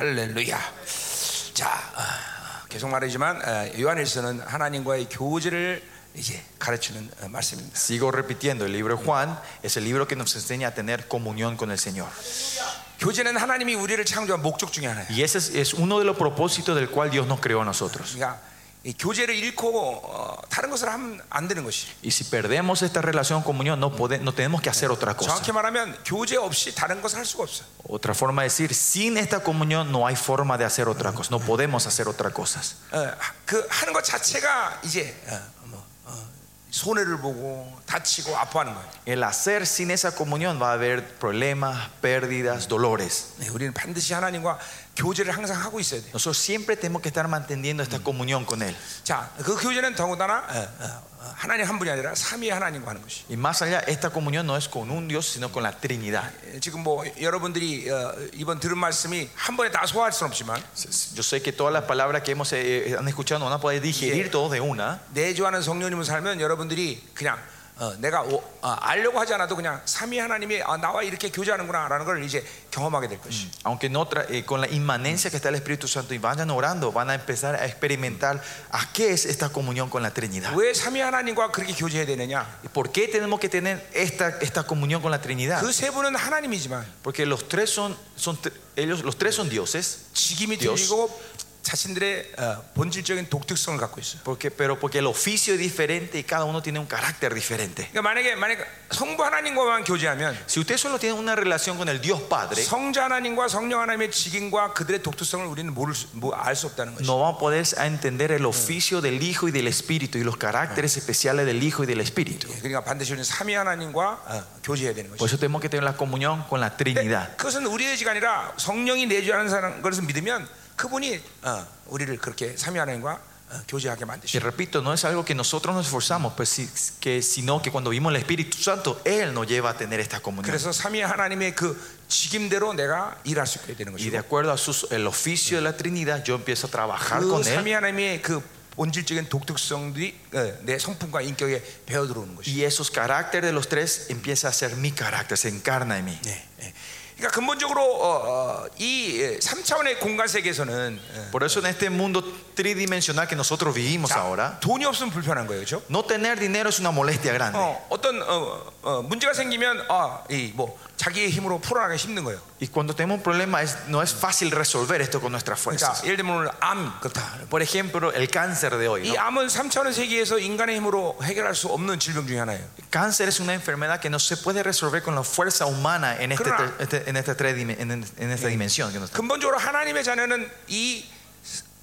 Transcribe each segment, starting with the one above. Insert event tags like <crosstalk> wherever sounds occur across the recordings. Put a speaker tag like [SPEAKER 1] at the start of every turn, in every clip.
[SPEAKER 1] 할렐루야. 자, 아, 계속 말하지만 아, 요한일서는 하나님과의 교제를 이제 가르치는 어, 말씀입니다.
[SPEAKER 2] Sigo repitiendo, el libro de Juan es el libro que nos enseña a tener comunión con el Señor.
[SPEAKER 1] 교제는 하나님이 우리를 창조한 목적 중에 하나예요.
[SPEAKER 2] Y ese es, es uno de los propósitos del cual Dios nos creó a nosotros.
[SPEAKER 1] 그러니까 이 교제를 잃고 어, 다른 것을 하면 안 되는 것이.
[SPEAKER 2] Y si perdemos esta relación, comunión, no, pode- no tenemos que hacer otra cosa.
[SPEAKER 1] 정확히 말하면 교제 없이 다른 것을 할 수가 없어.
[SPEAKER 2] Otra forma de decir, sin esta comunión no hay forma de hacer otra cosa, no podemos hacer otra cosa.
[SPEAKER 1] 어, 하- 그 하는 것 자체가 이제 어, 뭐, 어, 손해를 보고 다치고 아파하는 거예요.
[SPEAKER 2] El hacer sin esa comunión va a haber problemas, pérdidas, dolores.
[SPEAKER 1] 네, 우리는 반드시 하나님과 교제를 항상 하고 있어야 돼. 요
[SPEAKER 2] Nosotros siempre tenemos que estar manteniendo esta comunión con Él.
[SPEAKER 1] 자, 그 교제는 더군다나 어, 어, 어, 하나님 한 분이 아니라 삼위의 하나님과 하는 것이.
[SPEAKER 2] Y más allá, esta comunión no es con un Dios, sino con la Trinidad.
[SPEAKER 1] 예, 지금 뭐 여러분들이 어, 이번 들은 말씀이 한 번에 다 소화할 수는 없지만
[SPEAKER 2] Yo sé que todas las palabras que hemos eh, eh, han escuchado no van a poder digerir todos de una.
[SPEAKER 1] 내주하는 성령님을 살면 여러분들이 그냥 어, 내가 오- 어, 알려고 하지 않아도 그냥 삼위 하나님이 아, 나와 이렇게 교제하는구나라는 걸 이제 경험하게 될 것이.
[SPEAKER 2] Aunque no tra- eh, con la inmanencia que está el Espíritu Santo y vayan orando, van a empezar a experimentar a qué es esta comunión con la Trinidad.
[SPEAKER 1] 왜 삼위 하나님과 그렇게 교제해야 되느냐?
[SPEAKER 2] ¿Y ¿Por qué tenemos que tener esta, esta comunión con la Trinidad?
[SPEAKER 1] 그 세 분은 하나님이지만
[SPEAKER 2] Porque los tres son, son tre- ellos, los tres son dioses.
[SPEAKER 1] 직임이
[SPEAKER 2] Dios.
[SPEAKER 1] 틀리고 자신들의 어, 본질적인 독특성을 갖고 있어요.
[SPEAKER 2] Porque, pero porque el oficio es diferente y cada uno tiene un carácter diferente.
[SPEAKER 1] 그러니까 만약에 만약 성부 하나님과만 교제하면
[SPEAKER 2] Si usted solo tiene una relación con el Dios Padre,
[SPEAKER 1] 성자 하나님과 성령 하나님의 직임과 그들의 독특성을 우리는 모를 알 수 없다는 것이.
[SPEAKER 2] no va a poder entender el oficio del Hijo y del Espíritu y los caracteres especiales del Hijo y del Espíritu.
[SPEAKER 1] 그러니까 반드시 우리는 삼위 하나님과 어, 교제해야 되는 것이.
[SPEAKER 2] Por eso tenemos que tener la comunión con la Trinidad.
[SPEAKER 1] 그것은 우리의 의지가 아니라 성령이 내주하는 사람 것을 믿으면 그분이 어, 우리를 그렇게 삼위 하나님과 어, 교제하게
[SPEAKER 2] Y
[SPEAKER 1] 만드시.
[SPEAKER 2] repito, no es algo que nosotros nos esforzamos, pues sí, que, sino que cuando vimos el Espíritu Santo, Él nos lleva a tener esta comunión.
[SPEAKER 1] 그래서 삼위 하나님의 그 직임대로 내가 일할 수 있게 되는
[SPEAKER 2] Y de
[SPEAKER 1] 것이고
[SPEAKER 2] acuerdo a sus, el oficio de la Trinidad, yo empiezo a trabajar
[SPEAKER 1] 그
[SPEAKER 2] con Él.
[SPEAKER 1] 삼위 하나님의 그 본질적인 독특성들이 어, 내 성품과 인격에 배어 들어오는 것이.
[SPEAKER 2] Y esos caracteres de los tres empieza a ser mi carácter, se encarna en mí.
[SPEAKER 1] 네. 네. 그러니까 근본적으로 어, 어, 이 3차원의 공간 세계에서는 어,
[SPEAKER 2] Por eso en este mundo tridimensional que nosotros vivimos
[SPEAKER 1] 자,
[SPEAKER 2] ahora,
[SPEAKER 1] 돈이 없으면 불편한 거예요, 그렇죠?
[SPEAKER 2] no tener dinero es una molestia grande.
[SPEAKER 1] 어, 어떤 어, 어, 문제가 생기면 아, 이뭐 자기의 힘으로 풀어나가기 힘든 거예요.
[SPEAKER 2] Y cuando tenemos un problema es, no es fácil resolver esto con nuestras
[SPEAKER 1] 그러니까
[SPEAKER 2] fuerzas.
[SPEAKER 1] 예를 들면 오늘 암 그렇다.
[SPEAKER 2] Por ejemplo, el cáncer de hoy.
[SPEAKER 1] 이
[SPEAKER 2] ¿no?
[SPEAKER 1] 암은 3차원 세계에서 인간의 힘으로 해결할 수 없는 질병 중에 하나예요.
[SPEAKER 2] Cáncer es una enfermedad que no se puede resolver con la fuerza humana en, este,
[SPEAKER 1] Claro.
[SPEAKER 2] este- en, esta tres dimen- en, en esta dimensión. que nos-
[SPEAKER 1] 근본적으로 하나님의 자녀는 이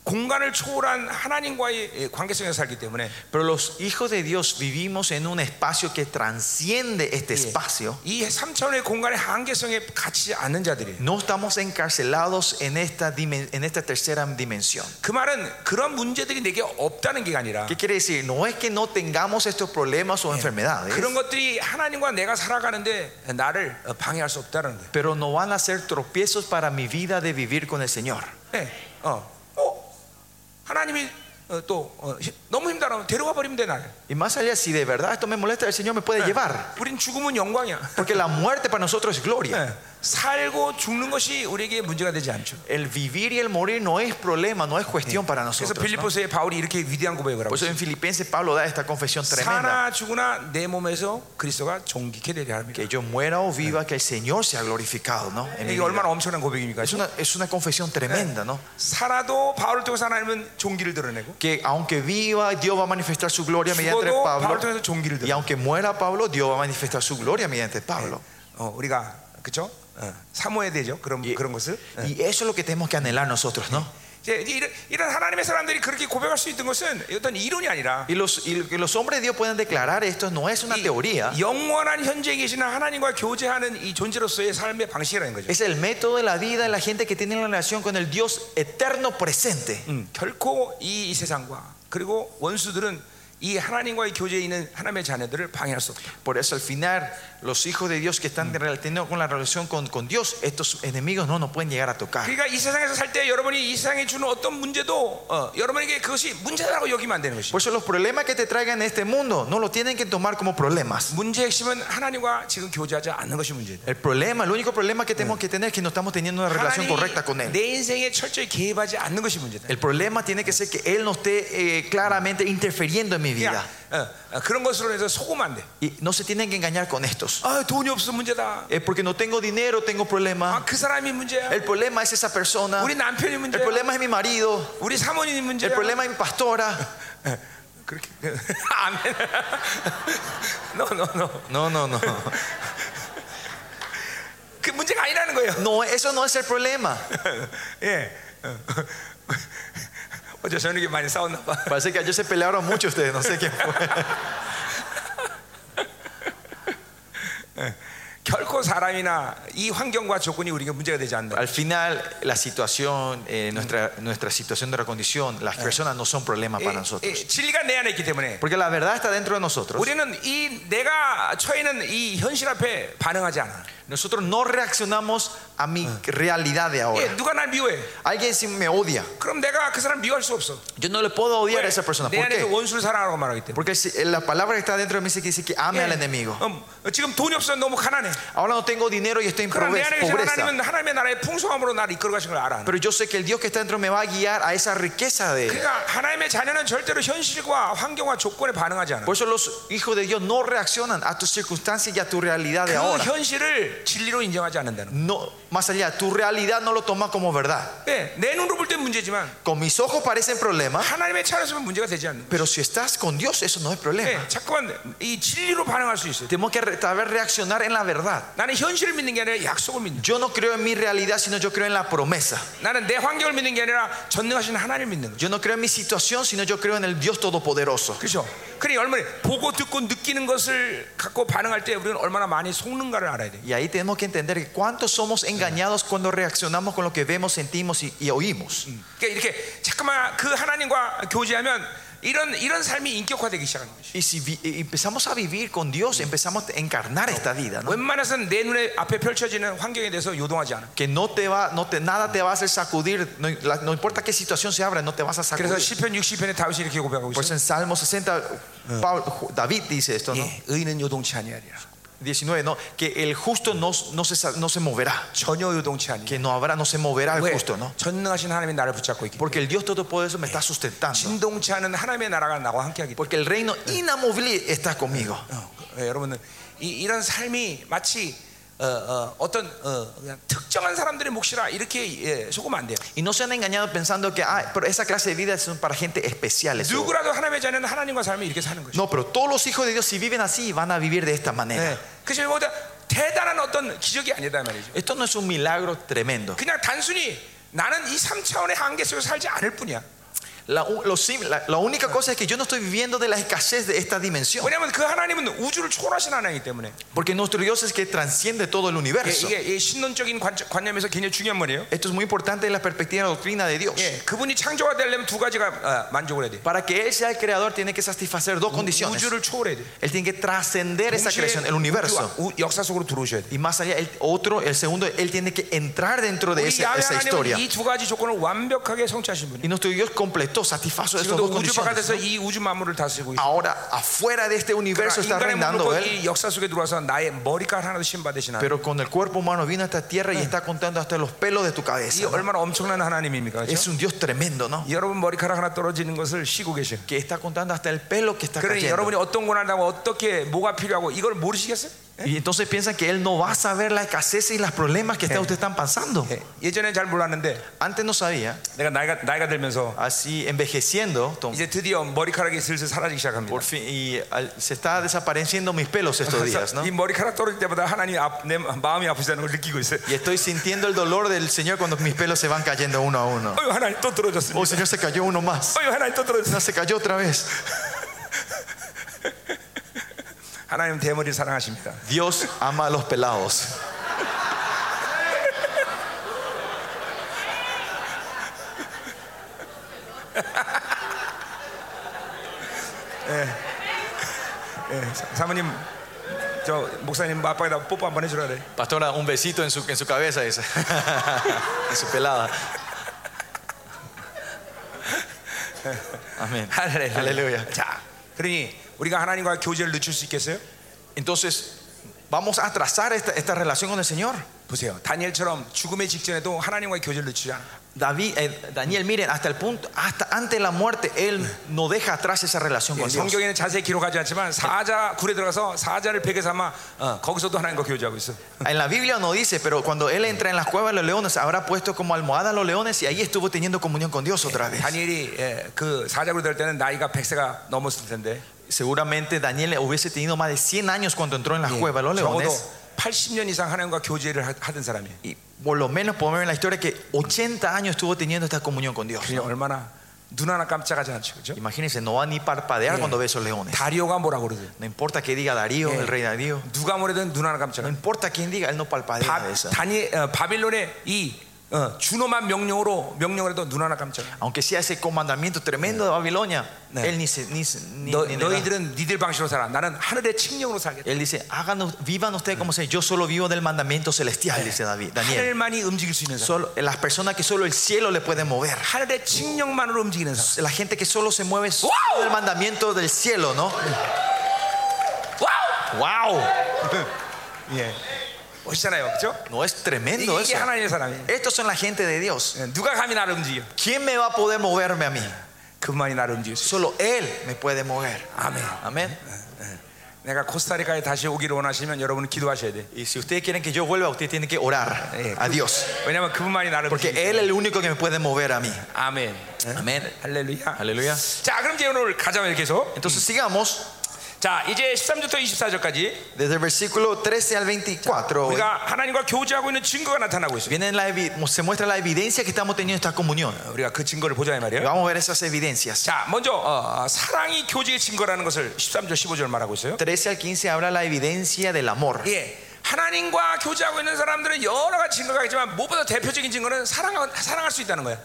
[SPEAKER 1] 공간을 초월한 하나님과의 예, 관계성에서 살기 때문에
[SPEAKER 2] Pero los hijos de Dios vivimos en un espacio que transciende este espacio.
[SPEAKER 1] 예, 이 3차원의 공간의 한계성에 갇히지 않는 자들이에요.
[SPEAKER 2] No estamos encarcelados en esta, dimen- en esta tercera dimensión.
[SPEAKER 1] 그 말은 그런 문제들이 내게 없다는 게 아니라
[SPEAKER 2] ¿Qué quiere decir? No es que no tengamos estos problemas o enfermedades,
[SPEAKER 1] 그런 것들이 하나님과 내가 살아가는데 나를 어, 방해할 수 없다는 거예요.
[SPEAKER 2] pero no van a ser tropiezos para mi vida de vivir con el Señor.
[SPEAKER 1] 네. 어. 어. 하나님이 어, 또 어, 힘- 너무 힘들어 데려가 버리면 돼 나를.
[SPEAKER 2] Y más allá, si de verdad esto me molesta, el Señor me puede llevar,
[SPEAKER 1] 우린 죽음은 영광이야.
[SPEAKER 2] porque la muerte para nosotros es gloria.
[SPEAKER 1] 예, 살고 죽는 것이 우리에게 문제가 되지 않죠.
[SPEAKER 2] El vivir y el morir no es problema, no es cuestión para
[SPEAKER 1] 그래서
[SPEAKER 2] nosotros. ¿no?
[SPEAKER 1] 빌립보서의 바울이 이렇게 위대한 고백을 하고
[SPEAKER 2] Por eso
[SPEAKER 1] 있어요.
[SPEAKER 2] en Filipenses Pablo da esta confesión tremenda:
[SPEAKER 1] 사나 죽으나 내 몸에서 그리스도가 존귀케 되려 합니다.
[SPEAKER 2] que yo muera o viva, que el Señor sea glorificado, ¿no? En mi
[SPEAKER 1] 이게
[SPEAKER 2] vida.
[SPEAKER 1] 얼마나 예, 엄청난 고백입니까?
[SPEAKER 2] Es una, es una confesión tremenda, ¿no?
[SPEAKER 1] 살아도 바울을 통해서 하나님은 존귀를 드러내고
[SPEAKER 2] Que aunque viva, Dios va a manifestar su gloria mediante
[SPEAKER 1] 죽어도
[SPEAKER 2] Pablo.
[SPEAKER 1] 바울 통해서 존귀를
[SPEAKER 2] Y
[SPEAKER 1] 드러내.
[SPEAKER 2] aunque muera Pablo, Dios va a manifestar su gloria mediante Pablo.
[SPEAKER 1] 어, 우리가 그죠? 어, 사모해야 되죠. 그런 그런 것을.
[SPEAKER 2] Y eso es lo que tenemos que anhelar nosotros, ¿no?
[SPEAKER 1] 이제 이런, 이런 하나님의 사람들이 그렇게 고백할 수 있는 것은 어떤 이론이 아니라
[SPEAKER 2] Y los, y que los hombres de Dios pueden declarar esto no es una teoría,
[SPEAKER 1] 영원한 현재에 계시는 하나님과 교제하는 이 존재로서의 삶의 방식이라는 거죠.
[SPEAKER 2] es el método de la vida de la gente que tiene la relación con el
[SPEAKER 1] 음,
[SPEAKER 2] Dios eterno presente.
[SPEAKER 1] 결코 이, 이 세상과 그리고 원수들은 이 하나님과의 교제에 있는 하나님의 자녀들을 방해할 수 없다.
[SPEAKER 2] Por eso al final, los hijos de Dios que están relacionados con la relación con, con Dios, estos enemigos no nos pueden llegar a tocar.
[SPEAKER 1] 그러니까 이 세상에서 살 때 여러분이 이 세상에 주는 어떤 문제도 어, 여러분에게 그것이 문제라고 여기면 안 되는 것이.
[SPEAKER 2] Por eso los problemas que te traigan en este mundo no lo tienen que tomar como problemas.
[SPEAKER 1] 문제의 핵심은 하나님과 지금 교제하지 않는 것이 문제다.
[SPEAKER 2] El problema, el único problema que tenemos que tener es que no estamos teniendo una relación correcta con
[SPEAKER 1] 하나님이
[SPEAKER 2] Él.
[SPEAKER 1] 내 인생에 철저히 개입하지 않는 것이 문제다.
[SPEAKER 2] El problema tiene que ser que Él no esté eh, claramente interfiriendo en mi vida.
[SPEAKER 1] 그냥 어, 어, 그런 것으로 해서 속으면 안 돼.
[SPEAKER 2] Y no se tienen que engañar con estos.
[SPEAKER 1] 아, 돈이 없어 문제다.
[SPEAKER 2] Es porque no tengo dinero, tengo
[SPEAKER 1] 아,
[SPEAKER 2] problemas.
[SPEAKER 1] 그 사람이 문제야.
[SPEAKER 2] El problema es esa persona.
[SPEAKER 1] 우리 남편이
[SPEAKER 2] El
[SPEAKER 1] 문제야.
[SPEAKER 2] problema es mi marido.
[SPEAKER 1] 우리 사모님이 문제야.
[SPEAKER 2] El problema es mi pastora.
[SPEAKER 1] 그렇게 <laughs> 아멘. 노노노.
[SPEAKER 2] No, no, no.
[SPEAKER 1] 그 문제가 아니라는 거예요. <laughs>
[SPEAKER 2] No, eso no es el problema.
[SPEAKER 1] 예. 어. <laughs> 어제 저녁에 많이 싸웠나 봐.
[SPEAKER 2] Parece que ayer se pelearon mucho ustedes, no sé qué fue.
[SPEAKER 1] 결코 사람이나 이 환경과 조건이 우리에게 문제가 되지 않는다.
[SPEAKER 2] Al final, la situación, eh, nuestra, nuestra situación de la condición, las personas no son problema para
[SPEAKER 1] 예, 예,
[SPEAKER 2] nosotros.
[SPEAKER 1] 진리가 내 안에 있기 때문에
[SPEAKER 2] Ah. Eh, Porque la verdad está dentro de nosotros.
[SPEAKER 1] 우리는 이 내가 처해 있는 이 현실 앞에 반응하지 않아.
[SPEAKER 2] Nosotros no reaccionamos a mi realidad de
[SPEAKER 1] 예,
[SPEAKER 2] ahora.
[SPEAKER 1] 누가 날 미워해.
[SPEAKER 2] Alguien si me odia,
[SPEAKER 1] 그럼 내가 그 사람 미워할 수 없어.
[SPEAKER 2] yo no le puedo odiar a esa persona.
[SPEAKER 1] 내
[SPEAKER 2] ¿Por
[SPEAKER 1] 안에 그
[SPEAKER 2] qué?
[SPEAKER 1] 원수를 사랑하라고 말하기 때문에.
[SPEAKER 2] Porque si- eh, la palabra que está dentro de mí dice que dice que ame al enemigo.
[SPEAKER 1] 음, 어, 지금 돈이 없어 너무 가난해.
[SPEAKER 2] Ahora no tengo dinero y estoy en
[SPEAKER 1] 그럼 내
[SPEAKER 2] pobreza.
[SPEAKER 1] 안에 계신
[SPEAKER 2] pobreza.
[SPEAKER 1] 하나님은 하나님의 나라의 풍성함으로 나를 이끌어 가신 걸 알아.
[SPEAKER 2] Pero yo sé que el Dios que está dentro me va a guiar a esa riqueza de él.
[SPEAKER 1] 그러니까 하나님의 자녀는 절대로 현실과 환경과 조건에 반응하지 않아.
[SPEAKER 2] Por eso los hijos de Dios no reaccionan a tus circunstancias y a tu realidad de
[SPEAKER 1] 그
[SPEAKER 2] ahora.
[SPEAKER 1] 현실을 진리로 인정하지 않는다는 거예요.
[SPEAKER 2] no, más allá, tu realidad no lo toma como verdad.
[SPEAKER 1] 네, 내 눈으로 볼 땐 문제지만
[SPEAKER 2] Con mis ojos parecen problemas,
[SPEAKER 1] 하나님의 차에서는 문제가 되지 않는
[SPEAKER 2] pero si estás con Dios, eso no es
[SPEAKER 1] 거예요.
[SPEAKER 2] problema.
[SPEAKER 1] 네, 자꾸만 이 진리로 반응할 수 있어요.
[SPEAKER 2] Tenemos que re- saber reaccionar en la verdad.
[SPEAKER 1] 나는 현실을 믿는 게 아니라 약속을 믿는 거예요.
[SPEAKER 2] Yo no creo en mi realidad, sino yo creo en la promesa.
[SPEAKER 1] 나는 내 환경을 믿는 게 아니라 전능하신 하나님을 믿는 거죠.
[SPEAKER 2] Yo no creo en mi situación, sino yo creo en el Dios Todopoderoso.
[SPEAKER 1] 그렇죠? 그러니 얼마나 보고 듣고 느끼는 것을 갖고 반응할 때 우리는 얼마나 많이 속는가를 알아야 돼요.
[SPEAKER 2] Y ahí tenemos que entender que cuántos somos engañados cuando reaccionamos con lo que vemos, sentimos y, y oímos.
[SPEAKER 1] 그러니까 이렇게 잠깐만 그 하나님과 교제하면 이런 이런 삶이 인격화되기 시작하는 거죠.
[SPEAKER 2] Y si vi- y empezamos a vivir con Dios, empezamos a encarnar esta vida, ¿no?
[SPEAKER 1] 웬만해서는 내 눈에 앞에 펼쳐지는 환경에 대해서 요동하지 않아.
[SPEAKER 2] Que no te va, no te, nada te va a hacer sacudir. No, la- no importa qué situación se abra, no te vas a
[SPEAKER 1] 그래서
[SPEAKER 2] sacudir.
[SPEAKER 1] 시편 60편에 다윗이 이렇게 고백하고
[SPEAKER 2] Por eso
[SPEAKER 1] 있어요.
[SPEAKER 2] en Salmo 60, Pablo- Ju- David dice esto, ¿no?
[SPEAKER 1] 예, 의인은 요동치 아니하리라.
[SPEAKER 2] 19, ¿no? Que el justo no, no, se, sa- no se moverá.
[SPEAKER 1] 전혀 요동치 아니하리라.
[SPEAKER 2] Que no habrá, no se moverá el
[SPEAKER 1] 왜?
[SPEAKER 2] justo, ¿no?
[SPEAKER 1] 전능하신 하나님이 나를 붙잡고 있기. 때문에.
[SPEAKER 2] Porque el Dios Todopoderoso me está sustentando.
[SPEAKER 1] 진동치 않은 하나님의 나라가 나와 함께하기. 때문에.
[SPEAKER 2] Porque el reino inamovible está conmigo.
[SPEAKER 1] 어, 예, 여러분은 이, 런 삶이 마치 어, 떤 어, 특정한 사람들의 몫이라 이렇게 예, 속으면 안 돼요.
[SPEAKER 2] Y no se han engañado pensando que, ah, pero esa clase de vida son para gente especial. eso.
[SPEAKER 1] 누구라도 하나님의 자녀는 하나님과 삶이 이렇게 사는 거죠.
[SPEAKER 2] No, pero todos los hijos de Dios, si viven así, van a vivir de esta manera.
[SPEAKER 1] 예. 그죠? 뭐 대단한 어떤 기적이 아니다 말이죠.
[SPEAKER 2] Esto no es un milagro tremendo.
[SPEAKER 1] 그냥 단순히 나는 이 3차원의 한계 속에 살지 않을 뿐이야.
[SPEAKER 2] La, u- lo sim- la- la única cosa es que yo no estoy viviendo de la escasez de esta dimensión.
[SPEAKER 1] 왜냐하면 그 하나님은 우주를 초월하신 하나님이기 때문에 예,
[SPEAKER 2] Porque nuestro Dios es que transciende todo el universo.
[SPEAKER 1] 이게, 이게 신론적인 관, 관념에서 굉장히 중요한 말이에요.
[SPEAKER 2] Esto es muy importante en la perspectiva de la doctrina de Dios.
[SPEAKER 1] 예, 그분이 창조가 되려면 두 가지가 어, 만족을 해야 돼.
[SPEAKER 2] Para que Él sea el creador, tiene que satisfacer dos condiciones.
[SPEAKER 1] 우주를 초월해야 돼.
[SPEAKER 2] Él tiene que trascender esa
[SPEAKER 1] 동시에 그 아,
[SPEAKER 2] creación, el universo.
[SPEAKER 1] 우주와 우- 역사 속으로 들어오셔야 돼.
[SPEAKER 2] Y más allá, el otro, el segundo, Él tiene que entrar dentro de
[SPEAKER 1] 우리
[SPEAKER 2] esa,
[SPEAKER 1] 야외
[SPEAKER 2] esa historia.
[SPEAKER 1] 하나님은 이 두 가지 조건을 완벽하게 성취하신 분이에요.
[SPEAKER 2] Y nuestro Dios completó, satisfazo esas
[SPEAKER 1] 지금도
[SPEAKER 2] dos
[SPEAKER 1] 우주
[SPEAKER 2] condiciones.
[SPEAKER 1] 바깥에서 이 우주 만물을 다스리고 있어요. 그러니까
[SPEAKER 2] Ahora, afuera de este
[SPEAKER 1] 아,
[SPEAKER 2] universo está
[SPEAKER 1] 인간의 몸을
[SPEAKER 2] reinando
[SPEAKER 1] 벗고
[SPEAKER 2] Él.
[SPEAKER 1] 이 역사 속에 들어와서 나의 머리카락 하나도 신받으시나.
[SPEAKER 2] Pero con el cuerpo humano vino a esta tierra y está contando hasta los pelos de tu
[SPEAKER 1] 이
[SPEAKER 2] cabeza. ¿no?
[SPEAKER 1] 얼마나 엄청난 하나님입니까? 그렇죠?
[SPEAKER 2] Es un Dios tremendo, ¿no?
[SPEAKER 1] 여러분 머리카락 하나 떨어지는 것을 쉬고 계셔.
[SPEAKER 2] Que está contando hasta el pelo que está
[SPEAKER 1] 그러니 여러분이
[SPEAKER 2] cayendo.
[SPEAKER 1] 어떤 고난하고 어떻게 뭐가 필요하고 이걸 모르시겠어요?
[SPEAKER 2] Y entonces piensan que Él no va a saber la escasez y los problemas que está, ustedes están pasando.
[SPEAKER 1] 예, 예전엔 잘 몰랐는데
[SPEAKER 2] Antes no sabía,
[SPEAKER 1] 내가 나이가 나이가 들면서
[SPEAKER 2] así envejeciendo, tom-
[SPEAKER 1] 이제 드디어 머리카락이 슬슬 사라지기 시작합니다.
[SPEAKER 2] por fin, y al- se está desapareciendo mis pelos estos días, ¿no?
[SPEAKER 1] 이 머리카락 떨어질 때마다 하나님 앞, 내 마음이 아프다는 걸 느끼고 있어요.
[SPEAKER 2] Y estoy sintiendo el dolor del Señor cuando mis pelos se van cayendo uno a uno.
[SPEAKER 1] 어휴 하나님 또 떨어졌습니다.
[SPEAKER 2] Oh, Señor, se cayó uno más.
[SPEAKER 1] 어휴 하나님 또 떨어졌습니다.
[SPEAKER 2] No, se cayó otra vez.
[SPEAKER 1] 하나님 대머리 사랑하십니다.
[SPEAKER 2] Dios ama a los pelados.
[SPEAKER 1] 사모님 저 목사님 뭐 아빠에다 뽀뽀 한번 해주라 그래.
[SPEAKER 2] Pastora, un besito en su, en su cabeza, dice. <laughs> en su pelada. Amén. Aleluya.
[SPEAKER 1] 자, 그러니 우리가 하나님과 교제를 늦출 수 있겠어요?
[SPEAKER 2] Entonces, vamos a trazar esta, esta relación con el Señor.
[SPEAKER 1] 보세요. 뭐 다니엘처럼 죽음의 직전에도 하나님과의 교제를 늦추지 않아.
[SPEAKER 2] David, eh, Daniel, miren, hasta el punto, hasta ante la muerte, él no deja atrás esa relación
[SPEAKER 1] 예,
[SPEAKER 2] con Dios.
[SPEAKER 1] 뭐 성경에는 자세히 기록하지 않지만 사자 굴에 들어가서 사자를 베개 삼아 어, 거기서도 하나님과 교제하고 있어.
[SPEAKER 2] En la Biblia no dice, pero cuando él entra en las cuevas de los leones, habrá puesto como almohada a los leones y ahí estuvo teniendo comunión con Dios otra vez.
[SPEAKER 1] 다니엘이 예, 그 사자 굴에 들 때는 나이가 100세가 넘었을 텐데
[SPEAKER 2] Seguramente Daniel hubiese tenido más de 100 años cuando entró en las cuevas de los
[SPEAKER 1] 적어도
[SPEAKER 2] leones.
[SPEAKER 1] 80년 이상 하나님과 교제를 하- 하던 사람이에요.
[SPEAKER 2] Y por lo menos podemos ver en la historia que 80 años estuvo teniendo esta comunión con Dios.
[SPEAKER 1] 그냥 얼마나 눈 하나 깜짝하지 않죠, 그죠
[SPEAKER 2] Imagínense, no va ni parpadear
[SPEAKER 1] Sí.
[SPEAKER 2] cuando ve esos leones.
[SPEAKER 1] 다리오가 뭐라 그러든
[SPEAKER 2] No importa que diga Darío,
[SPEAKER 1] Sí.
[SPEAKER 2] el rey Darío.
[SPEAKER 1] 누가 뭐래든 눈 하나 깜짝.
[SPEAKER 2] No
[SPEAKER 1] 안 해.
[SPEAKER 2] importa quién diga, él no
[SPEAKER 1] 바,
[SPEAKER 2] parpadea de esa.
[SPEAKER 1] 다니 어, 바빌론의 이 어, 준엄한 명령으로 명령을 해도 눈 하나 깜짝. 안 해.
[SPEAKER 2] Aunque sea ese comandamiento tremendo de Babilonia,
[SPEAKER 1] Sí.
[SPEAKER 2] él ni se. Ni, se- ni-
[SPEAKER 1] 너,
[SPEAKER 2] ni le da.
[SPEAKER 1] 너희들은 니들 방식으로 살아. 나는 하늘의 칙령으로 살겠다.
[SPEAKER 2] él dice, háganos, vivan ustedes como se. Yo solo vivo del mandamiento celestial, dice David, Daniel.
[SPEAKER 1] 하늘만이 움직일 수 있는 사람.
[SPEAKER 2] Solo, las personas que solo el cielo le puede mover.
[SPEAKER 1] 하늘의 칙령만으로 움직이는 사람.
[SPEAKER 2] La gente que solo se mueve solo del mandamiento del cielo, ¿no?
[SPEAKER 1] 와우!
[SPEAKER 2] ¡Wow!
[SPEAKER 1] 예. 멋있잖아요. 그렇죠?
[SPEAKER 2] No es tremendo
[SPEAKER 1] 이게
[SPEAKER 2] eso.
[SPEAKER 1] 하나님의 사람이에요.
[SPEAKER 2] Estos son la gente de Dios.
[SPEAKER 1] 예, 누가 감히 나를 움직여?
[SPEAKER 2] ¿Quién me va a poder moverme a mí?
[SPEAKER 1] 그만이 나를 움직일 수 있어.
[SPEAKER 2] Solo Él me puede mover.
[SPEAKER 1] 아멘.
[SPEAKER 2] Amén.
[SPEAKER 1] 내가 코스타리카에 다시 오기를 원하시면 여러분 기도하셔야 돼.
[SPEAKER 2] Y si ustedes quieren que yo vuelva, ustedes tienen que orar
[SPEAKER 1] Eh,
[SPEAKER 2] a Dios.
[SPEAKER 1] 왜냐면 그분만이 나를
[SPEAKER 2] Porque
[SPEAKER 1] 움직이기
[SPEAKER 2] Él es el único que me puede mover a mí.
[SPEAKER 1] 때문에. 아멘. 예?
[SPEAKER 2] Amén.
[SPEAKER 1] 할렐루야.
[SPEAKER 2] Aleluya.
[SPEAKER 1] 자, 그럼 이제 오늘 가자마자 계속.
[SPEAKER 2] Entonces sigamos
[SPEAKER 1] 자, 이제 13절부터 24절까지
[SPEAKER 2] desde el versículo 13 al 24.
[SPEAKER 1] 우리가 하나님과 교제하고 있는 증거가 나타나고 있습니다.
[SPEAKER 2] Viene la evi- se muestra la evidencia que estamos teniendo esta comunión.
[SPEAKER 1] 우리가 그 증거를 보자 이
[SPEAKER 2] Y
[SPEAKER 1] 말이에요.
[SPEAKER 2] vamos a ver esas evidencias.
[SPEAKER 1] 자, 먼저 어, 어, 사랑이 교제의 증거라는 것을 13절 15절 말하고 있어요.
[SPEAKER 2] 13 al 15 habla la evidencia del amor.
[SPEAKER 1] 예. 하나님과 교제하고 있는 사람들은 여러 가지 증거가 있지만 무엇보다 대표적인 증거는 사랑 사랑할 수 있다는 거야.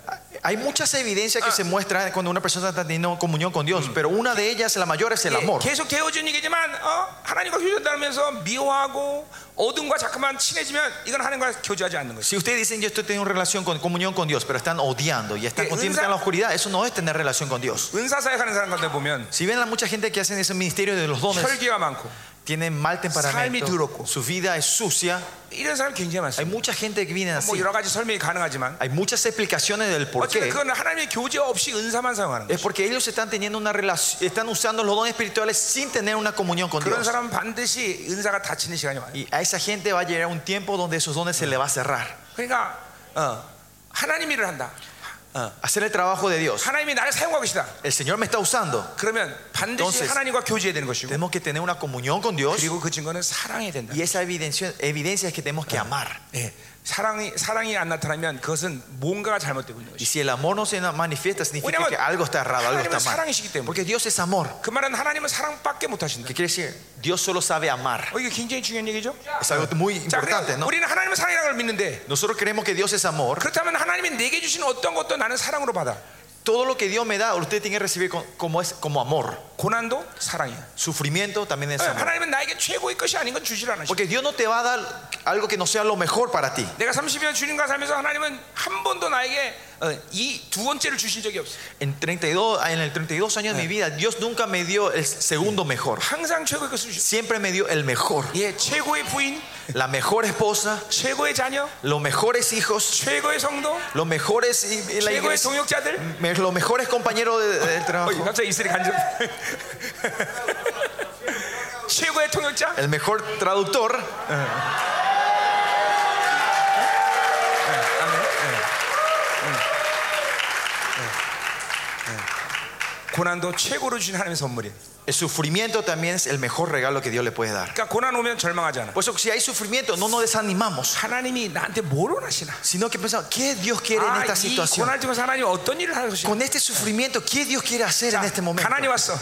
[SPEAKER 2] Hay muchas evidencias que se muestran cuando una persona está teniendo comunión con Dios, pero una de ellas, la mayor, es el
[SPEAKER 1] 예,
[SPEAKER 2] amor.
[SPEAKER 1] 계속 되어진 얘기지만 어, 하나님과 교제한다면서 미워하고 어둠과 자꾸만 친해지면 이건 하나님과 교제하지 않는 거지.
[SPEAKER 2] Si ustedes dicen yo estoy teniendo relación con comunión con Dios, pero están odiando y están
[SPEAKER 1] Eh,
[SPEAKER 2] continuamente en la oscuridad, eso no es tener relación con Dios.
[SPEAKER 1] 은사사역 하는 사람한테 보면
[SPEAKER 2] Si ven la mucha gente que hacen ese ministerio de los dones,
[SPEAKER 1] 혈기가 많고
[SPEAKER 2] tienen mal
[SPEAKER 1] 삶이
[SPEAKER 2] temperamento,
[SPEAKER 1] 더럽고.
[SPEAKER 2] su vida es sucia.
[SPEAKER 1] 이런 사람 굉장히
[SPEAKER 2] Hay
[SPEAKER 1] 많습니다.
[SPEAKER 2] mucha gente que viene
[SPEAKER 1] 뭐
[SPEAKER 2] así.
[SPEAKER 1] 여러 가지 설명이 가능하지만
[SPEAKER 2] Hay muchas explicaciones del por
[SPEAKER 1] 어쨌든
[SPEAKER 2] qué.
[SPEAKER 1] 그건 하나님의 교제 없이 은사만 사용하는 거예요.
[SPEAKER 2] Es porque ellos están teniendo una relación, están usando los dones espirituales sin tener una comunión con
[SPEAKER 1] 그런
[SPEAKER 2] Dios.
[SPEAKER 1] 사람은 반드시 은사가 닫히는 시간이 와요.
[SPEAKER 2] Y a esa gente va a llegar un tiempo donde esos dones se le va a cerrar.
[SPEAKER 1] 그러니까 어, 하나님 일을 한다.
[SPEAKER 2] Hacer el trabajo de Dios.
[SPEAKER 1] 하나님이 나를 사용하고 계시다.
[SPEAKER 2] El Señor me está usando.
[SPEAKER 1] 그러면 반드시
[SPEAKER 2] Entonces,
[SPEAKER 1] 하나님과 교제해야 되는 것이고
[SPEAKER 2] Tenemos que tener una comunión con Dios.
[SPEAKER 1] 그리고 그 증거는 사랑해야 된다.
[SPEAKER 2] Y esa evidencia, evidencia es que tenemos que amar.
[SPEAKER 1] 예, 사랑이 사랑이 안 나타나면 그것은 뭔가가 잘못되고 있는
[SPEAKER 2] Y
[SPEAKER 1] 것이.
[SPEAKER 2] si el amor no se manifiesta, significa
[SPEAKER 1] 왜냐면
[SPEAKER 2] que algo está errado, algo está
[SPEAKER 1] 하나님은 사랑이시기
[SPEAKER 2] mal.
[SPEAKER 1] 때문에.
[SPEAKER 2] Porque Dios es amor.
[SPEAKER 1] 그 말은 하나님은 사랑밖에 못 하신다.
[SPEAKER 2] ¿Qué quiere decir? Dios solo sabe amar.
[SPEAKER 1] 어, 그러니까 이게 굉장히 중요한 얘기죠.
[SPEAKER 2] Es algo muy
[SPEAKER 1] 자,
[SPEAKER 2] importante,
[SPEAKER 1] 그래요.
[SPEAKER 2] ¿no?
[SPEAKER 1] 우리는 하나님은 사랑이라는 걸 믿는데
[SPEAKER 2] Nosotros creemos que Dios es amor.
[SPEAKER 1] 그렇다면 하나님이 내게 주신 어떤 것도 나는 사랑으로 받아.
[SPEAKER 2] Todo lo que Dios me da, usted tiene que recibir con- como, es, como amor.
[SPEAKER 1] 고난도 사랑이야.
[SPEAKER 2] Sufrimiento también es
[SPEAKER 1] 예,
[SPEAKER 2] amor.
[SPEAKER 1] 하나님은 나에게 최고의 것이 아닌 건 주질 않으시.
[SPEAKER 2] Porque Dios no te va a dar algo que no sea lo mejor para ti.
[SPEAKER 1] 내가 30년 주님과 살면서 하나님은 한 번도 나에게 어, 이 두 번째를 주신 적이 없어.
[SPEAKER 2] En, 32, ah, en el 32 años de mi vida, Dios nunca me dio el segundo mejor.
[SPEAKER 1] 항상 최고의 것을 주셨어.
[SPEAKER 2] Siempre me dio el mejor.
[SPEAKER 1] 예, 최고의 부인,
[SPEAKER 2] La mejor esposa,
[SPEAKER 1] 최고의 자녀,
[SPEAKER 2] los mejores hijos,
[SPEAKER 1] 최고의 성도,
[SPEAKER 2] los mejores y, y la
[SPEAKER 1] 최고의
[SPEAKER 2] iglesia,
[SPEAKER 1] 동역자들.
[SPEAKER 2] me- los mejores compañeros de- del
[SPEAKER 1] 어,
[SPEAKER 2] trabajo,
[SPEAKER 1] 갑자기 입술이 간질. <laughs> 최고의 통역자,
[SPEAKER 2] el mejor traductor,
[SPEAKER 1] 예. 예. 고난도 최고로 주신 하나님의 선물이에요.
[SPEAKER 2] el sufrimiento también es el mejor regalo que Dios le puede dar.
[SPEAKER 1] 그러니까 고난 오면 절망하지 않아.
[SPEAKER 2] Por eso, si hay sufrimiento, no nos desanimamos,
[SPEAKER 1] 하나님이 나한테 뭘 원하시나?
[SPEAKER 2] sino que pensamos, ¿qué Dios quiere en
[SPEAKER 1] 아,
[SPEAKER 2] esta
[SPEAKER 1] 이
[SPEAKER 2] situación?
[SPEAKER 1] 고난 중에서 하나님 어떤 일을 하시나?
[SPEAKER 2] Con este sufrimiento, ¿qué Dios quiere hacer en este momento?
[SPEAKER 1] 가난이 왔어.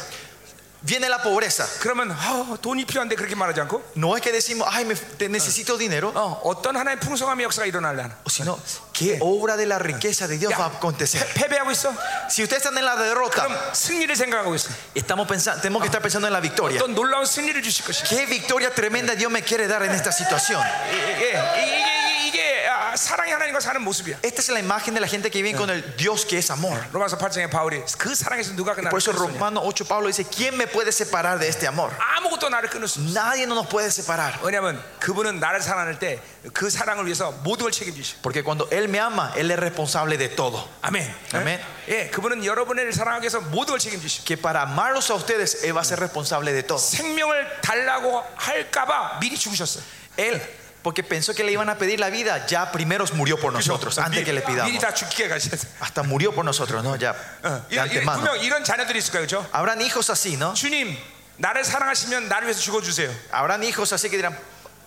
[SPEAKER 2] viene la pobreza.
[SPEAKER 1] 그러면 아, 돈이 필요한데 그렇게 말하지 않고
[SPEAKER 2] No es que decimos, ay, me, te- necesito dinero,
[SPEAKER 1] 어, 어떤 하나의 풍성함의 역사가 일어나려 하나.
[SPEAKER 2] sino qué obra de la riqueza de Dios
[SPEAKER 1] Ya.
[SPEAKER 2] va a acontecer.
[SPEAKER 1] 패- 패배하고 있어?
[SPEAKER 2] Si ustedes están en la derrota,
[SPEAKER 1] 그럼 승리를 생각하고 있어.
[SPEAKER 2] estamos pensando, tenemos que estar pensando en la victoria.
[SPEAKER 1] 어떤 놀라운 승리를 주실 것이야.
[SPEAKER 2] ¿Qué victoria tremenda Dios me quiere dar en esta situación?
[SPEAKER 1] 이- 예, 이게 이게- 이게, 이게 아, 사랑이 하나님과 사는 모습이야.
[SPEAKER 2] Esta es la imagen de la gente que vive con el Dios que es amor.
[SPEAKER 1] 로마서 8장에 바울이 그 사랑에서 누가 그 나를
[SPEAKER 2] Por eso
[SPEAKER 1] 끊을 수 있냐?
[SPEAKER 2] Romano 8 Pablo dice, ¿quién me puede separar de este amor?
[SPEAKER 1] 아무것도 나를 끊을 수 없어.
[SPEAKER 2] Nadie no nos puede separar.
[SPEAKER 1] 왜냐하면 그분은 나를 사랑할 때 그 사랑을 위해서 모든 걸 책임지셔.
[SPEAKER 2] Porque cuando Él me ama, Él es responsable de todo.
[SPEAKER 1] 아멘.
[SPEAKER 2] 아멘.
[SPEAKER 1] 예, 그분은 여러분을 사랑하기 위해서 모든 걸 책임지셔.
[SPEAKER 2] Que para amarlos a ustedes, Él va a ser responsable de todo.
[SPEAKER 1] 생명을 달라고 할까봐 미리 죽으셨어.
[SPEAKER 2] Él, porque pensó que le iban a pedir la vida, ya primero murió por nosotros, antes que le
[SPEAKER 1] 미리
[SPEAKER 2] pidamos.
[SPEAKER 1] 다 죽게 가셨어.
[SPEAKER 2] Hasta murió por nosotros, ¿no? Ya,
[SPEAKER 1] 어,
[SPEAKER 2] de
[SPEAKER 1] 이런, 이런,
[SPEAKER 2] antemano.
[SPEAKER 1] 분명 이런 자녀들이 있을 거예요, 그렇죠?
[SPEAKER 2] Habrán hijos así, ¿no?
[SPEAKER 1] 주님, 나를 사랑하시면 나를 위해서 죽어주세요.
[SPEAKER 2] Habrán hijos así que dirán,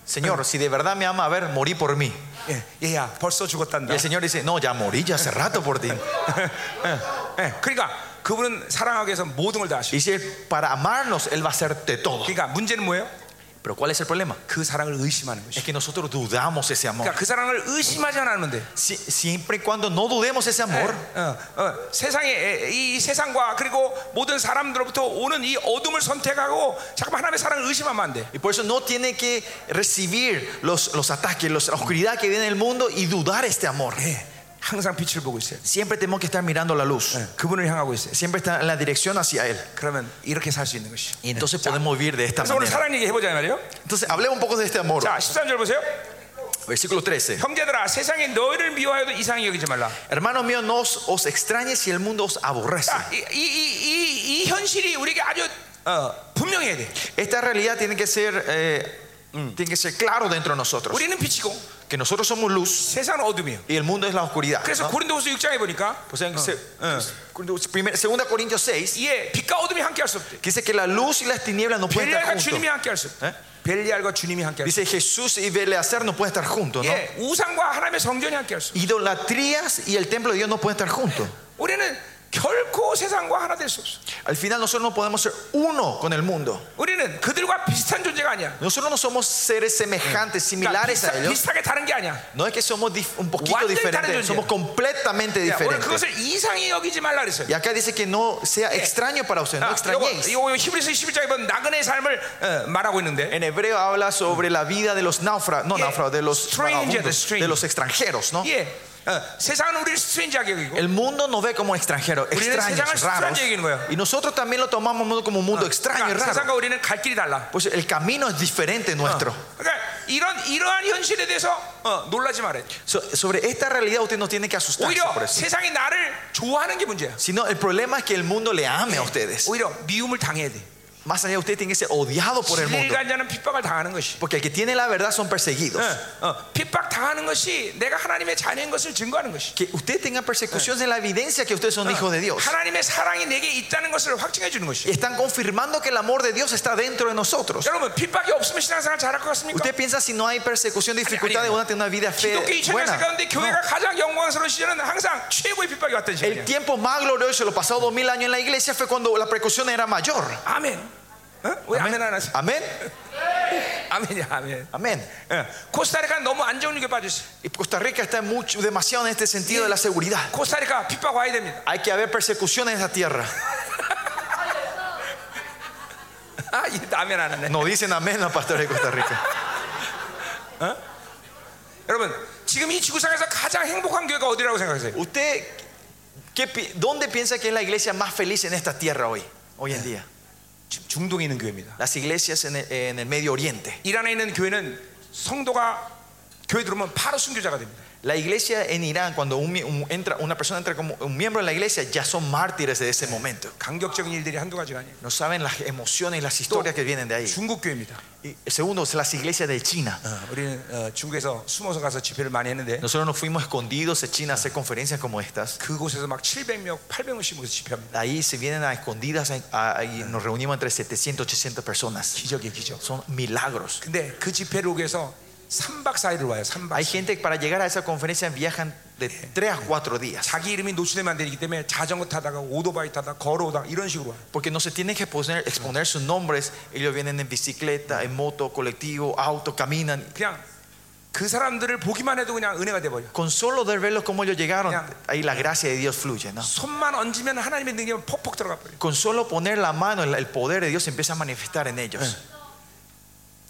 [SPEAKER 2] Señor, si de verdad me ama, a ver, morí por mí.
[SPEAKER 1] 예, 얘야, 벌써
[SPEAKER 2] Y
[SPEAKER 1] 죽었단다.
[SPEAKER 2] el Señor dice, no, ya morí ya hace rato por ti.
[SPEAKER 1] 예, 예. 그러니까 그분은 사랑하기 위해서 모든 걸 다 하시고.
[SPEAKER 2] Y si Él- para amarnos, Él va a hacerte todo.
[SPEAKER 1] 그러니까 문제는 뭐예요?
[SPEAKER 2] Pero ¿cuál es el problema?
[SPEAKER 1] 그 사랑을 의심하는 것이.
[SPEAKER 2] Es que nosotros dudamos ese amor.
[SPEAKER 1] 그러니까 그 사랑을 의심하지 않으면 돼.
[SPEAKER 2] Si- siempre y cuando no dudemos ese amor,
[SPEAKER 1] 어, 어, 세상에 에, 이, 이 세상과 그리고 모든 사람들로부터 오는 이 어둠을 선택하고 자꾸 하나님의 사랑을 의심하면 안 돼.
[SPEAKER 2] y por eso no tiene que recibir los, los ataques, los- la oscuridad que viene del mundo y dudar este amor.
[SPEAKER 1] 예, 항상 빛을 보고 있어요.
[SPEAKER 2] Siempre tenemos que estar mirando la luz.
[SPEAKER 1] 예, 그분을 향하고 있어요.
[SPEAKER 2] Siempre estar en la dirección hacia Él.
[SPEAKER 1] 그러면 이렇게 살 수 있는 것이. 네.
[SPEAKER 2] Y entonces podemos vivir de esta
[SPEAKER 1] 그래서 오늘
[SPEAKER 2] manera.
[SPEAKER 1] 사랑 얘기 해보자 이 말이에요.
[SPEAKER 2] Entonces, hablemos un poco de este amor.
[SPEAKER 1] 자, 13절 보세요.
[SPEAKER 2] Versículo 13.
[SPEAKER 1] 형제들아, 세상에 너희를 미워하여도 이상히 여기지 말라.
[SPEAKER 2] Hermanos míos, no os, os extrañe si el mundo os aborrece.
[SPEAKER 1] 자, 이, 이, 이, 이, 이 현실이 우리에게 아주 어, 분명해야 돼.
[SPEAKER 2] Esta realidad tiene que ser, eh, tiene que ser claro dentro de nosotros.
[SPEAKER 1] 우리는 빛이고
[SPEAKER 2] Que nosotros somos luz
[SPEAKER 1] 세상은 어둠이에요.
[SPEAKER 2] y el mundo es la oscuridad.
[SPEAKER 1] 그래서
[SPEAKER 2] ¿no?
[SPEAKER 1] 고린도후서 6장에 어? 보니까
[SPEAKER 2] O sea, en se- primer- segunda Corintios 6
[SPEAKER 1] 예, 빛과 어둠이 함께할 수 없대.
[SPEAKER 2] que dice que la luz y las tinieblas no pueden estar
[SPEAKER 1] 벨리알과
[SPEAKER 2] juntos.
[SPEAKER 1] 주님이 함께할 수 없대.
[SPEAKER 2] ¿Eh?
[SPEAKER 1] 벨리알과 주님이 함께할 수
[SPEAKER 2] Dice Jesús y Beleacer no pueden estar juntos,
[SPEAKER 1] 없대.
[SPEAKER 2] ¿no?
[SPEAKER 1] 예, 우상과 하나님의 성전이 함께할 수 없대.
[SPEAKER 2] Idolatrías y el templo de Dios no pueden estar juntos.
[SPEAKER 1] 우리는 결코 세상과 하나 될 수 없어.
[SPEAKER 2] Al final nosotros no podemos ser uno con el mundo.
[SPEAKER 1] 우리는 그들과 비슷한 존재가 아니야.
[SPEAKER 2] Nosotros no somos seres semejantes,
[SPEAKER 1] 그러니까
[SPEAKER 2] similares a
[SPEAKER 1] 비슷하,
[SPEAKER 2] ellos.
[SPEAKER 1] 비슷하게 다른 게 아니야.
[SPEAKER 2] No es que somos dif- un poquito
[SPEAKER 1] Guarda el
[SPEAKER 2] diferentes,
[SPEAKER 1] talento.
[SPEAKER 2] somos completamente
[SPEAKER 1] 야, 오늘
[SPEAKER 2] diferentes.
[SPEAKER 1] 그것을 이상히 여기지 말라 그랬어요.
[SPEAKER 2] Y acá dice que no sea extraño para ustedes, no
[SPEAKER 1] 아, 요거,
[SPEAKER 2] extrañéis.
[SPEAKER 1] 요거 히브리서 12장에 보면 나그네의 삶을 어, 말하고 있는데
[SPEAKER 2] En hebreo habla sobre la vida de los náufragos, no
[SPEAKER 1] Yeah.
[SPEAKER 2] náufragos, de los
[SPEAKER 1] Stranger, the
[SPEAKER 2] vagabundos,
[SPEAKER 1] stranger.
[SPEAKER 2] de los extranjeros, ¿no?
[SPEAKER 1] 예, 어, 세상은 우리를 스트레인지하게 여기고
[SPEAKER 2] El mundo nos ve como extranjeros,
[SPEAKER 1] 우리는
[SPEAKER 2] extraños,
[SPEAKER 1] 세상을
[SPEAKER 2] raros.
[SPEAKER 1] stranger Ah, 얘기하는 거예요.
[SPEAKER 2] Y nosotros también lo tomamos como un mundo extraño y
[SPEAKER 1] 그러니까
[SPEAKER 2] raro.
[SPEAKER 1] 세상과 우리는 갈 길이 달라.
[SPEAKER 2] Pues el camino es
[SPEAKER 1] Ah.
[SPEAKER 2] diferente nuestro.
[SPEAKER 1] 그러니까 이런 이러한 현실에 대해서 어, 놀라지 말아요.
[SPEAKER 2] So- sobre esta realidad usted no tiene que asustarse por
[SPEAKER 1] 오히려
[SPEAKER 2] eso.
[SPEAKER 1] 세상이 나를 좋아하는 게 문제야.
[SPEAKER 2] Sino el problema es que el mundo le ame a ustedes.
[SPEAKER 1] 오히려 미움을 당해야 돼.
[SPEAKER 2] Más allá usted tiene que ser odiado por el mundo.
[SPEAKER 1] 진리간 자는 핍박을 당하는 것이.
[SPEAKER 2] Porque el que tiene la verdad son perseguidos.
[SPEAKER 1] 어, 어, 핍박 당하는 것이 내가 하나님의 자녀인 것을 증거하는 것이.
[SPEAKER 2] Que usted tenga
[SPEAKER 1] Ah.
[SPEAKER 2] persecución es la evidencia que ustedes son hijos de Dios.
[SPEAKER 1] 하나님의 사랑이 내게 있다는 것을 확증해 주는 것이.
[SPEAKER 2] Y están confirmando que el amor de Dios está dentro de nosotros.
[SPEAKER 1] 여러분 핍박이 없으면 신앙생활 잘할 것 같습니까?
[SPEAKER 2] ¿Usted piensa si no hay persecución,
[SPEAKER 1] 아니,
[SPEAKER 2] dificultades,
[SPEAKER 1] 아니.
[SPEAKER 2] uno tiene una vida fe
[SPEAKER 1] 기독교 2000년
[SPEAKER 2] buena?
[SPEAKER 1] 사 가운데 교회가 가장 영광스러운 시절은 항상 최고의 핍박이 왔던
[SPEAKER 2] El
[SPEAKER 1] 시절이야.
[SPEAKER 2] tiempo más glorioso, los pasados dos mil años en la iglesia, fue cuando la persecución era mayor.
[SPEAKER 1] 아멘. 어? 왜 아멘 안 하세요?
[SPEAKER 2] Amén.
[SPEAKER 1] <laughs> 아멘이야 아멘.
[SPEAKER 2] Amén.
[SPEAKER 1] 예. 코스타리카 너무 안정력에 빠졌어.
[SPEAKER 2] Y Costa Rica está mucho, demasiado en este sentido de la seguridad.
[SPEAKER 1] 코스타리카 핍박 와야 됩니다.
[SPEAKER 2] Hay que haber persecución en esa tierra.
[SPEAKER 1] <laughs> 아, 이 아멘 안 하네.
[SPEAKER 2] No dicen amén los pastores de Costa Rica.
[SPEAKER 1] 여러분 지금 이 지구상에서 가장 행복한 교회가 어디라고 생각하세요?
[SPEAKER 2] ¿Usted qué pi- dónde piensa que es la iglesia más feliz en esta tierra hoy, hoy en día?
[SPEAKER 1] 지금 중동에 있는 교회입니다.
[SPEAKER 2] Las iglesias en el, en el Medio Oriente.
[SPEAKER 1] 이란에 있는 교회는 성도가 교회 들어오면 바로 순교자가 됩니다.
[SPEAKER 2] La iglesia en Irán, cuando un mi- un- entra, una persona entra como un miembro de la iglesia, ya son mártires de ese momento.
[SPEAKER 1] 감격적인 일들이 한두 가지가 아니에요.
[SPEAKER 2] No saben las emociones y las historias que vienen de ahí.
[SPEAKER 1] 중국 교회입니다.
[SPEAKER 2] Y segundo, es las iglesias de China.
[SPEAKER 1] 어, 우리는 어, 중국에서 숨어서 가서 집회를 많이 했는데
[SPEAKER 2] Nosotros nos fuimos escondidos a China a hacer conferencias como estas.
[SPEAKER 1] 그곳에서 막 700명, 800명씩 모여서 집회합니다.
[SPEAKER 2] Ahí se vienen a escondidas a- a- y nos reunimos entre 700 800 personas.
[SPEAKER 1] 기적이에요, 기적.
[SPEAKER 2] Son milagros.
[SPEAKER 1] 근데 그 집회를 오기 위해서 3박 4일을 와요. 3박
[SPEAKER 2] Hay gente que para llegar a esa conferencia viajan de 3 a 4 días,
[SPEAKER 1] 자기 이름이 노출되면 안 되기 때문에 자전거 타다가 오토바이 타다 걸어오다 이런 식으로 와요.
[SPEAKER 2] porque no se tienen que exponer, exponer sus nombres, ellos vienen en bicicleta, en moto, colectivo, auto, caminan.
[SPEAKER 1] 그냥 그 사람들을 보기만 he도 그냥 은혜가 돼 버려.
[SPEAKER 2] Con solo de verlos cómo ellos llegaron,
[SPEAKER 1] Ya.
[SPEAKER 2] ahí la gracia de Dios fluye, ¿no?
[SPEAKER 1] 손만 얹으면 하나님의 능력이 퍽퍽 들어가 버려.
[SPEAKER 2] Con solo poner la mano, el- el poder de Dios se empieza a manifestar en ellos.
[SPEAKER 1] Eh.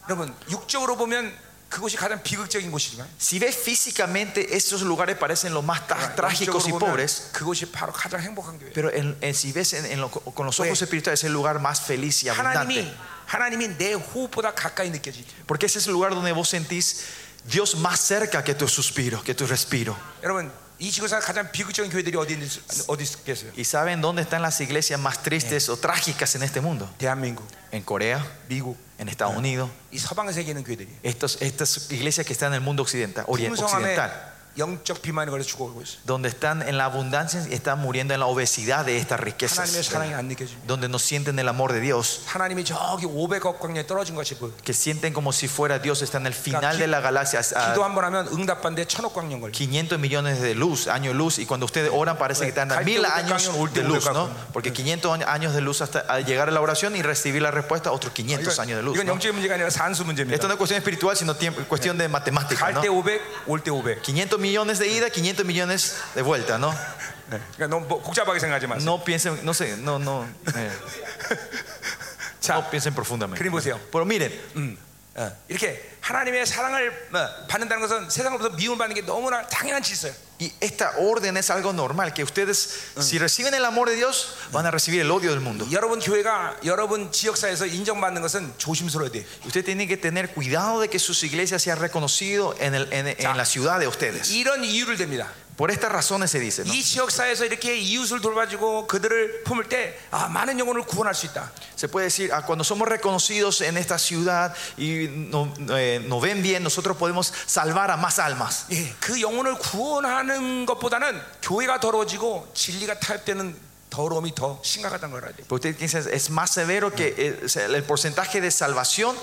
[SPEAKER 1] 여러분 육적으로 보면 그것이 가장 비극적인 곳이지만
[SPEAKER 2] Si ves físicamente, esos lugares parecen los más tra-
[SPEAKER 1] 육적으로
[SPEAKER 2] trágicos y
[SPEAKER 1] 보면
[SPEAKER 2] pobres,
[SPEAKER 1] 그것이 바로 가장 행복한 교회.
[SPEAKER 2] pero en- en- si ves en- en lo- con los ojos
[SPEAKER 1] Pues,
[SPEAKER 2] espirituales, es el lugar más feliz y abundante.
[SPEAKER 1] 하나님이 하나님이 내 호흡보다 가까이 느껴지죠.
[SPEAKER 2] Porque ese es el lugar donde vos sentís Dios más cerca que tu suspiro, que tu respiro.
[SPEAKER 1] 여러분 이 지구상 가장 비극적인 교회들이 어디 있는- 어디 있겠어요?
[SPEAKER 2] ¿Y saben dónde están las iglesias más
[SPEAKER 1] Eh.
[SPEAKER 2] tristes o trágicas en este mundo?
[SPEAKER 1] 대한민국,
[SPEAKER 2] En Corea,
[SPEAKER 1] 미국,
[SPEAKER 2] en Estados
[SPEAKER 1] Eh.
[SPEAKER 2] Unidos.
[SPEAKER 1] 이 서방 세계에 있는 교회들이
[SPEAKER 2] Estos, estas iglesias que están en el mundo occidental, orien-
[SPEAKER 1] 풍성함에
[SPEAKER 2] occidental,
[SPEAKER 1] 영적 비만에 걸려 죽어가고 있어요.
[SPEAKER 2] donde están en la abundancia y están muriendo en la obesidad de estas
[SPEAKER 1] 하나님의
[SPEAKER 2] riquezas,
[SPEAKER 1] 사랑이 안 느껴집니다.
[SPEAKER 2] donde no sienten el amor de Dios,
[SPEAKER 1] 하나님이 저기 500억 광년에 떨어진 것이 보여.
[SPEAKER 2] que sienten como si fuera Dios, está en el
[SPEAKER 1] Claro,
[SPEAKER 2] final
[SPEAKER 1] qui-
[SPEAKER 2] de la galaxia, a
[SPEAKER 1] 기도 한 번 하면 응답받는데 천억 광년 걸려.
[SPEAKER 2] 500 millones de luz, año luz, y cuando ustedes oran parece que están a
[SPEAKER 1] Hay
[SPEAKER 2] mil
[SPEAKER 1] teoría que
[SPEAKER 2] años
[SPEAKER 1] hay un
[SPEAKER 2] de luz,
[SPEAKER 1] ultimate
[SPEAKER 2] ¿no?
[SPEAKER 1] cambio.
[SPEAKER 2] Porque 500 años de luz hasta al llegar a la oración y recibir la respuesta, otros 500 años de
[SPEAKER 1] 이건,
[SPEAKER 2] luz.
[SPEAKER 1] 이건
[SPEAKER 2] ¿no?
[SPEAKER 1] 영적인 문제가 아니라 산수
[SPEAKER 2] Esto
[SPEAKER 1] 문제입니다.
[SPEAKER 2] no es cuestión espiritual, sino tiempo- cuestión de matemática,
[SPEAKER 1] 갈
[SPEAKER 2] ¿no?
[SPEAKER 1] 때 500, 올 때 500.
[SPEAKER 2] 500 millones de ida, 500 millones de vuelta, ¿no?
[SPEAKER 1] 네. 그러니까 너무 뭐 복잡하게 생각하지 마세요.
[SPEAKER 2] No piensen, no sé, no, no, eh, no piensen profundamente.
[SPEAKER 1] 그림 보세요.
[SPEAKER 2] Pero miren,
[SPEAKER 1] 어, 이렇게 하나님의 사랑을 어, 받는다는 것은 세상으로부터 미움받는 게 너무나 당연한 질서예요.
[SPEAKER 2] y esta orden es algo normal, que ustedes, si reciben el amor de Dios, van a recibir el odio del mundo.
[SPEAKER 1] 여러분 교회가 여러분 지역사에서 인정받는 것은 조심스러워야 돼요.
[SPEAKER 2] Usted tiene que tener cuidado de que sus iglesias sean reconocidas en, el- en- en la ciudad de ustedes.
[SPEAKER 1] 이런 이유를 댑니다.
[SPEAKER 2] Por estas razones se dice, ¿no?
[SPEAKER 1] 이 지역사에서 이렇게 이웃을 돌봐주고 그들을 품을 때 아, 많은 영혼을 구원할 수 있다.
[SPEAKER 2] Se puede decir, ah, cuando somos reconocidos en esta ciudad y no- eh, nos ven bien, nosotros podemos salvar a más almas.
[SPEAKER 1] 예, 그 영혼을 구원하는 것보다는 교회가 더러워지고 진리가 타협되는 더러움이 더 심각하다는 걸 알아야 돼요.
[SPEAKER 2] Pero Pues usted piensa, es más severo que eh, o sea, el porcentaje de salvación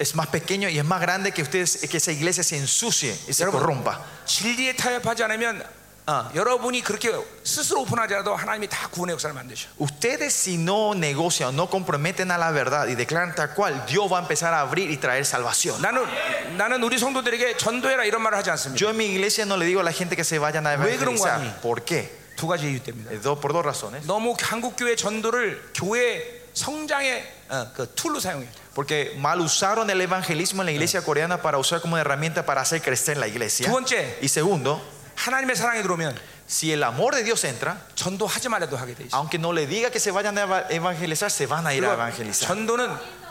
[SPEAKER 2] es más pequeño y es más grande que ustedes que esa iglesia se ensucie y se corrompa.
[SPEAKER 1] 진리에 타협하지 않으면 어, 여러분이 그렇게 스스로 오픈하지라도 하나님이 다 구원의 역사를 만드셔.
[SPEAKER 2] Ustedes si no negocian, no comprometen a la verdad y declaran tal cual, Dios va a empezar a abrir y traer salvación.
[SPEAKER 1] 나는 나는 우리 성도들에게 전도해라 이런 말을 하지 않습니다.
[SPEAKER 2] Yo en mi iglesia no le digo a la gente que se vayan a
[SPEAKER 1] 왜 그런 거 아니?
[SPEAKER 2] evangelizar. ¿Por qué?
[SPEAKER 1] 두 가지 이유 때문에.
[SPEAKER 2] Eh, dos- por dos razones.
[SPEAKER 1] 너무 한국 교회 전도를 교회 성장의 어, 그 툴로 사용해.
[SPEAKER 2] Porque mal usaron el evangelismo en la iglesia coreana para usar como herramienta para hacer crecer la iglesia.
[SPEAKER 1] 두 번째,
[SPEAKER 2] Y segundo,
[SPEAKER 1] 하나님의 사랑에 들어오면
[SPEAKER 2] si el amor de Dios entra,
[SPEAKER 1] 전도하지 말아도 하게 돼 있어.
[SPEAKER 2] aunque no le diga que se vayan a eva- evangelizar, se van a ir a
[SPEAKER 1] 그리고
[SPEAKER 2] evangelizar.
[SPEAKER 1] 전도는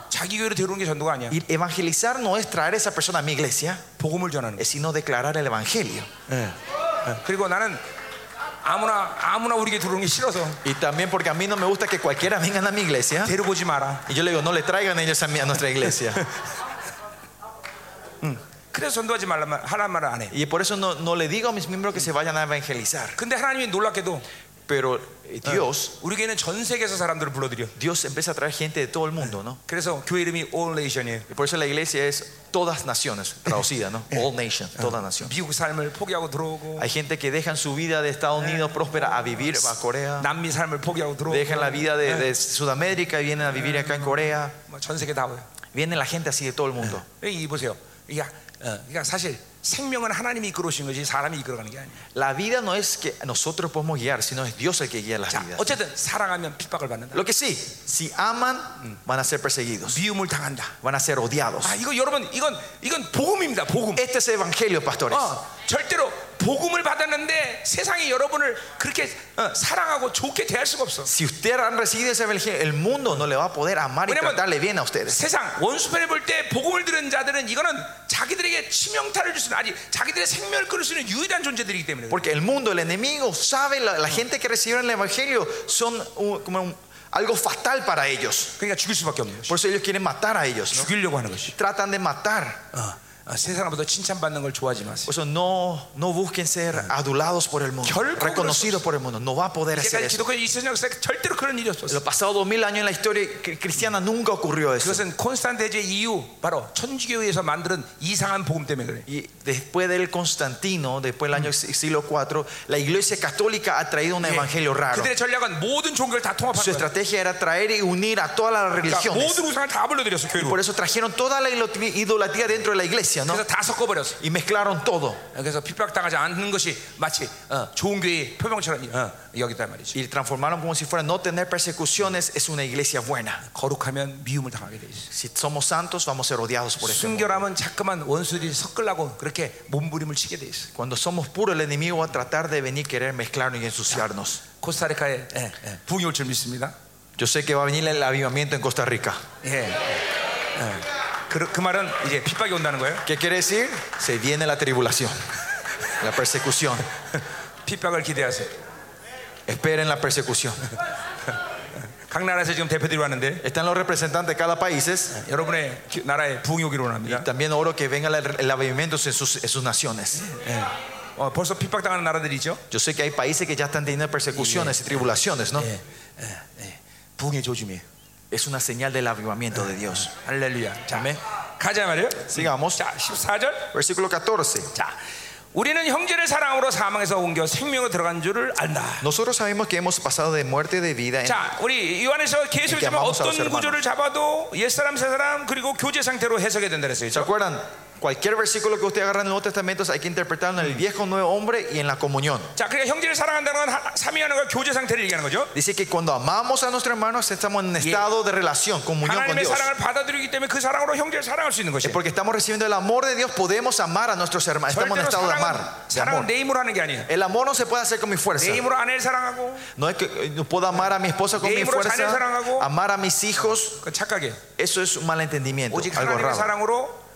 [SPEAKER 1] 자기 교회로 데려오는 게 전도가 아니야.
[SPEAKER 2] Y evangelizar no es traer a esa persona a mi iglesia,
[SPEAKER 1] 복음을 전하는 거.
[SPEAKER 2] es sino declarar el evangelio.
[SPEAKER 1] 예. 그리고 나는 아무나 아무나 우리에게 들어오는 게 싫어서
[SPEAKER 2] Y también porque a mí no me gusta que cualquiera vengan a mi iglesia.
[SPEAKER 1] 데려보지 마라.
[SPEAKER 2] Y yo le digo, no le traigan ellos a, mí- a nuestra iglesia.
[SPEAKER 1] 그래서 전도하지 말란 말 하란 말을 안 해.
[SPEAKER 2] Y por eso no, no le digo a mis miembros que se vayan a evangelizar.
[SPEAKER 1] 근데 하나님이 놀랍게도
[SPEAKER 2] Pero eh, Dios,
[SPEAKER 1] 우리 교회는 전 세계에서 사람들을 불러들여.
[SPEAKER 2] Dios empieza a traer gente de todo el mundo, ¿no?
[SPEAKER 1] 그래서 교회 이름이 All Nation이에요.
[SPEAKER 2] Y por eso la iglesia es todas naciones, traducida, ¿no? All nations, toda nación.
[SPEAKER 1] 미국 삶을 포기하고 들어오고
[SPEAKER 2] Hay gente que dejan su vida de Estados Unidos próspera a vivir a Corea,
[SPEAKER 1] 남미 삶을 포기하고 들어오고
[SPEAKER 2] dejan la vida
[SPEAKER 1] Ah.
[SPEAKER 2] de, de Sudamérica y vienen a vivir acá en Corea.
[SPEAKER 1] 뭐전 세계 다 와요.
[SPEAKER 2] Viene la gente así de todo el mundo.
[SPEAKER 1] 이 보세요. 이게 어, 그러니까 사실 생명은 하나님이 이끌어오신 거지 사람이 이끌어가는 게 아니에요.
[SPEAKER 2] La vida no es que nosotros podemos guiar, sino es Dios el que guía las
[SPEAKER 1] 자,
[SPEAKER 2] vidas.
[SPEAKER 1] 어쨌든 사랑하면 핍박을 받는다.
[SPEAKER 2] Lo que sí, si aman, van a ser perseguidos,
[SPEAKER 1] 미움을 당한다.
[SPEAKER 2] van a ser odiados.
[SPEAKER 1] 아, 이거 여러분 이건 이건 복음입니다. 복음.
[SPEAKER 2] Este es el evangelio, pastores.
[SPEAKER 1] 어, 절대로 복음을 받았는데 세상이 여러분을 그렇게 어, 사랑하고 좋게 대할 수가 없어.
[SPEAKER 2] Si ustedes han recibido ese evangelio, el mundo no le va a poder amar y
[SPEAKER 1] Bueno,
[SPEAKER 2] tratarle bien a ustedes.
[SPEAKER 1] 세상 원수편을 볼 때 복음을 들은 자들은 이거는 자기들에게 치명타를 줄 수는 아니 자기들의 생명을 끊을 수 있는 유일한 존재들이기 때문에 그래요.
[SPEAKER 2] Porque el mundo, el enemigo, sabe, la, la gente que recibe el Evangelio son un- como un- algo fatal para ellos.
[SPEAKER 1] 그러니까 죽일 수밖에 없는 것이
[SPEAKER 2] Por eso ellos quieren matar a ellos. ¿no?
[SPEAKER 1] 죽이려고 하는 것이
[SPEAKER 2] Tratan de matar.
[SPEAKER 1] 어. 어, 세상보다 칭찬받는 걸 좋아하지 마세요.
[SPEAKER 2] Por eso no, no busquen ser adulados por el mundo,
[SPEAKER 1] 결코
[SPEAKER 2] reconocidos por el mundo. No va a poder hacer
[SPEAKER 1] 이제까지
[SPEAKER 2] eso.
[SPEAKER 1] 기독교 이스라엘 역사에 절대로 그런 일이
[SPEAKER 2] En
[SPEAKER 1] 없었어요.
[SPEAKER 2] los pasados dos mil años en la historia cri- cristiana nunca ocurrió eso.
[SPEAKER 1] 그것은 콘스탄티제 이후 바로 천주교에서 만드는 이상한 복음 때문에 그래요.
[SPEAKER 2] Y después del Constantino, después del año siglo IV, la iglesia católica ha traído un evangelio
[SPEAKER 1] 예.
[SPEAKER 2] raro.
[SPEAKER 1] 그들의 전략은 모든 종교를 다
[SPEAKER 2] Su
[SPEAKER 1] 통합하는 거예요.
[SPEAKER 2] estrategia era traer y unir a todas las
[SPEAKER 1] 그러니까
[SPEAKER 2] religiones.
[SPEAKER 1] 모든 우상을 다 불러들였어 교회로.
[SPEAKER 2] Por eso trajeron toda la idolatría- idolatría dentro de la iglesia, ¿no?
[SPEAKER 1] 그래서 다 섞어버렸어.
[SPEAKER 2] Y mezclaron todo.
[SPEAKER 1] 그래서 핍박당하지 않는 것이 마치 어, 좋은 교회의 표명처럼 어, 여기단 말이지.
[SPEAKER 2] Y transformaron como si fuera no tener persecuciones, es una iglesia buena.
[SPEAKER 1] 거룩하면 미움을 당하게 돼 있어.
[SPEAKER 2] Si somos santos, vamos a ser odiados por este eso.
[SPEAKER 1] 순결하면 자꾸만 원수들이 섞으려고 그렇게 몸부림을 치게 돼 있어.
[SPEAKER 2] Cuando somos puros, el enemigo va a tratar de venir querer mezclarnos y ensuciarnos.
[SPEAKER 1] 코스타리카에 예, 예, 부흥이 올 줄 믿습니다.
[SPEAKER 2] Yo sé que va a venir el avivamiento en Costa Rica.
[SPEAKER 1] 예. 예. 그, 그 말은 이제 핍박이 온다는 거예요.
[SPEAKER 2] ¿Qué quiere decir? Se viene la tribulación, la persecución.
[SPEAKER 1] 핍박을 기대하세요.
[SPEAKER 2] Esperen la persecución.
[SPEAKER 1] 각 나라에서 지금 대표들이 왔는데
[SPEAKER 2] Están los representantes de cada país. ¿eh?
[SPEAKER 1] 여러분의 기- 나라에 부흥이 오기를 원합니다.
[SPEAKER 2] También oro que venga la- el avivamiento en sus, en sus naciones.
[SPEAKER 1] 예. 어, 벌써 핍박당하는 나라들이죠.
[SPEAKER 2] Yo sé que hay países que ya están teniendo persecuciones y tribulaciones, ¿no?
[SPEAKER 1] 부흥의 조짐이에요.
[SPEAKER 2] Es una señal del avivamiento de Dios.
[SPEAKER 1] ah. 할렐루야. 자,
[SPEAKER 2] Amén.
[SPEAKER 1] 가자 말이에요.
[SPEAKER 2] Sigamos.
[SPEAKER 1] 자, 14절.
[SPEAKER 2] Versículo 14.
[SPEAKER 1] 자, 우리는 형제를 사랑으로 사망에서 옮겨 생명으로 들어간 줄을 안다.
[SPEAKER 2] Nosotros sabemos que hemos pasado de muerte de vida. En...
[SPEAKER 1] 자, 우리 요한에서 계속
[SPEAKER 2] 이렇게
[SPEAKER 1] 지만
[SPEAKER 2] 마음을
[SPEAKER 1] 어떤
[SPEAKER 2] 사로잡아.
[SPEAKER 1] 구조를 잡아도 옛사람 새사람 그리고 교제 상태로 해석해야 된다 그랬어요.
[SPEAKER 2] ¿Se
[SPEAKER 1] 그죠?
[SPEAKER 2] acuerdan? Cualquier versículo que usted agarra en el Nuevo Testamento hay que interpretarlo en el viejo nuevo hombre y en la comunión.
[SPEAKER 1] 자, 그러니까 형제를 사랑한다는 건 하- 삼위하는 걸 교제 상태를 얘기하는 거죠.
[SPEAKER 2] Dice que cuando amamos a nuestros hermanos estamos en estado de relación, comunión con
[SPEAKER 1] 하나님의
[SPEAKER 2] Dios.
[SPEAKER 1] 사랑을 받아들이기 때문에 그 사랑으로 형제를 사랑할 수 있는
[SPEAKER 2] Es
[SPEAKER 1] 것이에요.
[SPEAKER 2] porque estamos recibiendo el amor de Dios, podemos amar a nuestros hermanos. Estamos en
[SPEAKER 1] 절대로
[SPEAKER 2] estado de
[SPEAKER 1] 사랑은,
[SPEAKER 2] amar. de
[SPEAKER 1] 사랑은
[SPEAKER 2] amor.
[SPEAKER 1] 내 힘으로 하는 게 아니에요.
[SPEAKER 2] El amor no se puede hacer con mi fuerza.
[SPEAKER 1] 내 힘으로 아내를 사랑하고
[SPEAKER 2] No es que eh, no puedo amar a mi esposa con
[SPEAKER 1] 내
[SPEAKER 2] mi
[SPEAKER 1] 힘으로 자녀를
[SPEAKER 2] fuerza,
[SPEAKER 1] 사랑하고.
[SPEAKER 2] amar a mis hijos.
[SPEAKER 1] 그건 착각이에요.
[SPEAKER 2] Eso es un malentendimiento,
[SPEAKER 1] 오직
[SPEAKER 2] algo
[SPEAKER 1] 하나님의
[SPEAKER 2] raro.
[SPEAKER 1] 사랑으로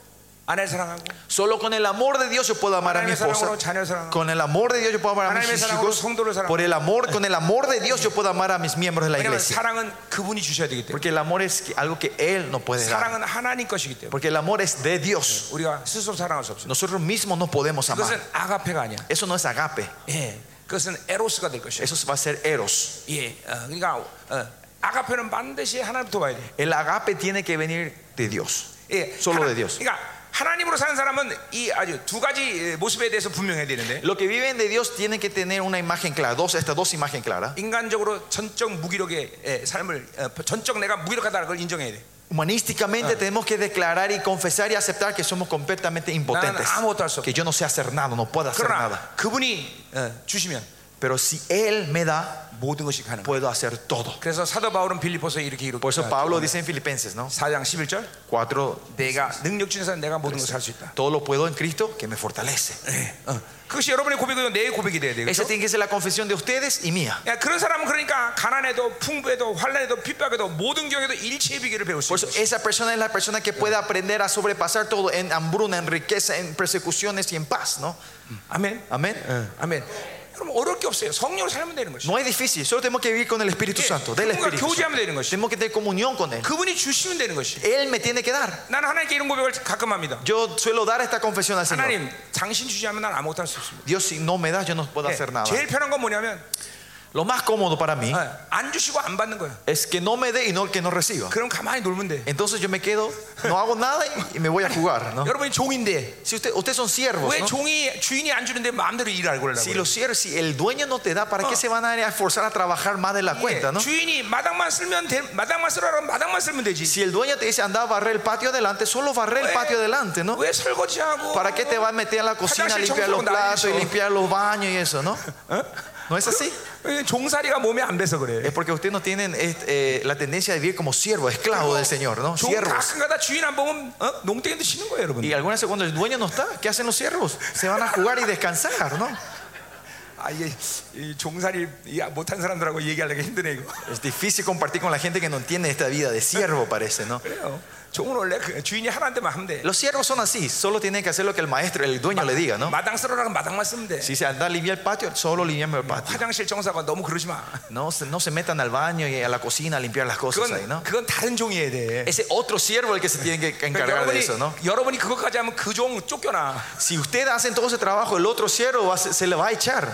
[SPEAKER 1] 아내를 사랑하고
[SPEAKER 2] Solo con el amor de Dios yo puedo amar a mi
[SPEAKER 1] 하나님의 사랑으로
[SPEAKER 2] esposa.
[SPEAKER 1] 자녀를 사랑하고
[SPEAKER 2] Con el amor de Dios yo puedo amar a
[SPEAKER 1] 하나님의
[SPEAKER 2] mis
[SPEAKER 1] 사랑으로
[SPEAKER 2] hijos.
[SPEAKER 1] 성도를 사랑하고.
[SPEAKER 2] Por el amor, con el amor de Dios yo puedo amar a mis miembros de la
[SPEAKER 1] 왜냐하면
[SPEAKER 2] iglesia.
[SPEAKER 1] 사랑은 그분이 주셔야 되기 때문에
[SPEAKER 2] Porque el amor es que- algo que Él no puede dar.
[SPEAKER 1] 사랑은 하나님 것이기 때문에
[SPEAKER 2] Porque el amor es de Dios.
[SPEAKER 1] 우리가 스스로 사랑할 수 없어요.
[SPEAKER 2] Nosotros mismos no podemos amar.
[SPEAKER 1] 그것은 아가페가 아니야.
[SPEAKER 2] Eso no es agape.
[SPEAKER 1] 예, 그것은 에로스가 될 것이에요.
[SPEAKER 2] Eso va a ser eros.
[SPEAKER 1] 예, 어, 그러니까 어, 아가페는 반드시 하나님부터 와야 돼.
[SPEAKER 2] El agape tiene que venir de Dios.
[SPEAKER 1] 예,
[SPEAKER 2] Solo
[SPEAKER 1] 하나-
[SPEAKER 2] de Dios.
[SPEAKER 1] 그러니까 하나님으로 사는 사람은 이 아주 두 가지 예, 모습에 대해서 분명해야 되는데
[SPEAKER 2] Los que viven de Dios tienen que tener una imagen clara, dos, estas dos imágenes claras.
[SPEAKER 1] 인간적으로 전적 무기력의 예, 삶을 어, 전적 내가 무기력하다는 걸 인정해야 돼.
[SPEAKER 2] Humanísticamente tenemos que declarar y confesar y aceptar que somos completamente impotentes.
[SPEAKER 1] Nada, 아무것도 할수 없어.
[SPEAKER 2] Que yo no sé hacer nada, no
[SPEAKER 1] 아,
[SPEAKER 2] puedo hacer nada.
[SPEAKER 1] 그러나 그분이 어, 주시면
[SPEAKER 2] Pero si Él me da,
[SPEAKER 1] 모든 것이 가능.
[SPEAKER 2] puedo 하cer todo.
[SPEAKER 1] 그래서 사도 바울은 빌리포서 이렇게 이루고
[SPEAKER 2] Por eso Pablo dice en Filipenses, ¿no?
[SPEAKER 1] 4장 11절
[SPEAKER 2] 4.
[SPEAKER 1] 내가 능력 주는 사람 내가 모든 것을 할 수 있다.
[SPEAKER 2] Todo lo puedo en Cristo que me fortalece.
[SPEAKER 1] 어. 그것이 여러분의 고백이고 내 고백이 돼야 돼요.
[SPEAKER 2] Esa
[SPEAKER 1] 그렇죠?
[SPEAKER 2] tiene que ser la confesión de ustedes y mía.
[SPEAKER 1] 야, 그런 사람은 그러니까 가난에도 풍부에도 환란에도 핍박에도 모든 경에도 일체의 비결을 배울 수
[SPEAKER 2] Por eso
[SPEAKER 1] 있어요.
[SPEAKER 2] esa persona es la persona que puede aprender a sobrepasar todo en hambruna, en riqueza, en persecuciones y en paz, ¿no?
[SPEAKER 1] 아멘.
[SPEAKER 2] Amén.
[SPEAKER 1] 어, 아멘. 그럼 어려울 게 없어요. 성령을 살면 되는 것이.
[SPEAKER 2] No es difícil, solo tenemos que vivir con el Espíritu
[SPEAKER 1] 네.
[SPEAKER 2] Santo, del
[SPEAKER 1] 그분과
[SPEAKER 2] Espíritu Santo.
[SPEAKER 1] 교제하면 되는 것이.
[SPEAKER 2] Tenemos que tener comunión con Él.
[SPEAKER 1] 그분이 주시면 되는 것이.
[SPEAKER 2] Él me tiene que dar.
[SPEAKER 1] 나는 하나님께 이런 고백을 가끔 합니다.
[SPEAKER 2] Yo suelo dar esta confesión al Señor.
[SPEAKER 1] 하나님, 당신 주지 않으면 난 아무것도 할 수 없습니다.
[SPEAKER 2] Dios, si no me das, yo no puedo
[SPEAKER 1] 예,
[SPEAKER 2] hacer nada.
[SPEAKER 1] 제일 편한 건 뭐냐면
[SPEAKER 2] Lo más cómodo para mí
[SPEAKER 1] 예, 안 주시고 안 받는 거예요.
[SPEAKER 2] es que no me dé y no que no reciba.
[SPEAKER 1] 그럼 가만히 놀면 돼.
[SPEAKER 2] Entonces yo me quedo, no hago nada y me voy a jugar. ¿no?
[SPEAKER 1] 여러분이 종인데
[SPEAKER 2] Si usted, ustedes son siervos,
[SPEAKER 1] 왜
[SPEAKER 2] ¿no?
[SPEAKER 1] 종이 주인이 안 주는데 마음대로 어? 일을 걸려고
[SPEAKER 2] si
[SPEAKER 1] 그래요?
[SPEAKER 2] los siervos, si el dueño no te da, ¿para qué se van a forzar a trabajar más de la cuenta?
[SPEAKER 1] 예,
[SPEAKER 2] ¿no?
[SPEAKER 1] 주인이 마당만 쓸면 돼, 마당만 쓰라고 하면 마당만 쓸면 되지.
[SPEAKER 2] Si el dueño te dice anda a barrer el patio adelante, solo barrer el patio adelante, ¿no?
[SPEAKER 1] 왜 설거지하고
[SPEAKER 2] ¿Para qué te vas a meter a la cocina a limpiar los platos y limpiar los baños y eso, no? No es así.
[SPEAKER 1] 예, 종사리가 몸에 안 배서 그래.
[SPEAKER 2] Es porque ustedes no tienen este, eh, la tendencia de vivir como siervos, esclavos del Señor, ¿no?
[SPEAKER 1] 종
[SPEAKER 2] Siervos.
[SPEAKER 1] 가끔가다 주인 안 보면 어? 농땡이도 치는 거예요, 여러분.
[SPEAKER 2] Y algunas veces cuando el dueño no está, ¿qué hacen los siervos? Se van a jugar y descansar, ¿no?
[SPEAKER 1] 아 이게 이 종살이 이 못한 사람들하고 얘기하려기 힘드네 이거.
[SPEAKER 2] Es difícil compartir con la gente que no entiende esta vida de siervo, parece, ¿no?
[SPEAKER 1] 그래요. 종은 원래 그 주인이 하나한테만 하면 돼.
[SPEAKER 2] Los siervos son así, solo tienen que hacer lo que el maestro, el dueño le diga, ¿no?
[SPEAKER 1] 마당 쓸어라고 마당만 쓰면 돼.
[SPEAKER 2] Si dice anda a limpiar el patio, solo limpiame el patio.
[SPEAKER 1] 화장실 청소하고 너무 그러지 마.
[SPEAKER 2] No se, no se metan al baño y a la cocina a limpiar las cosas ahí,
[SPEAKER 1] 그건 <laughs>
[SPEAKER 2] ¿no?
[SPEAKER 1] 그건 다른 종이어야 돼.
[SPEAKER 2] Ese otro siervo el que se tiene que
[SPEAKER 1] 그러니까
[SPEAKER 2] encargar
[SPEAKER 1] 여러분이
[SPEAKER 2] de eso, ¿no?
[SPEAKER 1] 여러분이 그것까지 하면 그 종 쫓겨나.
[SPEAKER 2] Si ustedes hacen todo ese trabajo, el otro siervo va a- se, se le va a echar.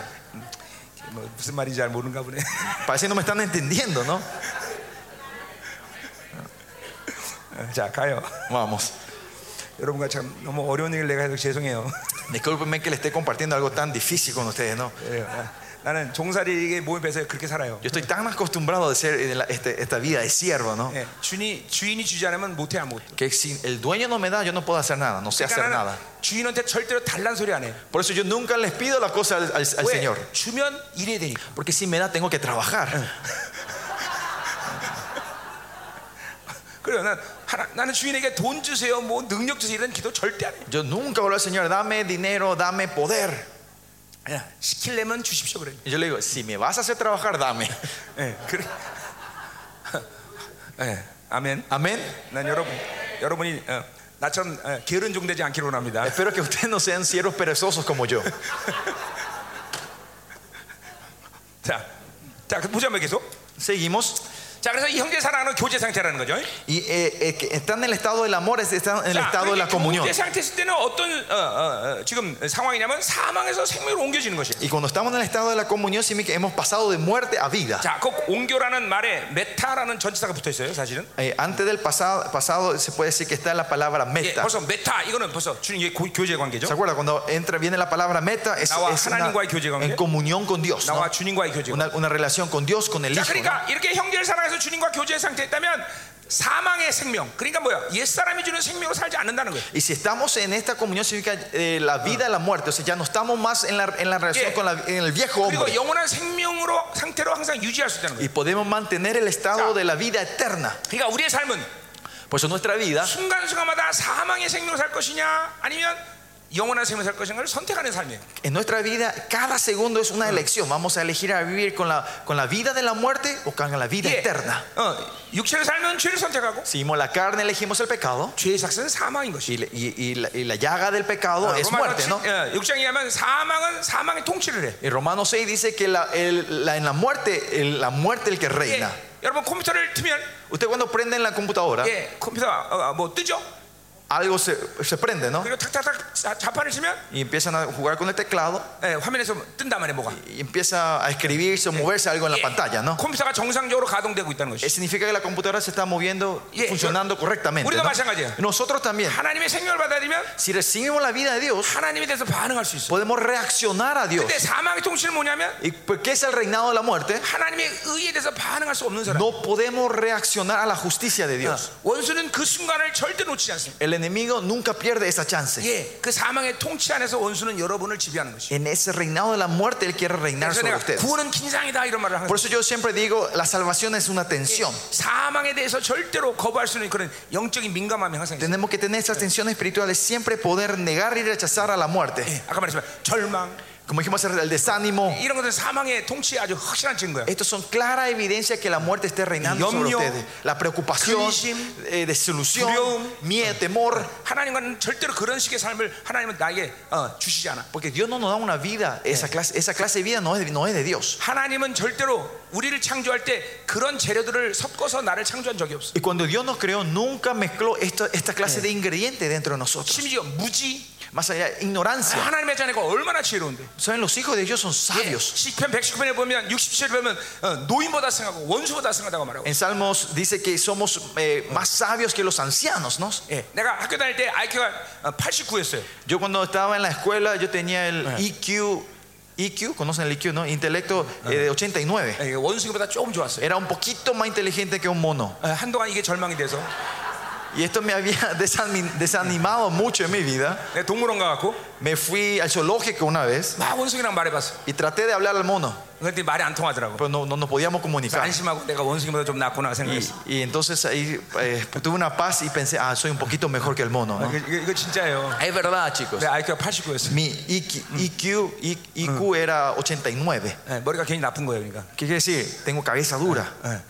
[SPEAKER 1] 뭐 무슨 말인지 잘 모르는가 보네. <laughs>
[SPEAKER 2] Parece que no me están entendiendo, ¿no?
[SPEAKER 1] 자 가요.
[SPEAKER 2] Vamos.
[SPEAKER 1] 여러분과 참 너무 어려운 얘기를 내가 해서 죄송해요. <laughs>
[SPEAKER 2] Discúlpenme que le esté compartiendo algo tan difícil con ustedes, ¿no?
[SPEAKER 1] 예, 아, 나는 종살이의 모임에서 그렇게 살아요.
[SPEAKER 2] Yo estoy tan acostumbrado de ser en la- este- esta vida de siervo, ¿no?
[SPEAKER 1] 예, 주인이 주인이 주지 않으면 못해 아무것도.
[SPEAKER 2] Que si el dueño no me da, yo no puedo hacer nada, no sé hacer
[SPEAKER 1] 그러니까 나는
[SPEAKER 2] nada.
[SPEAKER 1] 주인한테 절대로 달란 소리 안 해.
[SPEAKER 2] Por eso yo nunca les pido la cosa al, al- al
[SPEAKER 1] 왜?
[SPEAKER 2] Señor.
[SPEAKER 1] 주면 일해야 되니까.
[SPEAKER 2] Porque si me da, tengo que trabajar.
[SPEAKER 1] 그래요. 난 하나, 나는 주인에게 돈 주세요, 뭐 능력 ju세요 이런 기도 절대 안 해.
[SPEAKER 2] Yo nunca hablo al Señor, dame dinero, dame poder.
[SPEAKER 1] 그냥 시킬려면 주십시오 그래.
[SPEAKER 2] Y yo le digo, si me vas a hacer trabajar, dame.
[SPEAKER 1] 예, 그래. <laughs> 예, 아멘.
[SPEAKER 2] Amén.
[SPEAKER 1] 난 여러분, 여러분이 어, 나처럼 어, 게으른 종되지 않기를 원합니다.
[SPEAKER 2] Espero que ustedes no sean siervos perezosos como yo.
[SPEAKER 1] 자, 자, 그 보자면 계속.
[SPEAKER 2] Seguimos.
[SPEAKER 1] 자, 그래서 이 형제 사랑은 교제 상태라는 거죠.
[SPEAKER 2] Y eh, eh, que están en el estado del amor, es- están en el
[SPEAKER 1] 자,
[SPEAKER 2] estado de la
[SPEAKER 1] 그러니까
[SPEAKER 2] comunión.
[SPEAKER 1] 교제 상태 있을 때는 어떤 어, 어, 어, 지금 상황이냐면 사망에서 생명으로 옮겨지는 것이에요.
[SPEAKER 2] Y cuando estamos en el estado de la comunión, significa que hemos pasado de muerte a vida.
[SPEAKER 1] 자, 그 옮겨라는 말에 메타라는 전치사가 붙어 있어요, 사실은.
[SPEAKER 2] Eh, antes del pasado, pasado se puede decir que está la palabra
[SPEAKER 1] 예,
[SPEAKER 2] meta.
[SPEAKER 1] 벌써 메타 이거는 벌써 주님 이게 고- 교제 관계죠.
[SPEAKER 2] ¿Se acuerda? Cuando entra, viene la palabra meta, es,
[SPEAKER 1] 나와
[SPEAKER 2] es una-
[SPEAKER 1] 하나님과의 교제 관계?
[SPEAKER 2] en comunión con Dios. ¿no?
[SPEAKER 1] 나와 주님과의 교제.
[SPEAKER 2] Una, una relación con Dios, con el
[SPEAKER 1] 자,
[SPEAKER 2] Hijo. ¿no?
[SPEAKER 1] 그러니까 이렇게 형제를 사랑해서 주님과 교제 상태에 있다면 사망의 생명. 그러니까 뭐야? 옛 사람이 주는 생명으로 살지 않는다는 거예요.
[SPEAKER 2] Y si estamos en esta comunión, significa eh, la vida y la muerte. O sea, ya no estamos más en la, en la relación
[SPEAKER 1] Yeah.
[SPEAKER 2] con la- en el viejo
[SPEAKER 1] 그리고
[SPEAKER 2] hombre.
[SPEAKER 1] 영원한 생명으로 상태로 항상 유지할 수 있다는
[SPEAKER 2] Y
[SPEAKER 1] 거예요.
[SPEAKER 2] podemos mantener el
[SPEAKER 1] Ya.
[SPEAKER 2] estado de la vida eterna.
[SPEAKER 1] 그러니까 우리의 삶은
[SPEAKER 2] Por eso nuestra vida
[SPEAKER 1] 순간순간마다 사망의 생명을 살 것이냐 아니면 영원한 생명을 살 것인가를 선택하는 삶이에요.
[SPEAKER 2] En nuestra vida, cada segundo es una elección. Vamos a elegir a vivir con la, con la vida de la muerte o con la vida
[SPEAKER 1] 예,
[SPEAKER 2] eterna.
[SPEAKER 1] 어, 육체를 살면 죄를 선택하고
[SPEAKER 2] Seguimos la carne, elegimos el pecado.
[SPEAKER 1] 죄의 삭스는 사망인 것이.
[SPEAKER 2] Y, la- y- y la, y la llaga del pecado es muerte, ¿no?
[SPEAKER 1] 예, 육장에 하면 사망은 사망의 통치를 해.
[SPEAKER 2] Y Romanos 6 dice que la, el- la- en la muerte, el- la muerte el
[SPEAKER 1] 예,
[SPEAKER 2] que reina.
[SPEAKER 1] 여러분 컴퓨터를 틀면
[SPEAKER 2] Usted cuando prende en la computadora,
[SPEAKER 1] 예, 컴퓨터 어, 어, 뭐 뜨죠?
[SPEAKER 2] algo se, se prende, ¿no?
[SPEAKER 1] 그리고 탁탁탁 자- 자판을 치면
[SPEAKER 2] Y empiezan a jugar con el teclado
[SPEAKER 1] 예, 화면에서 뜬단 말이에요, 뭐가.
[SPEAKER 2] y empieza a escribirse o moverse algo en la
[SPEAKER 1] 예,
[SPEAKER 2] pantalla, ¿no?
[SPEAKER 1] 컴퓨터가 정상적으로 가동되고 있다는 것이.
[SPEAKER 2] Eh, Significa que la computadora se está moviendo,
[SPEAKER 1] Yeah.
[SPEAKER 2] funcionando correctamente.
[SPEAKER 1] 우리가
[SPEAKER 2] ¿no?
[SPEAKER 1] 마찬가지예요.
[SPEAKER 2] Nosotros también.
[SPEAKER 1] 하나님의 생명을 받아들이면
[SPEAKER 2] Si recibimos la vida de Dios,
[SPEAKER 1] 하나님에 대해서 반응할 수 있어.
[SPEAKER 2] podemos reaccionar a Dios.
[SPEAKER 1] 근데 사망의 통치는 뭐냐면
[SPEAKER 2] ¿Y por qué es el reinado de la muerte?
[SPEAKER 1] 하나님의 의에 대해서 반응할 수 없는 사람.
[SPEAKER 2] No podemos reaccionar a la justicia de
[SPEAKER 1] Ah.
[SPEAKER 2] Dios.
[SPEAKER 1] 원수는 그 순간을 절대 놓치지 않습니다.
[SPEAKER 2] El enemigo nunca pierde esa chance.
[SPEAKER 1] 예, 그 사망의 통치 안에서 원수는 여러분을 지배하는 것이.
[SPEAKER 2] En ese reinado de la muerte, Él quiere reinar
[SPEAKER 1] 그래서
[SPEAKER 2] sobre
[SPEAKER 1] 내가
[SPEAKER 2] ustedes.
[SPEAKER 1] 구원은 긴장이다 이런 말을
[SPEAKER 2] Por
[SPEAKER 1] 항상.
[SPEAKER 2] eso yo siempre digo, la salvación es una tensión.
[SPEAKER 1] 사망에 대해서 절대로 거부할 수 있는 그런 영적인 민감함이 항상 있어요.
[SPEAKER 2] Tenemos que tener esas tensiones espirituales, siempre poder negar y rechazar a la muerte.
[SPEAKER 1] 아까 말했지만 절망
[SPEAKER 2] Como dijimos, el desánimo.
[SPEAKER 1] 이런 것은 사망의 통치의 아주 확실한 증거야.
[SPEAKER 2] Estos son clara evidencia que la muerte esté reinando sobre
[SPEAKER 1] Yomnyo,
[SPEAKER 2] ustedes. La preocupación,
[SPEAKER 1] 근심,
[SPEAKER 2] eh, desilusión,
[SPEAKER 1] 두려움,
[SPEAKER 2] miedo, temor.
[SPEAKER 1] 하나님과는 절대로 그런 식의 삶을 하나님은 나에게 어, 주시지 않아.
[SPEAKER 2] Porque Dios no nos da una vida, esa clase, esa clase de vida no es, no es de Dios.
[SPEAKER 1] 하나님은 절대로 우리를 창조할 때 그런 재료들을 섞어서 나를 창조한 적이 없어.
[SPEAKER 2] Y cuando Dios nos creó, nunca mezcló esta, esta clase de ingredientes dentro de nosotros.
[SPEAKER 1] 심지어 무지.
[SPEAKER 2] Más allá,
[SPEAKER 1] 아,
[SPEAKER 2] ignorancia.
[SPEAKER 1] 하나님의 자녀가 얼마나 지혜로운데.
[SPEAKER 2] Saben, los hijos de Dios son sabios.
[SPEAKER 1] 시편 119편에 보면 67에 보면 어, 노인보다 승하고 원수보다 승하다고 말하고.
[SPEAKER 2] En Salmos dice que somos eh, más sabios que los ancianos, ¿no?
[SPEAKER 1] 예, 내가 학교 다닐 때 IQ가 89였어요.
[SPEAKER 2] Yo cuando estaba en la escuela, yo tenía el E IQ, IQ, conocen el IQ, ¿no? Intelecto eh, de 89.
[SPEAKER 1] 예, 원숭이보다 조금 좋았어요. 예,
[SPEAKER 2] Era un poquito más inteligente que un mono.
[SPEAKER 1] 어, 한동안 이게 절망이 돼서
[SPEAKER 2] Y esto me había <laughs> desami- desanimado mucho en mi vida.
[SPEAKER 1] 내 동물원 가갖고
[SPEAKER 2] Me fui al zoológico una vez
[SPEAKER 1] 막 원숭이랑 말해봤어.
[SPEAKER 2] y traté de hablar al mono,
[SPEAKER 1] 그랬더니 말이 안 통하더라고.
[SPEAKER 2] pero no, no nos podíamos comunicar.
[SPEAKER 1] 안심하고 내가 원숭이보다 좀 낫구나
[SPEAKER 2] Y,
[SPEAKER 1] 생각했어.
[SPEAKER 2] y entonces ahí eh, tuve una paz y pensé, ah, soy un poquito mejor que el mono. ¿no?
[SPEAKER 1] 이거, 이거, 이거 진짜예요. 네,
[SPEAKER 3] Es verdad, chicos.
[SPEAKER 1] 내 IQ가 89였어.
[SPEAKER 2] Mi E IQ, IQ, IQ E era 89.
[SPEAKER 1] 예, 머리가 괜히 나쁜 거예요, 그러니까.
[SPEAKER 2] ¿Qué quiere decir? Tengo cabeza dura.
[SPEAKER 1] 예.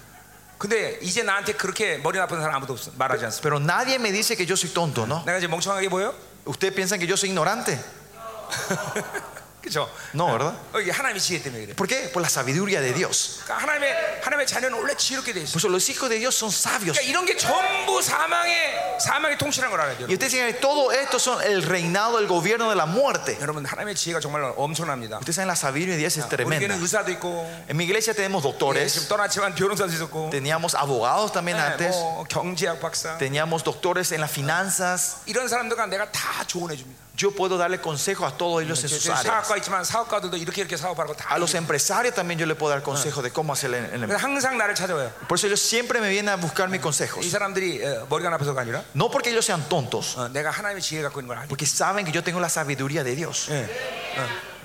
[SPEAKER 1] 근데 이제 나한테 그렇게 머리 나쁜 사람 아무도 없어. 말하지 않습니다.
[SPEAKER 2] Pero nadie me dice que yo soy tonto, ¿no?
[SPEAKER 1] 내가 이제 멍청하게 보여?
[SPEAKER 2] ¿Ustedes piensan que yo soy ignorante?
[SPEAKER 1] 그죠?
[SPEAKER 2] No, ¿verdad?
[SPEAKER 1] 어, 이게 하나님의 지혜 때문에 그래.
[SPEAKER 2] ¿Por qué? Por la sabiduría de Dios.
[SPEAKER 1] 그러니까 하나님의 하나님의 자녀는 원래 지혜롭게 돼 있어.
[SPEAKER 2] Por eso los hijos de Dios son sabios.
[SPEAKER 1] 그러니까 이런 게 전부 사망의 사망의 통치라는 걸 알아야 돼요.
[SPEAKER 2] Y ustedes dicen que todo esto son el reinado, el gobierno de la muerte.
[SPEAKER 1] 여러분 하나님의 지혜가 정말 엄청납니다.
[SPEAKER 2] Ustedes saben, la sabiduría de Dios es tremenda.
[SPEAKER 1] 우리에게는 의사도 있고
[SPEAKER 2] En mi iglesia tenemos
[SPEAKER 1] 예, 지금
[SPEAKER 2] doctores,
[SPEAKER 1] 떠났지만 변호사도 있었고
[SPEAKER 2] teníamos abogados también
[SPEAKER 1] 예,
[SPEAKER 2] antes,
[SPEAKER 1] 뭐 경제학 박사
[SPEAKER 2] teníamos doctores en las finanzas.
[SPEAKER 1] 이런 사람들과 내가 다 조언해 줍니다. 예,
[SPEAKER 2] Yo puedo darle consejos a todos ellos en sus áreas.
[SPEAKER 1] 사업가 있지만 사업가들도 이렇게 이렇게 사업하고 다.
[SPEAKER 2] A los
[SPEAKER 1] 얘기해.
[SPEAKER 2] empresarios también yo le puedo dar consejos de cómo hacer el, el-
[SPEAKER 1] 그래서 항상 나를 찾아와요.
[SPEAKER 2] Por eso ellos siempre me vienen a buscar mis
[SPEAKER 1] 이
[SPEAKER 2] consejos.
[SPEAKER 1] 사람들이 어, 머리가 나빠서가 아니라
[SPEAKER 2] No porque ellos sean tontos,
[SPEAKER 1] 어, 내가 하나님의 지혜 갖고 있는 걸 아니에요.
[SPEAKER 2] porque saben que yo tengo la sabiduría de Dios.
[SPEAKER 1] 예, 어,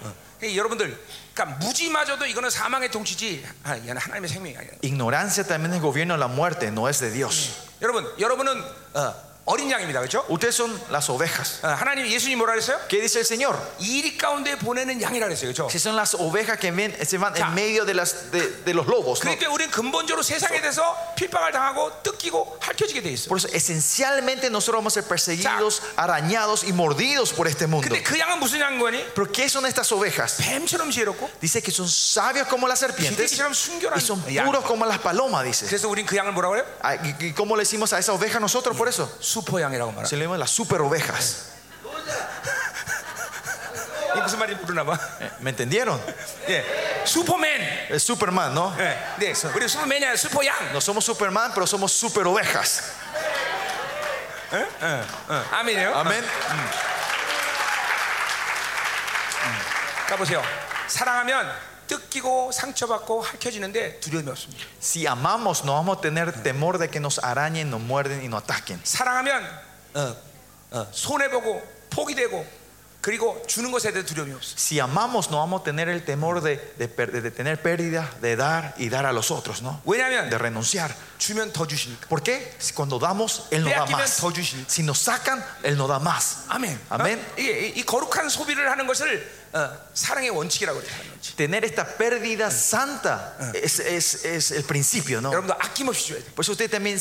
[SPEAKER 1] 어. 그러니까 여러분들, 그러니까 무지마저도 이거는 사망의 통치지. 아, 이는 하나님의 생명이 아니에요.
[SPEAKER 2] Ignorancia también es gobierno de la muerte, no es de Dios.
[SPEAKER 1] 여러분, 여러분은 어, 어린 양입니다, 그렇죠?
[SPEAKER 2] Ustedes son las ovejas.
[SPEAKER 1] 어, 하나님 예수님 뭐라 그랬어요?
[SPEAKER 2] ¿Qué dice el Señor?
[SPEAKER 1] 이리 가운데 보내는 양이라 그랬어요, 그렇죠?
[SPEAKER 2] Si son las ovejas que ven- se van
[SPEAKER 1] Ya.
[SPEAKER 2] en medio de, las, de, de los lobos. ¿no?
[SPEAKER 1] 그러니까 우리는 근본적으로 세상에 대해서 필박을 당하고 뜯기고 핥혀지게 돼 있어. 요
[SPEAKER 2] Por eso, esencialmente, nosotros vamos a ser perseguidos, arañados y mordidos por este mundo.
[SPEAKER 1] 근데 그 양은 무슨 양인 거니?
[SPEAKER 2] ¿Pero qué son estas ovejas?
[SPEAKER 1] 뱀처럼 지혜롭고
[SPEAKER 2] Dice que son sabios como las serpientes
[SPEAKER 1] 기대기처럼
[SPEAKER 2] y son
[SPEAKER 1] 순결한 양.
[SPEAKER 2] puros como las palomas, dice.
[SPEAKER 1] 그래서 우린 그 양을 뭐라 그래요?
[SPEAKER 2] Ah, ¿Y y cómo le decimos a esa oveja nosotros por eso?
[SPEAKER 1] 수포 양이라고 말하.
[SPEAKER 2] Se le llaman las super ovejas.
[SPEAKER 1] 이게 무슨 말인지 모르나 봐.
[SPEAKER 2] ¿Me entendieron?
[SPEAKER 1] 예, 슈퍼맨.
[SPEAKER 2] El Superman, ¿no?
[SPEAKER 1] 예, 네, 우리 슈퍼맨이 아니라 슈퍼 양.
[SPEAKER 2] No somos Superman, pero somos super ovejas.
[SPEAKER 1] 어. 아멘이요.
[SPEAKER 2] Amén.
[SPEAKER 1] 가보세요. 사랑하면 뜯기고 상처받고 핥혀지는데 두려움이 없습니다.
[SPEAKER 2] Si amamos, no vamos a tener temor de que nos arañen, nos muerden y nos ataquen.
[SPEAKER 1] 사랑하면 어, 어, 손해보고 포기되고 그리고 주는 것에 대해 두려움이 없어.
[SPEAKER 2] Si amamos, no vamos a tener el temor de, de per- de tener pérdidas, de dar y dar a los otros, ¿no?
[SPEAKER 1] 왜냐하면
[SPEAKER 2] De renunciar.
[SPEAKER 1] 주면 더 주시니까.
[SPEAKER 2] ¿Por qué? Si cuando damos, Él nos da
[SPEAKER 1] 빼앗기면
[SPEAKER 2] más.
[SPEAKER 1] 더 주시니까.
[SPEAKER 2] Si nos sacan, Él nos da más.
[SPEAKER 1] 아멘.
[SPEAKER 2] 아멘.
[SPEAKER 1] 어? 이게 이, 이 거룩한 소비를 하는 것을 어, 사랑의 원칙이라고 그래요. 사랑의 원칙.
[SPEAKER 2] Tener esta pérdida santa es, es- es el principio, ¿no?
[SPEAKER 1] 여러분도 아낌없이 줘야 돼.
[SPEAKER 2] Por eso usted también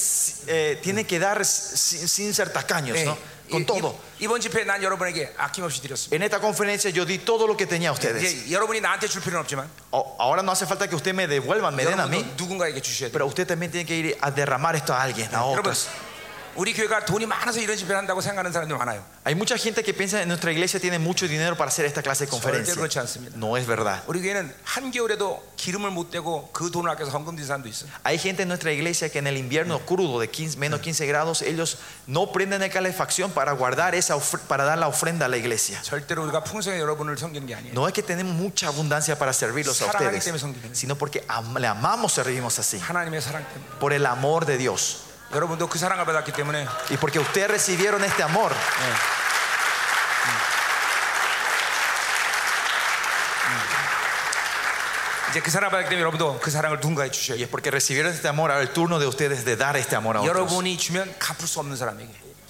[SPEAKER 2] eh, tiene que dar sin, sin ser tacaños,
[SPEAKER 1] Eh,
[SPEAKER 2] ¿no? Con todo.
[SPEAKER 1] 네. 이, 번 집회 난 여러분에게 아낌없이 드렸습니다.
[SPEAKER 2] En esta conferencia yo di todo lo que tenía a ustedes.
[SPEAKER 1] 이제 여러분이 나한테 줄 필요는 없지만
[SPEAKER 2] O- Ahora no hace falta que ustedes me devuelvan, me den a mí,
[SPEAKER 1] 여러분도 누군가에게 주셔야 돼요.
[SPEAKER 2] pero usted también tiene que ir a derramar esto a alguien, a
[SPEAKER 1] 여러분,
[SPEAKER 2] otros.
[SPEAKER 1] 우리 교회가 돈이 많아서 이런 집회를 한다고 생각하는 사람들 많아요.
[SPEAKER 2] Hay mucha gente que piensa en nuestra iglesia tiene mucho dinero para hacer esta clase de conferencia.
[SPEAKER 1] 그렇지 않습니다.
[SPEAKER 2] No es verdad.
[SPEAKER 1] 우리 교회는 한겨울에도 기름을 못 대고 그 돈을 아껴서 헌금 드린 사람도 있어요.
[SPEAKER 2] Hay gente en nuestra iglesia que en el invierno crudo de 15 menos 15 grados, ellos no prenden la calefacción para guardar esa ofre- para dar la ofrenda a la iglesia.
[SPEAKER 1] 절대로 우리가 풍성히 여러분을 섬기는 게 아니에요.
[SPEAKER 2] No es que tenemos mucha abundancia para servirlos a
[SPEAKER 1] 사랑하기
[SPEAKER 2] ustedes,
[SPEAKER 1] 때문에 섬기는
[SPEAKER 2] sino porque am- le amamos servimos así,
[SPEAKER 1] 하나님의 사랑 때문에.
[SPEAKER 2] por el amor de Dios
[SPEAKER 1] 여러분도 그 사랑을 받았기 때문에
[SPEAKER 2] y porque ustedes recibieron este amor.
[SPEAKER 1] 이제 그 사랑을 받았기 때문에 여러분도 그 사랑을 누군가에 주셔야
[SPEAKER 2] Y
[SPEAKER 1] 돼요.
[SPEAKER 2] es porque recibieron este amor, ahora el turno de ustedes de dar este amor a otros.
[SPEAKER 1] 여러분이 주면 갚을 수 없는 사람에게.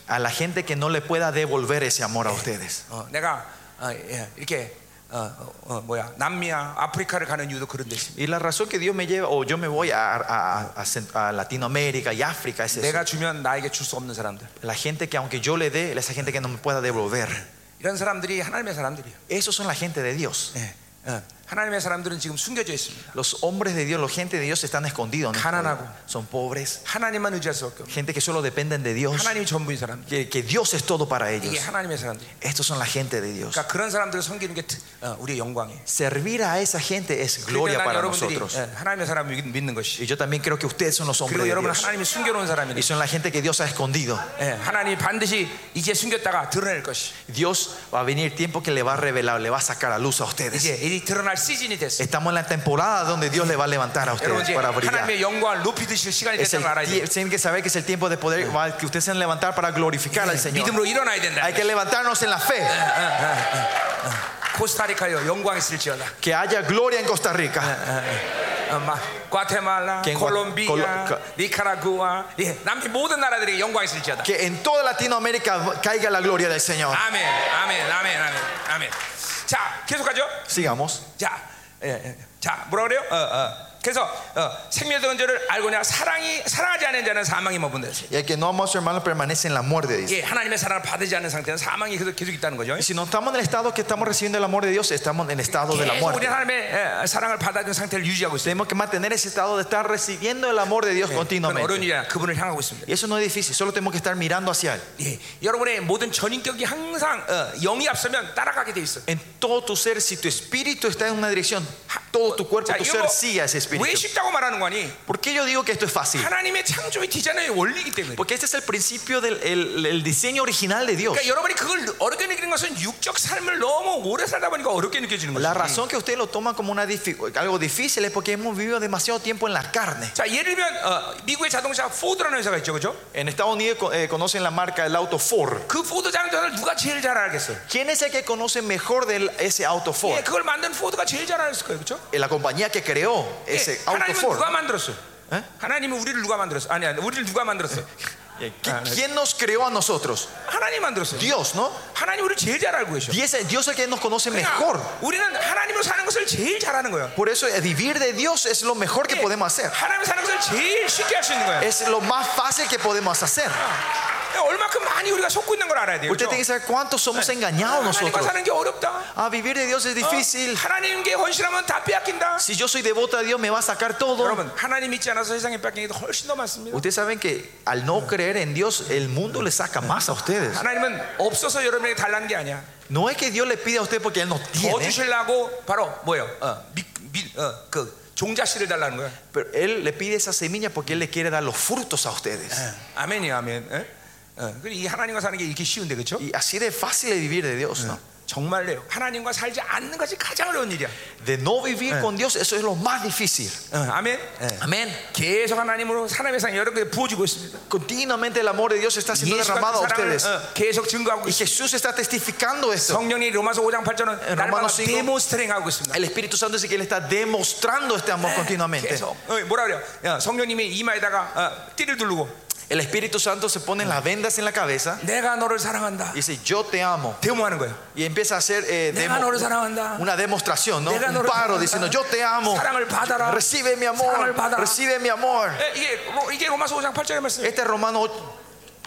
[SPEAKER 2] A la gente que no le pueda devolver ese amor a ustedes.
[SPEAKER 1] 어, 내가 어, 예, 이렇게 어, 어, 어, 뭐야 남미야 아프리카를 가는 이유도 그런 데 있습니다.
[SPEAKER 2] Y la razón que Dios me lleva, o yo me voy a, a- a- a Cent- a Latinoamérica y África, es eso.
[SPEAKER 1] 내가 주면 나에게 줄 수 없는 사람들.
[SPEAKER 2] La gente que aunque yo le dé, esa gente que no me pueda devolver.
[SPEAKER 1] 이런 사람들이 하나님의 사람들이에요.
[SPEAKER 2] Esos son la gente de Dios.
[SPEAKER 1] 예, 어, 하나님의 사람들은 지금 숨겨져 있습니다.
[SPEAKER 2] Los hombres de Dios, la gente de Dios están escondidos. ¿no?
[SPEAKER 1] Hananago.
[SPEAKER 2] Son pobres.
[SPEAKER 1] 하나님만 의지할 수 없고
[SPEAKER 2] Gente que solo dependen de Dios.
[SPEAKER 1] 하나님이 전부인 사람들.
[SPEAKER 2] Que, que Dios es todo para ellos.
[SPEAKER 1] 이게 하나님의 사람들이에요.
[SPEAKER 2] Estos son la gente de Dios.
[SPEAKER 1] 그러니까 그런 사람들을 섬기는 게 특- 어, 우리의 영광이에요.
[SPEAKER 2] Servir a esa gente es
[SPEAKER 1] 그러면
[SPEAKER 2] gloria
[SPEAKER 1] 난
[SPEAKER 2] para
[SPEAKER 1] 여러분들이
[SPEAKER 2] nosotros.
[SPEAKER 1] 예, 하나님의 사람을 믿- 믿는 것이.
[SPEAKER 2] Y yo también creo que ustedes son los hombres
[SPEAKER 1] 그리고
[SPEAKER 2] de
[SPEAKER 1] 여러분
[SPEAKER 2] Dios.
[SPEAKER 1] 하나님이 숨겨놓은 사람이니
[SPEAKER 2] Y son la gente que Dios ha escondido.
[SPEAKER 1] 예, 하나님이 반드시 이제 숨겼다가 드러낼 것이.
[SPEAKER 2] Dios va a venir tiempo que le va a revelar, le va a sacar a luz a
[SPEAKER 1] 이제
[SPEAKER 2] ustedes.
[SPEAKER 1] 이 드러날 시즌이 됐어요.
[SPEAKER 2] Estamos en la temporada donde Dios le va a levantar a
[SPEAKER 1] 여러분
[SPEAKER 2] ustedes
[SPEAKER 1] 이제
[SPEAKER 2] para brillar.
[SPEAKER 1] 하나님의 영광을 높이 드실 시간이
[SPEAKER 2] Es el
[SPEAKER 1] 됐다는 걸 알아야 돼요.
[SPEAKER 2] tie- tienen que saber que es el tiempo de poder que ustedes se han levantar para glorificar al Señor.
[SPEAKER 1] 믿음으로 일어나야 된다.
[SPEAKER 2] Hay que levantarnos en la fe.
[SPEAKER 1] 그 코스타리카여 영광 있을지어다.
[SPEAKER 2] Que haya gloria en Costa Rica.
[SPEAKER 1] 어, 마, 과테말라,
[SPEAKER 2] 겐-
[SPEAKER 1] 콜롬비아, 그,
[SPEAKER 2] 콜로- 가-
[SPEAKER 1] 니카라구아, 예, 남미 모든 나라들에게 영광 있을지어다.
[SPEAKER 2] Que en toda Latinoamérica caiga la gloria del Señor.
[SPEAKER 1] 아멘, 아멘, 아멘, 아멘, 아멘. 자, 계속하죠.
[SPEAKER 2] Sigamos.
[SPEAKER 1] 자, 예, 예. 자, 뭐라 그래요? 어, 어. 그래서 어, 생명의 don저를 알고냐 사랑이 사랑하지 않는 자는 사망이 머문다.
[SPEAKER 2] Y el que no ama a su hermano permanece en la muerte. Dice.
[SPEAKER 1] 예, 하나님의 사랑을 받지 않는 상태는 사망이 계속, 계속 있다는 거죠.
[SPEAKER 2] Y si no estamos en el estado que estamos recibiendo el amor de Dios, estamos en el estado de la
[SPEAKER 1] 계속 우리
[SPEAKER 2] muerte.
[SPEAKER 1] 하나님의 예, 사랑을 받아준 상태를 유지하고 있어요.
[SPEAKER 2] Tenemos que mantener ese estado de estar recibiendo el amor de Dios
[SPEAKER 1] 그건 어려운
[SPEAKER 2] continuamente.
[SPEAKER 1] 일이 아니라 그분을 향하고 있습니다.
[SPEAKER 2] Y eso no es difícil, solo tenemos que estar mirando hacia Él.
[SPEAKER 1] 예, 여러분의 모든 전인격이 항상 어, 영이 앞서면 따라가게 돼 있어.
[SPEAKER 2] En todo tu ser, si tu espíritu está en una dirección, todo tu cuerpo,
[SPEAKER 1] 자,
[SPEAKER 2] tu
[SPEAKER 1] 이거
[SPEAKER 2] ser sigue a ese
[SPEAKER 1] 왜
[SPEAKER 2] espíritu.
[SPEAKER 1] 쉽다고 말하는 거니?
[SPEAKER 2] ¿Por qué yo digo que esto es fácil?
[SPEAKER 1] 하나님의 창조의 디자인의 원리이기 때문에.
[SPEAKER 2] Porque este es el principio del el- el diseño original de Dios.
[SPEAKER 1] 그러니까 여러분이 그걸 어렵게 느끼는 것은 육적 삶을 너무 오래 살다 보니까 어렵게 느껴지는 음.
[SPEAKER 2] La
[SPEAKER 1] 거죠.
[SPEAKER 2] razón que ustedes lo toman como una dificu- algo difícil es porque hemos vivido demasiado tiempo en la carne.
[SPEAKER 1] 자, 예를 들면 어, 미국의 자동차 포드라는 회사가 있죠, 그죠?
[SPEAKER 2] En Estados Unidos co- eh, conocen la marca del auto Ford.
[SPEAKER 1] 그 포드 장전을 누가 제일 잘 알겠어요?
[SPEAKER 2] ¿Quién es el que conoce mejor de ese auto Ford?
[SPEAKER 1] 예, 그걸 만든 포드가 제일 잘 알았을 거예요, 그죠?
[SPEAKER 2] Eh, La compañía que creó
[SPEAKER 1] 예,
[SPEAKER 2] ese auto
[SPEAKER 1] 하나님은
[SPEAKER 2] Ford.
[SPEAKER 1] 누가 만들었어요?
[SPEAKER 2] 에?
[SPEAKER 1] 하나님은 우리를 누가 만들었어? 아니, 아니, 우리를 누가 아, 네. 만들었어? 예,
[SPEAKER 2] Eh, ¿qui- ¿Quién nos creó a nosotros?
[SPEAKER 1] 하나님 만들었어요.
[SPEAKER 2] Dios, ¿no?
[SPEAKER 1] 하나님 우리를 제일 잘 알고 계셔.
[SPEAKER 2] Y ese- Dios es el que nos conoce
[SPEAKER 1] 그러니까
[SPEAKER 2] mejor.
[SPEAKER 1] 우리는 하나님으로 사는 것을 제일 잘하는 거예요.
[SPEAKER 2] Por eso eh, vivir de Dios es lo mejor que podemos hacer.
[SPEAKER 1] 하나님 사는 것을 제일 쉽게 할 수 있는 거예요. 그러니까
[SPEAKER 2] Es lo más fácil que podemos hacer.
[SPEAKER 1] 얼마큼 많이 우리가 속고 있는 걸 알아야 돼요.
[SPEAKER 2] Usted
[SPEAKER 1] 그렇죠?
[SPEAKER 2] tiene que saber cuántos somos
[SPEAKER 1] 하나님과
[SPEAKER 2] engañados nosotros.
[SPEAKER 1] 사는 게 어렵다.
[SPEAKER 2] Ah, vivir de Dios es difícil.
[SPEAKER 1] 하나님께 헌신하면 다 빼앗긴다.
[SPEAKER 2] Si yo soy devota a Dios, me va a sacar todo.
[SPEAKER 1] 여러분 하나님 믿지 않아서 세상에 뺏긴 게 훨씬 더 많습니다.
[SPEAKER 2] Ustedes saben que al no creer en Dios, el mundo le saca más a ustedes.
[SPEAKER 1] 하나님은 없어서 여러분에게 달라는 게 아니야.
[SPEAKER 2] No es que Dios le pide a usted porque Él no
[SPEAKER 1] 더
[SPEAKER 2] tiene,
[SPEAKER 1] 주실라고 바로 뭐예요? 어, 미, 미, 어, 그 종자 씨를 달라는 거야.
[SPEAKER 2] pero Él le pide esa semilla porque Él le quiere dar los frutos a ustedes.
[SPEAKER 1] 아멘이야, 아멘. 예? 어, 그리고 이 하나님과 사는 게 이렇게 쉬운데 그렇죠?
[SPEAKER 2] Y así de fácil es vivir de Dios, ¿no?
[SPEAKER 1] 정말요. 하나님과 살지 않는 것이 가장 어려운 일이야.
[SPEAKER 2] De no vivir con Dios, eso es lo más difícil.
[SPEAKER 1] 어, 아멘. 예.
[SPEAKER 2] Amén.
[SPEAKER 1] 계속 하나님으로 사람의 상이 여러분에게 부어지고 있습니다.
[SPEAKER 2] Continuamente el amor de Dios está siendo
[SPEAKER 1] 예수
[SPEAKER 2] derramado a
[SPEAKER 1] 같은 사랑을
[SPEAKER 2] ustedes.
[SPEAKER 1] 어, 계속 증거하고
[SPEAKER 2] Y
[SPEAKER 1] 있습니다.
[SPEAKER 2] Jesús está testificando eso.
[SPEAKER 1] 성령이 예, 로마서 5장 8절은 날마다
[SPEAKER 2] 로마서 5.
[SPEAKER 1] 데모스트링하고 있습니다.
[SPEAKER 2] El Espíritu Santo dice que Él está demostrando este amor continuamente.
[SPEAKER 1] 계속 어, 뭐라 그래요? 어, 성령님이 이마에다가 어, 띠를 두르고
[SPEAKER 2] El Espíritu Santo se pone las vendas en la cabeza
[SPEAKER 1] 내가 너를 사랑한다.
[SPEAKER 2] y dice, yo te amo.
[SPEAKER 1] 데모하는 거예요.
[SPEAKER 2] Y empieza a hacer eh,
[SPEAKER 1] 내가
[SPEAKER 2] demo-
[SPEAKER 1] 너를 사랑한다.
[SPEAKER 2] una demostración, ¿no?
[SPEAKER 1] 내가
[SPEAKER 2] un
[SPEAKER 1] 너를
[SPEAKER 2] paro
[SPEAKER 1] 사랑한다.
[SPEAKER 2] diciendo, yo te amo.
[SPEAKER 1] 사랑을 받아라.
[SPEAKER 2] Recibe mi
[SPEAKER 1] 사랑을
[SPEAKER 2] amor.
[SPEAKER 1] 받아라.
[SPEAKER 2] Recibe mi amor.
[SPEAKER 1] 예, 이게 로, 이게 로마서 5장 8절의 말씀.
[SPEAKER 2] Este es Romano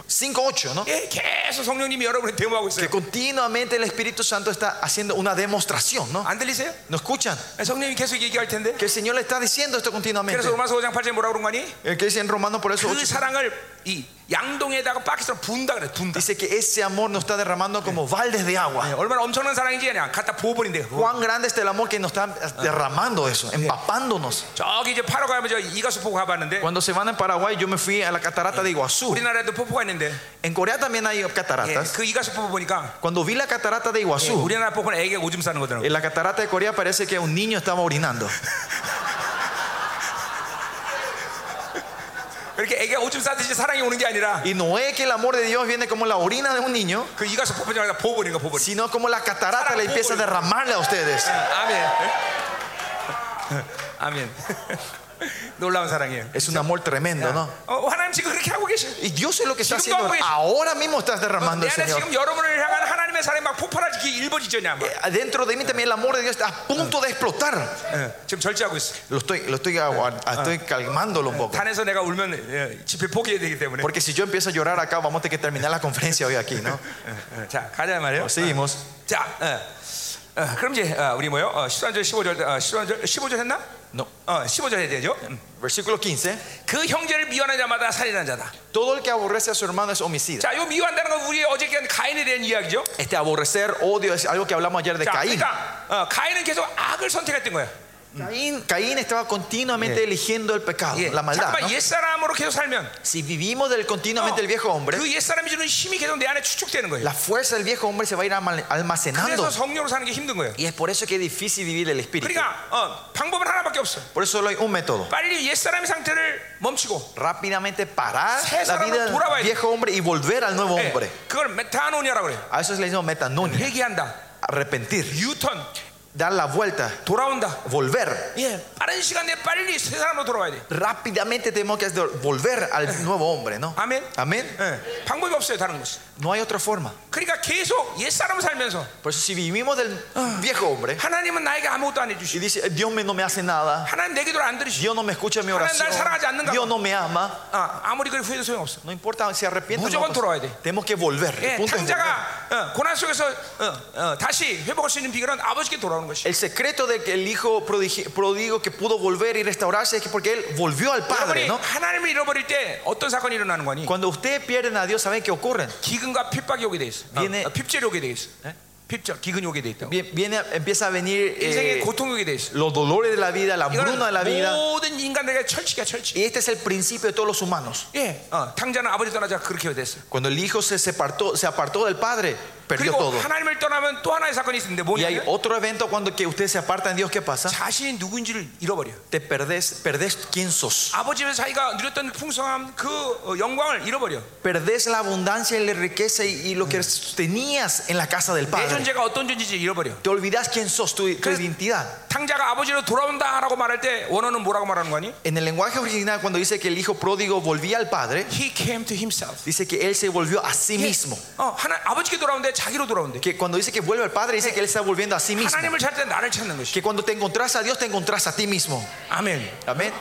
[SPEAKER 2] 5.8, ¿no?
[SPEAKER 1] 예, 계속 성령님이 여러분을 데모하고 있어요.
[SPEAKER 2] Que continuamente el Espíritu Santo está haciendo una demostración, ¿no?
[SPEAKER 1] 안 들리세요?
[SPEAKER 2] ¿No escuchan?
[SPEAKER 1] 예, 성령님이 계속 얘기할 텐데.
[SPEAKER 2] Que el Señor le está diciendo esto continuamente.
[SPEAKER 1] 그래서 로마서 5장 8절에 뭐라 그런 거니?
[SPEAKER 2] El que dice en Romano por eso
[SPEAKER 1] 네. 그
[SPEAKER 2] 8,
[SPEAKER 1] 사랑을 이 양동에다가 박스로 분다 그래. 분다.
[SPEAKER 2] dice que ese amor nos está derramando como baldes de
[SPEAKER 1] 예,
[SPEAKER 2] agua.
[SPEAKER 1] 얼마나 엄청난 사랑인지 그냥 갖다 부어버린대.
[SPEAKER 2] Cuán grande es el amor que nos está derramando eso, empapándonos.
[SPEAKER 1] 저기 이제 파로 가면 저 이가수 폭포 가봤는데
[SPEAKER 2] Cuando se van a Paraguay, yo me fui a la catarata de Iguazú.
[SPEAKER 1] 우리나라에도 폭포가 있는데
[SPEAKER 2] En Corea también hay
[SPEAKER 1] 예,
[SPEAKER 2] cataratas.
[SPEAKER 1] 그 이가수 폭포 보니까 예,
[SPEAKER 2] Cuando vi la catarata de Iguazú,
[SPEAKER 1] 우리나라 폭포는 애기가 오줌 싸는 거더라고.
[SPEAKER 2] en la catarata de Corea parece que un niño estaba orinando.
[SPEAKER 1] 이렇게 애기가 오줌 싸듯이 사랑이 오는 게 아니라
[SPEAKER 2] Y no es que el amor de Dios viene como la orina de un niño,
[SPEAKER 1] 그 이가수 폭포장에다 보버리니까 보버리.
[SPEAKER 2] sino como la catarata le empieza a derramarle a ustedes.
[SPEAKER 1] 아멘. 예? <laughs> 아멘. 놀라운 사랑이에요.
[SPEAKER 2] Es un amor tremendo, ¿no?
[SPEAKER 1] 어, 하나님 지금 그렇게 하고 계셔.
[SPEAKER 2] Y Dios es lo que está haciendo. Ahora mismo estás derramando
[SPEAKER 1] 내
[SPEAKER 2] el
[SPEAKER 1] 안에
[SPEAKER 2] Señor.
[SPEAKER 1] 지금 여러분을 향한 하나님의 사랑이 막 폭발하지 일벌이죠냐 아마.
[SPEAKER 2] Dentro de mí también el amor de Dios está a punto de explotar.
[SPEAKER 1] 예, 지금 절제하고 있어.
[SPEAKER 2] Lo estoy, lo estoy, agu- estoy calmándolo un poco.
[SPEAKER 1] 단에서 내가 울면 예, 집회 포기해야 되기 때문에.
[SPEAKER 2] Porque si yo empiezo a llorar acá, vamos a tener que terminar la conferencia hoy aquí, ¿no?
[SPEAKER 1] 예, 자 가자 말이에요.
[SPEAKER 2] Seguimos.
[SPEAKER 1] 자, 어, 어, 그럼 이제 어, 우리 뭐요? 어, 13절, 15절, 어, 13절, 15절 했나?
[SPEAKER 2] No.
[SPEAKER 1] 어, 15절 해야 되죠. 음.
[SPEAKER 2] Versículo 15.
[SPEAKER 1] 그 형제를 미워하는 자마다 살인한 자다.
[SPEAKER 2] Todo el que aborrece a su hermano es homicida.
[SPEAKER 1] 자, 요 미워한다는 건 우리 어저께 한 가인에 대한 이야기죠.
[SPEAKER 2] Este aborrecer, odio, es algo que hablamos ayer de
[SPEAKER 1] 자,
[SPEAKER 2] Caín.
[SPEAKER 1] 그러니까 어, 가인은 계속 악을 선택했던 거야.
[SPEAKER 2] Caín, Mm. Caín estaba continuamente
[SPEAKER 1] 예.
[SPEAKER 2] eligiendo el pecado,
[SPEAKER 1] 예.
[SPEAKER 2] la maldad.
[SPEAKER 1] 잠깐만
[SPEAKER 2] ¿no?
[SPEAKER 1] 옛사람으로 계속 살면
[SPEAKER 2] Si vivimos del continuamente el viejo hombre,
[SPEAKER 1] 아, 그 옛사람이 주는 힘이 계속 내 안에 축적되는 거예요.
[SPEAKER 2] la fuerza del viejo hombre se va a ir amal- almacenando.
[SPEAKER 1] 그래서 성령으로 사는 게 힘든 거예요.
[SPEAKER 2] Y es por eso que es difícil vivir el espíritu.
[SPEAKER 1] 그러니까 어, 방법은 하나밖에 없어.
[SPEAKER 2] Por eso solo hay un método.
[SPEAKER 1] 빨리 옛사람의 상태를 멈추고
[SPEAKER 2] Rápidamente parar
[SPEAKER 1] 세
[SPEAKER 2] la
[SPEAKER 1] 사람으로
[SPEAKER 2] vida
[SPEAKER 1] 돌아와야
[SPEAKER 2] del
[SPEAKER 1] 돼.
[SPEAKER 2] viejo hombre y volver al nuevo
[SPEAKER 1] 예,
[SPEAKER 2] hombre.
[SPEAKER 1] 그걸 메타노니아라고 그래요.
[SPEAKER 2] A eso se le llama metanoia.
[SPEAKER 1] 회개한다,
[SPEAKER 2] Arrepentir.
[SPEAKER 1] 유턴,
[SPEAKER 2] Dar la vuelta.
[SPEAKER 1] 돌아온다.
[SPEAKER 2] Volver.
[SPEAKER 1] 예, 빠른 시간 내에 빨리 세 사람으로 돌아와야 돼.
[SPEAKER 2] Rápidamente tenemos que hacer- volver al nuevo hombre, ¿no?
[SPEAKER 1] Amén. Eh.
[SPEAKER 2] Amén.
[SPEAKER 1] 예, 방법이 없어요, 다른 것은.
[SPEAKER 2] No hay otra forma.
[SPEAKER 1] 그러니까 계속 옛사람을 살면서
[SPEAKER 2] Por eso si vivimos del viejo hombre
[SPEAKER 1] 하나님은 나에게 아무것도 안
[SPEAKER 2] y
[SPEAKER 1] 해주시고
[SPEAKER 2] dice, Dios me- no me hace nada,
[SPEAKER 1] 하나님 내 기도를 안 들으시고
[SPEAKER 2] Dios no me escucha mi oración,
[SPEAKER 1] Ha나님 날 사랑하지 않는가
[SPEAKER 2] Dios no me ama,
[SPEAKER 1] 아, 아무리 그리 후회도 소용없어.
[SPEAKER 2] no importa si arrepiento.
[SPEAKER 1] 무조건 돌아와야 돼.
[SPEAKER 2] tenemos que volver. El
[SPEAKER 1] 예,
[SPEAKER 2] punto es volver.
[SPEAKER 1] 탕자가 어, 고난 속에서 어, 어, 다시 회복할 수 있는 비결은 아버지께 돌아오는 것이.
[SPEAKER 2] El secreto de que el hijo prodigi- pródigo que pudo volver y restaurarse es que porque él volvió al
[SPEAKER 1] 여러분이
[SPEAKER 2] Padre, ¿no?
[SPEAKER 1] 하나님을 잃어버릴 때 어떤 사건이 일어나는 거니?
[SPEAKER 2] Cuando ustedes pierden a Dios, ¿saben qué ocurre?
[SPEAKER 1] 기근과 핍박이 오게 돼 있어.
[SPEAKER 2] 얘네-
[SPEAKER 1] 어, 어, 핍절이 오게 돼 있어.
[SPEAKER 2] 네?
[SPEAKER 1] 핍절, 기근이 오게 돼 있다고.
[SPEAKER 2] Viene, viene- empieza a venir
[SPEAKER 1] 인생의
[SPEAKER 2] eh,
[SPEAKER 1] 고통이 오게 돼 있어.
[SPEAKER 2] los dolores de la vida, la
[SPEAKER 1] 이거는
[SPEAKER 2] hambruna de la vida.
[SPEAKER 1] 모든 인간들에게 철칙이야 철칙.
[SPEAKER 2] Y este es el principio de todos los humanos.
[SPEAKER 1] 예, 어, 탕자는 아버지 떠나자 그렇게 됐어.
[SPEAKER 2] Cuando el hijo se separó, se apartó del Padre, perdió
[SPEAKER 1] 그리고
[SPEAKER 2] todo.
[SPEAKER 1] 하나님을 떠나면 또 하나의 그러니까 사건이 있는데
[SPEAKER 2] Y hay
[SPEAKER 1] 뭐냐면
[SPEAKER 2] otro evento cuando que ustedes se apartan de Dios, ¿qué pasa?
[SPEAKER 1] 자신이 누구인지를 잃어버려.
[SPEAKER 2] Te perdés, perdés quién sos.
[SPEAKER 1] 아버지의 자기가 누렸던 풍성함 그 어, 영광을 잃어버려.
[SPEAKER 2] Perdés la abundancia y la riqueza y, y lo que tenías en la casa del
[SPEAKER 1] 내
[SPEAKER 2] Padre.
[SPEAKER 1] 존재가 어떤 존재인지 잃어버려.
[SPEAKER 2] Te olvidás quién sos, tu, tu
[SPEAKER 1] Cre-
[SPEAKER 2] identidad.
[SPEAKER 1] 탕자가 아버지로 돌아온다라고 말할 때 원어는 뭐라고 말하는 거니?
[SPEAKER 2] En el lenguaje original, cuando dice que el hijo pródigo volvía al padre,
[SPEAKER 1] He came to himself.
[SPEAKER 2] dice que él se volvió a sí mismo.
[SPEAKER 1] 어, 하나 아버지께 돌아온데 자기로 돌아온대.
[SPEAKER 2] Que cuando dice que vuelve al padre, dice que él está volviendo a sí mismo.
[SPEAKER 1] 하나님을 찾을 때 나를 찾는 것이.
[SPEAKER 2] Que cuando te encontrás a Dios, te encontrás a ti mismo.
[SPEAKER 1] 아멘. 어.
[SPEAKER 2] Amén.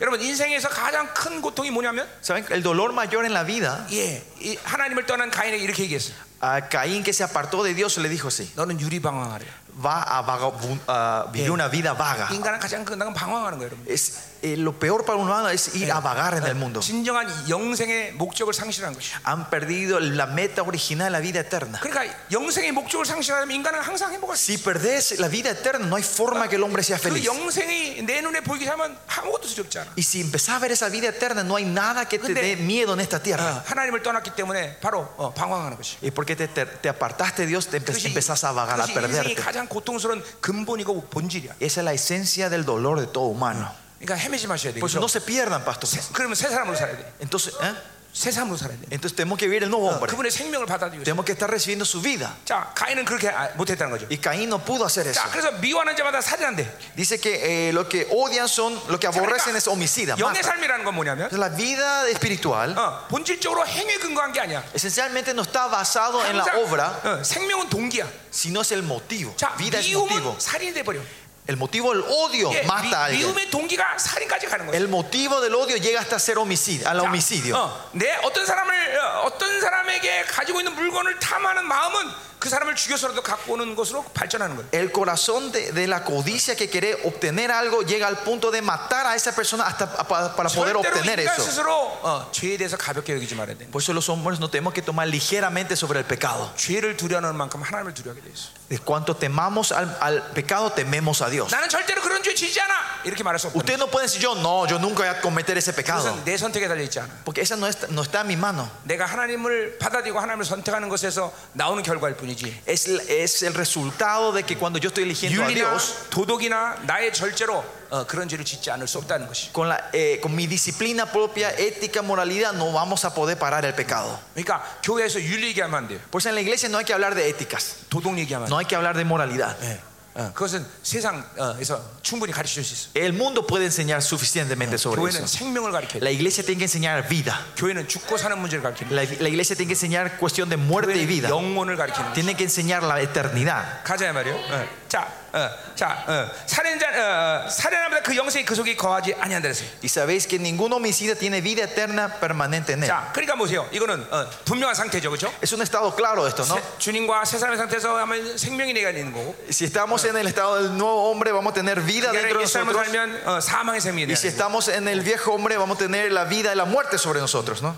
[SPEAKER 1] 여러분 인생에서 가장 큰 고통이 뭐냐면
[SPEAKER 2] ¿Saben? El dolor mayor en la vida,
[SPEAKER 1] 예, 이 하나님을 떠난 가인에게 이렇게 얘기했어요.
[SPEAKER 2] a Caín que se apartó de Dios, le dijo así:
[SPEAKER 1] 너는 유리방황하래.
[SPEAKER 2] va a vagabu- a vivir una vida vaga.
[SPEAKER 1] 인간은 가장 끝난 건 방황하는 거예요, 여러분.
[SPEAKER 2] Es, eh, lo peor para un humano es ir a vagar en el mundo.
[SPEAKER 1] 진정한 이 영생의 목적을 상실한 것이야.
[SPEAKER 2] Han perdido la meta original, la vida eterna.
[SPEAKER 1] 그러니까 영생의 목적을 상실하면 인간은 항상 행복할 수
[SPEAKER 2] Si perdés la vida eterna, no hay forma que el hombre sea
[SPEAKER 1] 있어. 그
[SPEAKER 2] feliz.
[SPEAKER 1] 영생이 내 눈에 보이게 하면 아무것도 두렵지 않아.
[SPEAKER 2] Y si empezás a ver esa vida eterna, no hay nada que te
[SPEAKER 1] 근데-
[SPEAKER 2] dé miedo en esta
[SPEAKER 1] 어,
[SPEAKER 2] tierra.
[SPEAKER 1] 하나님을 떠났기 때문에 바로 어, 방황하는 것이.
[SPEAKER 2] Y porque te, te- te apartaste de Dios, te empe-
[SPEAKER 1] 그것이,
[SPEAKER 2] empezás a vagar, a
[SPEAKER 1] 그것이 인생이
[SPEAKER 2] perderte.
[SPEAKER 1] 가장 고통스러운 근본이고 본질이야.
[SPEAKER 2] Esa es la esencia del dolor de todo humano.
[SPEAKER 1] 그러니까 헤매지 마셔야 돼.
[SPEAKER 2] Por eso no se pierdan, pastores.
[SPEAKER 1] 그러면 새 사람으로 살아야 돼.
[SPEAKER 2] Entonces, ¿eh?
[SPEAKER 1] 새 사람으로 살아야 돼.
[SPEAKER 2] Entonces tenemos que vivir el
[SPEAKER 1] 어,
[SPEAKER 2] nuevo hombre.
[SPEAKER 1] 그분의 생명을 받아들이고.
[SPEAKER 2] Tenemos que estar recibiendo su vida.
[SPEAKER 1] 자, 가인은 그렇게 아- 못했다는 거죠.
[SPEAKER 2] Y Caín no pudo hacer eso.
[SPEAKER 1] 자, 그래서 미워하는 자마다 살인한대.
[SPEAKER 2] Dice que eh, lo que odian son, lo que aborrecen es homicida. mata.
[SPEAKER 1] 그러니까 영의 삶이라는 건 뭐냐면
[SPEAKER 2] Entonces, la vida espiritual
[SPEAKER 1] 어, 본질적으로 행위에 근거한 게 아니야.
[SPEAKER 2] esencialmente no está basado en la
[SPEAKER 1] 항상,
[SPEAKER 2] obra,
[SPEAKER 1] 어, 생명은 동기야.
[SPEAKER 2] sino es el motivo.
[SPEAKER 1] 자,
[SPEAKER 2] Vida es motivo.
[SPEAKER 1] 미움은 살인이 돼 버려.
[SPEAKER 2] El motivo del odio
[SPEAKER 1] 예,
[SPEAKER 2] mata a
[SPEAKER 1] 미,
[SPEAKER 2] alguien.
[SPEAKER 1] 미움의 동기가 살인까지 가는 거야.
[SPEAKER 2] El motivo del odio llega hasta ser homicidio, al
[SPEAKER 1] 자,
[SPEAKER 2] homicidio.
[SPEAKER 1] 어, 내 어떤 사람을 어, 어떤 사람에게 가지고 있는 물건을 탐하는 마음은 그 사람을 죽여서라도 갖고 오는 것으로 발전하는 거야.
[SPEAKER 2] El corazón de, de la codicia que quiere obtener algo llega al punto de matar a esa persona hasta pa- para, poder
[SPEAKER 1] 절대로
[SPEAKER 2] obtener
[SPEAKER 1] 인간
[SPEAKER 2] eso.
[SPEAKER 1] 스스로 어, 죄에 대해서 가볍게 여기지 말아야 돼.
[SPEAKER 2] Por eso los hombres no tenemos que tomar ligeramente sobre el pecado.
[SPEAKER 1] 죄를 두려워하는 만큼 하나님을 두려워하게 돼 있어.
[SPEAKER 2] De cuanto temamos al, al pecado, tememos a Dios.
[SPEAKER 1] 나는 절대로 그런 죄 지지 않아. 이렇게 말할 수 없다.
[SPEAKER 2] Usted no puede decir yo, no, yo nunca voy a cometer ese pecado.
[SPEAKER 1] 그것은 내 선택에 달려 있지 않아.
[SPEAKER 2] Porque esa no está, no está en mi mano.
[SPEAKER 1] 내가 하나님을 받아들이고 하나님을 선택하는 것에서 나오는 결과일 뿐이지.
[SPEAKER 2] Es, la- es el resultado de que cuando yo estoy eligiendo a
[SPEAKER 1] 윤리나
[SPEAKER 2] Dios,
[SPEAKER 1] 도덕이나 나의 절제로 어, 그런 죄를 짓지 않을 수 없다는 것이.
[SPEAKER 2] con, la, eh, con mi disciplina propia, ética, moralidad, no vamos a poder parar el pecado.
[SPEAKER 1] 그러니까 교회에서 윤리 얘기하면 안 돼요.
[SPEAKER 2] Por eso Pues en la iglesia no hay que hablar de éticas,
[SPEAKER 1] 도덕 얘기하면 안
[SPEAKER 2] no hay que hablar de moralidad.
[SPEAKER 1] 돼요. 예. 어, 그것은 세상에서 충분히 가르쳐 줄 수 있어.
[SPEAKER 2] El mundo puede enseñar suficientemente sobre
[SPEAKER 1] 교회는
[SPEAKER 2] eso.
[SPEAKER 1] 생명을 가르쳐야 돼.
[SPEAKER 2] La iglesia tiene que enseñar vida.
[SPEAKER 1] 교회는 죽고 사는 문제를 가르치는
[SPEAKER 2] La, la iglesia tiene que enseñar cuestión de muerte y vida.
[SPEAKER 1] 교회는 영혼을 가르치는 거야.
[SPEAKER 2] Tiene que enseñar la eternidad.
[SPEAKER 1] 가자 이 말이요. 예. 자, 어, 자, 어, 살인자, 어, 살인함보다 그 영생이 그 속에 거하지 아니한다 그랬어요.
[SPEAKER 2] Y sabéis que ningún homicida tiene vida eterna permanente en él.
[SPEAKER 1] 자, 그러니까 보세요. 이거는 어, 분명한 상태죠, 그렇죠?
[SPEAKER 2] Es un estado claro esto, ¿no?
[SPEAKER 1] 세- 주님과 세상의 상태에서 하면 생명이 내가 있는 거고
[SPEAKER 2] Si estamos en el estado del nuevo hombre, vamos a tener vida dentro
[SPEAKER 1] 옛
[SPEAKER 2] de
[SPEAKER 1] 삶을
[SPEAKER 2] nosotros.
[SPEAKER 1] 살면 어, 사망의 생명이
[SPEAKER 2] Y
[SPEAKER 1] 내가
[SPEAKER 2] si
[SPEAKER 1] 있는 거고
[SPEAKER 2] estamos en el viejo hombre, vamos a tener la vida y la muerte sobre nosotros, ¿no?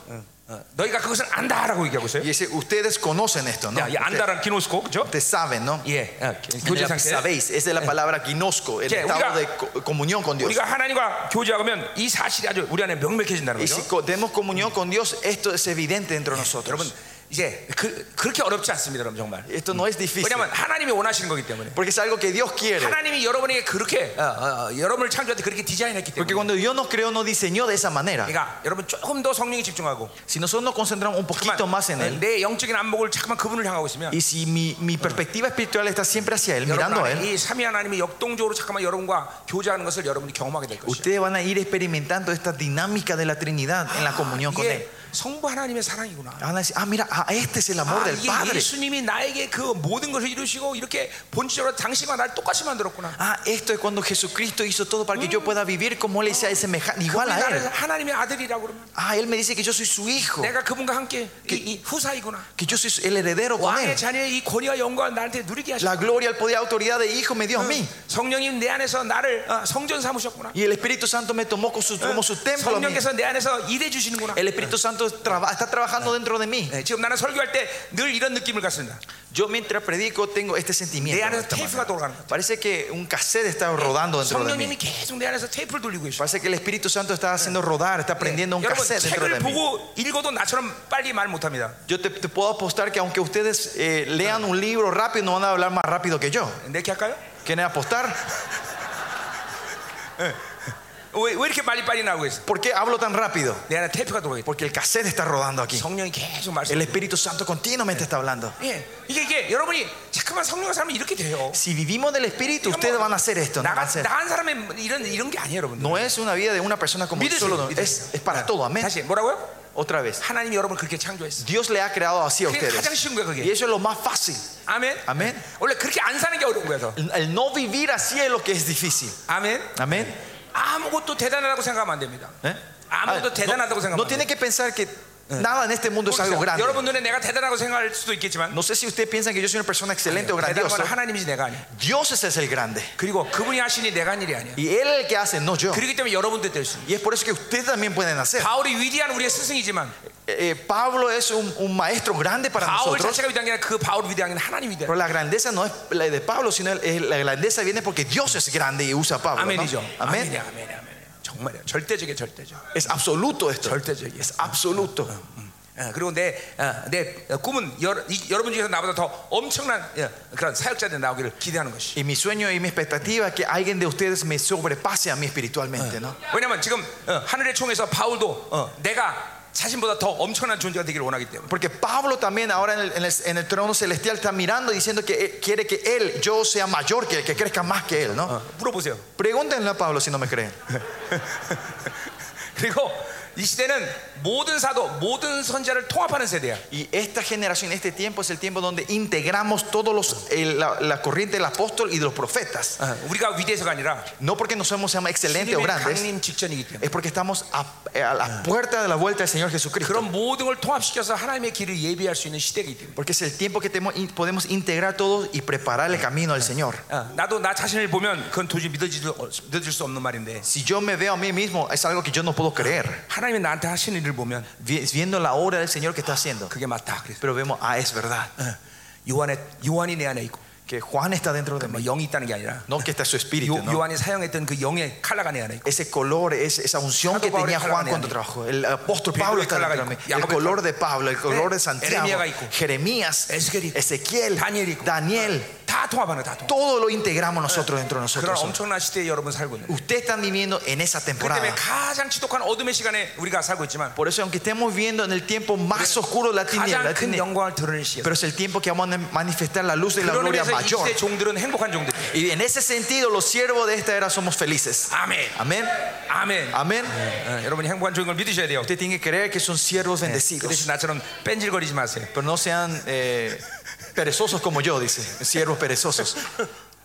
[SPEAKER 1] 어, 너희가 그것을 안다라고 얘기하고 있어요.
[SPEAKER 2] Y dice, ustedes conocen esto, ¿no?
[SPEAKER 1] 야, 이 안다란 기노스코 그죠?
[SPEAKER 2] Ustedes saben, ¿no?
[SPEAKER 1] 예, 어, 교제
[SPEAKER 2] Es la-
[SPEAKER 1] 상태.
[SPEAKER 2] Sabéis, esa es la palabra ginosco, el
[SPEAKER 1] Yeah,
[SPEAKER 2] estado
[SPEAKER 1] 우리가-
[SPEAKER 2] de co- comunión con Dios.
[SPEAKER 1] 우리가 하나님과 교제하면 이 사실이 아주 우리 안에 명백해진다는
[SPEAKER 2] Y si
[SPEAKER 1] 거죠.
[SPEAKER 2] co- tenemos comunión con Dios, esto es evidente dentro de
[SPEAKER 1] 여러분
[SPEAKER 2] nosotros.
[SPEAKER 1] 이제 그, 그렇게 어렵지 않습니다, 여러분 정말.
[SPEAKER 2] Esto no es difícil,
[SPEAKER 1] 왜냐하면 하나님이 원하시는 거기 때문에.
[SPEAKER 2] porque es algo que Dios quiere.
[SPEAKER 1] 하나님이 여러분에게 그렇게 어, 어, 어, 여러분을 창조할 때 그렇게 디자인했기
[SPEAKER 2] Porque
[SPEAKER 1] 때문에.
[SPEAKER 2] cuando Dios nos creó, nos diseñó de esa manera.
[SPEAKER 1] 그러니까 여러분 조금 더 성령에 집중하고
[SPEAKER 2] Si nosotros nos concentramos un poquito más en
[SPEAKER 1] 그만,
[SPEAKER 2] Él,
[SPEAKER 1] 내 영적인 안목을 잠깐만 그분을 향하고 있으면
[SPEAKER 2] y si mi, mi perspectiva espiritual está siempre hacia Él, mirando
[SPEAKER 1] 여러분
[SPEAKER 2] a
[SPEAKER 1] 안에
[SPEAKER 2] Él,
[SPEAKER 1] 이 삼위 하나님이 역동적으로 잠깐만 여러분과 교제하는 것을 여러분이 경험하게 될 것이에요.
[SPEAKER 2] ustedes van a ir experimentando esta dinámica de la Trinidad en la comunión con Él.
[SPEAKER 1] 이게 성부 하나님의 사랑이구나.
[SPEAKER 2] Van a decir, ah, mira, ah, este es el amor
[SPEAKER 1] 아,
[SPEAKER 2] del
[SPEAKER 1] 이게
[SPEAKER 2] Padre.
[SPEAKER 1] 예수님이 나에게 그 모든 것을 이루시고 이렇게 본질적으로 당신과 날 똑같이 만들었구나.
[SPEAKER 2] Ah, esto es cuando Jesucristo hizo todo para que yo pueda vivir como Él y sea semejante, igual a
[SPEAKER 1] 나를
[SPEAKER 2] Él.
[SPEAKER 1] 하나님의 아들이라고 그러면
[SPEAKER 2] Ah, Él me dice que yo soy su hijo,
[SPEAKER 1] 내가 어. 그분과 함께 이, 이 후사이구나.
[SPEAKER 2] que yo soy su- el heredero con
[SPEAKER 1] 왕의
[SPEAKER 2] Él.
[SPEAKER 1] 자녀의 이 권위와 영광을 나한테 누리게 하시고
[SPEAKER 2] La gloria, el poder, autoridad de hijo me dio a mí.
[SPEAKER 1] 성령님 내 안에서 나를 어, 성전 삼으셨구나.
[SPEAKER 2] Y el Espíritu Santo me tomó con su- como su templo. a mí.
[SPEAKER 1] 성령께서 내 안에서 일해 주시는구나.
[SPEAKER 2] El Espíritu Santo traba- está trabajando dentro de mí.
[SPEAKER 1] 네, 지금 나는 설교할 때 늘 이런 느낌을 갖습니다.
[SPEAKER 2] Yo mientras predico tengo este
[SPEAKER 1] 내
[SPEAKER 2] sentimiento. de
[SPEAKER 1] 안에서
[SPEAKER 2] esta manera.
[SPEAKER 1] 테이프가 돌아가는 거예요.
[SPEAKER 2] Parece que un cassette está rodando dentro de
[SPEAKER 1] 성령님이
[SPEAKER 2] mí.
[SPEAKER 1] 계속 내 안에서 테이프를 돌리고 계셔.
[SPEAKER 2] Parece que el Espíritu Santo está haciendo rodar, está prendiendo un
[SPEAKER 1] 여러분
[SPEAKER 2] cassette dentro de
[SPEAKER 1] 책을
[SPEAKER 2] mí.
[SPEAKER 1] 보고 읽어도 나처럼 빨리 말 못합니다.
[SPEAKER 2] Yo te, te puedo apostar que aunque ustedes eh, lean un libro rápido, no van a hablar más rápido que yo.
[SPEAKER 1] 내게 할까요?
[SPEAKER 2] ¿Quieren apostar?
[SPEAKER 1] 어, 왜, 왜 이렇게 빨리 빨리 나오고 있어?
[SPEAKER 2] ¿Por qué hablo tan rápido?
[SPEAKER 1] 내 안에 테이프가 돌아가 있다.
[SPEAKER 2] Porque el cassette está rodando aquí.
[SPEAKER 1] 성령이 계속
[SPEAKER 2] El
[SPEAKER 1] 말씀.
[SPEAKER 2] Espíritu Santo continuamente está hablando.
[SPEAKER 1] 예, 이게 이게 여러분이 잠깐만 성령을 살면 이렇게 돼요. 뭐
[SPEAKER 2] Si vivimos del Espíritu, ustedes van a hacer esto. No,
[SPEAKER 1] 나한
[SPEAKER 2] van a hacer.
[SPEAKER 1] 사람의 이런 이런 게 아니에요, 여러분.
[SPEAKER 2] No es una vida de una persona como
[SPEAKER 1] Mírese,
[SPEAKER 2] solo
[SPEAKER 1] mírese.
[SPEAKER 2] es, es para todo. Amén.
[SPEAKER 1] 다시 뭐라고요?
[SPEAKER 2] Otra vez.
[SPEAKER 1] 하나님이 여러분 그렇게 창조했어.
[SPEAKER 2] Dios le ha creado así a
[SPEAKER 1] 그게 가장
[SPEAKER 2] ustedes.
[SPEAKER 1] 쉬운 거야
[SPEAKER 2] Y
[SPEAKER 1] 그게.
[SPEAKER 2] eso es lo más fácil.
[SPEAKER 1] 아멘.
[SPEAKER 2] Amén.
[SPEAKER 1] 원래 그렇게 안 사는 게 어려운 거야. 더.
[SPEAKER 2] El, el no vivir así es lo que es difícil.
[SPEAKER 1] 아멘.
[SPEAKER 2] Amén.
[SPEAKER 1] 아무것도 대단하다고 생각하면 안 됩니다.
[SPEAKER 2] ¿Eh?
[SPEAKER 1] 아무것도
[SPEAKER 2] Ah,
[SPEAKER 1] 대단하다고
[SPEAKER 2] no, no
[SPEAKER 1] 생각하면 안
[SPEAKER 2] tiene
[SPEAKER 1] 돼요.
[SPEAKER 2] que pensar que nada en este mundo es algo grande.
[SPEAKER 1] 여러분 눈에 내가 대단하고 생각할 수도 있겠지만
[SPEAKER 2] No sé si usted piensa que yo soy una persona excelente o
[SPEAKER 1] 대단한 건
[SPEAKER 2] grandiosa.
[SPEAKER 1] 하나님이지 내가 아니.
[SPEAKER 2] Dios ese es el grande.
[SPEAKER 1] 그리고 그분이 하시니 내가 한 일이 아니야.
[SPEAKER 2] Y Él el que hace, no yo.
[SPEAKER 1] 그렇기 때문에 여러분도 될 수. 있는.
[SPEAKER 2] Y es por eso que ustedes también pueden hacer.
[SPEAKER 1] 바울이 위대한 우리의 스승이지만
[SPEAKER 2] Eh, eh, Pablo es un, un maestro grande para
[SPEAKER 1] 바울
[SPEAKER 2] nosotros.
[SPEAKER 1] 자체가 위대한 게 아니라 네. 그 바울 위대한 게 하나님 위대한.
[SPEAKER 2] Pero la grandeza no es la de Pablo, sino el- el- la grandeza viene porque Dios es grande y usa a Pablo. ¿no?
[SPEAKER 1] 아멘이죠.
[SPEAKER 2] Amén.
[SPEAKER 1] 아멘이야, 아멘이야, 아멘이야. 정말이야. 절대적이야, 절대적.
[SPEAKER 2] Es absoluto esto.
[SPEAKER 1] 절대적이야.
[SPEAKER 2] Es absoluto.
[SPEAKER 1] 어, 그리고 내, 어, 내 꿈은 여, 이, 여러분 중에서 나보다 더 엄청난 예, 그런 사역자들 나오기를 기대하는 것이.
[SPEAKER 2] Y mi sueño y mi expectativa es que alguien de ustedes me sobrepase a mí espiritualmente, ¿no?
[SPEAKER 1] 왜냐면 지금 어, 하늘의 총에서 바울도 어, 내가 자신보다 더 엄청난 존재가 되기를 원하기 때문에.
[SPEAKER 2] Porque Pablo también ahora en el, en el- en el trono celestial está mirando y diciendo que eh, quiere que él, yo sea mayor que él, que crezca más que él, ¿no?
[SPEAKER 1] 물어보세요. <laughs>
[SPEAKER 2] Pregúntenle a Pablo si no me creen.
[SPEAKER 1] 그리고 이 시대는 모든 사도, 모든 선자를 통합하는 세대야.
[SPEAKER 2] Y esta generación, este tiempo es el tiempo donde integramos todos los eh, la, la corriente del apóstol y de los profetas.
[SPEAKER 1] 어, 우리가 위대해서가 아니라
[SPEAKER 2] No porque nosotros seamos excelentes o
[SPEAKER 1] 주님의
[SPEAKER 2] grandes,
[SPEAKER 1] 강림 직전이기 때문에.
[SPEAKER 2] es porque estamos a, eh, a la puerta de la vuelta del Señor Jesucristo.
[SPEAKER 1] 그런 모든 걸 통합시켜서 하나님의 길을 예비할 수 있는 시대이기 때문에.
[SPEAKER 2] Porque es el tiempo que temo- in- podemos integrar todos y preparar el camino al Señor.
[SPEAKER 1] 어, 나도 나 자신을 보면 그건 도저히 믿어질, 어, 믿어질 수 없는 말인데
[SPEAKER 2] Si yo me veo a mí mismo, es algo que yo no puedo creer.
[SPEAKER 1] 하나님이 나한테 하시는 일을 보면
[SPEAKER 2] Vi- Viendo la obra del Señor que está haciendo.
[SPEAKER 1] 그게 맞다 그래서
[SPEAKER 2] Pero vemos, ah, es verdad.
[SPEAKER 1] 요한의 요한이 내 안에 있고
[SPEAKER 2] Que Juan está dentro de mí.
[SPEAKER 1] 뭐 영이 있다는 게 아니라
[SPEAKER 2] No que está su
[SPEAKER 1] 요,
[SPEAKER 2] espíritu. ¿no?
[SPEAKER 1] 요한이 사용했던 그 영의 칼라가 내 안에 있고
[SPEAKER 2] Ese color, es- esa unción que
[SPEAKER 1] Santo Pablo
[SPEAKER 2] tenía
[SPEAKER 1] está
[SPEAKER 2] Juan
[SPEAKER 1] en
[SPEAKER 2] cuando
[SPEAKER 1] él.
[SPEAKER 2] trabajó. El apóstol
[SPEAKER 1] Pedro
[SPEAKER 2] Pablo
[SPEAKER 1] está
[SPEAKER 2] está
[SPEAKER 1] en él.
[SPEAKER 2] dentro de mí. El
[SPEAKER 1] Jacobo
[SPEAKER 2] color de Pablo, el color
[SPEAKER 1] Eh,
[SPEAKER 2] de Santiago,
[SPEAKER 1] Jeremías está ahí.
[SPEAKER 2] Jeremías,
[SPEAKER 1] Ezequiel.
[SPEAKER 2] Ezequiel,
[SPEAKER 1] Daniel.
[SPEAKER 2] Daniel.
[SPEAKER 1] 다 통합하는 거야, 다 통합
[SPEAKER 2] Todo lo integramos nosotros dentro
[SPEAKER 1] 그런
[SPEAKER 2] de nosotros.
[SPEAKER 1] 엄청난 시대에 여러분 살고 있는
[SPEAKER 2] Ustedes están viviendo en esa
[SPEAKER 1] 그 때문에
[SPEAKER 2] temporada.
[SPEAKER 1] 가장 지독한 어둠의 시간에 우리가 살고 있지만
[SPEAKER 2] Por eso, aunque estemos viviendo en el tiempo más oscuro de la tiniebla,
[SPEAKER 1] 가장
[SPEAKER 2] la
[SPEAKER 1] 큰
[SPEAKER 2] tiniebla,
[SPEAKER 1] 영광을 드러낼 시에
[SPEAKER 2] pero es el tiempo que vamos a manifestar la luz de la
[SPEAKER 1] 그런
[SPEAKER 2] gloria
[SPEAKER 1] 의미에서 이
[SPEAKER 2] mayor.
[SPEAKER 1] 시대 종들은 행복한 종들이에요
[SPEAKER 2] Y en ese sentido, los siervos de esta era somos felices.
[SPEAKER 1] 아멘
[SPEAKER 2] Amén.
[SPEAKER 1] 아멘
[SPEAKER 2] Amén.
[SPEAKER 1] 어, 여러분이 행복한 종인 걸 믿으셔야 돼요
[SPEAKER 2] Usted tiene que creer que son siervos
[SPEAKER 1] 네, 그
[SPEAKER 2] bendecidos.
[SPEAKER 1] 대신 나처럼 뺀질거리지 마세요
[SPEAKER 2] Pero no sean eh, perezosos como yo, dice. Siervos perezosos.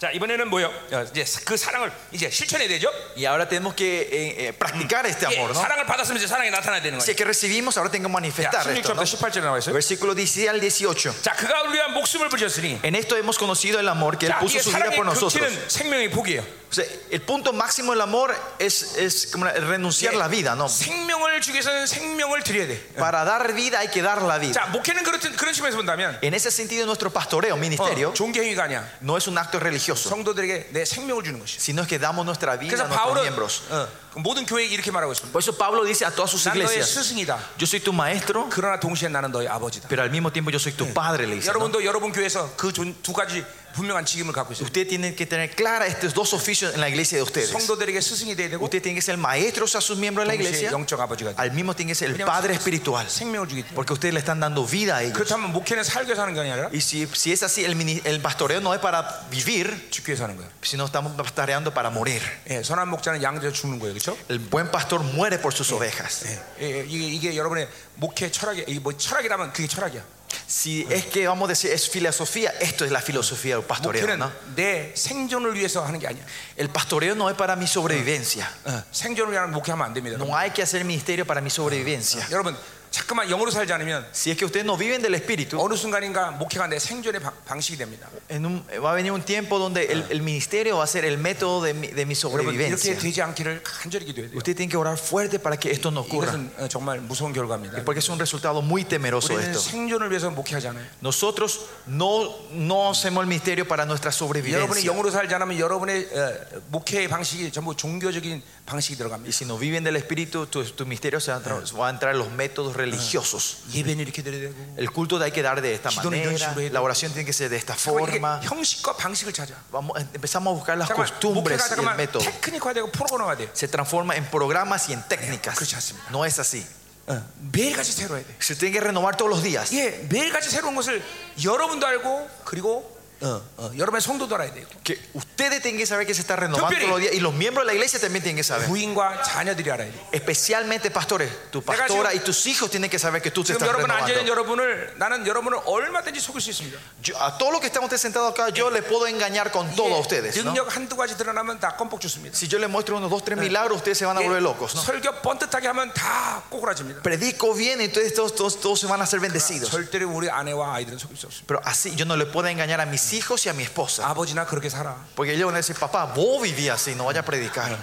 [SPEAKER 1] 자 이번에는 뭐요? 어, 이제 그 사랑을 이제 실천해야 되죠
[SPEAKER 2] Y ahora tenemos que eh, eh, practicar este
[SPEAKER 1] 예,
[SPEAKER 2] amor, ¿no?
[SPEAKER 1] 사랑을 받았으면 이제 사랑이 나타나야 되는 거예요
[SPEAKER 2] Si es que recibimos, ahora tengo que
[SPEAKER 1] 자,
[SPEAKER 2] manifestar
[SPEAKER 1] 16절부터
[SPEAKER 2] esto. ¿no?
[SPEAKER 1] 18절에 나와 있어요
[SPEAKER 2] Versículo 16 al 18.
[SPEAKER 1] 자 그가 우리와 목숨을 부르셨으니
[SPEAKER 2] En esto hemos conocido el amor que Él
[SPEAKER 1] 자,
[SPEAKER 2] puso
[SPEAKER 1] 이게
[SPEAKER 2] su vida
[SPEAKER 1] 사랑의
[SPEAKER 2] por nosotros.
[SPEAKER 1] 극치는 생명의 복이에요
[SPEAKER 2] O sea, el punto máximo del amor es, es como la- renunciar la vida, ¿no?
[SPEAKER 1] 생명을 주기 위해서는 생명을 드려야 돼.
[SPEAKER 2] Para dar vida hay que dar la vida.
[SPEAKER 1] 자, 목회는 그렇, 그런 식으로 해서 본다면
[SPEAKER 2] En ese sentido, nuestro pastoreo, ministerio,
[SPEAKER 1] 어, 종교행위가 아니야.
[SPEAKER 2] no es un acto religioso,
[SPEAKER 1] 성도들에게 내 생명을 주는 것이야.
[SPEAKER 2] sino es que damos nuestra vida
[SPEAKER 1] 그래서
[SPEAKER 2] a nuestros
[SPEAKER 1] 바울은
[SPEAKER 2] miembros.
[SPEAKER 1] 어, 모든 교회에 이렇게 말하고 있습니다.
[SPEAKER 2] Por eso Pablo dice a todas sus
[SPEAKER 1] 난 너의
[SPEAKER 2] iglesias,
[SPEAKER 1] 스승이다.
[SPEAKER 2] yo soy tu maestro,
[SPEAKER 1] 그러나 동시에 나는 너의 아버지다.
[SPEAKER 2] pero al mismo tiempo yo soy tu padre, le dice. ¿no?
[SPEAKER 1] 여러분도 여러분 교회에서 그 두 가지 분명한 직임을 갖고 있어요.
[SPEAKER 2] Usted tiene que tener clara estos dos oficios en la iglesia de
[SPEAKER 1] 네.
[SPEAKER 2] ustedes.
[SPEAKER 1] 성도들에게 스승이 돼야 되고
[SPEAKER 2] Usted tiene que ser el maestro a sus miembros de la
[SPEAKER 1] 동시에
[SPEAKER 2] iglesia,
[SPEAKER 1] 영적 아버지가 돼.
[SPEAKER 2] al mismo tiene que ser el
[SPEAKER 1] 왜냐면
[SPEAKER 2] padre espiritual,
[SPEAKER 1] 네. 아, 생명을 주기 때문에.
[SPEAKER 2] porque ustedes le están dando vida a ellos.
[SPEAKER 1] 그렇다면 목회는 살기 위해서 하는 게 아니라
[SPEAKER 2] Y si, si es así, el, mini- el pastoreo no es para vivir,
[SPEAKER 1] 죽기 위해서 하는 거예요.
[SPEAKER 2] sino estamos pastoreando para morir.
[SPEAKER 1] 예, 선한 목자는 양들에 죽는 거예요. 그렇죠?
[SPEAKER 2] El buen pastor muere por sus ovejas.
[SPEAKER 1] 예, 예, 이게, 이게 여러분의 목회 철학이 이게 뭐 철학이라면 그게 철학이야.
[SPEAKER 2] Si es que vamos a decir es filosofía, esto es la filosofía del pastoreo.
[SPEAKER 1] 목회는
[SPEAKER 2] ¿no?
[SPEAKER 1] 내 생존을 위해서 하는 게 아니야.
[SPEAKER 2] El pastoreo no es para mi sobrevivencia.
[SPEAKER 1] 어, 생존을 위한 목회하면 안 됩니다.
[SPEAKER 2] No hay que 하cer ministerio para mi sobrevivencia.
[SPEAKER 1] 여러분, 자꾸만 영으로 살지 않으면
[SPEAKER 2] Si es que ustedes no viven del espíritu,
[SPEAKER 1] 어느 순간인가 목회가 내 생존의 방- 방식이 됩니다.
[SPEAKER 2] en un- va a venir un tiempo donde el, el ministerio va a ser el método de mi, de mi
[SPEAKER 1] 여러분 이렇게
[SPEAKER 2] sobrevivencia.
[SPEAKER 1] 되지 않기를 간절히 기도해야 돼요.
[SPEAKER 2] Usted tiene que orar fuerte para que esto no ocurra,
[SPEAKER 1] 이것은 어, 정말 무서운 결과입니다.
[SPEAKER 2] porque es un resultado muy temeroso
[SPEAKER 1] 우리는
[SPEAKER 2] esto.
[SPEAKER 1] 생존을 위해서 목회하지 않아요.
[SPEAKER 2] Nosotros no, no hacemos el ministerio para nuestra
[SPEAKER 1] 여러분이
[SPEAKER 2] sobrevivencia.
[SPEAKER 1] 영으로 살지 않으면 여러분의 어, 목회의 방식이 전부 종교적인 방식이
[SPEAKER 2] Y
[SPEAKER 1] 들어갑니다.
[SPEAKER 2] si no viven del espíritu, tu, tu ministerio se va a, tra- va a entrar en los métodos religiosos.
[SPEAKER 1] 예배는 이렇게 드려야 되고
[SPEAKER 2] El culto hay que dar de esta
[SPEAKER 1] 기도는 이런
[SPEAKER 2] manera,
[SPEAKER 1] 식으로 해야
[SPEAKER 2] la oración tiene que ser de esta
[SPEAKER 1] 자꾸 이렇게
[SPEAKER 2] forma.
[SPEAKER 1] 형식과 방식을 찾아. 예,
[SPEAKER 2] Vamos, em, empezamos a buscar las
[SPEAKER 1] 잠깐만, 목회가
[SPEAKER 2] costumbres y el
[SPEAKER 1] 잠깐만
[SPEAKER 2] método.
[SPEAKER 1] 테크닉화되고 프로그램화 돼.
[SPEAKER 2] Se transforma en programas y en técnicas.
[SPEAKER 1] 그렇지 않습니다.
[SPEAKER 2] No es así.
[SPEAKER 1] 어, 매일같이 새로해야 돼.
[SPEAKER 2] Se tiene que renovar todos los días.
[SPEAKER 1] 예, 매일같이 새로운 것을 여러분도 알고 그리고 어, 어, 여러분의 성도도 알아야 되고
[SPEAKER 2] Que ustedes tienen que saber que se está renovando
[SPEAKER 1] 특별히-
[SPEAKER 2] todos los días y los miembros de la iglesia también tienen que
[SPEAKER 1] 예.
[SPEAKER 2] saber.
[SPEAKER 1] 부인과 자녀들이 알아야 돼.
[SPEAKER 2] Especialmente pastores, tu
[SPEAKER 1] 내가
[SPEAKER 2] pastora y tus hijos tienen que saber que tú te
[SPEAKER 1] 지금
[SPEAKER 2] estás
[SPEAKER 1] 여러분 앉아 있는
[SPEAKER 2] renovando.
[SPEAKER 1] 여러분을 나는 여러분을 얼마든지 속일 수 있습니다.
[SPEAKER 2] Yo- a todos los que están ustedes sentados acá, yo les puedo engañar con todos
[SPEAKER 1] 예,
[SPEAKER 2] ustedes. ¿no?
[SPEAKER 1] 능력 한두 가지 드러나면 다 껌뻑 죽습니다.
[SPEAKER 2] Si yo les muestro unos dos, tres milagros, ustedes se van a
[SPEAKER 1] 예,
[SPEAKER 2] volver locos. ¿no?
[SPEAKER 1] 설교 번듯하게 하면 다 꼬꾸라집니다.
[SPEAKER 2] Predico bien, entonces todos, todos, todos se van a ser bendecidos.
[SPEAKER 1] 아, 절대로 우리 아내와 아이들은 속일 수 없습니다.
[SPEAKER 2] Pero así yo no le puedo engañar a mis hijos y a mi esposa.
[SPEAKER 1] 아버지나 그렇게 살아.
[SPEAKER 2] Porque ellos van a decir, papá, vos vivías así, no vaya a predicar.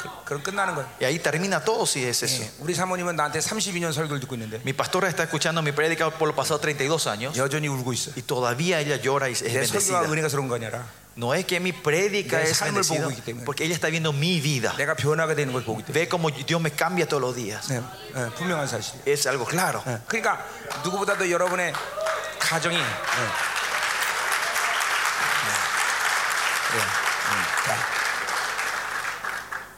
[SPEAKER 1] 그, 그럼 끝나는 거예요.
[SPEAKER 2] Y ahí termina todo si es eso.
[SPEAKER 1] 예, 우리 사모님은 나한테 32년 설교를 듣고 있는데
[SPEAKER 2] Mi pastora está escuchando mi prédica por los pasados 32 años
[SPEAKER 1] 여전히 울고 있어요.
[SPEAKER 2] y todavía ella llora y es
[SPEAKER 1] 내 설교가
[SPEAKER 2] bendecida.
[SPEAKER 1] 은혜가스러운 거 아니라
[SPEAKER 2] No es que mi prédica
[SPEAKER 1] 내
[SPEAKER 2] es
[SPEAKER 1] 삶을
[SPEAKER 2] bendecida,
[SPEAKER 1] 보고 있기 때문에.
[SPEAKER 2] porque ella está viendo mi vida.
[SPEAKER 1] 내가 변화가 되는 걸 보기 때문에
[SPEAKER 2] Ve cómo Dios me cambia todos los días.
[SPEAKER 1] 네, 네, 분명한 사실이에요.
[SPEAKER 2] Es algo claro.
[SPEAKER 1] 네, 그러니까 누구보다도 여러분의 가정이 네. 네. 네. 음, 자.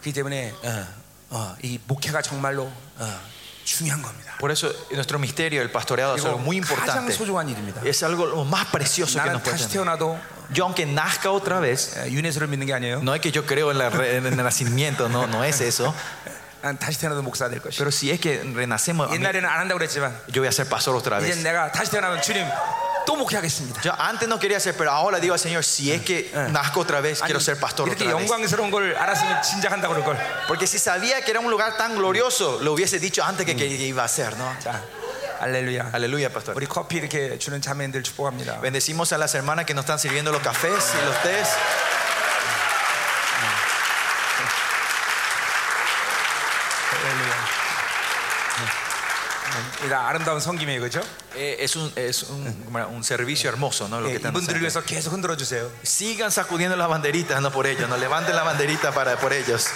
[SPEAKER 1] 그렇기 때문에 어, 어, 이 목회가 정말로 어, 중요한 겁니다.
[SPEAKER 2] Por eso nuestro misterio, el pastoreado, es algo
[SPEAKER 1] 그리고
[SPEAKER 2] muy
[SPEAKER 1] 가장
[SPEAKER 2] importante.
[SPEAKER 1] 소중한 일입니다.
[SPEAKER 2] Es algo lo más precioso que
[SPEAKER 1] 나는
[SPEAKER 2] nos puede
[SPEAKER 1] 다시
[SPEAKER 2] tener.
[SPEAKER 1] 태어나도
[SPEAKER 2] Yo aunque nazca otra vez,
[SPEAKER 1] 에, 유네스를 믿는 게 아니에요.
[SPEAKER 2] no es que yo creo en, la re- en el nacimiento, no, no es eso.
[SPEAKER 1] 난 다시 태어나도 목사 될 것이.
[SPEAKER 2] Pero si es que renacemos, a mí-
[SPEAKER 1] 옛날에는 안 한다고 그랬지만
[SPEAKER 2] yo voy a ser pastor otra
[SPEAKER 1] 이제
[SPEAKER 2] vez.
[SPEAKER 1] 내가 다시 태어나면 주님 또 목회하겠습니다.
[SPEAKER 2] Yo antes no quería ser, pero ahora digo al Señor, si es que nazco otra vez,
[SPEAKER 1] 아니,
[SPEAKER 2] quiero ser pastor
[SPEAKER 1] 이렇게
[SPEAKER 2] otra vez.
[SPEAKER 1] 영광스러운 걸 알았으면 진작한다 그럴 걸.
[SPEAKER 2] Porque si sabía que era un lugar tan glorioso, lo hubiese dicho antes que, que iba a ser, ¿no?
[SPEAKER 1] 자, 알렐루야.
[SPEAKER 2] Aleluya, pastor.
[SPEAKER 1] 우리 커피 이렇게 주는 자매님들 축복합니다.
[SPEAKER 2] Bendecimos a las hermanas que nos están sirviendo los cafés y los tés.
[SPEAKER 1] 알렐루야. 네. 네, 다 아름다운 성김이에요, 그렇죠?
[SPEAKER 2] Eh, es un, es un, como era, un servicio hermoso, ¿no? Lo
[SPEAKER 1] 예,
[SPEAKER 2] que están
[SPEAKER 1] 이분들을
[SPEAKER 2] haciendo.
[SPEAKER 1] 위해서 계속 흔들어 주세요.
[SPEAKER 2] Eh, Sigan sacudiendo las banderitas, no por ellos, no levanten la banderita para, por ellos.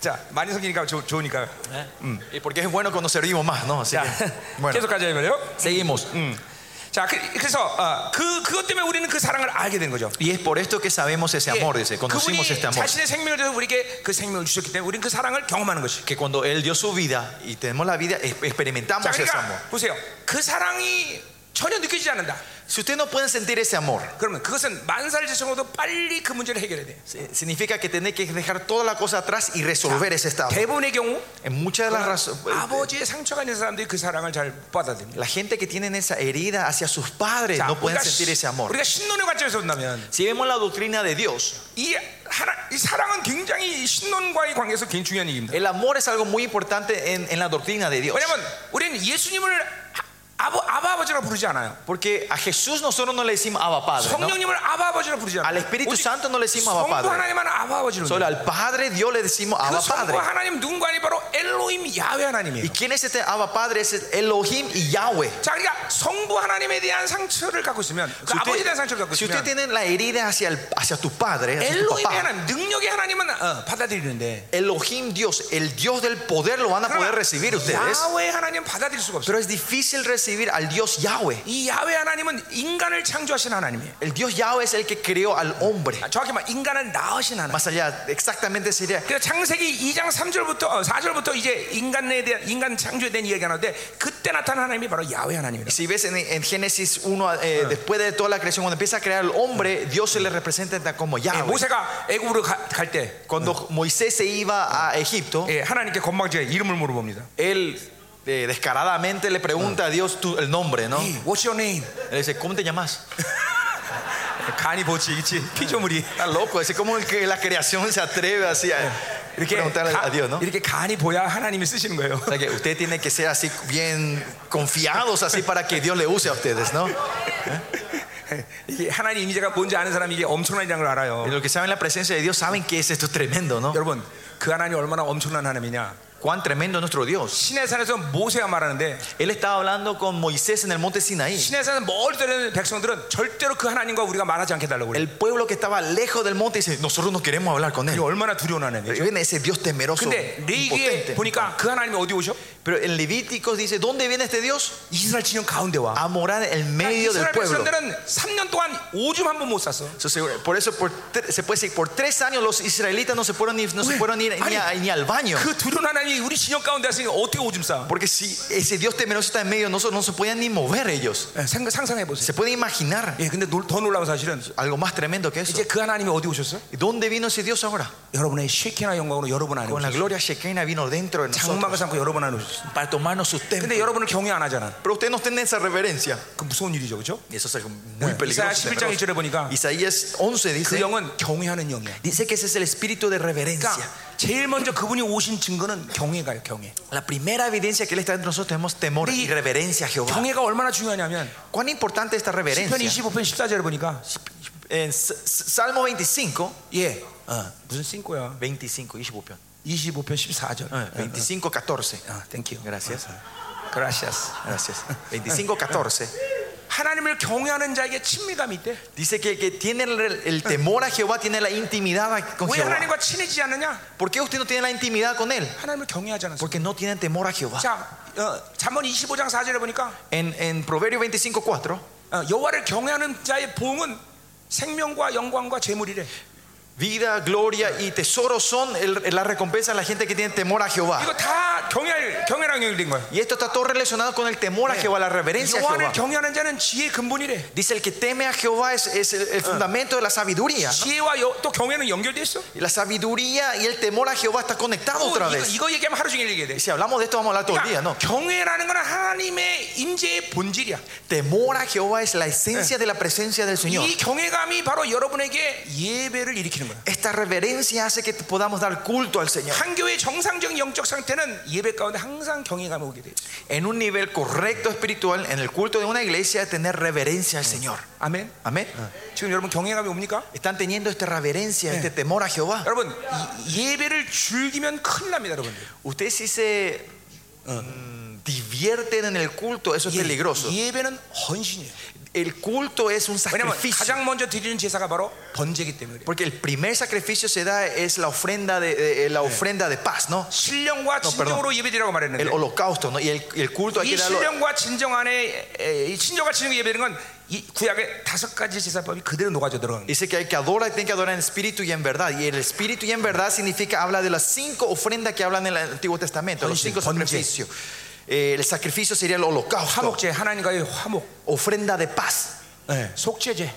[SPEAKER 1] 자, 많이 성기니까 좋- 좋으니까.
[SPEAKER 2] ¿Eh? Y porque es bueno cuando servimos más, ¿no? Así
[SPEAKER 1] 자,
[SPEAKER 2] <laughs> que, bueno,
[SPEAKER 1] 계속 가자 이 말이에요.
[SPEAKER 2] seguimos.
[SPEAKER 1] 자, 그, 래서 그, 그것 때문에 우리는 그 사랑을 알게 된 거죠.
[SPEAKER 2] Y es por esto que sabemos ese
[SPEAKER 1] 예,
[SPEAKER 2] amor, dice, conocimos este
[SPEAKER 1] 그분이
[SPEAKER 2] amor.
[SPEAKER 1] 자신의 생명을 줘서 우리에게 그 생명을 주셨기 때문에 우리는 그 사랑을 경험하는 것이.
[SPEAKER 2] Que cuando Él dio su vida y tenemos la vida, es-
[SPEAKER 1] 자,
[SPEAKER 2] experimentamos ese amor.
[SPEAKER 1] 그러니까 보세요. 그 사랑이 전혀 느껴지지 않는다.
[SPEAKER 2] Si ustedes no pueden sentir ese amor,
[SPEAKER 1] 그러면 그것은 만사를 제쳐도 빨리 그 문제를 해결해야 돼요.
[SPEAKER 2] si- Eh, significa que tenés que dejar toda la cosa atrás y resolver ese estado.
[SPEAKER 1] 대부분의 경우
[SPEAKER 2] En muchas de las razones, eh,
[SPEAKER 1] 아버지의 상처가 있는 사람들이 그 사랑을 잘 못 받아들입니다.
[SPEAKER 2] la gente que tiene esa herida hacia sus padres
[SPEAKER 1] 자,
[SPEAKER 2] no pueden
[SPEAKER 1] 우리가,
[SPEAKER 2] sentir ese amor.
[SPEAKER 1] 우리가 신론의 관점에서 본다면
[SPEAKER 2] Si vemos la doctrina de Dios,
[SPEAKER 1] 이, 하나, 이 사랑은 굉장히 신론과의 관계에서 굉장히 중요한 얘기입니다.
[SPEAKER 2] el amor es algo muy importante en, en la doctrina de Dios.
[SPEAKER 1] 왜냐하면 우리는 예수님을 아- 아버, 아바 아버지라 부르지 않아요.
[SPEAKER 2] Porque a Jesús nosotros no le decimos Abba Padre, ¿no?
[SPEAKER 1] 성령님을 아바 아버지라 부르지 않아요.
[SPEAKER 2] Al Espíritu
[SPEAKER 1] 오직
[SPEAKER 2] Santo no le decimos Abba
[SPEAKER 1] 성부
[SPEAKER 2] Padre.
[SPEAKER 1] 하나님만 아바 아버지로.
[SPEAKER 2] Solo al Padre Dios le decimos
[SPEAKER 1] 그
[SPEAKER 2] Abba
[SPEAKER 1] 성부
[SPEAKER 2] Padre.
[SPEAKER 1] 하나님 누군가 아니 바로 엘로힘 야훼 하나님이에요.
[SPEAKER 2] ¿Y quién es este Abba Padre? Es el Elohim y Yahweh.
[SPEAKER 1] 자, 그러니까 성부 하나님에 대한 상처를 갖고 있으면 그
[SPEAKER 2] Si
[SPEAKER 1] 아버지에 대한
[SPEAKER 2] usted,
[SPEAKER 1] 상처를 갖고
[SPEAKER 2] si usted
[SPEAKER 1] 있으면
[SPEAKER 2] tiene la herida hacia, el- hacia tu padre, hacia tu
[SPEAKER 1] 엘로힘의
[SPEAKER 2] papá,
[SPEAKER 1] 하나님, 능력의 하나님은 어, 받아들이는데
[SPEAKER 2] Elohim Dios, el Dios del poder lo van a poder recibir ustedes.
[SPEAKER 1] 야훼 하나님 받아들일 수가 없어요.
[SPEAKER 2] Pero es difícil recibir al Dios Yahweh.
[SPEAKER 1] 이 야훼 하나님은 인간을 창조하신 하나님이에요.
[SPEAKER 2] El Dios Yahweh es el que creó al hombre.
[SPEAKER 1] 아, 정확히 말 인간을 낳으신 하나님.
[SPEAKER 2] Más allá, exactamente sería
[SPEAKER 1] 그래서 창세기 2장 3절부터 어, 4절부터 이제 인간에 대한 인간 창조에 대한 이야기가 나오는데 그때 나타난 하나님이 바로 야훼 하나님이에요.
[SPEAKER 2] Si ves en, en Génesis 1, eh, después de toda la creación, cuando empieza a crear el hombre, Dios se le representa como
[SPEAKER 1] 예,
[SPEAKER 2] Yahweh.
[SPEAKER 1] 모세가 애굽으로 갈 때
[SPEAKER 2] Cuando Moisés se iba a Egipto,
[SPEAKER 1] 예, 하나님께 건방지게 이름을 물어봅니다.
[SPEAKER 2] él eh, descaradamente le pregunta a Dios tu- el nombre, ¿no?
[SPEAKER 1] 이, What's your name?
[SPEAKER 2] Él dice, ¿cómo te llamas?
[SPEAKER 1] 간이 보치겠지 피조물이
[SPEAKER 2] Está loco, es como el que la creación se atreve así a
[SPEAKER 1] 이렇게
[SPEAKER 2] preguntarle
[SPEAKER 1] 가-
[SPEAKER 2] a Dios, ¿no? O
[SPEAKER 1] 이렇게 간이 보야 하나님이 쓰시는 거예요.
[SPEAKER 2] sea que usted tiene que ser así bien confiados así para que Dios le use a ustedes, ¿no?
[SPEAKER 1] <laughs> 이게 하나님 이미지가 뭔지 아는 사람이 이게 엄청난이라는 걸
[SPEAKER 2] Y
[SPEAKER 1] 알아요.
[SPEAKER 2] Los que saben la presencia de Dios saben que es esto tremendo, ¿no?
[SPEAKER 1] 여러분 그 하나님 이 얼마나 엄청난 하나님이냐.
[SPEAKER 2] Cuán tremendo es nuestro Dios.
[SPEAKER 1] 신의 산에서 모세가 말하는데
[SPEAKER 2] Él estaba hablando con Moisés en el monte Sinaí.
[SPEAKER 1] 신의 산에서 멀리 떨어진 백성들은 절대로 그 하나님과 우리가 말하지 않게 달라고 그래요.
[SPEAKER 2] El pueblo que estaba lejos del monte dice, nosotros no queremos hablar con él.
[SPEAKER 1] 이게 얼마나 두려운 하나님이에요.
[SPEAKER 2] Viene ese Dios temeroso,
[SPEAKER 1] 근데 레이기에
[SPEAKER 2] impotente.
[SPEAKER 1] 보니까 그 하나님이 어디 오셔?
[SPEAKER 2] Pero en Levíticos dice, ¿dónde viene este Dios?
[SPEAKER 1] 이스라엘 진영 가운데 와.
[SPEAKER 2] A morar en el medio del
[SPEAKER 1] 아, 이스라엘
[SPEAKER 2] pueblo.
[SPEAKER 1] 백성들은 3년 동안 오줌 한 번 못 샀어.
[SPEAKER 2] Entonces, por eso por tre- se puede decir, por tres años los israelitas no se fueron ni, no se fueron ni, ni a- ni al baño.
[SPEAKER 1] 그 두려운 하나님이 우리 진영 가운데 왔으니 어떻게 오줌 싸?
[SPEAKER 2] Porque si ese Dios temeroso está en medio de nosotros, no se podían ni mover ellos.
[SPEAKER 1] 예, 생각- 상상해보세요.
[SPEAKER 2] Se pueden imaginar
[SPEAKER 1] 예, 근데 놀- 더 놀라운 사실은
[SPEAKER 2] algo más tremendo que eso.
[SPEAKER 1] 이제 그 하나님이 어디 오셨어?
[SPEAKER 2] ¿Y ¿Dónde vino ese Dios ahora?
[SPEAKER 1] 여러분의 쉐키나 영광으로 여러분 안에
[SPEAKER 2] Con la
[SPEAKER 1] 오셨어.
[SPEAKER 2] gloria Shekinah vino dentro de nosotros
[SPEAKER 1] 장막을 삼고 여러분 안에 오셨어.
[SPEAKER 2] para tomarnos sustento.
[SPEAKER 1] 근데 여러분을 경외 안 하잖아.
[SPEAKER 2] Pero ustedes no tienen esa reverencia.
[SPEAKER 1] 그 무서운 일이죠, 그렇죠?
[SPEAKER 2] Y eso es algo muy
[SPEAKER 1] 이사야
[SPEAKER 2] peligroso.
[SPEAKER 1] 11장
[SPEAKER 2] temeroso.
[SPEAKER 1] 1절에 보니까
[SPEAKER 2] Isaías 11
[SPEAKER 1] 그
[SPEAKER 2] dice,
[SPEAKER 1] 영은 경외하는 영이야.
[SPEAKER 2] dice que ese es el espíritu de reverencia.
[SPEAKER 1] 그러니까 제일 먼저 그분이 오신 증거는 경외가요, 경외.
[SPEAKER 2] La primera evidencia que Él está dentro de nosotros tenemos temor y reverencia a Jehová.
[SPEAKER 1] 경외가 얼마나 중요하냐면
[SPEAKER 2] ¿Cuán importante es esta
[SPEAKER 1] 시편
[SPEAKER 2] reverencia?
[SPEAKER 1] 25편 14절에 보니까
[SPEAKER 2] En S- S- Salmo 25,
[SPEAKER 1] 예, 어, 무슨 싱코야?
[SPEAKER 2] 25, 25,
[SPEAKER 1] 25편 14절. 어,
[SPEAKER 2] eh, 25, 14.
[SPEAKER 1] 아, 땡큐.
[SPEAKER 2] Gracias.
[SPEAKER 1] 그라시아스.
[SPEAKER 2] Gracias. 25, 14.
[SPEAKER 1] 하나님을 경외하는 자에게 친밀감이 있대.
[SPEAKER 2] Dice que el que tiene el, el temor a Jehová tiene la intimidad con
[SPEAKER 1] 왜
[SPEAKER 2] Jehová.
[SPEAKER 1] 하나님과 친해지지 않느냐?
[SPEAKER 2] ¿Por qué usted no tiene la intimidad con Él?
[SPEAKER 1] 하나님을 경외하지 않았어.
[SPEAKER 2] Porque no tienen temor a Jehová.
[SPEAKER 1] 자, 어, 잠언 25장 4절에 보니까
[SPEAKER 2] En, en Proverbio 25, 4.
[SPEAKER 1] 어, 여호와를 경외하는 자의 보응은 생명과 영광과 재물이래.
[SPEAKER 2] Vida, gloria y tesoro son el- la recompensa de la gente que tiene temor a Jehová.
[SPEAKER 1] 이거 다 경외 경외랑 연결된 거야.
[SPEAKER 2] Y esto está todo relacionado con el temor a Jehová, la reverencia a
[SPEAKER 1] 여호와를
[SPEAKER 2] Jehová.
[SPEAKER 1] 경외하는 자는 지혜의 근본이래.
[SPEAKER 2] Dice el que teme a Jehová es, es el, el fundamento de la sabiduría. ¿no?
[SPEAKER 1] 지혜와 여, 또 경외는 연결돼 있어.
[SPEAKER 2] Y la sabiduría y el temor a Jehová está conectado otra
[SPEAKER 1] 이거,
[SPEAKER 2] vez.
[SPEAKER 1] 이거 얘기하면 하루 종일 얘기해야 돼.
[SPEAKER 2] Y si hablamos de esto vamos a hablar todo el día, ¿no?
[SPEAKER 1] 그러니까 경외라는 건 하나님의 임재의 본질이야.
[SPEAKER 2] Temor a Jehová es la esencia de la presencia del Señor.
[SPEAKER 1] 이 경외감이 바로 여러분에게 예배를 일으키는 거야.
[SPEAKER 2] Esta reverencia hace que podamos dar culto al Señor.
[SPEAKER 1] 한 교회의 정상적인 영적 상태는 예배 가운데 항상 경외감이 오게 돼. 있어.
[SPEAKER 2] En un nivel correcto espiritual, en el culto de una iglesia, es tener reverencia al Señor.
[SPEAKER 1] 아멘.
[SPEAKER 2] Amén.
[SPEAKER 1] 지금 여러분 경외감이 옵니까?
[SPEAKER 2] Están teniendo esta reverencia, este temor a Jehová.
[SPEAKER 1] 여러분 이- 예배를 즐기면 큰일 납니다, 여러분.
[SPEAKER 2] Usted si se mm, divierten en el culto, eso es peligroso.
[SPEAKER 1] 예배는 헌신이에요.
[SPEAKER 2] El culto es un
[SPEAKER 1] 왜냐면
[SPEAKER 2] sacrificio.
[SPEAKER 1] 가장 먼저 드리는 제사가 바로 번제기 때문에. 그래요.
[SPEAKER 2] Porque el primer sacrificio se da es la ofrenda de, de- eh, la ofrenda de paz, ¿no?
[SPEAKER 1] 신령과 진정으로 예배드리라고 말했는데
[SPEAKER 2] El holocausto, ¿no? Y el, Eh. y el culto hay
[SPEAKER 1] 이
[SPEAKER 2] que darlo.
[SPEAKER 1] 신령과 진정 안에 에, 이 신령과 진정 예배는 건이 구약의 다섯 가지 제사법이 그대로 녹아져 들어간 거예요.
[SPEAKER 2] Dice que hay que adorar y tiene que adorar en espíritu y en verdad. Y el espíritu y en verdad significa habla de las cinco ofrendas que hablan en el Antiguo Testamento, los
[SPEAKER 1] Ponche,
[SPEAKER 2] cinco
[SPEAKER 1] ponche.
[SPEAKER 2] sacrificios. Eh, el sacrificio sería el holocausto,
[SPEAKER 1] 화목제 하나님과의 화목,
[SPEAKER 2] ofrenda de paz,
[SPEAKER 1] 속죄제,
[SPEAKER 2] eh,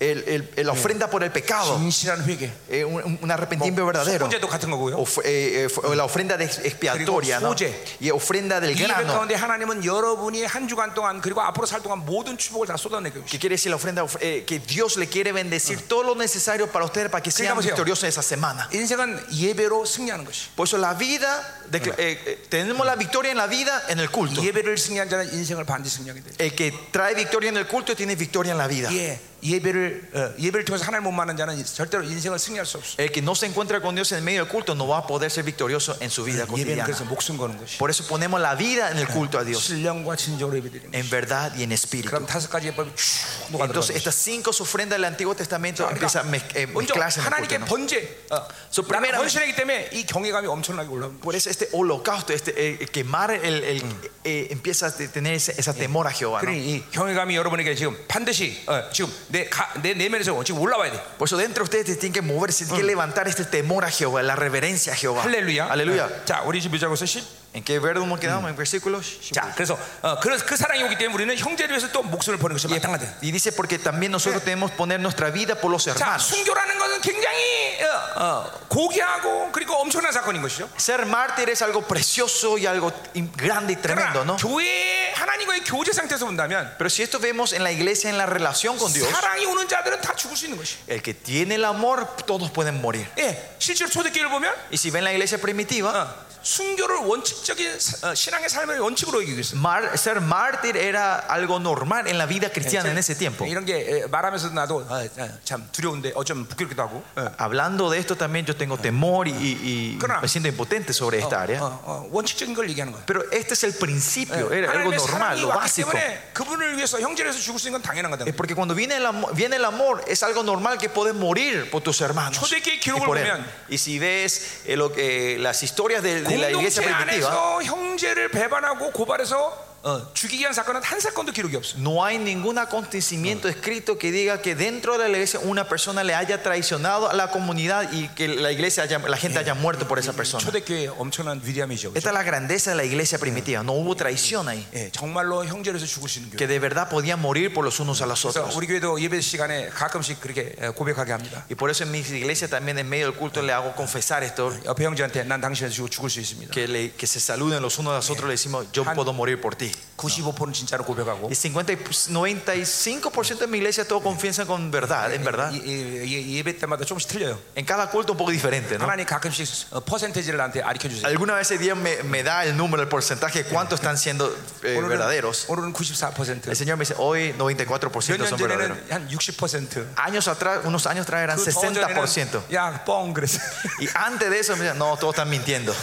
[SPEAKER 2] el- el- el- la ofrenda por el pecado,
[SPEAKER 1] 진실한 회개. 뭐
[SPEAKER 2] eh, un, un- un arrepentimiento verdadero.
[SPEAKER 1] 속죄도 같은 거고요.
[SPEAKER 2] Of- eh, eh, f- o la ofrenda de ex- expiatoria ¿no?
[SPEAKER 1] Oye.
[SPEAKER 2] y ofrenda del
[SPEAKER 1] 이 예배
[SPEAKER 2] grano
[SPEAKER 1] 가운데 하나님은 여러분이 한 주간 동안 그리고 앞으로 살 동안 모든 축복을 다 쏟아내고
[SPEAKER 2] que
[SPEAKER 1] 계십니다.
[SPEAKER 2] quiere decir la ofrenda of- eh, que Dios le quiere bendecir todo lo necesario para ustedes para que sean
[SPEAKER 1] digamos,
[SPEAKER 2] victoriosos esa semana
[SPEAKER 1] 인생은 예배로 승리하는 것이.
[SPEAKER 2] por eso la vida de- eh, eh, tenemos la victoria en la vida en el culto
[SPEAKER 1] 예배를 승리한 자는 인생을 반드시 승리하게 돼.
[SPEAKER 2] el que trae victoria en el culto tiene victoria en la vida
[SPEAKER 1] 예, 예배를 어, 예배를 통해서 하나님 못 만난 자는 절대로 인생을 승리할 수 없어.
[SPEAKER 2] el que no se encuentra con Dios en el medio del culto no va a poder ser victorioso en su vida
[SPEAKER 1] 예배는
[SPEAKER 2] cotidiana
[SPEAKER 1] 그래서 목숨 거는 것이.
[SPEAKER 2] por eso ponemos la vida en el culto a Dios
[SPEAKER 1] 신령과 진정으로 예배드리는 것이.
[SPEAKER 2] en verdad y en espíritu
[SPEAKER 1] 그럼 다섯 가지 예법이 쭉 녹아들어.
[SPEAKER 2] entonces estas cinco ofrendas del Antiguo Testamento empiezan a mez- eh,
[SPEAKER 1] 먼저
[SPEAKER 2] mezclarse en el culto,
[SPEAKER 1] 하나님께
[SPEAKER 2] ¿no?
[SPEAKER 1] 번제. 어,
[SPEAKER 2] So,
[SPEAKER 1] 나는
[SPEAKER 2] primeramente-
[SPEAKER 1] 헌신하기 때문에 이 경외감이 엄청나게 올라오는 거야.
[SPEAKER 2] Por eso este holocausto, este eh, quemar, el, el- eh, empieza a tener ese, esa temor a Jehová. ¿no?
[SPEAKER 1] 그러니 이 경외감이 여러분에게 지금 반드시 어, 지금 내, 가, 내 내면에서 지금 올라와야 돼.
[SPEAKER 2] Por eso dentro de ustedes se tienen que moverse, tienen que levantar este temor a Jehová, la reverencia a Jehová.
[SPEAKER 1] 아, 할렐루야.
[SPEAKER 2] Aleluya.
[SPEAKER 1] 어, 자, 우리 지금 묘자고서 10.
[SPEAKER 2] ¿En qué verbo hemos quedado? ¿En versículos?
[SPEAKER 1] 자, 그래서 어, 그, 그 사랑이 오기 때문에 우리는 형제를 위해서 또 목숨을 버는 것이 마땅하다.
[SPEAKER 2] Y dice, porque también nosotros tenemos que poner nuestra vida por los
[SPEAKER 1] 자,
[SPEAKER 2] hermanos.
[SPEAKER 1] 순교라는 것은 굉장히 어, 어, 고귀하고 그리고 엄청난 사건인 것이죠.
[SPEAKER 2] Ser mártir es algo precioso y algo in- grande y tremendo,
[SPEAKER 1] 그러나
[SPEAKER 2] ¿no?
[SPEAKER 1] 교회 하나님과의 교제 상태에서 본다면
[SPEAKER 2] Pero si esto vemos en la iglesia, en la relación con Dios,
[SPEAKER 1] 사랑이 오는 자들은 다 죽을 수 있는 것이.
[SPEAKER 2] el que tiene el amor, todos pueden morir.
[SPEAKER 1] 예, 실제로 초대교회를 보면
[SPEAKER 2] Y si ven la iglesia primitiva,
[SPEAKER 1] 어, 순교를 원칙적인 사- 어, 신앙의 삶을 원칙으로 여기고 있어요.
[SPEAKER 2] mar- ser mártir era algo normal en la vida cristiana en ese tiempo.
[SPEAKER 1] 이런 게 에, 말하면서 나도 어, 어, 참 두려운데 어쩜 부끄럽기도 하고. 어,
[SPEAKER 2] Hablando de esto también yo tengo temor y, y- y
[SPEAKER 1] Claro.
[SPEAKER 2] me siento impotente sobre esta
[SPEAKER 1] 어,
[SPEAKER 2] área.
[SPEAKER 1] 어, 원칙적인 걸 얘기하는 거예요.
[SPEAKER 2] Pero este es el principio,
[SPEAKER 1] Eh,
[SPEAKER 2] era algo
[SPEAKER 1] 네. 하나님의
[SPEAKER 2] normal,
[SPEAKER 1] 사랑이
[SPEAKER 2] lo
[SPEAKER 1] 왔기
[SPEAKER 2] básico.
[SPEAKER 1] 때문에 그분을 위해서 형제를 위해서 죽을 수 있는 건 당연한 거다.
[SPEAKER 2] Es porque cuando viene el, amor, viene el amor, es algo normal que puedes morir por tus hermanos.
[SPEAKER 1] 초대교회
[SPEAKER 2] Y,
[SPEAKER 1] 기록을
[SPEAKER 2] por él.
[SPEAKER 1] 보면
[SPEAKER 2] Y si ves eh, lo que- las historias de, de la iglesia
[SPEAKER 1] 공동체
[SPEAKER 2] primitiva,
[SPEAKER 1] 안에서 형제를 배반하고 고발해서 어, 죽이기 한 사건은 한 사건도 기록이 없어요.
[SPEAKER 2] no hay ningún acontecimiento escrito que diga que dentro de la iglesia una persona le haya traicionado a la comunidad y que la iglesia haya- la gente haya muerto por esa persona.
[SPEAKER 1] 초대교회의 엄청난 위대함이죠. 그죠?
[SPEAKER 2] Esta es la grandeza de la iglesia primitiva. No hubo traición ahí.
[SPEAKER 1] 예, 정말로 형제를 위해서 죽을 수 있는 교회.
[SPEAKER 2] que de verdad podían morir por los unos a los
[SPEAKER 1] 그래서
[SPEAKER 2] otros.
[SPEAKER 1] 우리 교회도 예배 시간에 가끔씩 그렇게 에, 고백하게 합니다.
[SPEAKER 2] Y por eso en mis iglesias también en medio del culto le hago confesar esto,
[SPEAKER 1] 옆에 형제한테 난 당신에서 죽- 죽을 수 있습니다.
[SPEAKER 2] que, le- que se saluden los unos a los otros, le decimos, yo puedo morir por ti.
[SPEAKER 1] 95%는 진짜로 고백하고
[SPEAKER 2] Y 50, y 95% de mi iglesia todo confiesa con verdad, en verdad.
[SPEAKER 1] 이- 이- 이- 예배 때마다 조금씩 틀려요.
[SPEAKER 2] En cada culto un poco diferente, ¿no?
[SPEAKER 1] 하나님 가끔씩 어, 퍼센테이지를 나한테 가르쳐 주세요.
[SPEAKER 2] Alguna vez ese día me, me da el número, el porcentaje, cuántos están siendo eh,
[SPEAKER 1] 오늘은,
[SPEAKER 2] verdaderos.
[SPEAKER 1] 오늘은
[SPEAKER 2] El
[SPEAKER 1] 94%.
[SPEAKER 2] Señor me dice, hoy
[SPEAKER 1] 몇
[SPEAKER 2] 94%
[SPEAKER 1] 년
[SPEAKER 2] son verdaderos.
[SPEAKER 1] 전에는 한 60%.
[SPEAKER 2] Años atrás, unos años atrás eran
[SPEAKER 1] 그더
[SPEAKER 2] 60%.
[SPEAKER 1] 전에는 야, 뻥 그랬어.
[SPEAKER 2] Y antes de eso me decían, no, todos están mintiendo.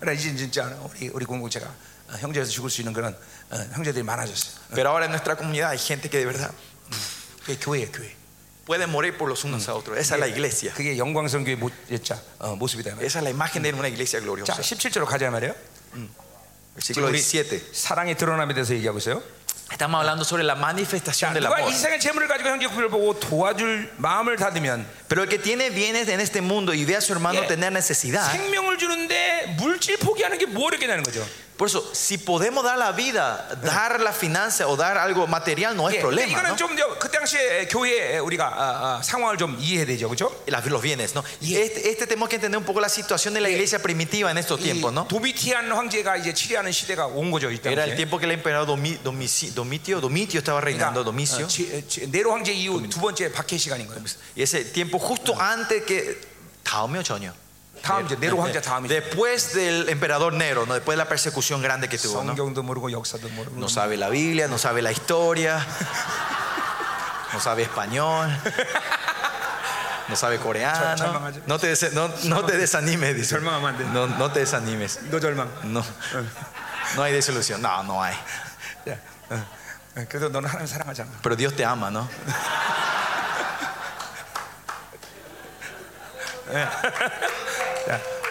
[SPEAKER 1] 그래 이제 진짜 우리 우리 공동체가 어, 형제에서 죽을 수 있는 그런 어, 형제들이 많아졌어요.
[SPEAKER 2] Pero ahora en nuestra comunidad hay gente que de verdad
[SPEAKER 1] 그게 교회예요, 교회.
[SPEAKER 2] pueden morir por los unos a otros. Esa es la iglesia.
[SPEAKER 1] 그게 영광스러운 교회 모, 자, 어, 모습이다.
[SPEAKER 2] Esa es la imagen de una iglesia
[SPEAKER 1] 자,
[SPEAKER 2] gloriosa.
[SPEAKER 1] 17절로 가자 말이에요.
[SPEAKER 2] Versículo
[SPEAKER 1] 우리
[SPEAKER 2] 17.
[SPEAKER 1] 사랑의 드러남에 대해서 얘기하고 있어요.
[SPEAKER 2] Estamos hablando sobre la manifestación del
[SPEAKER 1] 누가
[SPEAKER 2] amor.
[SPEAKER 1] 이 세상의 재물을 가지고 형제 구별을 보고 도와줄 마음을 닫으면
[SPEAKER 2] Pero el que tiene bienes en este mundo y ve a su hermano
[SPEAKER 1] Yeah.
[SPEAKER 2] tener necesidad,
[SPEAKER 1] 생명을 주는데 물질 포기하는 게 뭐 어렵겠냐는 거죠.
[SPEAKER 2] por eso, si podemos dar la vida, dar la finanza o dar algo material no es
[SPEAKER 1] 예, 근데
[SPEAKER 2] problema.
[SPEAKER 1] 이거는
[SPEAKER 2] ¿no?
[SPEAKER 1] 좀 그 당시에 교회 우리가 아, 아, 상황을 좀 이해해야 되죠, 그렇죠?
[SPEAKER 2] Las- Los bienes, ¿no? Y este, este tenemos que entender un poco la situación de la iglesia primitiva en estos tiempos, ¿no?
[SPEAKER 1] 도미티안 황제가 이제 치리하는 시대가 온 거죠, 이
[SPEAKER 2] Era el
[SPEAKER 1] 당시에.
[SPEAKER 2] tiempo que el emperador Domi- Domici- Domitio, Domitio estaba reinando, Domicio.
[SPEAKER 1] 어, 지- 지- 네로 황제 이후 두 번째 박해 시간인 거예요.
[SPEAKER 2] Y ese tiempo justo antes que Taomio Choño.
[SPEAKER 1] 다음 이제 네로 황제 다음이죠.
[SPEAKER 2] Después del emperador Nero, ¿no? después de la persecución grande que
[SPEAKER 1] 네.
[SPEAKER 2] tuvo, ¿no?
[SPEAKER 1] 성경도 모르고 역사도 모르고
[SPEAKER 2] No sabe la Biblia, no sabe la historia, no sabe español, no sabe coreano. No te, des- no, no te desanimes, dice. No, no te desanimes.
[SPEAKER 1] 너 절망.
[SPEAKER 2] No, no hay desilusión. No, no hay.
[SPEAKER 1] 예, 어, 어, 그래도 너는 하나님 사랑하잖아.
[SPEAKER 2] Pero Dios te ama, ¿no?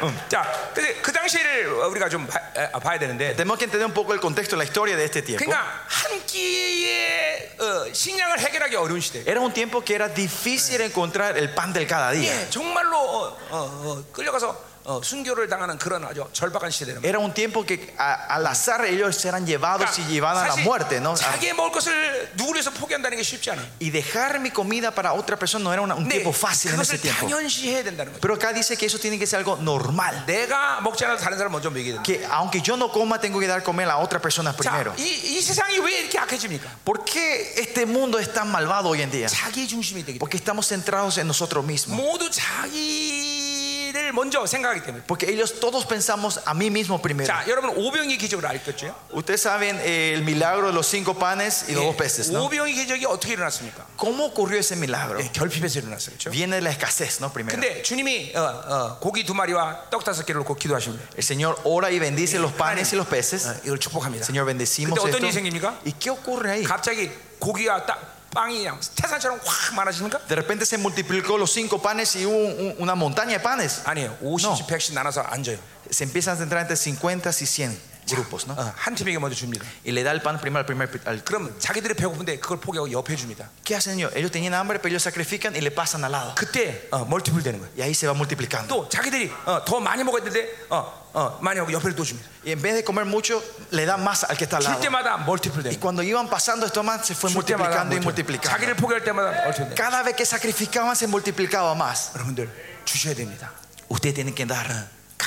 [SPEAKER 1] 어. 자, 근데 그 당시를 우리가 좀 봐, 에, 봐야 되는데.
[SPEAKER 2] Tenemos que entender un poco el contexto, la historia de este tiempo.
[SPEAKER 1] 그러니까 한 끼의 어, 식량을 해결하기 어려운 시대.
[SPEAKER 2] Era un tiempo que era difícil encontrar el pan del cada día.
[SPEAKER 1] 예, 정말로 어, 어, 어, 끌려가서 어, 순교를 당하는 그런 아주 절박한 시대는
[SPEAKER 2] Era un tiempo que a- al azar ellos eran llevados y llevaban a la
[SPEAKER 1] 뭐
[SPEAKER 2] muerte, ¿no? A-
[SPEAKER 1] 그러니까 자기의 먹을 것을 누구를 위해서 포기한다는 게 쉽지 않아.
[SPEAKER 2] y dejar mi comida para otra persona no era una- un
[SPEAKER 1] 근데 뭐
[SPEAKER 2] tiempo fácil en ese
[SPEAKER 1] 그것을
[SPEAKER 2] tiempo.
[SPEAKER 1] 당연시 해야 된다는 거죠.
[SPEAKER 2] Pero acá dice que eso tiene que ser algo normal.
[SPEAKER 1] 내가 먹지 않아도 다른 사람 먼저 먹이야 된다.
[SPEAKER 2] Que aunque yo no coma, tengo que dar comer a la otra persona primero.
[SPEAKER 1] 자, 이, 이 세상이 왜 이렇게 악해집니까?
[SPEAKER 2] ¿Por qué este mundo es tan malvado hoy en día?
[SPEAKER 1] 자기 중심이 되기 때문에.
[SPEAKER 2] Porque estamos centrados en nosotros mismos.
[SPEAKER 1] 모두 자기를 먼저 생각하기 때문에.
[SPEAKER 2] Porque ellos todos pensamos a mí mismo primero.
[SPEAKER 1] 자, 여러분 오병이 기적을 알겠죠?
[SPEAKER 2] Ustedes saben eh, el milagro de los cinco panes
[SPEAKER 1] Eh,
[SPEAKER 2] y los dos peces, ¿no?
[SPEAKER 1] 오병이 기적이 어떻게 일어났습니까?
[SPEAKER 2] ¿Cómo ocurrió ese milagro?
[SPEAKER 1] 네, 결핍에서 일어났어요. 그렇죠?
[SPEAKER 2] Viene de la escasez, ¿no? Primero.
[SPEAKER 1] 근데 주님이 어, 어, 고기 두 마리와 떡 다섯 개를 놓고 기도하십니다.
[SPEAKER 2] El Señor ora y bendice los panes y los peces.
[SPEAKER 1] 어, 이걸 축복합니다.
[SPEAKER 2] Señor, bendecimos
[SPEAKER 1] 근데 어떤 일이
[SPEAKER 2] esto.
[SPEAKER 1] 생깁니까?
[SPEAKER 2] ¿Y qué ocurre ahí?
[SPEAKER 1] 갑자기 고기와 딱 빵이 그냥 태산처럼 확 많아지는가?
[SPEAKER 2] De repente se multiplicó los cinco panes y hubo un- una montaña de panes.
[SPEAKER 1] 아니에요. 50씩 100씩 나눠서 앉아요.
[SPEAKER 2] Se empiezan a centrar entre 50 y 100 grupos, ¿no?
[SPEAKER 1] 어, 한 팀에게 먼저 줍니다.
[SPEAKER 2] Y le da el pan primero al primer. al-
[SPEAKER 1] 그럼 자기들이 배고픈데 그걸 포기하고 옆에 줍니다.
[SPEAKER 2] ¿Qué hacen ellos? Ellos tenían hambre, pero ellos sacrifican y le pasan al lado.
[SPEAKER 1] 그때 어, 멀티플 되는 거예요.
[SPEAKER 2] Y ahí se va multiplicando.
[SPEAKER 1] 또 자기들이 어, 더 많이 먹어야 되는데 어, 어, 많이 하고 옆에 또 줍니다.
[SPEAKER 2] Y en vez de comer mucho, le da más al que está al
[SPEAKER 1] 줄
[SPEAKER 2] lado.
[SPEAKER 1] 때마다 멀티플
[SPEAKER 2] Y
[SPEAKER 1] 되는 거예요.
[SPEAKER 2] cuando iban pasando esto más, se fue
[SPEAKER 1] 줄 때마다
[SPEAKER 2] multiplicando y
[SPEAKER 1] 멀티플.
[SPEAKER 2] multiplicando.
[SPEAKER 1] 자기를 포기할 때마다 멀티플 되는 거예요.
[SPEAKER 2] Cada vez que sacrificaban, se multiplicaba más.
[SPEAKER 1] 여러분들 주셔야 됩니다.
[SPEAKER 2] Ustedes tienen que dar.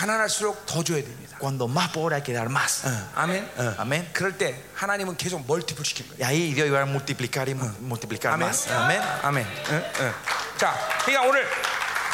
[SPEAKER 1] 가난할수록 더 줘야 됩니다.
[SPEAKER 2] Cuando más pobre hay que dar más.
[SPEAKER 1] 어, 아멘.
[SPEAKER 2] Amén.
[SPEAKER 1] 그럴 때 하나님은 계속 멀티플 시킵니다.
[SPEAKER 2] Y ahí Dios iba a multiplicar y mu- multiplicar
[SPEAKER 1] 아멘.
[SPEAKER 2] más. Amén.
[SPEAKER 1] 아멘. 응, 응. 자, 그러니까 오늘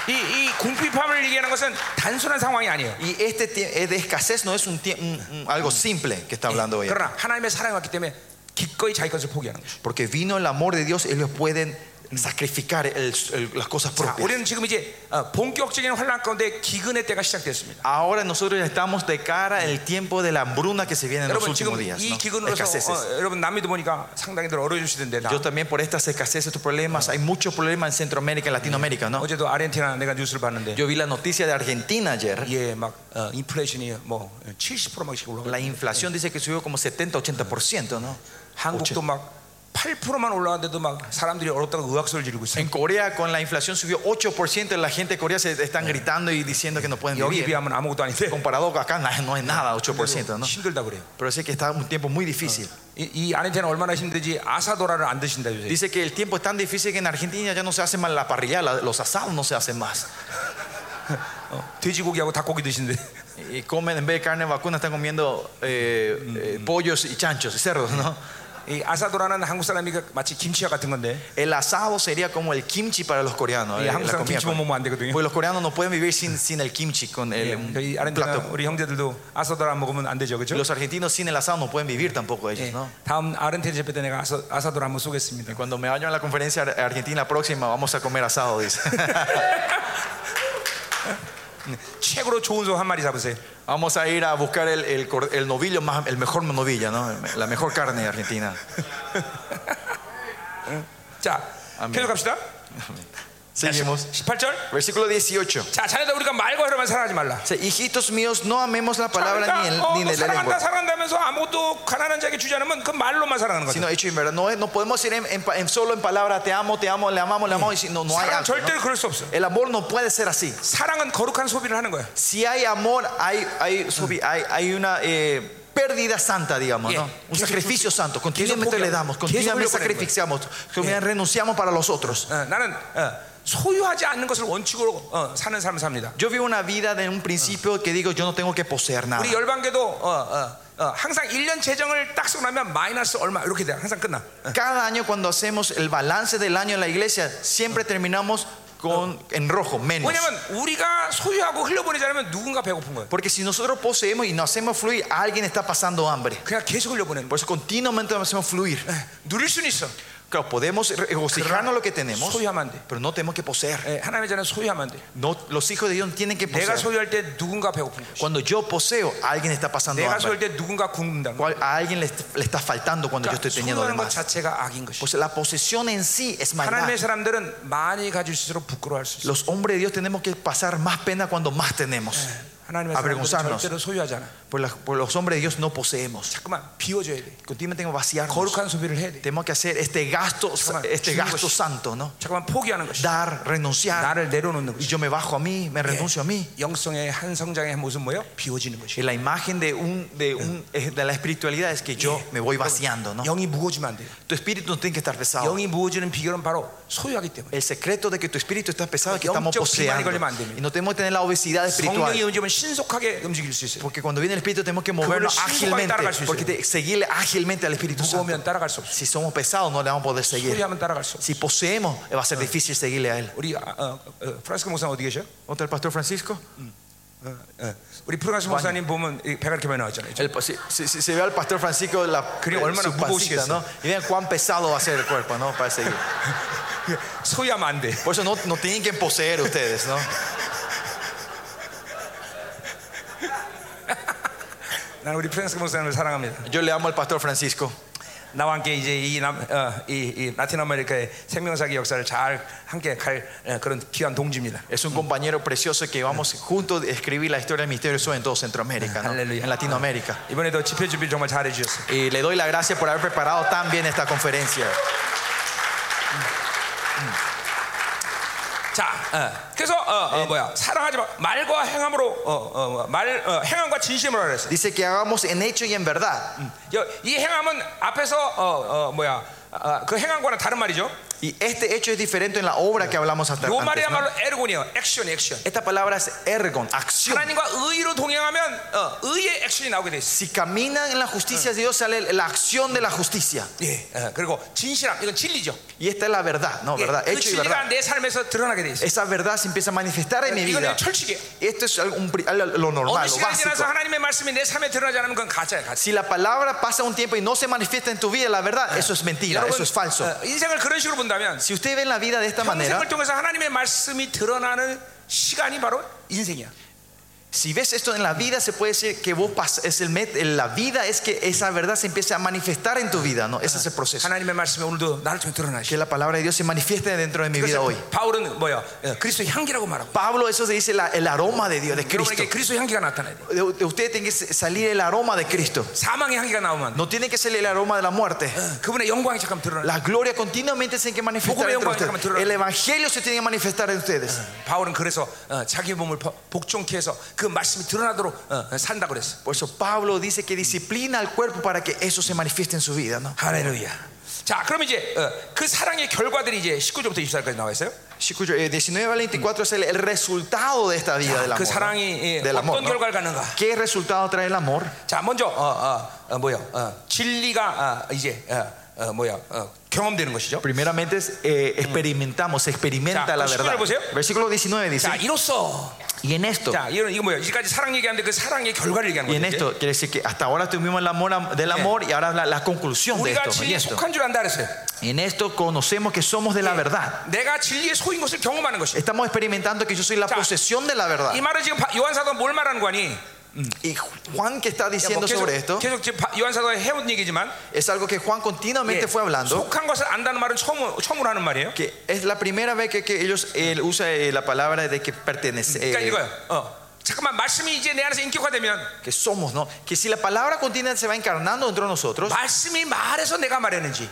[SPEAKER 1] 이, 이 궁핍함을 얘기하는 것은 단순한 상황이 아니에요.
[SPEAKER 2] Y este tie- eh, de escasez no es un, tie- un- un- algo simple que está hablando hoy.
[SPEAKER 1] 그러나 하나님의 사랑이 왔기 때문에 기꺼이 자기 것을 포기하는 거죠.
[SPEAKER 2] Porque vino el amor de Dios, ellos pueden sacrificar el- el- las cosas
[SPEAKER 1] 자,
[SPEAKER 2] propias.
[SPEAKER 1] 우리는 지금 이제 어, 본격적인 환란 가운데 기근의 때가 시작됐습니다.
[SPEAKER 2] Ahora nosotros ya estamos de cara al tiempo de la hambruna que se viene en los
[SPEAKER 1] 여러분 지금
[SPEAKER 2] últimos días.
[SPEAKER 1] 네, 이
[SPEAKER 2] ¿no? ah.
[SPEAKER 1] 기근으로서
[SPEAKER 2] Escaseces.
[SPEAKER 1] 어, 여러분 남미도 보니까 상당히들 어려우시던데 나.
[SPEAKER 2] Yo también por estas escaseces, estos problemas, hay muchos problemas en Centroamérica, en Latinoamérica, ¿no?
[SPEAKER 1] 어제도 아르헨티나 내가 뉴스를 봤는데
[SPEAKER 2] Yo vi la noticia de Argentina ayer.
[SPEAKER 1] 예, 막 어, 인플레이션이 뭐 70%막 올라가.
[SPEAKER 2] La inflación dice que subió como 70, 80%, ¿no?
[SPEAKER 1] 한국도 막 8%만 올라왔는데도 막 사람들이 어렵다고 의학소를 지르고 있어요.
[SPEAKER 2] En Corea con la inflación subió 8%, la gente de Corea se están gritando y diciendo que no pueden
[SPEAKER 1] 여기
[SPEAKER 2] vivir.
[SPEAKER 1] 비하면 아무것도 아닌데
[SPEAKER 2] Comparado con acá, na- no es nada, 8%, ¿no?
[SPEAKER 1] 힘들다 그래요.
[SPEAKER 2] Pero sé que está un tiempo muy difícil.
[SPEAKER 1] 이, 이 아르헨티나 얼마나 힘들지 아사도라를 안 드신다 요새.
[SPEAKER 2] Dice que el tiempo es tan difícil que en Argentina ya no se hace más la parrilla, la- los asados no se hacen más.
[SPEAKER 1] 돼지고기하고 닭고기 드시는데
[SPEAKER 2] Y comen, en vez de carne vacuna, están comiendo eh, eh, pollos y chanchos, y cerdos, ¿no?
[SPEAKER 1] <laughs> 이 아사도라는 한국 사람이 그- 마치 김치와 같은 건데
[SPEAKER 2] El asado sería como el kimchi para los coreanos.
[SPEAKER 1] 이
[SPEAKER 2] eh, la
[SPEAKER 1] 한국 사람
[SPEAKER 2] comida
[SPEAKER 1] 김치 못
[SPEAKER 2] coreana.
[SPEAKER 1] 먹으면 안 되거든요.
[SPEAKER 2] Pues los coreanos no pueden vivir sin, sin el kimchi, con el,
[SPEAKER 1] 예,
[SPEAKER 2] un
[SPEAKER 1] 그러니까 이 아르헨티나
[SPEAKER 2] plato.
[SPEAKER 1] 우리 형제들도 아사도라 안 먹으면 안 되죠, 그렇죠?
[SPEAKER 2] Los argentinos sin el asado no pueden vivir tampoco ellos,
[SPEAKER 1] 예,
[SPEAKER 2] ¿no?
[SPEAKER 1] 다음 아르헨티나 집회 때 내가 아사, 아사도라 한번 쏘겠습니다.
[SPEAKER 2] Cuando me vayan a la conferencia ar- argentina próxima, vamos a comer asado, dice. <laughs>
[SPEAKER 1] 최고로 좋은 소 한 마리 잡으세요.
[SPEAKER 2] vamos a ir a buscar el, el, cor- el novillo, más, el mejor novillo, ¿no? La mejor carne argentina.
[SPEAKER 1] 자,
[SPEAKER 2] 아멘.
[SPEAKER 1] 계속 갑시다.
[SPEAKER 2] Seguimos.
[SPEAKER 1] 18절.
[SPEAKER 2] Versículo 18.
[SPEAKER 1] 자, 자네들 우리가 말과 혀로만 사랑하지 말라.
[SPEAKER 2] Dice, Hijitos míos, no amemos la palabra ni, el-
[SPEAKER 1] 어,
[SPEAKER 2] ni
[SPEAKER 1] 너
[SPEAKER 2] de la
[SPEAKER 1] 사랑한다
[SPEAKER 2] lengua.
[SPEAKER 1] 사랑한다면서 아무것도 가난한 자에게 주지 않으면 그 말로만 사랑하는 거죠.
[SPEAKER 2] Sino hecho y en verdad. No, es- no podemos ir en, en pa- en solo en palabra, te amo, te amo, le amamos, le amamos. Y si no, no hay
[SPEAKER 1] 사랑
[SPEAKER 2] acto, ¿no?
[SPEAKER 1] 절대로 그럴 수 없어.
[SPEAKER 2] El amor no puede ser así.
[SPEAKER 1] 사랑은 거룩한 소비를 하는 거야.
[SPEAKER 2] Si hay amor, hay, hay,
[SPEAKER 1] Mm.
[SPEAKER 2] subi- hay, hay una eh, pérdida santa, digamos, ¿no?
[SPEAKER 1] Yeah.
[SPEAKER 2] un sacrificio santo.
[SPEAKER 1] porque-
[SPEAKER 2] Continuamente le damos,
[SPEAKER 1] que es
[SPEAKER 2] continuamente
[SPEAKER 1] lo que-
[SPEAKER 2] sacrificamos, continuamente renunciamos para los otros.
[SPEAKER 1] 어, 나는 어, 소유하지 않는 것을 원칙으로 어, 사는 삶을 삽니다.
[SPEAKER 2] Yo vivo una vida de un principio que digo, yo no tengo que poseer nada.
[SPEAKER 1] 우리 열방계도 어, 어, 어, 항상 1년 재정을 딱 쓰고 나면 마이너스 얼마 이렇게 돼. 항상 끝나.
[SPEAKER 2] Cada año cuando hacemos el balance del año en la iglesia, siempre terminamos con, en rojo, menos.
[SPEAKER 1] 왜냐면 우리가 소유하고 흘려보내지 않으면 누군가 배고픈 거예요.
[SPEAKER 2] Porque si nosotros poseemos y nos hacemos fluir, alguien está pasando hambre.
[SPEAKER 1] 그냥 계속 흘려보내는 거예요.
[SPEAKER 2] Por eso continuamente nos hacemos fluir.
[SPEAKER 1] 누릴 수는 있어.
[SPEAKER 2] Claro, podemos regocijarnos lo que
[SPEAKER 1] 네,
[SPEAKER 2] tenemos,
[SPEAKER 1] 소유하면 안 돼.
[SPEAKER 2] pero no tenemos que poseer.
[SPEAKER 1] 예, 하나님의 자는 소유하면 안 돼.
[SPEAKER 2] No, los hijos de Dios no tienen que
[SPEAKER 1] 내가
[SPEAKER 2] poseer.
[SPEAKER 1] 뭐 소유할 때 누군가 배고픈 거야.
[SPEAKER 2] Cuando yo poseo, alguien está pasando
[SPEAKER 1] 내가
[SPEAKER 2] hambre.
[SPEAKER 1] 소유할 때 누군가 굶는다.
[SPEAKER 2] Cual- A alguien le, le está faltando cuando yo
[SPEAKER 1] 그러니까
[SPEAKER 2] estoy teniendo de
[SPEAKER 1] 소유하는 것
[SPEAKER 2] más.
[SPEAKER 1] 자체가 악인 것이.
[SPEAKER 2] Pues la posesión en sí es maldad.
[SPEAKER 1] 하나님의 사람들은 많이 가질수록 부끄러워할 수 있어.
[SPEAKER 2] Los hombres de Dios tenemos que pasar más pena cuando más tenemos.
[SPEAKER 1] 하나님의 사람들은
[SPEAKER 2] avergonzarnos.
[SPEAKER 1] 절대로 소유하지 않아.
[SPEAKER 2] Por, la- por los hombres de Dios no poseemos.
[SPEAKER 1] 잠깐만 비워줘야 돼.
[SPEAKER 2] Continuamente tengo que vaciarnos.
[SPEAKER 1] 거룩한 소비를 해야 돼.
[SPEAKER 2] Tenemos que hacer este gasto,
[SPEAKER 1] 잠깐만,
[SPEAKER 2] este
[SPEAKER 1] 주는
[SPEAKER 2] gasto
[SPEAKER 1] 것이-
[SPEAKER 2] santo, ¿no?
[SPEAKER 1] 잠깐만 포기하는 것이.
[SPEAKER 2] Dar, Eh. renunciar.
[SPEAKER 1] 나를 내려놓는
[SPEAKER 2] Y
[SPEAKER 1] 것이.
[SPEAKER 2] yo me bajo a mí, me renuncio a mí.
[SPEAKER 1] 영성의 한 성장의 한 모습 뭐예요? 비워지는 것이.
[SPEAKER 2] Y la imagen de, un, de, un, eh, de la espiritualidad es que yo
[SPEAKER 1] 네.
[SPEAKER 2] me voy vaciando, ¿no?
[SPEAKER 1] 영이 무거워지면 안 돼요.
[SPEAKER 2] Tu espíritu no tiene que estar pesado.
[SPEAKER 1] 영이 무거워지는 비결은 바로 소유하기 때문에.
[SPEAKER 2] El secreto de que tu espíritu está pesado es que
[SPEAKER 1] 영적
[SPEAKER 2] estamos
[SPEAKER 1] 비만이
[SPEAKER 2] poseando.
[SPEAKER 1] 걸리면 안 됩니다.
[SPEAKER 2] Y no tenemos que tener la
[SPEAKER 1] 성령이
[SPEAKER 2] obesidad espiritual.
[SPEAKER 1] 움직이면 신속하게 움직일 수 있어요.
[SPEAKER 2] Porque cuando viene el espíritu tenemos que movernos
[SPEAKER 1] 신속하게
[SPEAKER 2] ágilmente.
[SPEAKER 1] 따라갈 수 있어요.
[SPEAKER 2] Porque te- seguirle ágilmente al Espíritu Santo.
[SPEAKER 1] 무거우면 따라갈 수 없어.
[SPEAKER 2] Si somos pesados no le vamos a poder seguir.
[SPEAKER 1] 소유하면 따라갈 수 없어.
[SPEAKER 2] Si poseemos va a ser difícil seguirle a él.
[SPEAKER 1] 우리 아, 어, 어, 프란스코 목사님 어디 계셔?
[SPEAKER 2] ¿Otra el pastor Francisco?
[SPEAKER 1] 어, 어. 우리 프란스코 목사님 보면 이 배가 이렇게 많이 나왔잖아요.
[SPEAKER 2] El- si, si- si se ve al pastor Francisco la
[SPEAKER 1] Creo,
[SPEAKER 2] eh,
[SPEAKER 1] hermano,
[SPEAKER 2] su
[SPEAKER 1] ¿cómo
[SPEAKER 2] pancita,
[SPEAKER 1] sigue
[SPEAKER 2] ¿no? Y vean cuán pesado va a ser el cuerpo, ¿no? Para seguir.
[SPEAKER 1] 소유하면 안 돼.
[SPEAKER 2] Por eso no, no tienen que poseer ustedes, ¿no?
[SPEAKER 1] 나는 우리 프란스코 목사님을 사랑합니다.
[SPEAKER 2] Yo le amo al pastor Francisco.
[SPEAKER 1] 나와 함께 이제 이, 남, 어, 이, 이 라틴 아메리카의 생명사기 역사를 잘 함께 갈 어, 그런 귀한 동지입니다.
[SPEAKER 2] Es un compañero precioso que vamos juntos a escribir la historia del misterio del Sur en toda Centroamérica, ¿no?
[SPEAKER 1] Aleluya.
[SPEAKER 2] en Latinoamérica.
[SPEAKER 1] 이번에도 집회 준비 정말 잘해 주셨어요.
[SPEAKER 2] Y le doy la gracia por haber preparado tan bien esta conferencia.
[SPEAKER 1] 자, 어, 그래서 어, 어, 뭐야 사랑하지 마 말과 행함으로 어, 어, 말 어, 행함과 진심으로 하라 했어요.
[SPEAKER 2] Dice que hagamos en hecho y en verdad.
[SPEAKER 1] 여- 이 행함은 앞에서 어, 어, 뭐야 아, 그 행함과는 다른 말이죠.
[SPEAKER 2] Y este hecho es diferente en la obra que hablamos hasta
[SPEAKER 1] 요
[SPEAKER 2] antes, ¿no?
[SPEAKER 1] 말이야말로 에르곤이에요. 액션, 액션.
[SPEAKER 2] Esta palabra es ergon, acción.
[SPEAKER 1] 하나님과 의로 동행하면 어, 의의 액션이 나오게 돼 있어.
[SPEAKER 2] Si caminan en la justicia de Dios sale la acción de la justicia.
[SPEAKER 1] 예. 어, 그리고 진실함 이건 진리죠.
[SPEAKER 2] Y esta es la verdad, no,
[SPEAKER 1] 예,
[SPEAKER 2] verdad,
[SPEAKER 1] 그
[SPEAKER 2] hecho y
[SPEAKER 1] 진리가
[SPEAKER 2] verdad.
[SPEAKER 1] 내 삶에서 드러나게 돼 있어.
[SPEAKER 2] Esa verdad se empieza a manifestar en mi vida.
[SPEAKER 1] 이거는 철칙이에요.
[SPEAKER 2] Esto es algo- un pri- algo- lo
[SPEAKER 1] 어느
[SPEAKER 2] normal, lo
[SPEAKER 1] 시간이 지나서
[SPEAKER 2] básico.
[SPEAKER 1] 하나님의 말씀이 내 삶에 드러나지 않으면 그건 가짜야, 가짜.
[SPEAKER 2] Si la palabra pasa un tiempo y no se manifiesta en tu vida, la verdad, eso es mentira, eso es falso.
[SPEAKER 1] 어, 인생을 그런 식으로 본다면
[SPEAKER 2] Si usted ve la vida de esta manera,
[SPEAKER 1] 평생을 통해서 하나님의 말씀이 드러나는 시간이 바로 인생이야.
[SPEAKER 2] si ves esto en la vida, se puede decir que vos pas- es el met- en la vida es que esa verdad se empiece a manifestar en tu vida, ¿no? Ese es el proceso.
[SPEAKER 1] 하나님의 말씀이 오늘도 나를 통해 드러나시.
[SPEAKER 2] Que la palabra de Dios se manifieste dentro de mi vida hoy.
[SPEAKER 1] 바울은 뭐야? 예, 그리스도의 향기라고 말하고.
[SPEAKER 2] Pablo, eso se dice la- el aroma de Dios, de Cristo.
[SPEAKER 1] 여러분에게 그리스도의 향기가 나타나야 돼.
[SPEAKER 2] De, de usted tiene que salir el aroma de Cristo.
[SPEAKER 1] 사망의 향기가 나오면 안 돼.
[SPEAKER 2] No tiene que salir el aroma de la muerte.
[SPEAKER 1] 그분의 영광이 잠깐 드러나.
[SPEAKER 2] La gloria continuamente se tiene que manifestar entre ustedes. El evangelio se tiene que manifestar en ustedes.
[SPEAKER 1] 바울은 그래서 어, 자기 몸을 버- 복종케 해서 그 말씀이 드러나도록 어, 어, 산다 그랬어.
[SPEAKER 2] Por eso Pablo dice que disciplina al cuerpo para que eso se manifieste en su vida. ¿no?
[SPEAKER 1] 할렐루야. 자, 그럼 이제 어, 그 사랑의 결과들이 이제 19절부터 24절까지 나와 있어요.
[SPEAKER 2] Shikuyo, eh, 19 al 24 es el, el resultado de esta vida del amor.
[SPEAKER 1] 그
[SPEAKER 2] ¿no?
[SPEAKER 1] 사랑이 예,
[SPEAKER 2] Del amor,
[SPEAKER 1] 어떤
[SPEAKER 2] ¿no?
[SPEAKER 1] 결과를 갖는가?
[SPEAKER 2] ¿Qué resultado trae el amor?
[SPEAKER 1] 자 먼저 어, 뭐야 어, 진리가 어, 이제 어, 어, 뭐야 어, 경험되는 것이죠.
[SPEAKER 2] Primeramente es, eh, experimentamos, se experimenta
[SPEAKER 1] Ya,
[SPEAKER 2] la
[SPEAKER 1] versículo
[SPEAKER 2] verdad.
[SPEAKER 1] 보세요.
[SPEAKER 2] Versículo 19
[SPEAKER 1] 자
[SPEAKER 2] dice,
[SPEAKER 1] 이로써
[SPEAKER 2] y en esto,
[SPEAKER 1] 자 이런 이거 뭐야 이까지 사랑 얘기하는데 그 사랑의 결과를 얘기하는
[SPEAKER 2] y en
[SPEAKER 1] 거죠. 이제.
[SPEAKER 2] esto quiere decir que hasta ahora tuvimos el amor am- del amor y ahora la, la conclusión de
[SPEAKER 1] 우리가
[SPEAKER 2] esto. ¿no? Y
[SPEAKER 1] 진리에
[SPEAKER 2] esto.
[SPEAKER 1] 속한 줄 안다 그랬어요.
[SPEAKER 2] En esto conocemos que somos de la verdad.
[SPEAKER 1] 내가 진리의 소인 것을 경험하는 것이.
[SPEAKER 2] Estamos experimentando que yo soy la
[SPEAKER 1] Ya.
[SPEAKER 2] posesión de la verdad.
[SPEAKER 1] 이 말을 지금 요한 사도 뭘 말하는 거니? 뭐
[SPEAKER 2] Y Juan que está diciendo
[SPEAKER 1] 계속,
[SPEAKER 2] sobre esto
[SPEAKER 1] 계속 지금 요한 사도가 해온 얘기지만
[SPEAKER 2] es algo que Juan
[SPEAKER 1] 예,
[SPEAKER 2] continuamente fue hablando.
[SPEAKER 1] 속한 것을 안다는 말은 처음 처음으로 하는 말이에요.
[SPEAKER 2] Que es la primera vez que, que ellos él usa eh, la palabra de que pertenece,
[SPEAKER 1] 그러니까
[SPEAKER 2] eh,
[SPEAKER 1] 이거요. 어, 잠깐만 말씀이 이제 내 안에서 인격화되면
[SPEAKER 2] que somos, ¿no? Que si la palabra continuamente se va encarnando dentro de nosotros,
[SPEAKER 1] 말씀이 말해서 내가 말했는지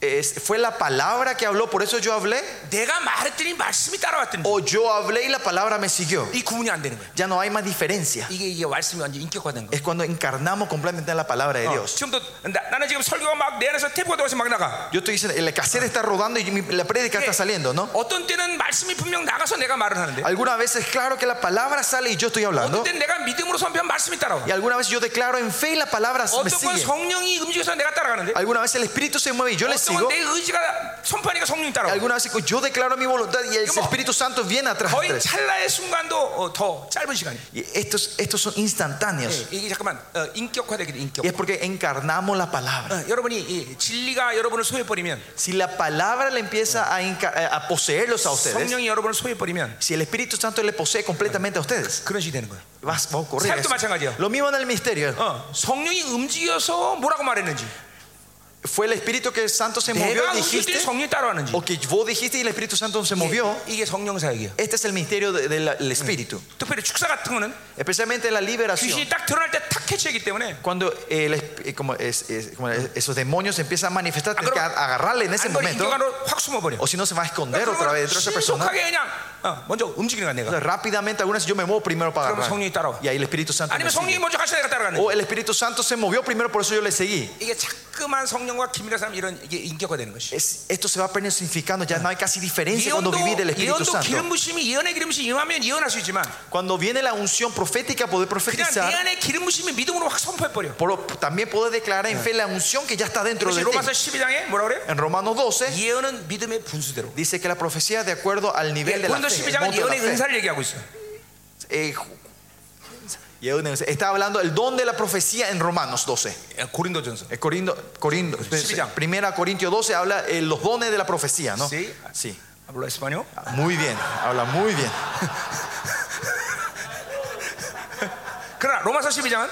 [SPEAKER 2] es- fue la palabra que habló, por eso yo hablé,
[SPEAKER 1] 내가 말했더니 말씀이 따라왔던지
[SPEAKER 2] o yo hablé y la palabra me siguió.
[SPEAKER 1] 이 구분이 안 되는 거예요.
[SPEAKER 2] Ya no hay más diferencia.
[SPEAKER 1] 이게 이게 말씀이 완전 인격화된 거예요.
[SPEAKER 2] Es cuando encarnamos completamente la palabra
[SPEAKER 1] Ah.
[SPEAKER 2] de Dios.
[SPEAKER 1] 지금도 나, 나는 지금 설교가 막 내 안에서 테이프가 들어서 막 나가.
[SPEAKER 2] Yo estoy diciendo, el cassette está rodando y mi- la prédica está saliendo, ¿no?
[SPEAKER 1] 어떤 아, 때는 말씀이 분명 나가서 내가 말을 하는데
[SPEAKER 2] Algunas veces, claro que la palabra sale y yo estoy hablando.
[SPEAKER 1] 어떤 때는 내가 믿음으로 선포한 말씀이 따라와.
[SPEAKER 2] Y alguna vez yo declaro en fe y la palabra me
[SPEAKER 1] 어떤 건
[SPEAKER 2] sigue.
[SPEAKER 1] 성령이 움직여서 내가 따라가는데
[SPEAKER 2] Alguna vez el Espíritu se mueve y yo le
[SPEAKER 1] 어떤 건
[SPEAKER 2] sigo.
[SPEAKER 1] 내 의지가 선포하니까 성령이 따라와.
[SPEAKER 2] Alguna vez yo declaro mi voluntad y el
[SPEAKER 1] Como-
[SPEAKER 2] Espíritu Santo viene atrás.
[SPEAKER 1] 거의 찰나의 순간도 어, 더 짧은 시간이.
[SPEAKER 2] Y estos, estos son instantáneos.
[SPEAKER 1] 이게 잠깐만 어, 인격화되기 돼, 인격.
[SPEAKER 2] Y es porque encarnamos la palabra.
[SPEAKER 1] 어, 여러분이 이 진리가 여러분을 소유해버리면
[SPEAKER 2] Si la palabra le empieza a, enca- a poseerlos a ustedes,
[SPEAKER 1] 성령이 여러분을 소유해버리면
[SPEAKER 2] si el Espíritu Santo le posee completamente a ustedes,
[SPEAKER 1] 그런 식이 되는 거예요.
[SPEAKER 2] va, va a ocurrir.
[SPEAKER 1] Santo
[SPEAKER 2] eso.
[SPEAKER 1] machacayo.
[SPEAKER 2] Lo mismo en el misterio.
[SPEAKER 1] 어, 성령이 움직여서 뭐라고 말했는지
[SPEAKER 2] ¿Fue el Espíritu que Santo se movió
[SPEAKER 1] 내가
[SPEAKER 2] y
[SPEAKER 1] 웃을 때
[SPEAKER 2] dijiste?
[SPEAKER 1] 성령이 따라하는지
[SPEAKER 2] ¿O que vos dijiste y el Espíritu Santo se
[SPEAKER 1] 이게,
[SPEAKER 2] movió?
[SPEAKER 1] 이게 성령 사역이에요.
[SPEAKER 2] Este es el misterio de- del Espíritu.
[SPEAKER 1] 특별히 축사 같은 거는
[SPEAKER 2] Especialmente la liberación.
[SPEAKER 1] 귀신이 딱 드러날 때 탁 해치기 때문에
[SPEAKER 2] Cuando el esp- eh, como es- es- como es- esos demonios se empiezan a manifestar, tienes que
[SPEAKER 1] 그럼
[SPEAKER 2] a- agarrarle en ese
[SPEAKER 1] 안걸
[SPEAKER 2] momento.
[SPEAKER 1] 인격으로 확 숨어버려. 그러니까
[SPEAKER 2] O si no, se va a esconder otra vez
[SPEAKER 1] 그러면
[SPEAKER 2] dentro de esa persona.
[SPEAKER 1] 신속하게 그냥 어, 먼저 움직이는 거야 내가.
[SPEAKER 2] Entonces, rápidamente, algunas veces yo me muevo primero para
[SPEAKER 1] 그럼
[SPEAKER 2] agarrar.
[SPEAKER 1] 성령이 따라와.
[SPEAKER 2] Y ahí el Espíritu Santo. me
[SPEAKER 1] 아니면 성령이
[SPEAKER 2] sigue.
[SPEAKER 1] 먼저 같이 내가 따라가는. 거야.
[SPEAKER 2] O el Espíritu Santo se movió primero, por eso yo le seguí.
[SPEAKER 1] 이게 자꾸만 성령과 기밀의 삶 이런 이게 인격화되는 것이.
[SPEAKER 2] Es- esto se va personificando, ya no hay casi diferencia cuando
[SPEAKER 1] 예언도
[SPEAKER 2] vivir el Espíritu
[SPEAKER 1] 예언도 기름
[SPEAKER 2] Santo.
[SPEAKER 1] 부심이 예언의 기름 부심이 임하면 예언할 수 있지만
[SPEAKER 2] Cuando viene la unción profética, poder
[SPEAKER 1] 그냥 내
[SPEAKER 2] profetizar,
[SPEAKER 1] 안에 기름 부심이 믿음으로 확 선포해 버려.
[SPEAKER 2] por- también poder declarar en fe la unción que ya está dentro
[SPEAKER 1] 그것이
[SPEAKER 2] de ti.
[SPEAKER 1] 로마서 12장에 뭐라 그래?
[SPEAKER 2] En Romanos 12
[SPEAKER 1] 예언은 믿음의 분수대로.
[SPEAKER 2] dice que la profecía de acuerdo al nivel de la
[SPEAKER 1] 고린도 네,
[SPEAKER 2] fe. el
[SPEAKER 1] 12장은
[SPEAKER 2] monto de la
[SPEAKER 1] 예언의
[SPEAKER 2] fe.
[SPEAKER 1] 은사를 얘기하고 있어.
[SPEAKER 2] Eh, ju- 예언의 은사. Está hablando el don de la profecía en Romanos 12.
[SPEAKER 1] 예, 고린도전서.
[SPEAKER 2] Eh, Corindo, Corindo, entonces,
[SPEAKER 1] 12.
[SPEAKER 2] primera Corintio 12 habla eh, los dones de la profecía, ¿no?
[SPEAKER 1] Sí.
[SPEAKER 2] Sí.
[SPEAKER 1] Hablo español.
[SPEAKER 2] Muy bien, habla muy bien.
[SPEAKER 1] 그러나 로마서 12장은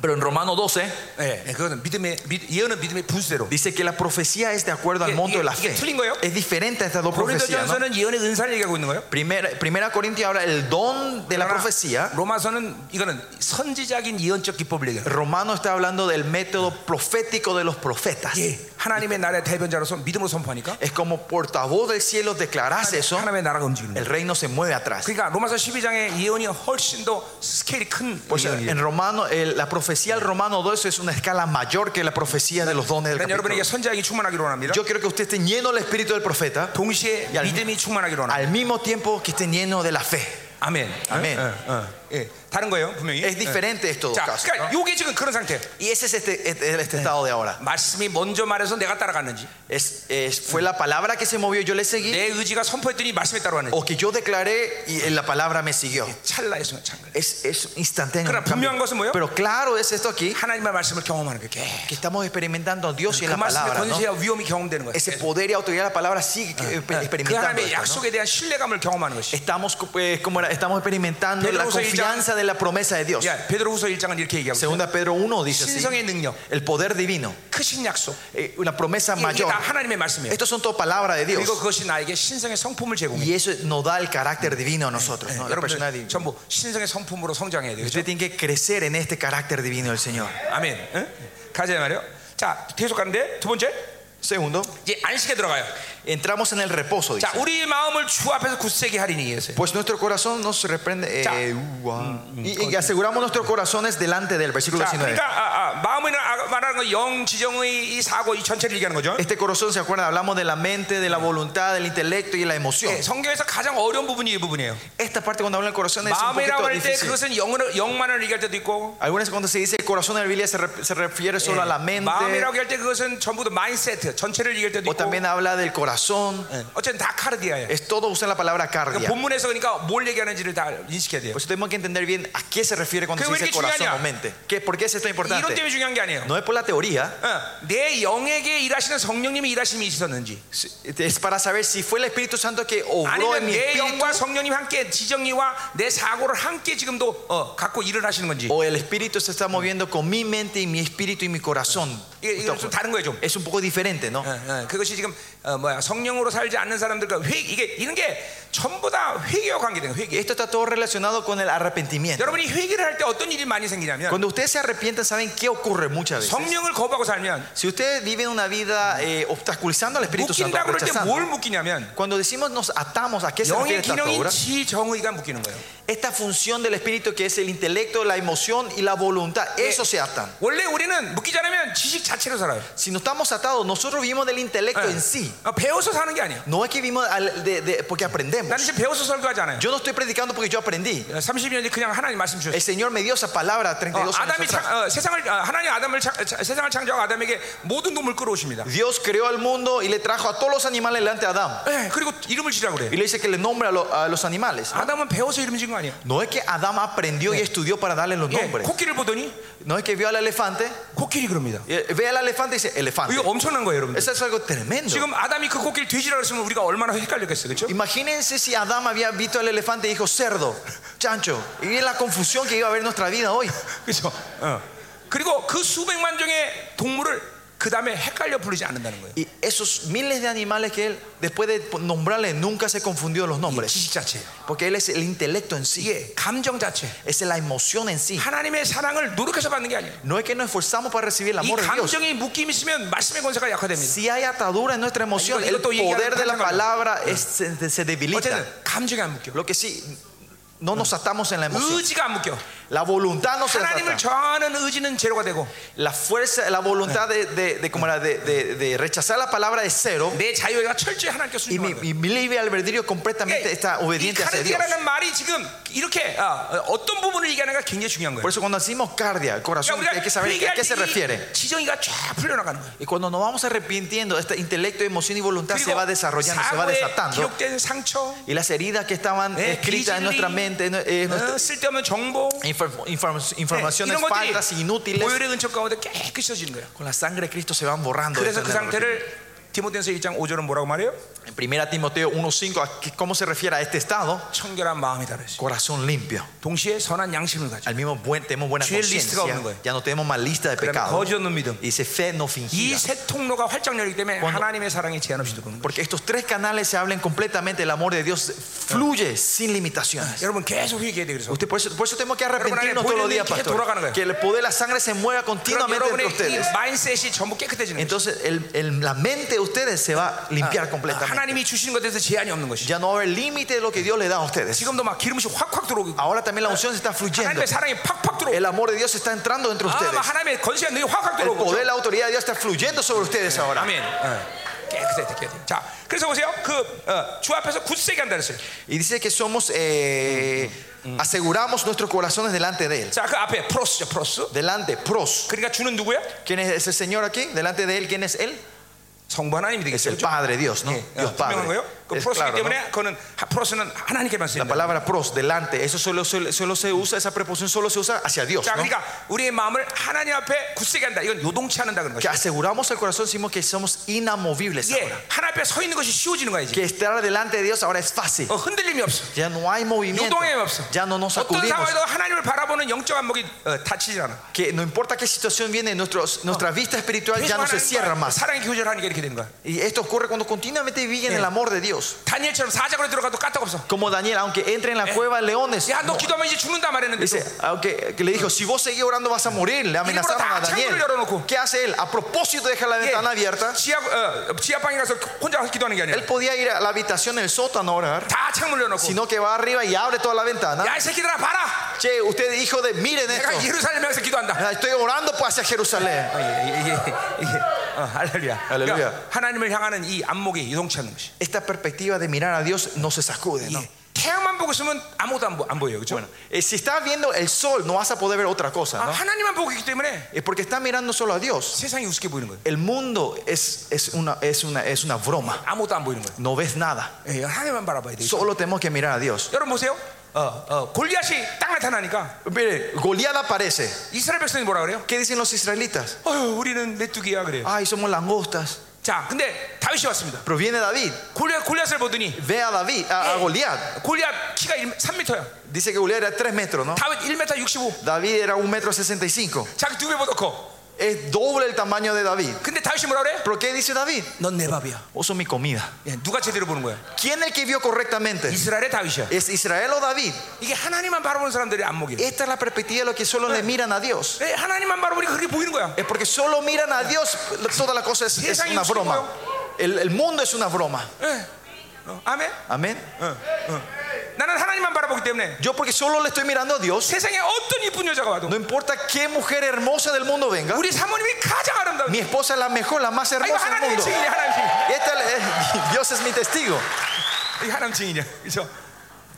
[SPEAKER 2] Pero en Romanos 12
[SPEAKER 1] 예, 예, 그거는 믿음의 믿- 예언은 믿음의 분수대로.
[SPEAKER 2] dice que la profecía es de acuerdo al
[SPEAKER 1] I게-
[SPEAKER 2] monto de la
[SPEAKER 1] i게-
[SPEAKER 2] fe.
[SPEAKER 1] 이게 틀린 거예요?
[SPEAKER 2] Es diferente a estas dos profecías. ¿no?
[SPEAKER 1] 고린도전서는 예언의 은사를 얘기하고 있는 거예요.
[SPEAKER 2] Primera, primera Corintio habla el don de la
[SPEAKER 1] 그러나
[SPEAKER 2] profecía.
[SPEAKER 1] 로마서는 이거는 선지자적인 예언적 기법을 얘기해요.
[SPEAKER 2] Romano está hablando del método profético de los profetas.
[SPEAKER 1] 예, 하나님의 나라의 대변자로서 믿음으로 선포하니까
[SPEAKER 2] Es como portavoz del cielo
[SPEAKER 1] Ah,
[SPEAKER 2] declarás eso,
[SPEAKER 1] 하나님의 나라가 움직이는
[SPEAKER 2] el
[SPEAKER 1] 거예요.
[SPEAKER 2] reino se mueve atrás.
[SPEAKER 1] 그러니까 로마서 12장의 예언이 훨씬 더 스케일이 큰
[SPEAKER 2] Por eso,
[SPEAKER 1] 예언이에요.
[SPEAKER 2] Pues, en Romano, el- la profecía del Romano 12 es una escala mayor que la profecía de los dones del
[SPEAKER 1] 난
[SPEAKER 2] capítulo.
[SPEAKER 1] 그러니까 여러분에게 선지자에게 충만하기로 합니다.
[SPEAKER 2] Yo quiero que usted esté lleno del espíritu del profeta,
[SPEAKER 1] 동시에
[SPEAKER 2] 야,
[SPEAKER 1] 믿음이 충만하기로 합니다.
[SPEAKER 2] al mismo tiempo que esté lleno de la fe.
[SPEAKER 1] 아멘.
[SPEAKER 2] 아멘.
[SPEAKER 1] 예, 예, 예. 다른 거예요, 분명히.
[SPEAKER 2] Es diferente estos dos
[SPEAKER 1] 자,
[SPEAKER 2] casos.
[SPEAKER 1] 그러니까 요게 지금 그런 상태. 예요
[SPEAKER 2] Y ese es este, este- este estado de ahora.
[SPEAKER 1] 말씀이 먼저 말해서 내가 따라갔는지,
[SPEAKER 2] Es, es- fue la palabra que se movió, yo le seguí,
[SPEAKER 1] 내 의지가 선포했더니 말씀에 따라갔는지
[SPEAKER 2] o que yo declaré y la palabra me siguió.
[SPEAKER 1] 찰나의 순간 찰나.
[SPEAKER 2] Es, es instantáneo.
[SPEAKER 1] Claro,
[SPEAKER 2] un cambio.
[SPEAKER 1] 분명한 것은 뭐예요?
[SPEAKER 2] Pero claro es esto aquí,
[SPEAKER 1] 하나님의 말씀을 경험하는 게 계속.
[SPEAKER 2] que estamos experimentando a Dios
[SPEAKER 1] 그
[SPEAKER 2] y en la
[SPEAKER 1] 말씀의
[SPEAKER 2] palabra. ¿no?
[SPEAKER 1] 권세와 위험이 경험되는 거예요.
[SPEAKER 2] Ese poder y autoridad de la palabra sigue que-
[SPEAKER 1] 그
[SPEAKER 2] experimentando.
[SPEAKER 1] 하나님의
[SPEAKER 2] esto, ¿no?
[SPEAKER 1] 약속에 대한 신뢰감을 경험하는 것이.
[SPEAKER 2] Estamos, co- eh, como era, estamos experimentando la
[SPEAKER 1] Pedro usa el
[SPEAKER 2] confianza de la promesa de Dios.
[SPEAKER 1] 야, 베드로후서 1장은 이렇게 얘기하고 있어요.
[SPEAKER 2] Segunda Pedro 1 dice así,
[SPEAKER 1] 신성의 능력,
[SPEAKER 2] el poder divino,
[SPEAKER 1] 크신 약속.
[SPEAKER 2] eh, una promesa
[SPEAKER 1] 이게
[SPEAKER 2] mayor.
[SPEAKER 1] 다 하나님의 아, 말씀이에요.
[SPEAKER 2] Estos son todo palabra de Dios.
[SPEAKER 1] 그리고 그것이 나에게 신성의 성품을 제공해.
[SPEAKER 2] Y eso nos da el carácter divino a nosotros,
[SPEAKER 1] 어,
[SPEAKER 2] ¿no? la persona
[SPEAKER 1] 여러분들
[SPEAKER 2] divina.
[SPEAKER 1] 전부 신성의 성품으로 성장해야 되겠죠.
[SPEAKER 2] Usted tiene que crecer en este carácter divino del Señor.
[SPEAKER 1] 아멘. 응? 가자 말이요. 자, 계속 가는데 두 번째
[SPEAKER 2] Segundo,
[SPEAKER 1] 이제 안식에 들어가요.
[SPEAKER 2] entramos en el reposo. Dice.
[SPEAKER 1] 자, 우리 마음을 주 앞에서 굳세게 하리니 이에요.
[SPEAKER 2] Pues nuestro corazón nos reprende eh,
[SPEAKER 1] Ya.
[SPEAKER 2] ua. y, y aseguramos nuestros corazones delante del versículo
[SPEAKER 1] 자,
[SPEAKER 2] 19.
[SPEAKER 1] 그러니까 아, 아, 마음이나 아, 말하는 건영 지정의 이 사고 이 전체를 얘기하는 거죠.
[SPEAKER 2] Este corazón, ¿se acuerdan? Hablamos de la mente, de la voluntad, del intelecto y la emoción.
[SPEAKER 1] 예, 성경에서 가장 어려운 부분이 이 부분이에요.
[SPEAKER 2] Esta parte cuando habla del corazón es un
[SPEAKER 1] 마음이라고
[SPEAKER 2] poquito
[SPEAKER 1] 할 때
[SPEAKER 2] difícil.
[SPEAKER 1] 그것은 영으로, 영만을 얘기할 때도 있고
[SPEAKER 2] Algunas veces cuando se dice el corazón en la Biblia se, re- se refiere solo
[SPEAKER 1] Eh,
[SPEAKER 2] a la mente
[SPEAKER 1] 마음이라고 할 때 그것은 전부 다 마인세트 전체를 얘기할 때도
[SPEAKER 2] o
[SPEAKER 1] 있고
[SPEAKER 2] también habla del corazón.
[SPEAKER 1] 예, 어쨌든 다 카르디아예요.
[SPEAKER 2] Es todo usa la palabra
[SPEAKER 1] 그러니까
[SPEAKER 2] cardia. Por
[SPEAKER 1] 본문에서 그러니까 뭘 얘기하는지를 다 인식해야 돼요.
[SPEAKER 2] eso tenemos que entender bien a qué se refiere cuando
[SPEAKER 1] ¿Qué
[SPEAKER 2] se dice
[SPEAKER 1] bueno que
[SPEAKER 2] corazón o
[SPEAKER 1] 중요하냐?
[SPEAKER 2] mente. ¿Qué, ¿Por qué es esto
[SPEAKER 1] 이것 때문에
[SPEAKER 2] importante?
[SPEAKER 1] 중요한 게 아니에요.
[SPEAKER 2] No es por la teoría,
[SPEAKER 1] 어, 내 영에게 일하시는 성령님의 일하심이 있었는지
[SPEAKER 2] es para saber si fue el Espíritu Santo que obró
[SPEAKER 1] 아니면
[SPEAKER 2] en mi
[SPEAKER 1] 내
[SPEAKER 2] espíritu
[SPEAKER 1] 영과 성령님 함께 지정이와 내 사고를 함께 지금도 어, 갖고 일을 하시는 건지
[SPEAKER 2] o el Espíritu se está moviendo con mi mente y mi espíritu y mi corazón.
[SPEAKER 1] 이게, 이건 좀 다른 거예요 좀.
[SPEAKER 2] Es un poco diferente, ¿no?
[SPEAKER 1] 어, 어, 그것이 지금 어, 뭐야 성령으로 살지 않는 사람들과 회 이게 이런 게 전부 다 회개와 관계된 거예요. 회개.
[SPEAKER 2] Esto está todo relacionado con el arrepentimiento.
[SPEAKER 1] 여러분이 회개를 할 때 어떤 일이 많이 생기냐면
[SPEAKER 2] Cuando ustedes se arrepienten, ¿saben qué ocurre
[SPEAKER 1] 네,
[SPEAKER 2] muchas veces?
[SPEAKER 1] 성령을 거부하고 살면
[SPEAKER 2] Si ustedes viven una vida eh, obstaculizando al Espíritu Santo,
[SPEAKER 1] 묶인다 그럴 때
[SPEAKER 2] rechazando,
[SPEAKER 1] 뭘 묶이냐면
[SPEAKER 2] cuando decimos nos atamos, ¿a qué se
[SPEAKER 1] 영의
[SPEAKER 2] refiere esta
[SPEAKER 1] 기능인
[SPEAKER 2] obra?
[SPEAKER 1] 지정의가 묶이는 거예요.
[SPEAKER 2] Esta función del Espíritu que es el intelecto, la emoción y la voluntad, eso se atan.
[SPEAKER 1] 원래 우리는 묶이지 않으면 지식 자체로 살아요.
[SPEAKER 2] Si no estamos atados, nosotros vivimos del intelecto
[SPEAKER 1] Eh.
[SPEAKER 2] en sí.
[SPEAKER 1] 어, 배워서 사는 게 아니에요.
[SPEAKER 2] No es que vivimos al- de- de- porque aprendemos.
[SPEAKER 1] 나는 지금 배워서 설교하지 않아요.
[SPEAKER 2] Yo no estoy predicando porque yo aprendí.
[SPEAKER 1] 30년이 그냥 하나님 말씀 주셨어요.
[SPEAKER 2] El Señor me dio esa palabra
[SPEAKER 1] 어,
[SPEAKER 2] 32 años
[SPEAKER 1] 아담이
[SPEAKER 2] atrás.
[SPEAKER 1] 창, 어, 세상을 어, 하나님 아담을 창, 자- 세상을 창조하고 아담에게 모든 동물 끌어오십니다.
[SPEAKER 2] Dios creó al mundo y le trajo a todos los animales delante de Adán.
[SPEAKER 1] 예, 그리고 이름을 지라고 그래요.
[SPEAKER 2] Y le dice que le nombre a, lo- a los animales.
[SPEAKER 1] 아담은 배워서 이름 지은 거 아니에요.
[SPEAKER 2] No es que Adán aprendió y estudió para darle los
[SPEAKER 1] 예,
[SPEAKER 2] nombres.
[SPEAKER 1] 코끼리를 보더니
[SPEAKER 2] No es que vio al elefante,
[SPEAKER 1] 코끼리 그럽니다.
[SPEAKER 2] eh, ve al elefante y dice elefante.
[SPEAKER 1] 이거 엄청난 거예요, 여러분들.
[SPEAKER 2] Eso es algo tremendo.
[SPEAKER 1] 지금 아담이 그 코끼리 돼지라 그랬으면 우리가 얼마나 헷갈렸겠어요, 그렇죠?
[SPEAKER 2] Imagínense si Adán había visto al elefante y dijo cerdo, chancho. Y es la confusión
[SPEAKER 1] 어.
[SPEAKER 2] que iba a haber en nuestra vida hoy.
[SPEAKER 1] 그렇죠. 어. 그리고 그 수백만 종의 동물을 그 다음에 헷갈려 부르지 않는다는 거예요.
[SPEAKER 2] Y esos miles de animales que él, después de nombrarle, nunca se confundió los
[SPEAKER 1] 이게
[SPEAKER 2] nombres.
[SPEAKER 1] 지식 자체예요.
[SPEAKER 2] Porque él es el intelecto en sí,
[SPEAKER 1] 이게 감정 자체.
[SPEAKER 2] es la emoción en sí.
[SPEAKER 1] 하나님의 사랑을 노력해서 받는 게 아니에요.
[SPEAKER 2] No es que nos esforzamos para recibir el
[SPEAKER 1] 아, 이
[SPEAKER 2] amor de Dios.
[SPEAKER 1] 감정이 묶임 있으면 말씀의 권세가 약화됩니다.
[SPEAKER 2] Si hay atadura en nuestra emoción,
[SPEAKER 1] Ay,
[SPEAKER 2] el
[SPEAKER 1] digo, digo, digo,
[SPEAKER 2] poder de la
[SPEAKER 1] digo,
[SPEAKER 2] palabra es- se, se debilita.
[SPEAKER 1] 어쨌든 감정이 안 묶여.
[SPEAKER 2] Lo que sí, no nos atamos en la emoción.
[SPEAKER 1] 의지가 안 묶여.
[SPEAKER 2] La voluntad no se
[SPEAKER 1] 하나님을
[SPEAKER 2] ata.
[SPEAKER 1] 저항하는 의지는 제로가 되고
[SPEAKER 2] La fuerza, la voluntad de, de, de, como era, de- de- de rechazar la palabra es cero.
[SPEAKER 1] 내 자유가 철저히 하나님께
[SPEAKER 2] Y
[SPEAKER 1] 순종하는
[SPEAKER 2] mi,
[SPEAKER 1] 거예요. 예,
[SPEAKER 2] y mi libre albedrío completamente está
[SPEAKER 1] 이
[SPEAKER 2] obediente hacia Dios.
[SPEAKER 1] 카르디아라는 말이 지금 이렇게 아, 어, 어떤 부분을 얘기하는가 굉장히 중요한 거예요.
[SPEAKER 2] Por eso cuando decimos cardia, el corazón,
[SPEAKER 1] 그러니까
[SPEAKER 2] hay que
[SPEAKER 1] 우리가
[SPEAKER 2] saber a
[SPEAKER 1] 회개할
[SPEAKER 2] qué se refiere.
[SPEAKER 1] 때 지정이가 쫙 풀려나가는 거예요.
[SPEAKER 2] Y cuando nos vamos arrepintiendo, este intelecto, emoción y voluntad se va
[SPEAKER 1] 그리고
[SPEAKER 2] desarrollando, se va
[SPEAKER 1] 사고에
[SPEAKER 2] desatando.
[SPEAKER 1] 기록된 상처, 어,
[SPEAKER 2] Y las heridas que estaban
[SPEAKER 1] Eh,
[SPEAKER 2] escritas en nuestra
[SPEAKER 1] vigili-
[SPEAKER 2] mente, en- eh, nuestra-
[SPEAKER 1] 어, 쓸데없는 정보,
[SPEAKER 2] infor- inform-
[SPEAKER 1] 네,
[SPEAKER 2] informaciones
[SPEAKER 1] 이런 것들이
[SPEAKER 2] faltas, e inútiles,
[SPEAKER 1] 보혈의 은총 가운데 깨끗해지는 거예요.
[SPEAKER 2] con la sangre de Cristo se van borrando. de
[SPEAKER 1] 그래서
[SPEAKER 2] este esta
[SPEAKER 1] 그
[SPEAKER 2] energía.
[SPEAKER 1] 상태를 디모데서 1장 5절은 뭐라고 말해요?
[SPEAKER 2] En 1 Timoteo 1.5, ¿a qué- ¿cómo se refiere a este estado?
[SPEAKER 1] 청결한 마음이다 그랬어요.
[SPEAKER 2] Corazón limpio.
[SPEAKER 1] 동시에 선한 양심을 가지고
[SPEAKER 2] Al mismo buen, tenemos buena
[SPEAKER 1] Fiel lista
[SPEAKER 2] conciencia,
[SPEAKER 1] 없는 거예요.
[SPEAKER 2] ya no tenemos más lista de
[SPEAKER 1] 그다음에
[SPEAKER 2] pecados.
[SPEAKER 1] 거짓 없는 믿음.
[SPEAKER 2] Y dice fe no fingida.
[SPEAKER 1] 이 세 통로가 활짝 열리기 때문에
[SPEAKER 2] Cuando-
[SPEAKER 1] 하나님의 사랑이 제한 없이 들어오는 거예요.
[SPEAKER 2] Porque estos tres canales se hablan completamente, el amor de Dios fluye sin limitaciones.
[SPEAKER 1] 여러분 계속 회개해야 돼 그래서.
[SPEAKER 2] Usted, por, eso, por eso tenemos que
[SPEAKER 1] Hermano,
[SPEAKER 2] arrepentirnos todos los días,
[SPEAKER 1] que 돌아가는 거예요.
[SPEAKER 2] pastor. Que el poder de la sangre se mueva
[SPEAKER 1] 그럼
[SPEAKER 2] continuamente entre
[SPEAKER 1] 여러분의 이
[SPEAKER 2] ustedes.
[SPEAKER 1] 마인셋이 전부 깨끗해지는 거예요.
[SPEAKER 2] Entonces el- el- la mente de ustedes se va a limpiar completamente.
[SPEAKER 1] 하나님이 주시는 것에 대해서 제한이 없는 예, 것이.
[SPEAKER 2] Ya no va a haber límite de lo que Dios le da a ustedes.
[SPEAKER 1] 지금도 막 기름이 확확 들어오고
[SPEAKER 2] Ahora también la unción se está fluyendo.
[SPEAKER 1] 하나님의 사랑이 팍팍 들어오고
[SPEAKER 2] El amor de Dios está entrando entre
[SPEAKER 1] 아,
[SPEAKER 2] ustedes.
[SPEAKER 1] 막 하나님의 건세가 능히 확확
[SPEAKER 2] El
[SPEAKER 1] 들어오고
[SPEAKER 2] poder, la autoridad de Dios está fluyendo sobre ustedes ahora.
[SPEAKER 1] 아멘. 예. 깨끗해, 깨끗해. 자, 그래서 보세요. 그 주 앞에서 굳세게 한다 그랬어요.
[SPEAKER 2] Y dice que somos, eh, aseguramos nuestros corazones delante de Él.
[SPEAKER 1] 자, 그 앞에 프로스죠, 프로스.
[SPEAKER 2] Delante, pros.
[SPEAKER 1] 그러니까 주는 누구야?
[SPEAKER 2] ¿Quién es ese Señor aquí? Delante de Él, ¿quién es Él?
[SPEAKER 1] 성부 하나님이
[SPEAKER 2] Es
[SPEAKER 1] 되겠어요.
[SPEAKER 2] el Padre, Dios, ¿no?
[SPEAKER 1] 예,
[SPEAKER 2] Dios
[SPEAKER 1] 어, 분명한
[SPEAKER 2] Padre.
[SPEAKER 1] 거예요. 그
[SPEAKER 2] Es
[SPEAKER 1] 프로스기
[SPEAKER 2] claro, ¿no?
[SPEAKER 1] 때문에 그는 프로스는 하나님께만
[SPEAKER 2] La
[SPEAKER 1] 쓰인다.
[SPEAKER 2] palabra pros, delante, eso solo, solo- solo se usa, esa preposición solo se usa hacia Dios.
[SPEAKER 1] 자,
[SPEAKER 2] ¿no?
[SPEAKER 1] 그러니까 우리의 마음을 하나님 앞에 굳세게 한다. 이건 요동치 않는다 그런
[SPEAKER 2] Que
[SPEAKER 1] 거죠.
[SPEAKER 2] aseguramos el corazón, decimos que somos inamovibles
[SPEAKER 1] 예,
[SPEAKER 2] ahora.
[SPEAKER 1] 하나님 앞에 서 있는 것이 쉬워지는 거야 이제.
[SPEAKER 2] Que estar delante de Dios ahora es fácil.
[SPEAKER 1] 어, 흔들림이 없어.
[SPEAKER 2] Ya no hay movimiento.
[SPEAKER 1] 요동함이 없어.
[SPEAKER 2] Ya no nos
[SPEAKER 1] 어떤
[SPEAKER 2] sacudimos.
[SPEAKER 1] 상황에도 하나님을 바라보는 영적 안목이 어, 닫히지 않아.
[SPEAKER 2] Que no importa qué situación viene, nuestros, nuestra vista espiritual ya
[SPEAKER 1] 계속
[SPEAKER 2] no se cierra
[SPEAKER 1] 하나님과
[SPEAKER 2] más.
[SPEAKER 1] 사랑의 교제를 하니까 이렇게 되는 거야.
[SPEAKER 2] Y esto ocurre cuando continuamente viven el amor de Dios.
[SPEAKER 1] 다니엘처럼 사자굴에 들어가도 까딱 없어.
[SPEAKER 2] Como Daniel, aunque entre en la cueva de leones,
[SPEAKER 1] 야, 너
[SPEAKER 2] Eh, no.
[SPEAKER 1] 기도하면 이제 죽는다 말했는데.
[SPEAKER 2] dice, aunque que le dijo, si vos seguís orando vas a morir, le Ah, amenazaron a Daniel. ¿Qué hace él? A propósito deja la ventana abierta.
[SPEAKER 1] 예. 지하 어, 지하방에 가서 혼자 가서 기도하는 게
[SPEAKER 2] Él
[SPEAKER 1] 아니야.
[SPEAKER 2] podía ir a la habitación del sótano a orar,
[SPEAKER 1] 다 창문 열어놓고.
[SPEAKER 2] sino que va arriba y abre toda la ventana.
[SPEAKER 1] 야, 이 새끼들아 봐라.
[SPEAKER 2] Che, usted hijo de, miren
[SPEAKER 1] 내가
[SPEAKER 2] esto.
[SPEAKER 1] 예루살렘에 가서 기도한다.
[SPEAKER 2] Estoy orando pues, hacia Jerusalén.
[SPEAKER 1] 어, 예, 예, 예, 예. 어, 할렐루야.
[SPEAKER 2] 할렐루야.
[SPEAKER 1] 그러니까 하나님을 향하는 이 안목이 유동치 않는 것이.
[SPEAKER 2] Esta perspectiva de mirar a Dios no se sacude, ¿no?
[SPEAKER 1] 예. 태양만 보고 있으면 아무도 안, 보, 안 보여요, 그렇죠?
[SPEAKER 2] Eh, Si estás viendo el sol, no vas a poder ver otra cosa,
[SPEAKER 1] 아,
[SPEAKER 2] ¿no?
[SPEAKER 1] 하나님만 보고 있기 때문에
[SPEAKER 2] Es porque estás mirando solo a Dios.
[SPEAKER 1] 세상이 우습게 보이는 거예요.
[SPEAKER 2] El mundo es, es, una, es, una, es una broma.
[SPEAKER 1] 아무도 안 보이는 거예요.
[SPEAKER 2] No ves nada.
[SPEAKER 1] 예, 하나님만 바라봐야 돼요.
[SPEAKER 2] Solo tenemos que mirar a Dios.
[SPEAKER 1] 여러분 보세요. 어, 어, 골리앗이 딱 나타나니까
[SPEAKER 2] Mire, Goliat aparece.
[SPEAKER 1] 이스라엘 백성이 뭐라 그래요?
[SPEAKER 2] ¿Qué dicen los israelitas?
[SPEAKER 1] 어휴, 우리는 메뚜기야 그래요.
[SPEAKER 2] Ay, somos langostas.
[SPEAKER 1] 자, 근데 다윗이 왔습니다.
[SPEAKER 2] Pero viene David,
[SPEAKER 1] 골리앗, 골리앗을 보더니
[SPEAKER 2] ve a David, a, a Goliat.
[SPEAKER 1] 골리앗 키가 3m야.
[SPEAKER 2] Dice que Goliat era 3 metros, ¿no?
[SPEAKER 1] 다윗 1m 65.
[SPEAKER 2] David era 1 metro 65.
[SPEAKER 1] 자기 두 배보다 커.
[SPEAKER 2] Es doble el tamaño de David.
[SPEAKER 1] 근데 다윗이 뭐라 그래?
[SPEAKER 2] ¿Pero qué dice David?
[SPEAKER 1] 넌 내 밥이야.
[SPEAKER 2] Vos sos mi comida.
[SPEAKER 1] 예, 예. 누가 제대로 보는 거야?
[SPEAKER 2] ¿Quién es el que vio correctamente?
[SPEAKER 1] 이스라엘의 다윗이야.
[SPEAKER 2] ¿Es Israel o David?
[SPEAKER 1] 이게 하나님만 바라보는 사람들의 안목이야.
[SPEAKER 2] Esta es la perspectiva de los que solo le miran a Dios.
[SPEAKER 1] 예, 하나님만 바라보니까 그렇게 보이는 거야.
[SPEAKER 2] Es Eh, porque solo miran a Dios, toda la cosa es, es una broma. El, el mundo es una broma.
[SPEAKER 1] 예. 어, 아멘.
[SPEAKER 2] Amén.
[SPEAKER 1] 나는 하나님만 바라보기 때문에
[SPEAKER 2] Yo porque solo le estoy mirando a Dios,
[SPEAKER 1] 세상에 어떤 이쁜 여자가 와도
[SPEAKER 2] no importa qué mujer hermosa del mundo venga,
[SPEAKER 1] 우리 사모님이 가장 아름다운.
[SPEAKER 2] mi esposa es la mejor, la más
[SPEAKER 1] 아 이거
[SPEAKER 2] hermosa del
[SPEAKER 1] 하나님의
[SPEAKER 2] mundo.
[SPEAKER 1] 증인이야, 하나님 증인.
[SPEAKER 2] Esta es- <laughs> Dios es mi testigo.
[SPEAKER 1] 이거 하나님 증인이야, 그렇죠?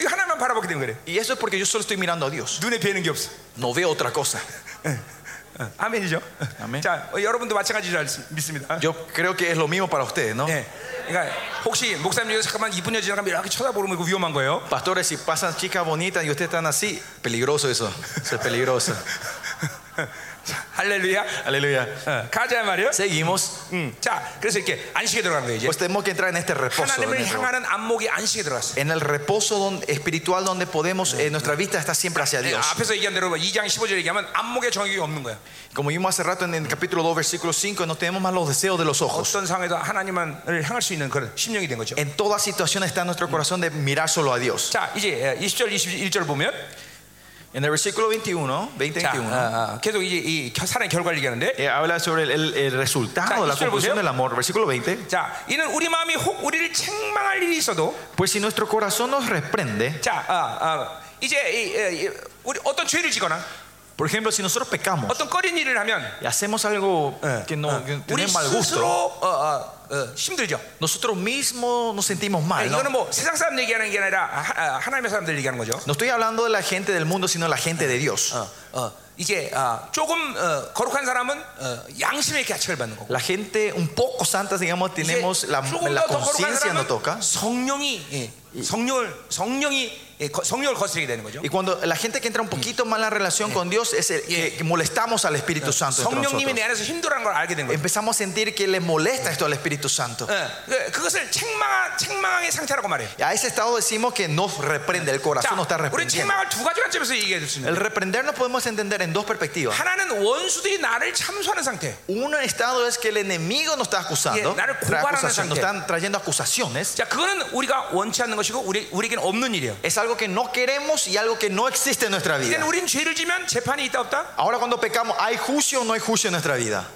[SPEAKER 1] 이거 하나님만 바라보기 때문에 그래.
[SPEAKER 2] Y eso es porque yo solo estoy mirando a Dios.
[SPEAKER 1] 눈에 뵈는 게 없어.
[SPEAKER 2] No veo otra cosa.
[SPEAKER 1] 어, 아멘이죠.
[SPEAKER 2] 아멘.
[SPEAKER 1] 자, 어, 여러분도 마찬가지로 알 수- 믿습니다. 어?
[SPEAKER 2] Yo creo que es lo mismo para ustedes, ¿no?
[SPEAKER 1] 예. 그러니까 혹시 목사님 여기 잠깐만 이쁜 여자 지나가면 이렇게 쳐다보면 이거 위험한 거예요.
[SPEAKER 2] Pastores, si pasan chicas bonitas y ustedes están así, peligroso eso. Eso es peligroso.
[SPEAKER 1] 자, 할렐루야.
[SPEAKER 2] Aleluya.
[SPEAKER 1] 어, 가자 말이요.
[SPEAKER 2] Seguimos.
[SPEAKER 1] 음, 자, 그래서 이렇게 안식에 들어간 거예요 이제.
[SPEAKER 2] Pues tenemos que entrar en este reposo. de
[SPEAKER 1] 하나님을
[SPEAKER 2] nuestro-
[SPEAKER 1] 향하는 안목이 안식에 들어갔어요.
[SPEAKER 2] En el reposo don- espiritual donde podemos, eh, nuestra vista está siempre hacia Dios.
[SPEAKER 1] 네, 앞에서 얘기한 대로 뭐 2장 15절 얘기하면 안목의 정욕이 없는 거야.
[SPEAKER 2] Como vimos hace rato en el capítulo 2, versículo 5, no tenemos más los deseos de los ojos.
[SPEAKER 1] 어떤 상황에도 하나님만을 향할 수 있는 그런 심령이 된 거죠.
[SPEAKER 2] En toda situación está nuestro corazón de mirar solo a Dios.
[SPEAKER 1] 자, 이제 20절 21절 보면
[SPEAKER 2] En el versículo 21, 20,
[SPEAKER 1] 자,
[SPEAKER 2] 21,
[SPEAKER 1] 어, 어, 계속 이제 이 겨- 사랑의 결과를 얘기하는데
[SPEAKER 2] eh, habla sobre el, el- el
[SPEAKER 1] Ya,
[SPEAKER 2] resultado, la
[SPEAKER 1] ¿y si lo
[SPEAKER 2] conclusión
[SPEAKER 1] pusieron?
[SPEAKER 2] del amor. Versículo 20.
[SPEAKER 1] 자, 이는 우리 마음이 혹 우리를 책망할 일이 있어도
[SPEAKER 2] Pues si nuestro corazón nos reprende,
[SPEAKER 1] 자, 아, 아, 이제 이, 이, 이, 우리 어떤 죄를 지거나
[SPEAKER 2] por ejemplo, si nosotros pecamos
[SPEAKER 1] 어떤 꺼린 일을 하면 어,
[SPEAKER 2] y hacemos algo
[SPEAKER 1] Eh,
[SPEAKER 2] que no que
[SPEAKER 1] 우리
[SPEAKER 2] tiene mal
[SPEAKER 1] 스스로
[SPEAKER 2] gusto,
[SPEAKER 1] 어, 어, 어, 힘들죠.
[SPEAKER 2] nosotros mismos nos sentimos
[SPEAKER 1] 아,
[SPEAKER 2] mal. ¿no?
[SPEAKER 1] 이거는 뭐 세상 사람 얘기하는 게 아니라 하, 아, 하나님의 사람들 얘기하는 거죠.
[SPEAKER 2] No estoy hablando de la gente del mundo, sino la gente de Dios.
[SPEAKER 1] 어, 어, 이제 아, 조금 어, 거룩한 사람은 어, 양심의 가책을 받는 거고.
[SPEAKER 2] La gente un poco santa, digamos,
[SPEAKER 1] 이제
[SPEAKER 2] tenemos la,
[SPEAKER 1] 조금
[SPEAKER 2] la
[SPEAKER 1] 더더 거룩한
[SPEAKER 2] conciencia nos toca.
[SPEAKER 1] 사람은 성령이 예, 성령을 성령이 예, 거- 성령을 거스르게 되는 거죠.
[SPEAKER 2] Y cuando la gente que entra un poquito más en la relación con Dios es el que, que molestamos al Espíritu Santo. entre
[SPEAKER 1] 성령님이
[SPEAKER 2] nosotros.
[SPEAKER 1] 내 안에서 힘들어하는 걸 알게 된 거죠.
[SPEAKER 2] Empezamos a sentir que le molesta esto al Espíritu Santo.
[SPEAKER 1] 예, 그- 그것을 책망 책망의 상태라고 말해요.
[SPEAKER 2] A ese estado decimos que nos reprende, el corazón
[SPEAKER 1] 자,
[SPEAKER 2] nos está
[SPEAKER 1] 우리
[SPEAKER 2] reprendiendo.
[SPEAKER 1] 책망을 두 가지 관점에서 얘기해 줄 수
[SPEAKER 2] El
[SPEAKER 1] 있는데
[SPEAKER 2] reprendernos podemos entender en dos perspectivas.
[SPEAKER 1] 하나는 원수들이 나를 참수하는 상태.
[SPEAKER 2] Un estado es que el enemigo nos está acusando,
[SPEAKER 1] 예, 나를
[SPEAKER 2] trae
[SPEAKER 1] 고발하는
[SPEAKER 2] acusación, nos
[SPEAKER 1] 상태.
[SPEAKER 2] están trayendo acusaciones.
[SPEAKER 1] 자, 그거는 우리가 원치 않는 것이고 우리 우리에겐 없는 일이에요.
[SPEAKER 2] Es algo que no queremos y algo que no existe en nuestra
[SPEAKER 1] 이제는
[SPEAKER 2] vida.
[SPEAKER 1] 우린 죄를 지면 재판이 있다 없다?
[SPEAKER 2] Ahora cuando pecamos, ¿hay juicio o no hay juicio en nuestra vida?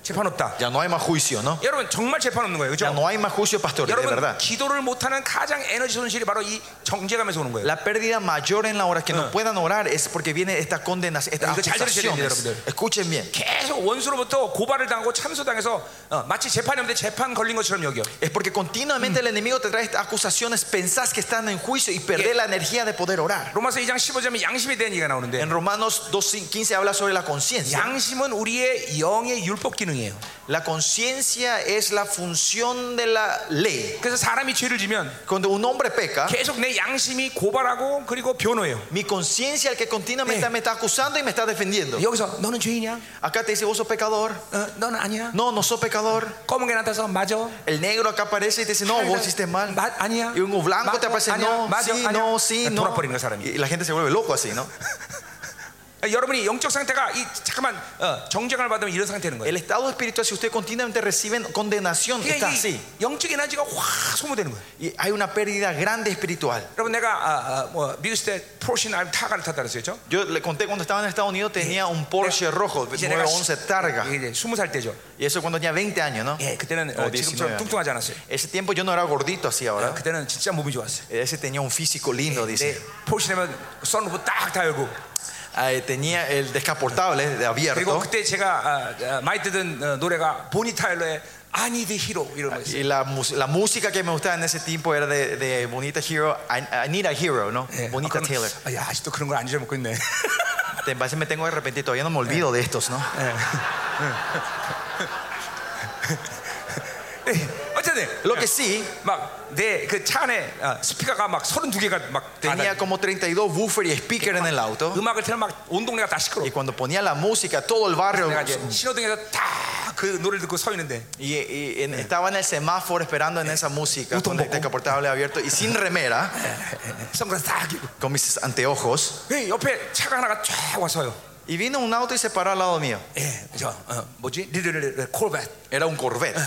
[SPEAKER 1] 재판 없다.
[SPEAKER 2] Ya no hay más juicio, ¿no?
[SPEAKER 1] 여러분 정말 재판 없는 거예요.
[SPEAKER 2] Ya
[SPEAKER 1] 그죠?
[SPEAKER 2] no hay más juicio, pastor, de
[SPEAKER 1] 여러분
[SPEAKER 2] verdad.
[SPEAKER 1] 기도를 못하는 가장 에너지 손실이 바로 이 정죄감에서 오는 거예요.
[SPEAKER 2] La pérdida mayor en la hora que no
[SPEAKER 1] Ah.
[SPEAKER 2] puedan orar es porque viene esta condenación, estas
[SPEAKER 1] Digo, 잘 들으셔야 됩니다,
[SPEAKER 2] acusaciones.
[SPEAKER 1] 여러분들.
[SPEAKER 2] Escuchen bien.
[SPEAKER 1] 계속 원수로부터 고발을 당하고 참소당해서 어, 마치 재판이 없는데 재판 걸린 것처럼 여겨.
[SPEAKER 2] Es porque continuamente el enemigo te trae estas acusaciones, pensás que están en juicio y perdés
[SPEAKER 1] Yeah.
[SPEAKER 2] la energía de poder orar.
[SPEAKER 1] 로마서 2장 15절에 양심에 대한 얘기가 나오는데
[SPEAKER 2] En Romanos 2.15 habla sobre la conciencia.
[SPEAKER 1] 양심은 우리의 영의 율법 기능이에요.
[SPEAKER 2] La conciencia es la función de la ley.
[SPEAKER 1] 그래서 사람이 죄를 지면
[SPEAKER 2] Cuando un hombre peca,
[SPEAKER 1] 계속 내 양심이 고발하고 그리고 변호해요.
[SPEAKER 2] mi conciencia, el que continuamente
[SPEAKER 1] Yeah.
[SPEAKER 2] me está acusando y me está defendiendo.
[SPEAKER 1] 여기서 너는 죄인이야?
[SPEAKER 2] Acá te dice, vos sos pecador.
[SPEAKER 1] 어, 넌 아니야?
[SPEAKER 2] No, no sos pecador.
[SPEAKER 1] 검은 게 나타서 맞아.
[SPEAKER 2] El negro acá aparece y te dice, no, vos hiciste mal.
[SPEAKER 1] 마- 아니야.
[SPEAKER 2] Y un blanco te aparece,
[SPEAKER 1] 아니야.
[SPEAKER 2] no,
[SPEAKER 1] 맞아.
[SPEAKER 2] sí,
[SPEAKER 1] 아니야.
[SPEAKER 2] no, sí, no.
[SPEAKER 1] 돌아버리는 거 사람이. 아,
[SPEAKER 2] Y la gente se vuelve loco así, ¿no?
[SPEAKER 1] 여러분이 영적 상태가 이 잠깐만 어, 정죄감을 받으면 이런 상태는 거예요.
[SPEAKER 2] El estado espiritual, si ustedes continuamente reciben condenación, está
[SPEAKER 1] 그러니까 이
[SPEAKER 2] así.
[SPEAKER 1] 영적 에너지가 확 소모되는 거예요.
[SPEAKER 2] Y hay una pérdida grande espiritual.
[SPEAKER 1] 여러분 내가 아, 아, 뭐, 미국 때 포르신 알 타가를 탔다 그랬죠? 네.
[SPEAKER 2] Yo le conté cuando estaba en Estados Unidos tenía un
[SPEAKER 1] Eh,
[SPEAKER 2] Porsche rojo, 911 Targa.
[SPEAKER 1] 이제 예, 20살 때죠.
[SPEAKER 2] Y eso cuando tenía 20 años, ¿no?
[SPEAKER 1] 예, 그때는
[SPEAKER 2] 어,
[SPEAKER 1] 어, 지금처럼
[SPEAKER 2] 19
[SPEAKER 1] 뚱뚱하지 않았어요.
[SPEAKER 2] Ese tiempo yo no era gordito así
[SPEAKER 1] 어,
[SPEAKER 2] ahora.
[SPEAKER 1] 그때는 진짜 몸이 좋았어요.
[SPEAKER 2] Ese tenía un físico lindo,
[SPEAKER 1] 네,
[SPEAKER 2] dice.
[SPEAKER 1] 포르신하면 선루프 딱다 열고
[SPEAKER 2] Ah, eh, Tenía el descaportable eh, de
[SPEAKER 1] 그리고
[SPEAKER 2] abierto.
[SPEAKER 1] 그때 제가 아, 아, 많이 듣던 어, 노래가 보니 타일러의 I Need a Hero 이런 거였어요.
[SPEAKER 2] Y la, mus- la música que me gustaba en ese tiempo era de, de Bonita Hero, I, I Need a Hero, ¿no?
[SPEAKER 1] 예,
[SPEAKER 2] Bonita
[SPEAKER 1] 아, 그럼-
[SPEAKER 2] Taylor.
[SPEAKER 1] 아, 야, 아직도 그런 걸안 잊어먹고 있네. <laughs> 예,
[SPEAKER 2] Te parece me tengo de repente, todavía no me olvido de estos, ¿no?
[SPEAKER 1] 네, 어쨌든
[SPEAKER 2] Lo que sí,
[SPEAKER 1] 막 내 그 차 안에 어, 스피커가 막 32개가 막 다
[SPEAKER 2] tenía
[SPEAKER 1] 달려.
[SPEAKER 2] como 32 buffer y
[SPEAKER 1] 그
[SPEAKER 2] speaker en el auto.
[SPEAKER 1] 음악을 틀면 막 온 동네가 다 시끄러.
[SPEAKER 2] Y cuando ponía la música, todo el barrio.
[SPEAKER 1] 내가 이제 신호등에서 다 그 노래를 듣고 서 있는데
[SPEAKER 2] Y, y en- estaba en el semáforo esperando en esa música, con el descaportable abierto y sin remera,
[SPEAKER 1] 예, 선글라스 다 끼고
[SPEAKER 2] con mis anteojos.
[SPEAKER 1] 그 옆에 차가 하나가 쫙 와서요.
[SPEAKER 2] Y vino un auto y se paró al lado mío.
[SPEAKER 1] 예, 저 어, 뭐지 리드를 콜벳 어,
[SPEAKER 2] Era un Corvette.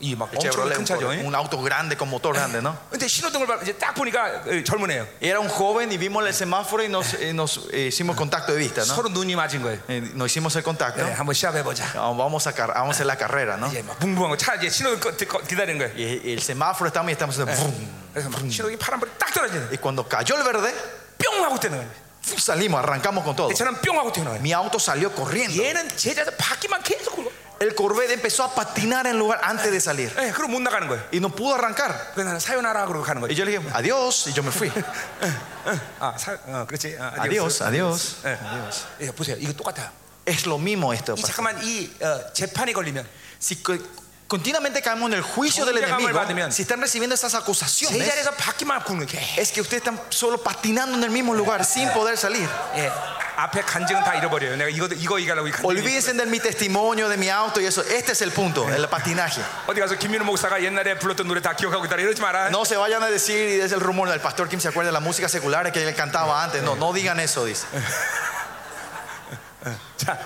[SPEAKER 1] 이막 엄청
[SPEAKER 2] El
[SPEAKER 1] 큰
[SPEAKER 2] Chevrolet, ¿eh? Ah, un,
[SPEAKER 1] 차죠. 예.
[SPEAKER 2] Corvette, un auto grande con motor grande, ¿no?
[SPEAKER 1] 근데 신호등을 봐- 이제 딱 보니까 어, 젊은 애요.
[SPEAKER 2] Y Era un joven y vimos el semáforo y nos, eh, nos eh, hicimos contacto de vista, ¿no?
[SPEAKER 1] 서로 눈이 맞은 거예요.
[SPEAKER 2] Eh, Nos hicimos el contacto.
[SPEAKER 1] 네, 한번 시합해 보자.
[SPEAKER 2] Ah, Vamos a, car- vamos a hacer la carrera, ¿no?
[SPEAKER 1] 이제 막 붕붕한 거 차 이제 신호등 거, 거, 기다리는 거예요.
[SPEAKER 2] Y y el semáforo estamos y estamos haciendo vroom.
[SPEAKER 1] 그래서 막 신호등이 파란불이 딱 떨어지는
[SPEAKER 2] Y cuando cayó el verde,
[SPEAKER 1] 뿅 하고 뛰는 거예요.
[SPEAKER 2] salimos, arrancamos con todo.
[SPEAKER 1] 근데 저는 뿅 하고 뛰는 거예요.
[SPEAKER 2] Mi auto salió corriendo.
[SPEAKER 1] 얘는 제자서 바퀴만 계속 굴고
[SPEAKER 2] El Corvette empezó a patinar en el lugar antes de salir.
[SPEAKER 1] 예, 그럼 못 나가는 거예요.
[SPEAKER 2] y no pudo arrancar.
[SPEAKER 1] 그래서 나는 사연하라 그러고 가는
[SPEAKER 2] Y
[SPEAKER 1] 거예요.
[SPEAKER 2] yo le dije, adiós, y yo me fui.
[SPEAKER 1] 아, 사, 어, 그렇지. 아,
[SPEAKER 2] adiós, adiós.
[SPEAKER 1] 예. 예, 보세요. 이거 똑같아요.
[SPEAKER 2] Es lo mismo esto.
[SPEAKER 1] 이
[SPEAKER 2] pastor.
[SPEAKER 1] 잠깐만 이 어, 재판이 걸리면
[SPEAKER 2] Si co- continuamente caemos en el juicio del
[SPEAKER 1] Confiamos
[SPEAKER 2] enemigo,
[SPEAKER 1] al Batman.
[SPEAKER 2] si están recibiendo esas
[SPEAKER 1] 제
[SPEAKER 2] acusaciones,
[SPEAKER 1] 자리에서 바퀴만 굴는 게.
[SPEAKER 2] es que ustedes están solo patinando en el mismo lugar sin poder salir.
[SPEAKER 1] 예. 앞에 간증은 다 잃어버려요. 내가 이거 이거 얘기하려고 이 간증.
[SPEAKER 2] Olvídense de mi testimonio, de mi auto y eso. Este es el punto, el patinaje.
[SPEAKER 1] 어디 가서 김민우 목사가 옛날에 불렀던 노래 다 기억하고 있다 이러지 마라.
[SPEAKER 2] No se vayan a decir, y es el rumor del pastor Kim se acuerda de la música secular que él cantaba antes. No, no digan eso, dice.
[SPEAKER 1] 자,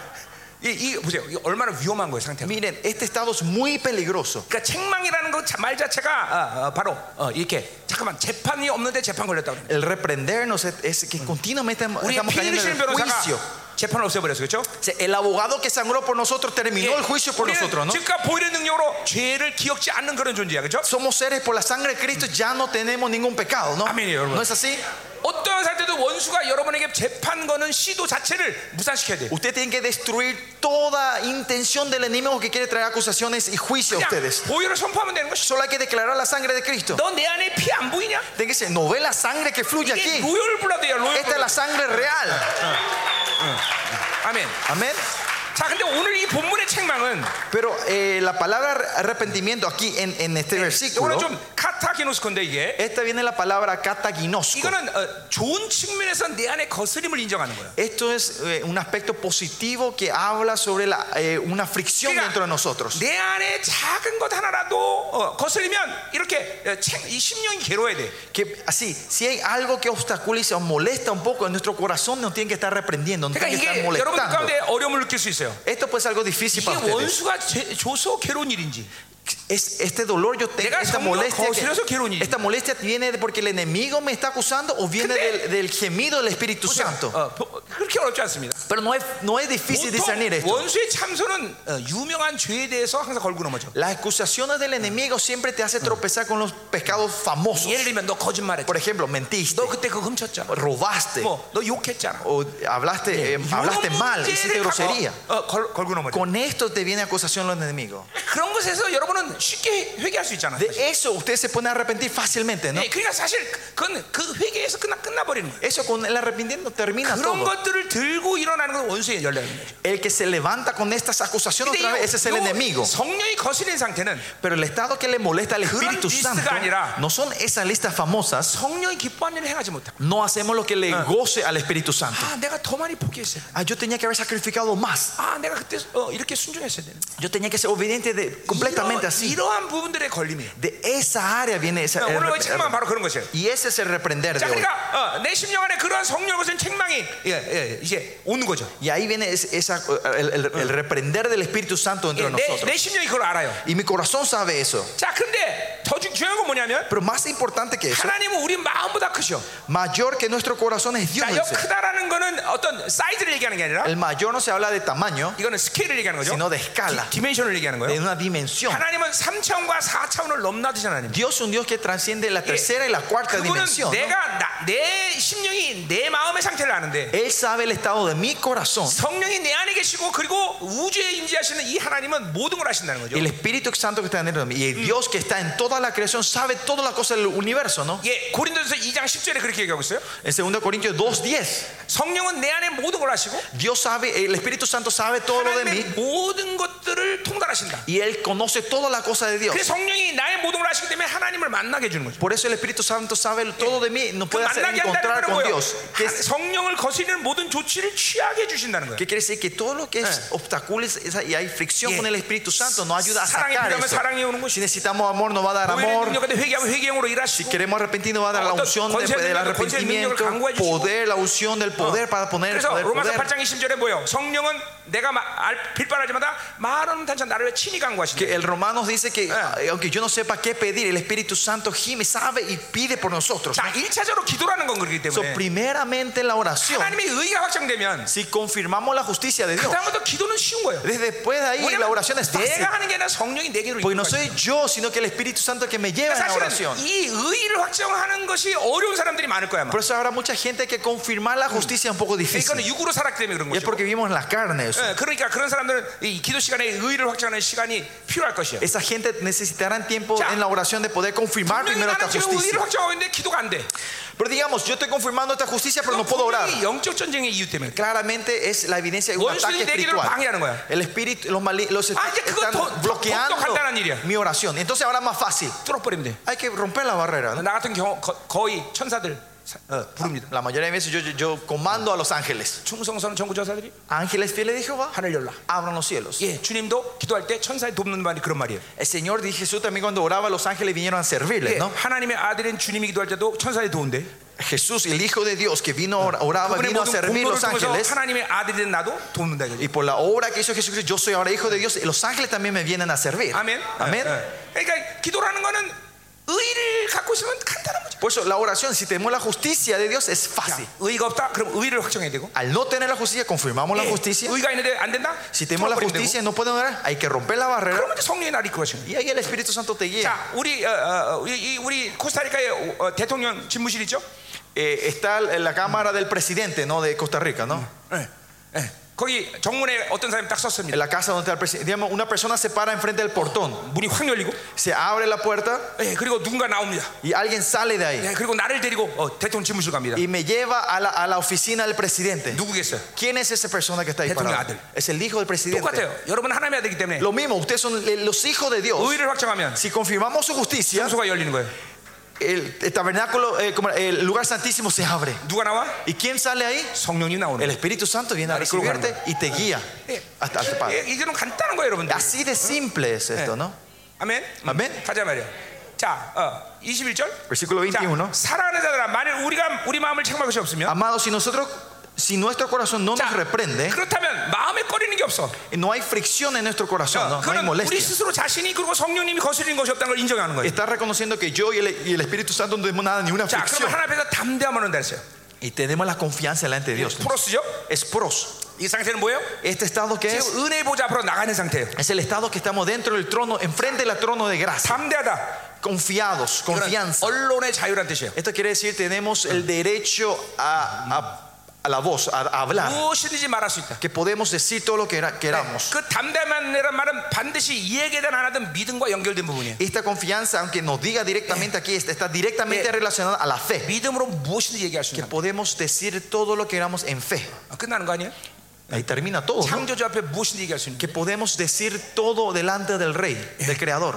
[SPEAKER 1] 이, 이 보세요. 이 얼마나 위험한 거예요 상태가.
[SPEAKER 2] Miren, este estado es muy peligroso.
[SPEAKER 1] 그러니까 책망이라는 거 말 자체가 어, 어, 바로 어, 이렇게 잠깐만 재판이 없는데 재판 걸렸다고. 그래요.
[SPEAKER 2] El reprendernos es, es que continuamente
[SPEAKER 1] 우리
[SPEAKER 2] estamos cayendo en
[SPEAKER 1] 피리신
[SPEAKER 2] el juicio.
[SPEAKER 1] 변호사가 재판을 없애버렸어요, 그렇죠?
[SPEAKER 2] O sea, El abogado que sangró por nosotros terminó el juicio por nosotros, ¿no?
[SPEAKER 1] 예. 즉각 보이는 능력으로 죄를 기억지 않는 그런 존재야, 그렇죠?
[SPEAKER 2] Somos seres por la sangre de Cristo, ya no tenemos ningún pecado, ¿no?
[SPEAKER 1] Amén, hermano.
[SPEAKER 2] ¿No es así?
[SPEAKER 1] 어떠한 상태도 원수가 여러분에게 재판 거는 시도 자체를 무산시켜야 돼요.
[SPEAKER 2] Ustedes tienen que destruir toda intención del enemigo que quiere traer acusaciones y juicio a
[SPEAKER 1] 그냥
[SPEAKER 2] ustedes.
[SPEAKER 1] 보혈을 선포하면 되는 것이.
[SPEAKER 2] Solo hay que declarar la sangre de Cristo.
[SPEAKER 1] 너 내 안에 피 안 보이냐?
[SPEAKER 2] Tiene que ser, no ve la sangre que fluye
[SPEAKER 1] 이게
[SPEAKER 2] aquí.
[SPEAKER 1] 로열 블러드야, 로열
[SPEAKER 2] Esta es la
[SPEAKER 1] 블러드.
[SPEAKER 2] sangre real.
[SPEAKER 1] 아멘.
[SPEAKER 2] Amén.
[SPEAKER 1] 자, 근데 오늘 이 본문의 책망은
[SPEAKER 2] Pero eh, la palabra arrepentimiento aquí en, en este
[SPEAKER 1] 이거는
[SPEAKER 2] versículo,
[SPEAKER 1] 좀 카타키노스콘데 이게
[SPEAKER 2] esta viene la palabra cataginosco.
[SPEAKER 1] 이거는 어, 좋은 측면에서 내 안에 거스림을 인정하는 거예요.
[SPEAKER 2] Esto es eh, un aspecto positivo que habla sobre la, eh, una fricción
[SPEAKER 1] Diga.
[SPEAKER 2] dentro de nosotros.
[SPEAKER 1] 내 안에 작은 것 하나라도 어, 거슬리면 이렇게 어, 책, 이 심령이 괴로워야 돼.
[SPEAKER 2] Que así, si hay algo que obstaculiza o molesta un poco en nuestro corazón, nos tiene que estar reprendiendo, nos
[SPEAKER 1] 그러니까
[SPEAKER 2] tiene que estar
[SPEAKER 1] 이게 여러분
[SPEAKER 2] molestando.
[SPEAKER 1] 가운데 어려움을 느낄 수 있어요.
[SPEAKER 2] Esto pues es algo difícil
[SPEAKER 1] 이게
[SPEAKER 2] para ustedes.
[SPEAKER 1] 원수가 제- 줘서 괴로운 일인지.
[SPEAKER 2] Es, este dolor yo tengo,
[SPEAKER 1] 내가
[SPEAKER 2] esta
[SPEAKER 1] 성령
[SPEAKER 2] molestia, que-
[SPEAKER 1] 거스려서 괴로운 일이지.
[SPEAKER 2] esta molestia viene de- porque el enemigo me está acusando o viene
[SPEAKER 1] 근데-
[SPEAKER 2] del, del gemido del Espíritu
[SPEAKER 1] 보세요.
[SPEAKER 2] Santo.
[SPEAKER 1] 어, 보- 그렇게 어렵지 않습니다.
[SPEAKER 2] Pero no es, no es difícil discernir
[SPEAKER 1] 보통
[SPEAKER 2] esto.
[SPEAKER 1] 원수의 참소는 어, 유명한 죄에 대해서 항상 걸고 넘어져.
[SPEAKER 2] Las acusaciones del enemigo siempre te hace tropezar con los pescados famosos.
[SPEAKER 1] 예를 들면 너 거짓말했어.
[SPEAKER 2] Por ejemplo, mentiste,
[SPEAKER 1] 너 그때 그거 훔쳤잖아.
[SPEAKER 2] robaste,
[SPEAKER 1] 뭐, 너 욕했잖아.
[SPEAKER 2] o hablaste, eh, hablaste
[SPEAKER 1] 이런
[SPEAKER 2] mal, hiciste
[SPEAKER 1] 문제를
[SPEAKER 2] grosería.
[SPEAKER 1] 갖고, 어, 걸, 걸고 넘어져.
[SPEAKER 2] Con esto te viene acusación los enemigos.
[SPEAKER 1] 그런 것에서 여러분은 쉽게 회개할 수 있잖아. 사실.
[SPEAKER 2] De eso usted se pone a arrepentir fácilmente, ¿no?
[SPEAKER 1] 네, 그러니까 사실 그건 그 회개에서 끝나 끝나버리는 거예요.
[SPEAKER 2] Eso con el arrepintiendo termina
[SPEAKER 1] 그런
[SPEAKER 2] todo.
[SPEAKER 1] 것들을 들고 일어나는 건 원수의 연락인 거죠.
[SPEAKER 2] El que se levanta con estas acusaciones otra vez, ese es el
[SPEAKER 1] 이- 요
[SPEAKER 2] enemigo.
[SPEAKER 1] 성령이 거슬린 상태는
[SPEAKER 2] Pero el estado que le molesta al Espíritu
[SPEAKER 1] list가
[SPEAKER 2] Santo
[SPEAKER 1] 아니라
[SPEAKER 2] no son esas listas famosas.
[SPEAKER 1] 성령이 기뻐하는 일을 행하지 못하고
[SPEAKER 2] No hacemos lo que le goce al Espíritu Santo.
[SPEAKER 1] 아 내가 더 많이 포기했어야 돼.
[SPEAKER 2] Ah, yo tenía que haber sacrificado más.
[SPEAKER 1] 아 내가 그때 어, 이렇게 순종했어야 되는
[SPEAKER 2] Yo tenía que ser obediente de, completamente así.
[SPEAKER 1] 이러한 부분들의 걸림이에요.
[SPEAKER 2] De esa área viene esa. el
[SPEAKER 1] 오늘
[SPEAKER 2] repre-
[SPEAKER 1] 의 책망은 바로 그런 것이에요.
[SPEAKER 2] y ese es el reprender
[SPEAKER 1] 자
[SPEAKER 2] de hoy.
[SPEAKER 1] 그러니까 어, 내 심령 안에 그러한 성령 거슬린 책망이 예, 예, 이제 오는 거죠.
[SPEAKER 2] Y ahí viene es- esa, el, el- el reprender del Espíritu Santo
[SPEAKER 1] 예,
[SPEAKER 2] dentro de
[SPEAKER 1] 내,
[SPEAKER 2] nosotros.
[SPEAKER 1] 내 심령이 그걸 알아요.
[SPEAKER 2] Y mi corazón sabe eso.
[SPEAKER 1] 자 근데 더 주- 중요한 건 뭐냐면
[SPEAKER 2] Pero más importante que eso,
[SPEAKER 1] 하나님은 우리 마음보다 크셔.
[SPEAKER 2] mayor que nuestro corazón es Dios.
[SPEAKER 1] 자, 여
[SPEAKER 2] dice.
[SPEAKER 1] 크다라는 거는 어떤 사이즈를 얘기하는 게 아니라
[SPEAKER 2] El mayor no se habla de tamaño,
[SPEAKER 1] 이거는 스케일을 얘기하는 거죠.
[SPEAKER 2] 네. sino de escala, 네,
[SPEAKER 1] 디멘션을 얘기하는
[SPEAKER 2] de
[SPEAKER 1] 거예요.
[SPEAKER 2] una dimensión.
[SPEAKER 1] 하나님은 3차원과 4차원을 넘나드신 하나님.
[SPEAKER 2] Dios es un Dios que transciende la tercera y la cuarta
[SPEAKER 1] 그분은
[SPEAKER 2] dimensión. ¿no?
[SPEAKER 1] 내가 나- 내 심령이 내 마음의 상태를 아는데
[SPEAKER 2] Él 사be el estado de mi corazón.
[SPEAKER 1] 성령이 내 안에 계시고 그리고 우주에 임재하시는 이 하나님은 모든 걸 하신다는 거죠.
[SPEAKER 2] Y el Espíritu Santo que está dentro de mí. Y el Dios que está en toda la creación sabe todas las cosas del universo, ¿no?
[SPEAKER 1] 예, 고린도서 2장 10절에 그렇게 얘기하고 있어요.
[SPEAKER 2] En 2 Corintios 2.10.
[SPEAKER 1] 성령은 내 안에 모든 걸 하시고
[SPEAKER 2] Dios sabe, el Espíritu Santo sabe todo lo de mí.
[SPEAKER 1] 하나님의 모든 것들을 통달하신다.
[SPEAKER 2] Y Él conoce todas las cosas de Dios.
[SPEAKER 1] 그래서 성령이 나의 모든 걸 하시기 때문에 하나님을 만나게 해주는 거죠.
[SPEAKER 2] Por eso el Espíritu Santo sabe todo de mí. Nos
[SPEAKER 1] 그
[SPEAKER 2] puede hacer
[SPEAKER 1] 만나게
[SPEAKER 2] encontrar
[SPEAKER 1] 한다는
[SPEAKER 2] con
[SPEAKER 1] 거는 뭐예요?
[SPEAKER 2] Dios. Que es-
[SPEAKER 1] 성령을 거스리는 모든 조치를 취하게 해주신다는 거예요.
[SPEAKER 2] que quiere decir que todo lo que es obstáculos esa- y hay fricción
[SPEAKER 1] Yeah.
[SPEAKER 2] con el Espíritu Santo nos ayuda a
[SPEAKER 1] 사랑이
[SPEAKER 2] sacar
[SPEAKER 1] 필요하면
[SPEAKER 2] eso.
[SPEAKER 1] 사랑이 오는 것이
[SPEAKER 2] Si necesitamos amor, nos va a dar
[SPEAKER 1] 보혈의
[SPEAKER 2] amor.
[SPEAKER 1] 능력한테 회개하면 회개형으로 일하시고
[SPEAKER 2] Queremos arrepentir, nos va a dar la
[SPEAKER 1] 어떤
[SPEAKER 2] unción de-
[SPEAKER 1] 권세
[SPEAKER 2] del
[SPEAKER 1] 능력을, 권세 능력을
[SPEAKER 2] arrepentimiento,
[SPEAKER 1] 강구해 주시고.
[SPEAKER 2] poder, la unción del poder para poner el
[SPEAKER 1] 그래서
[SPEAKER 2] poder.
[SPEAKER 1] 로마서
[SPEAKER 2] poder.
[SPEAKER 1] 8장 20절에 뭐예요? 성령은 내가 마- 알- 빌바하지마다 말하는 단천 나를 왜 친히 강구하시니
[SPEAKER 2] Que el Romanos dice que
[SPEAKER 1] Yeah.
[SPEAKER 2] eh, aunque yo no sepa qué pedir, el Espíritu Santo gime, sabe y pide por nosotros.
[SPEAKER 1] 자 1차적으로 기도라는 건 그렇기
[SPEAKER 2] So,
[SPEAKER 1] 때문에
[SPEAKER 2] primeramente la oración,
[SPEAKER 1] 하나님의 의가 확정되면
[SPEAKER 2] si confirmamos la justicia de Dios,
[SPEAKER 1] 그다음부터 기도는 쉬운 거예요
[SPEAKER 2] desde después de ahí la
[SPEAKER 1] 왜냐면
[SPEAKER 2] oración es fácil.
[SPEAKER 1] 내가 하는 게 아니라 성령이 내게로
[SPEAKER 2] Porque no
[SPEAKER 1] 이끌어가시는 거예요.
[SPEAKER 2] soy yo, sino que el Espíritu Santo que me lleva en la
[SPEAKER 1] 사실은
[SPEAKER 2] oración.
[SPEAKER 1] 이 의를 확정하는 것이 어려운 사람들이 많을 거야 아마
[SPEAKER 2] Por eso habrá mucha gente que confirmar la justicia es un poco difícil.
[SPEAKER 1] 이거는 육으로 살았기 때문에 예, 그런
[SPEAKER 2] Y es
[SPEAKER 1] 거죠
[SPEAKER 2] porque vivimos en la carne eso.
[SPEAKER 1] 예, 그러니까 그런 사람들은 이 기도 시간에 의를 확정하는 시간이 필요할 것이에요
[SPEAKER 2] Esa gente necesitará tiempo
[SPEAKER 1] Ya.
[SPEAKER 2] en la oración de poder confirmar
[SPEAKER 1] 분명히
[SPEAKER 2] primero esta
[SPEAKER 1] 나는 지금 의를
[SPEAKER 2] justicia.
[SPEAKER 1] 확정하고 있는데 기도가 안돼
[SPEAKER 2] Pero digamos, yo estoy confirmando esta justicia, pero no puedo orar.
[SPEAKER 1] 분명히 영적 전쟁의 이유 때문에
[SPEAKER 2] Claramente es la evidencia de un
[SPEAKER 1] 원수는
[SPEAKER 2] ataque
[SPEAKER 1] 내 기도를 방해하는
[SPEAKER 2] espiritual.
[SPEAKER 1] 거야.
[SPEAKER 2] El espíritu, los, mali- los est-
[SPEAKER 1] Ah, ya, 그거
[SPEAKER 2] están
[SPEAKER 1] 더- 더-
[SPEAKER 2] bloqueando
[SPEAKER 1] 더 간단한 일이야.
[SPEAKER 2] mi oración. Entonces ahora es más fácil.
[SPEAKER 1] 뚫어버리면 돼
[SPEAKER 2] Hay que romper la barrera. ¿no?
[SPEAKER 1] 나 같은 경우 거, 거의 천사들 사- 어, 부릅니다.
[SPEAKER 2] Ah, La mayoría de veces yo, yo, yo comando a los ángeles.
[SPEAKER 1] 충성선 천구조사들이
[SPEAKER 2] Ángeles fieles de Jehová,
[SPEAKER 1] 하늘 열라.
[SPEAKER 2] abran los cielos.
[SPEAKER 1] 예, 주님도 기도할 때 천사에 돕는 말이 그런 말이에요.
[SPEAKER 2] El Señor dijo Jesús también cuando oraba, los ángeles vinieron a servirle,
[SPEAKER 1] 예,
[SPEAKER 2] ¿no?
[SPEAKER 1] 하나님의 아들인 주님이 기도할 때도 천사에 도운대.
[SPEAKER 2] Jesús, el Hijo de Dios que vino or- oraba,
[SPEAKER 1] 그분의
[SPEAKER 2] vino a
[SPEAKER 1] 모든
[SPEAKER 2] servir
[SPEAKER 1] 공로를
[SPEAKER 2] los
[SPEAKER 1] 통해서
[SPEAKER 2] ángeles.
[SPEAKER 1] 하나님의 아들이 된 나도 돕는다. 이거죠.
[SPEAKER 2] Y por la obra que hizo Jesucristo, yo soy ahora hijo de Dios. y Los ángeles también me vienen a servir.
[SPEAKER 1] 아멘.
[SPEAKER 2] Amén.
[SPEAKER 1] 예, 예.
[SPEAKER 2] Eh,
[SPEAKER 1] 그러니까 기도라는 거는 의를 갖고 있으면 간단한 거죠.
[SPEAKER 2] Por eso la oración, si tenemos la justicia de Dios, es
[SPEAKER 1] 자,
[SPEAKER 2] fácil.
[SPEAKER 1] 아, 의가 없다. 그럼 의를 확정해야 되고.
[SPEAKER 2] Al no tener la justicia, confirmamos la
[SPEAKER 1] 예,
[SPEAKER 2] justicia.
[SPEAKER 1] 의가 있는데 안 된다.
[SPEAKER 2] Si tenemos la
[SPEAKER 1] 털어버리면 되고.
[SPEAKER 2] justicia y Eh, no podemos orar, hay que romper la barrera.
[SPEAKER 1] 그러면 이제 성령의 날이 그것입니다
[SPEAKER 2] Y ahí el Espíritu Santo te guía.
[SPEAKER 1] 자, 우리 어, 어, 우리, 이- 우리 코스타리카의 어, 대통령 집무실 있죠?
[SPEAKER 2] Eh, está la cámara del presidente ¿no? de Costa Rica, ¿no?
[SPEAKER 1] 예, 예. 거기 정문에 어떤 사람이 딱 섰습니다.
[SPEAKER 2] En la casa donde está el presidente. Digamos, una persona se para enfrente del portón,
[SPEAKER 1] 문이 확 열리고,
[SPEAKER 2] se abre la puerta
[SPEAKER 1] 예, 그리고 누군가 나옵니다.
[SPEAKER 2] y alguien sale de ahí
[SPEAKER 1] 예, 그리고 나를 데리고 어, 대통령 집무실 갑니다.
[SPEAKER 2] y me lleva a la, a la oficina del presidente.
[SPEAKER 1] 누구겠어요?
[SPEAKER 2] ¿Quién es esa persona que está ahí
[SPEAKER 1] Detonio
[SPEAKER 2] parada?
[SPEAKER 1] Adel.
[SPEAKER 2] Es el hijo del presidente.
[SPEAKER 1] 예, 똑같아요. 여러분 하나님의 아들이기 때문에
[SPEAKER 2] Lo mismo, ustedes son le- los hijos de Dios.
[SPEAKER 1] 의를 확정하면
[SPEAKER 2] Si confirmamos su justicia,
[SPEAKER 1] 성소가 열리는 거예요.
[SPEAKER 2] el, el tabernáculo, eh, como era, el lugar santísimo se abre.
[SPEAKER 1] 누가 나와?
[SPEAKER 2] ¿Y quién sale ahí?
[SPEAKER 1] 성령이 나오는
[SPEAKER 2] El
[SPEAKER 1] 거예요.
[SPEAKER 2] Espíritu Santo viene a
[SPEAKER 1] Ahora, ¿cómo
[SPEAKER 2] recibirte y te guía
[SPEAKER 1] 예.
[SPEAKER 2] hasta, hasta el Padre.
[SPEAKER 1] 예, 이거는 간단한 거예요, 여러분들.
[SPEAKER 2] Así de simple es esto, ¿no?
[SPEAKER 1] 아멘.
[SPEAKER 2] 아멘.
[SPEAKER 1] 가자 말이야. 자, 어, 21절.
[SPEAKER 2] Versículo 21.
[SPEAKER 1] 사랑하는 자들아, 만일 우리가 우리 마음을 책망할 것이 없으면
[SPEAKER 2] Amados, si nosotros, si nuestro corazón no nos
[SPEAKER 1] 자,
[SPEAKER 2] reprende,
[SPEAKER 1] 그렇다면 마음에 꺼리는 게 없어. 어,
[SPEAKER 2] no hay fricción en nuestro corazón, no, no
[SPEAKER 1] 그는
[SPEAKER 2] hay
[SPEAKER 1] 우리
[SPEAKER 2] molestia.
[SPEAKER 1] 스스로 자신이 그리고 성령님이 거스리는 것이 없다는 걸 인정하는 거예요.
[SPEAKER 2] Está reconociendo que yo y el, y el Espíritu Santo no tenemos nada, ni una
[SPEAKER 1] 자,
[SPEAKER 2] fricción.
[SPEAKER 1] 그러면 하나님 앞에서 담대함을 한다 했어요.
[SPEAKER 2] Y tenemos la confianza delante de Dios.
[SPEAKER 1] 프로스죠?
[SPEAKER 2] Es pros.
[SPEAKER 1] 이 상태는 뭐예요?
[SPEAKER 2] Este estado que es,
[SPEAKER 1] 지금 은혜 보좌 앞으로 나가는 상태예요.
[SPEAKER 2] es el estado que estamos dentro del trono, enfrente del trono de gracia.
[SPEAKER 1] 담대하다.
[SPEAKER 2] Confiados,
[SPEAKER 1] 이거는
[SPEAKER 2] confianza.
[SPEAKER 1] 언론의 자유란 뜻이에요.
[SPEAKER 2] Esto quiere decir tenemos el derecho a, a- a la voz, a, a hablar,
[SPEAKER 1] 무엇이든지 말할 수 있다.
[SPEAKER 2] que podemos decir todo lo que era- queramos.
[SPEAKER 1] 그 담대함이라는 말은 반드시 이에게 대한 하나든 믿음과 연결된 부분이에요.
[SPEAKER 2] Esta confianza, aunque nos diga directamente aquí, está- está directamente
[SPEAKER 1] Eh.
[SPEAKER 2] relacionada a la fe.
[SPEAKER 1] 믿음으로 무엇이든지 얘기할 수
[SPEAKER 2] Que
[SPEAKER 1] 있는
[SPEAKER 2] podemos decir todo lo que queramos en fe.
[SPEAKER 1] 아, 끝나는 거 아니에요?
[SPEAKER 2] Ahí termina todo. ¿no?
[SPEAKER 1] 창조주 앞에 무엇이든지 얘기할 수 있는
[SPEAKER 2] Que podemos decir todo delante del Rey, del Creador.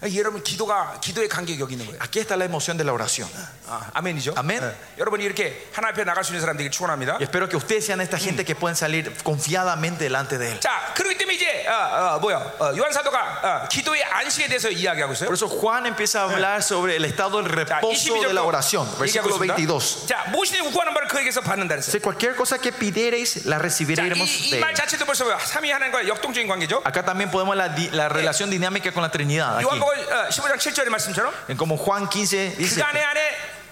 [SPEAKER 1] 아, 여러분 기도가 기도의 간격이 여기 있는 거예요.
[SPEAKER 2] Aquí está la emoción de la oración.
[SPEAKER 1] 아, 아멘이죠.
[SPEAKER 2] 아멘.
[SPEAKER 1] 여러분 이렇게 하나 앞에 나갈 수 있는 사람들이 축원합니다.
[SPEAKER 2] Y espero que ustedes sean esta gente que pueden salir confiadamente delante de Él.
[SPEAKER 1] 자, 그렇기 때문에 이제 어, 어, 뭐야 어, 요한 사도가 어, 기도의 안식에 대해서 이야기하고 있어요.
[SPEAKER 2] Por eso Juan empieza a hablar sobre el estado del
[SPEAKER 1] 자,
[SPEAKER 2] reposo
[SPEAKER 1] 22절
[SPEAKER 2] de la oración. Versículo 22.
[SPEAKER 1] 자, 무엇이든 구하는 바를 그에게서 받는다
[SPEAKER 2] Si
[SPEAKER 1] 그랬어요.
[SPEAKER 2] cualquier cosa que pidiereis, la
[SPEAKER 1] 자, 네. 아,
[SPEAKER 2] recibiréis de él.
[SPEAKER 1] 이말 자체도 벌써 삼위 하나님과 역동적인 관계죠.
[SPEAKER 2] Acá también podemos la, di- la relación dinámica con la Trinidad. aquí.
[SPEAKER 1] 요한복음 어, 15장 7절의 말씀처럼
[SPEAKER 2] Como Juan 15 dice,
[SPEAKER 1] 그가 내 안에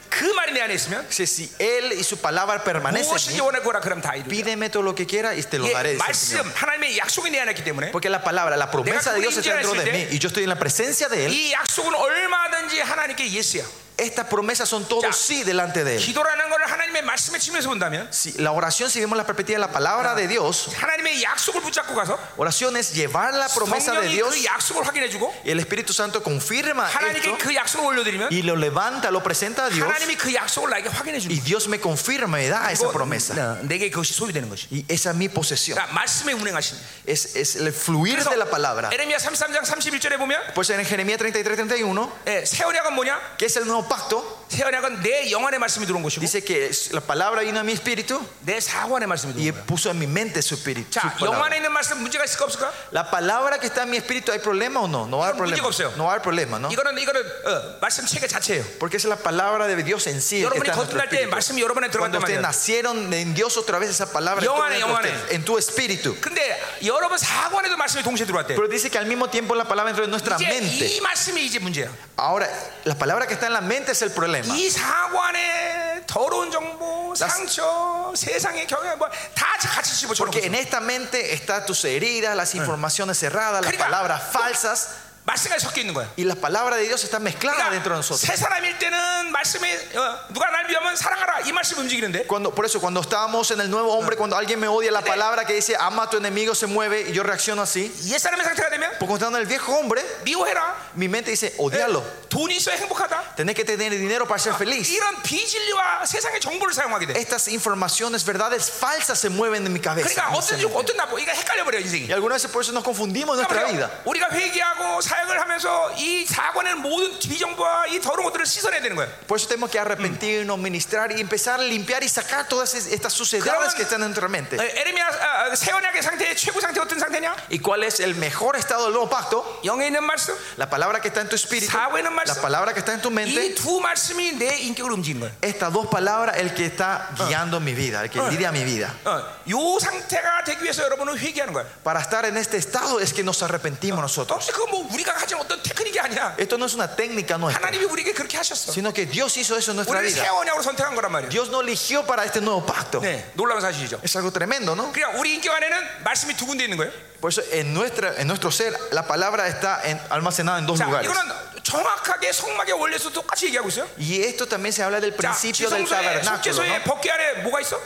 [SPEAKER 1] 그 말이 내 안에 있으면
[SPEAKER 2] dice, si él y su palabra permanecen en
[SPEAKER 1] 무엇이든지
[SPEAKER 2] mí,
[SPEAKER 1] 원할 거라 그럼 다 이루리라.
[SPEAKER 2] pídeme todo lo que quiera y te lo daré.
[SPEAKER 1] 예,
[SPEAKER 2] dice el Señor.
[SPEAKER 1] 말씀 하나님의 약속이 내 안에 있기 때문에
[SPEAKER 2] Porque la palabra, la promesa de Dios está dentro de mí y yo estoy en la presencia de él.
[SPEAKER 1] 이 약속은 얼마든지 하나님께 예스야.
[SPEAKER 2] Estas promesas son todos sí delante de él.
[SPEAKER 1] 기도라는 걸 하나님의 말씀의 측면에서 본다면
[SPEAKER 2] Si, la oración, si vemos la perspectiva de la palabra de Dios,
[SPEAKER 1] 하나님의 약속을 붙잡고 가서
[SPEAKER 2] oración es llevar la promesa de
[SPEAKER 1] 성령이
[SPEAKER 2] Dios
[SPEAKER 1] 그 약속을 확인해주고
[SPEAKER 2] y el Espíritu Santo confirma
[SPEAKER 1] 하나님께
[SPEAKER 2] esto
[SPEAKER 1] 그 약속을 올려드리면
[SPEAKER 2] y lo levanta, lo presenta a Dios.
[SPEAKER 1] 하나님이 그 약속을 나에게 확인해주는
[SPEAKER 2] Y Dios me confirma, me da esa
[SPEAKER 1] 거고,
[SPEAKER 2] promesa.
[SPEAKER 1] 어, 내게 그것이 소유되는 것이.
[SPEAKER 2] Y esa es mi posesión.
[SPEAKER 1] 그러니까 말씀의 운행하심.
[SPEAKER 2] Es, es el fluir de la palabra.
[SPEAKER 1] 에레미야 33장 31절에 보면
[SPEAKER 2] Pues en Jeremías 33, 31,
[SPEAKER 1] 예, 새 언약은 뭐냐?
[SPEAKER 2] que es el nuevo pacto,
[SPEAKER 1] 새 언약은 내 영안의 말씀이 들어온 것이고
[SPEAKER 2] dice que es- la palabra vino a mi espíritu
[SPEAKER 1] 내 사관의 말씀이
[SPEAKER 2] y
[SPEAKER 1] 들어온 거야.
[SPEAKER 2] puso en mi mente su espíritu. su
[SPEAKER 1] 자,
[SPEAKER 2] palabra.
[SPEAKER 1] 영안에 있는 말씀 문제가 있을까 없을까?
[SPEAKER 2] La palabra que está en mi espíritu, ¿hay problema o no? No va a haber
[SPEAKER 1] Ningún
[SPEAKER 2] problema.
[SPEAKER 1] problema.
[SPEAKER 2] No va a haber problema, ¿no?
[SPEAKER 1] 이거는 이거는 어, 말씀 체계 자체예요.
[SPEAKER 2] Porque esa es la palabra de Dios en sí. que
[SPEAKER 1] 여러분이
[SPEAKER 2] está en nuestro
[SPEAKER 1] 거듭날 때
[SPEAKER 2] espíritu.
[SPEAKER 1] 말씀이 여러분에 들어간단
[SPEAKER 2] Cuando ustedes
[SPEAKER 1] 말이에요.
[SPEAKER 2] nacieron en Dios otra vez, esa palabra estuvo
[SPEAKER 1] 영안에,
[SPEAKER 2] dentro de
[SPEAKER 1] 영안에.
[SPEAKER 2] ustedes, en tu espíritu.
[SPEAKER 1] 근데 여러분 사관에도 말씀이 동시에 들어왔대.
[SPEAKER 2] Pero dice que al mismo tiempo la palabra entró en nuestra
[SPEAKER 1] 이제
[SPEAKER 2] mente.
[SPEAKER 1] 이 말씀이 이제 문제야.
[SPEAKER 2] Ahora, la palabra que está en la mente es el problema.
[SPEAKER 1] 이 사관에 더러운 정보, 상처, 세상의 경향 뭐다 같이 집어쳐놓은 거죠.
[SPEAKER 2] Porque en esta mente están tus heridas, las informaciones erradas, las
[SPEAKER 1] Querida.
[SPEAKER 2] palabras falsas
[SPEAKER 1] 말씀까지 섞여 있는 거야.
[SPEAKER 2] y la palabra de Dios está mezclada dentro de
[SPEAKER 1] 그러니까
[SPEAKER 2] nosotros.
[SPEAKER 1] 세 사람일 때는 말씀이 어, 누가 날 위하면 사랑하라 이 말씀 움직이는데
[SPEAKER 2] Cuando, por eso, cuando estábamos en el nuevo hombre, cuando alguien me odia, la palabra que dice ama a tu enemigo se mueve y yo reacciono así.
[SPEAKER 1] 옛 사람의 상태가 되면
[SPEAKER 2] Porque cuando estaba en el viejo hombre,
[SPEAKER 1] 미워해라,
[SPEAKER 2] mi mente
[SPEAKER 1] 예,
[SPEAKER 2] dice odialo,
[SPEAKER 1] 돈이 있어야 행복하다.
[SPEAKER 2] Tenés que tener dinero para ser feliz.
[SPEAKER 1] 이런 비진리와 세상의 정보를 사용하게 돼.
[SPEAKER 2] Estas informaciones, verdades falsas se mueven en mi cabeza.
[SPEAKER 1] 그러니까 어떤 좋고 어떤 나쁘고 이거 헷갈려 버려 인생이.
[SPEAKER 2] Y algunas veces por eso nos confundimos en nuestra
[SPEAKER 1] 그러니까
[SPEAKER 2] vida.
[SPEAKER 1] 우리가 회개하고 사역을 하면서 이 사관의 모든 비정보와 이 더러운 것들을 씻어내야 되는 거야.
[SPEAKER 2] Por eso tenemos que arrepentirnos, ministrar y empezar a limpiar y sacar todas es- estas suciedades
[SPEAKER 1] Claro.
[SPEAKER 2] que están en nuestra mente.
[SPEAKER 1] 에, 에르미야 아, 아, 세원약의 상태 최고 상태 어떤 상태냐?
[SPEAKER 2] ¿Y cuál es el mejor estado del nuevo pacto?
[SPEAKER 1] 영에 있는 말씀,
[SPEAKER 2] La palabra que está en tu espíritu,
[SPEAKER 1] 사고에 있는
[SPEAKER 2] la
[SPEAKER 1] 말씀.
[SPEAKER 2] palabra que está en tu mente.
[SPEAKER 1] 이 두 말씀이 내 인격을 움직이는 거야.
[SPEAKER 2] Estas dos palabras, el que está guiando mi vida, el que lidia mi vida.
[SPEAKER 1] 어, 요 상태가 되기 위해서 여러분은 회개하는 거야.
[SPEAKER 2] Para estar en este estado es que nos arrepentimos nosotros.
[SPEAKER 1] 역시 그건 뭐 우리가 가진 어떤 테크닉이 아니야.
[SPEAKER 2] Esto no es una técnica nuestra,
[SPEAKER 1] 하나님이 우리에게 그렇게 하셨어.
[SPEAKER 2] sino que Dios hizo eso en nuestra
[SPEAKER 1] 우리를
[SPEAKER 2] vida.
[SPEAKER 1] 세원약으로 선택한 거란 말이야.
[SPEAKER 2] Dios nos eligió para este nuevo pacto.
[SPEAKER 1] 네, 놀라운 사실이죠.
[SPEAKER 2] Es algo tremendo, ¿no?
[SPEAKER 1] 그러니까 우리 인격 안에는 말씀이 두 군데 있는 거예요.
[SPEAKER 2] Por eso en, nuestra, en nuestro ser la palabra está en- almacenada en dos
[SPEAKER 1] 자,
[SPEAKER 2] lugares.
[SPEAKER 1] 이거는 정확하게 성막의 원리에서 똑같이 얘기하고 있어요.
[SPEAKER 2] Y esto también se habla del
[SPEAKER 1] 자,
[SPEAKER 2] principio del
[SPEAKER 1] 지성소의
[SPEAKER 2] tabernáculo.
[SPEAKER 1] 속죄소의
[SPEAKER 2] ¿no?
[SPEAKER 1] 법궤 안에 뭐가 있어?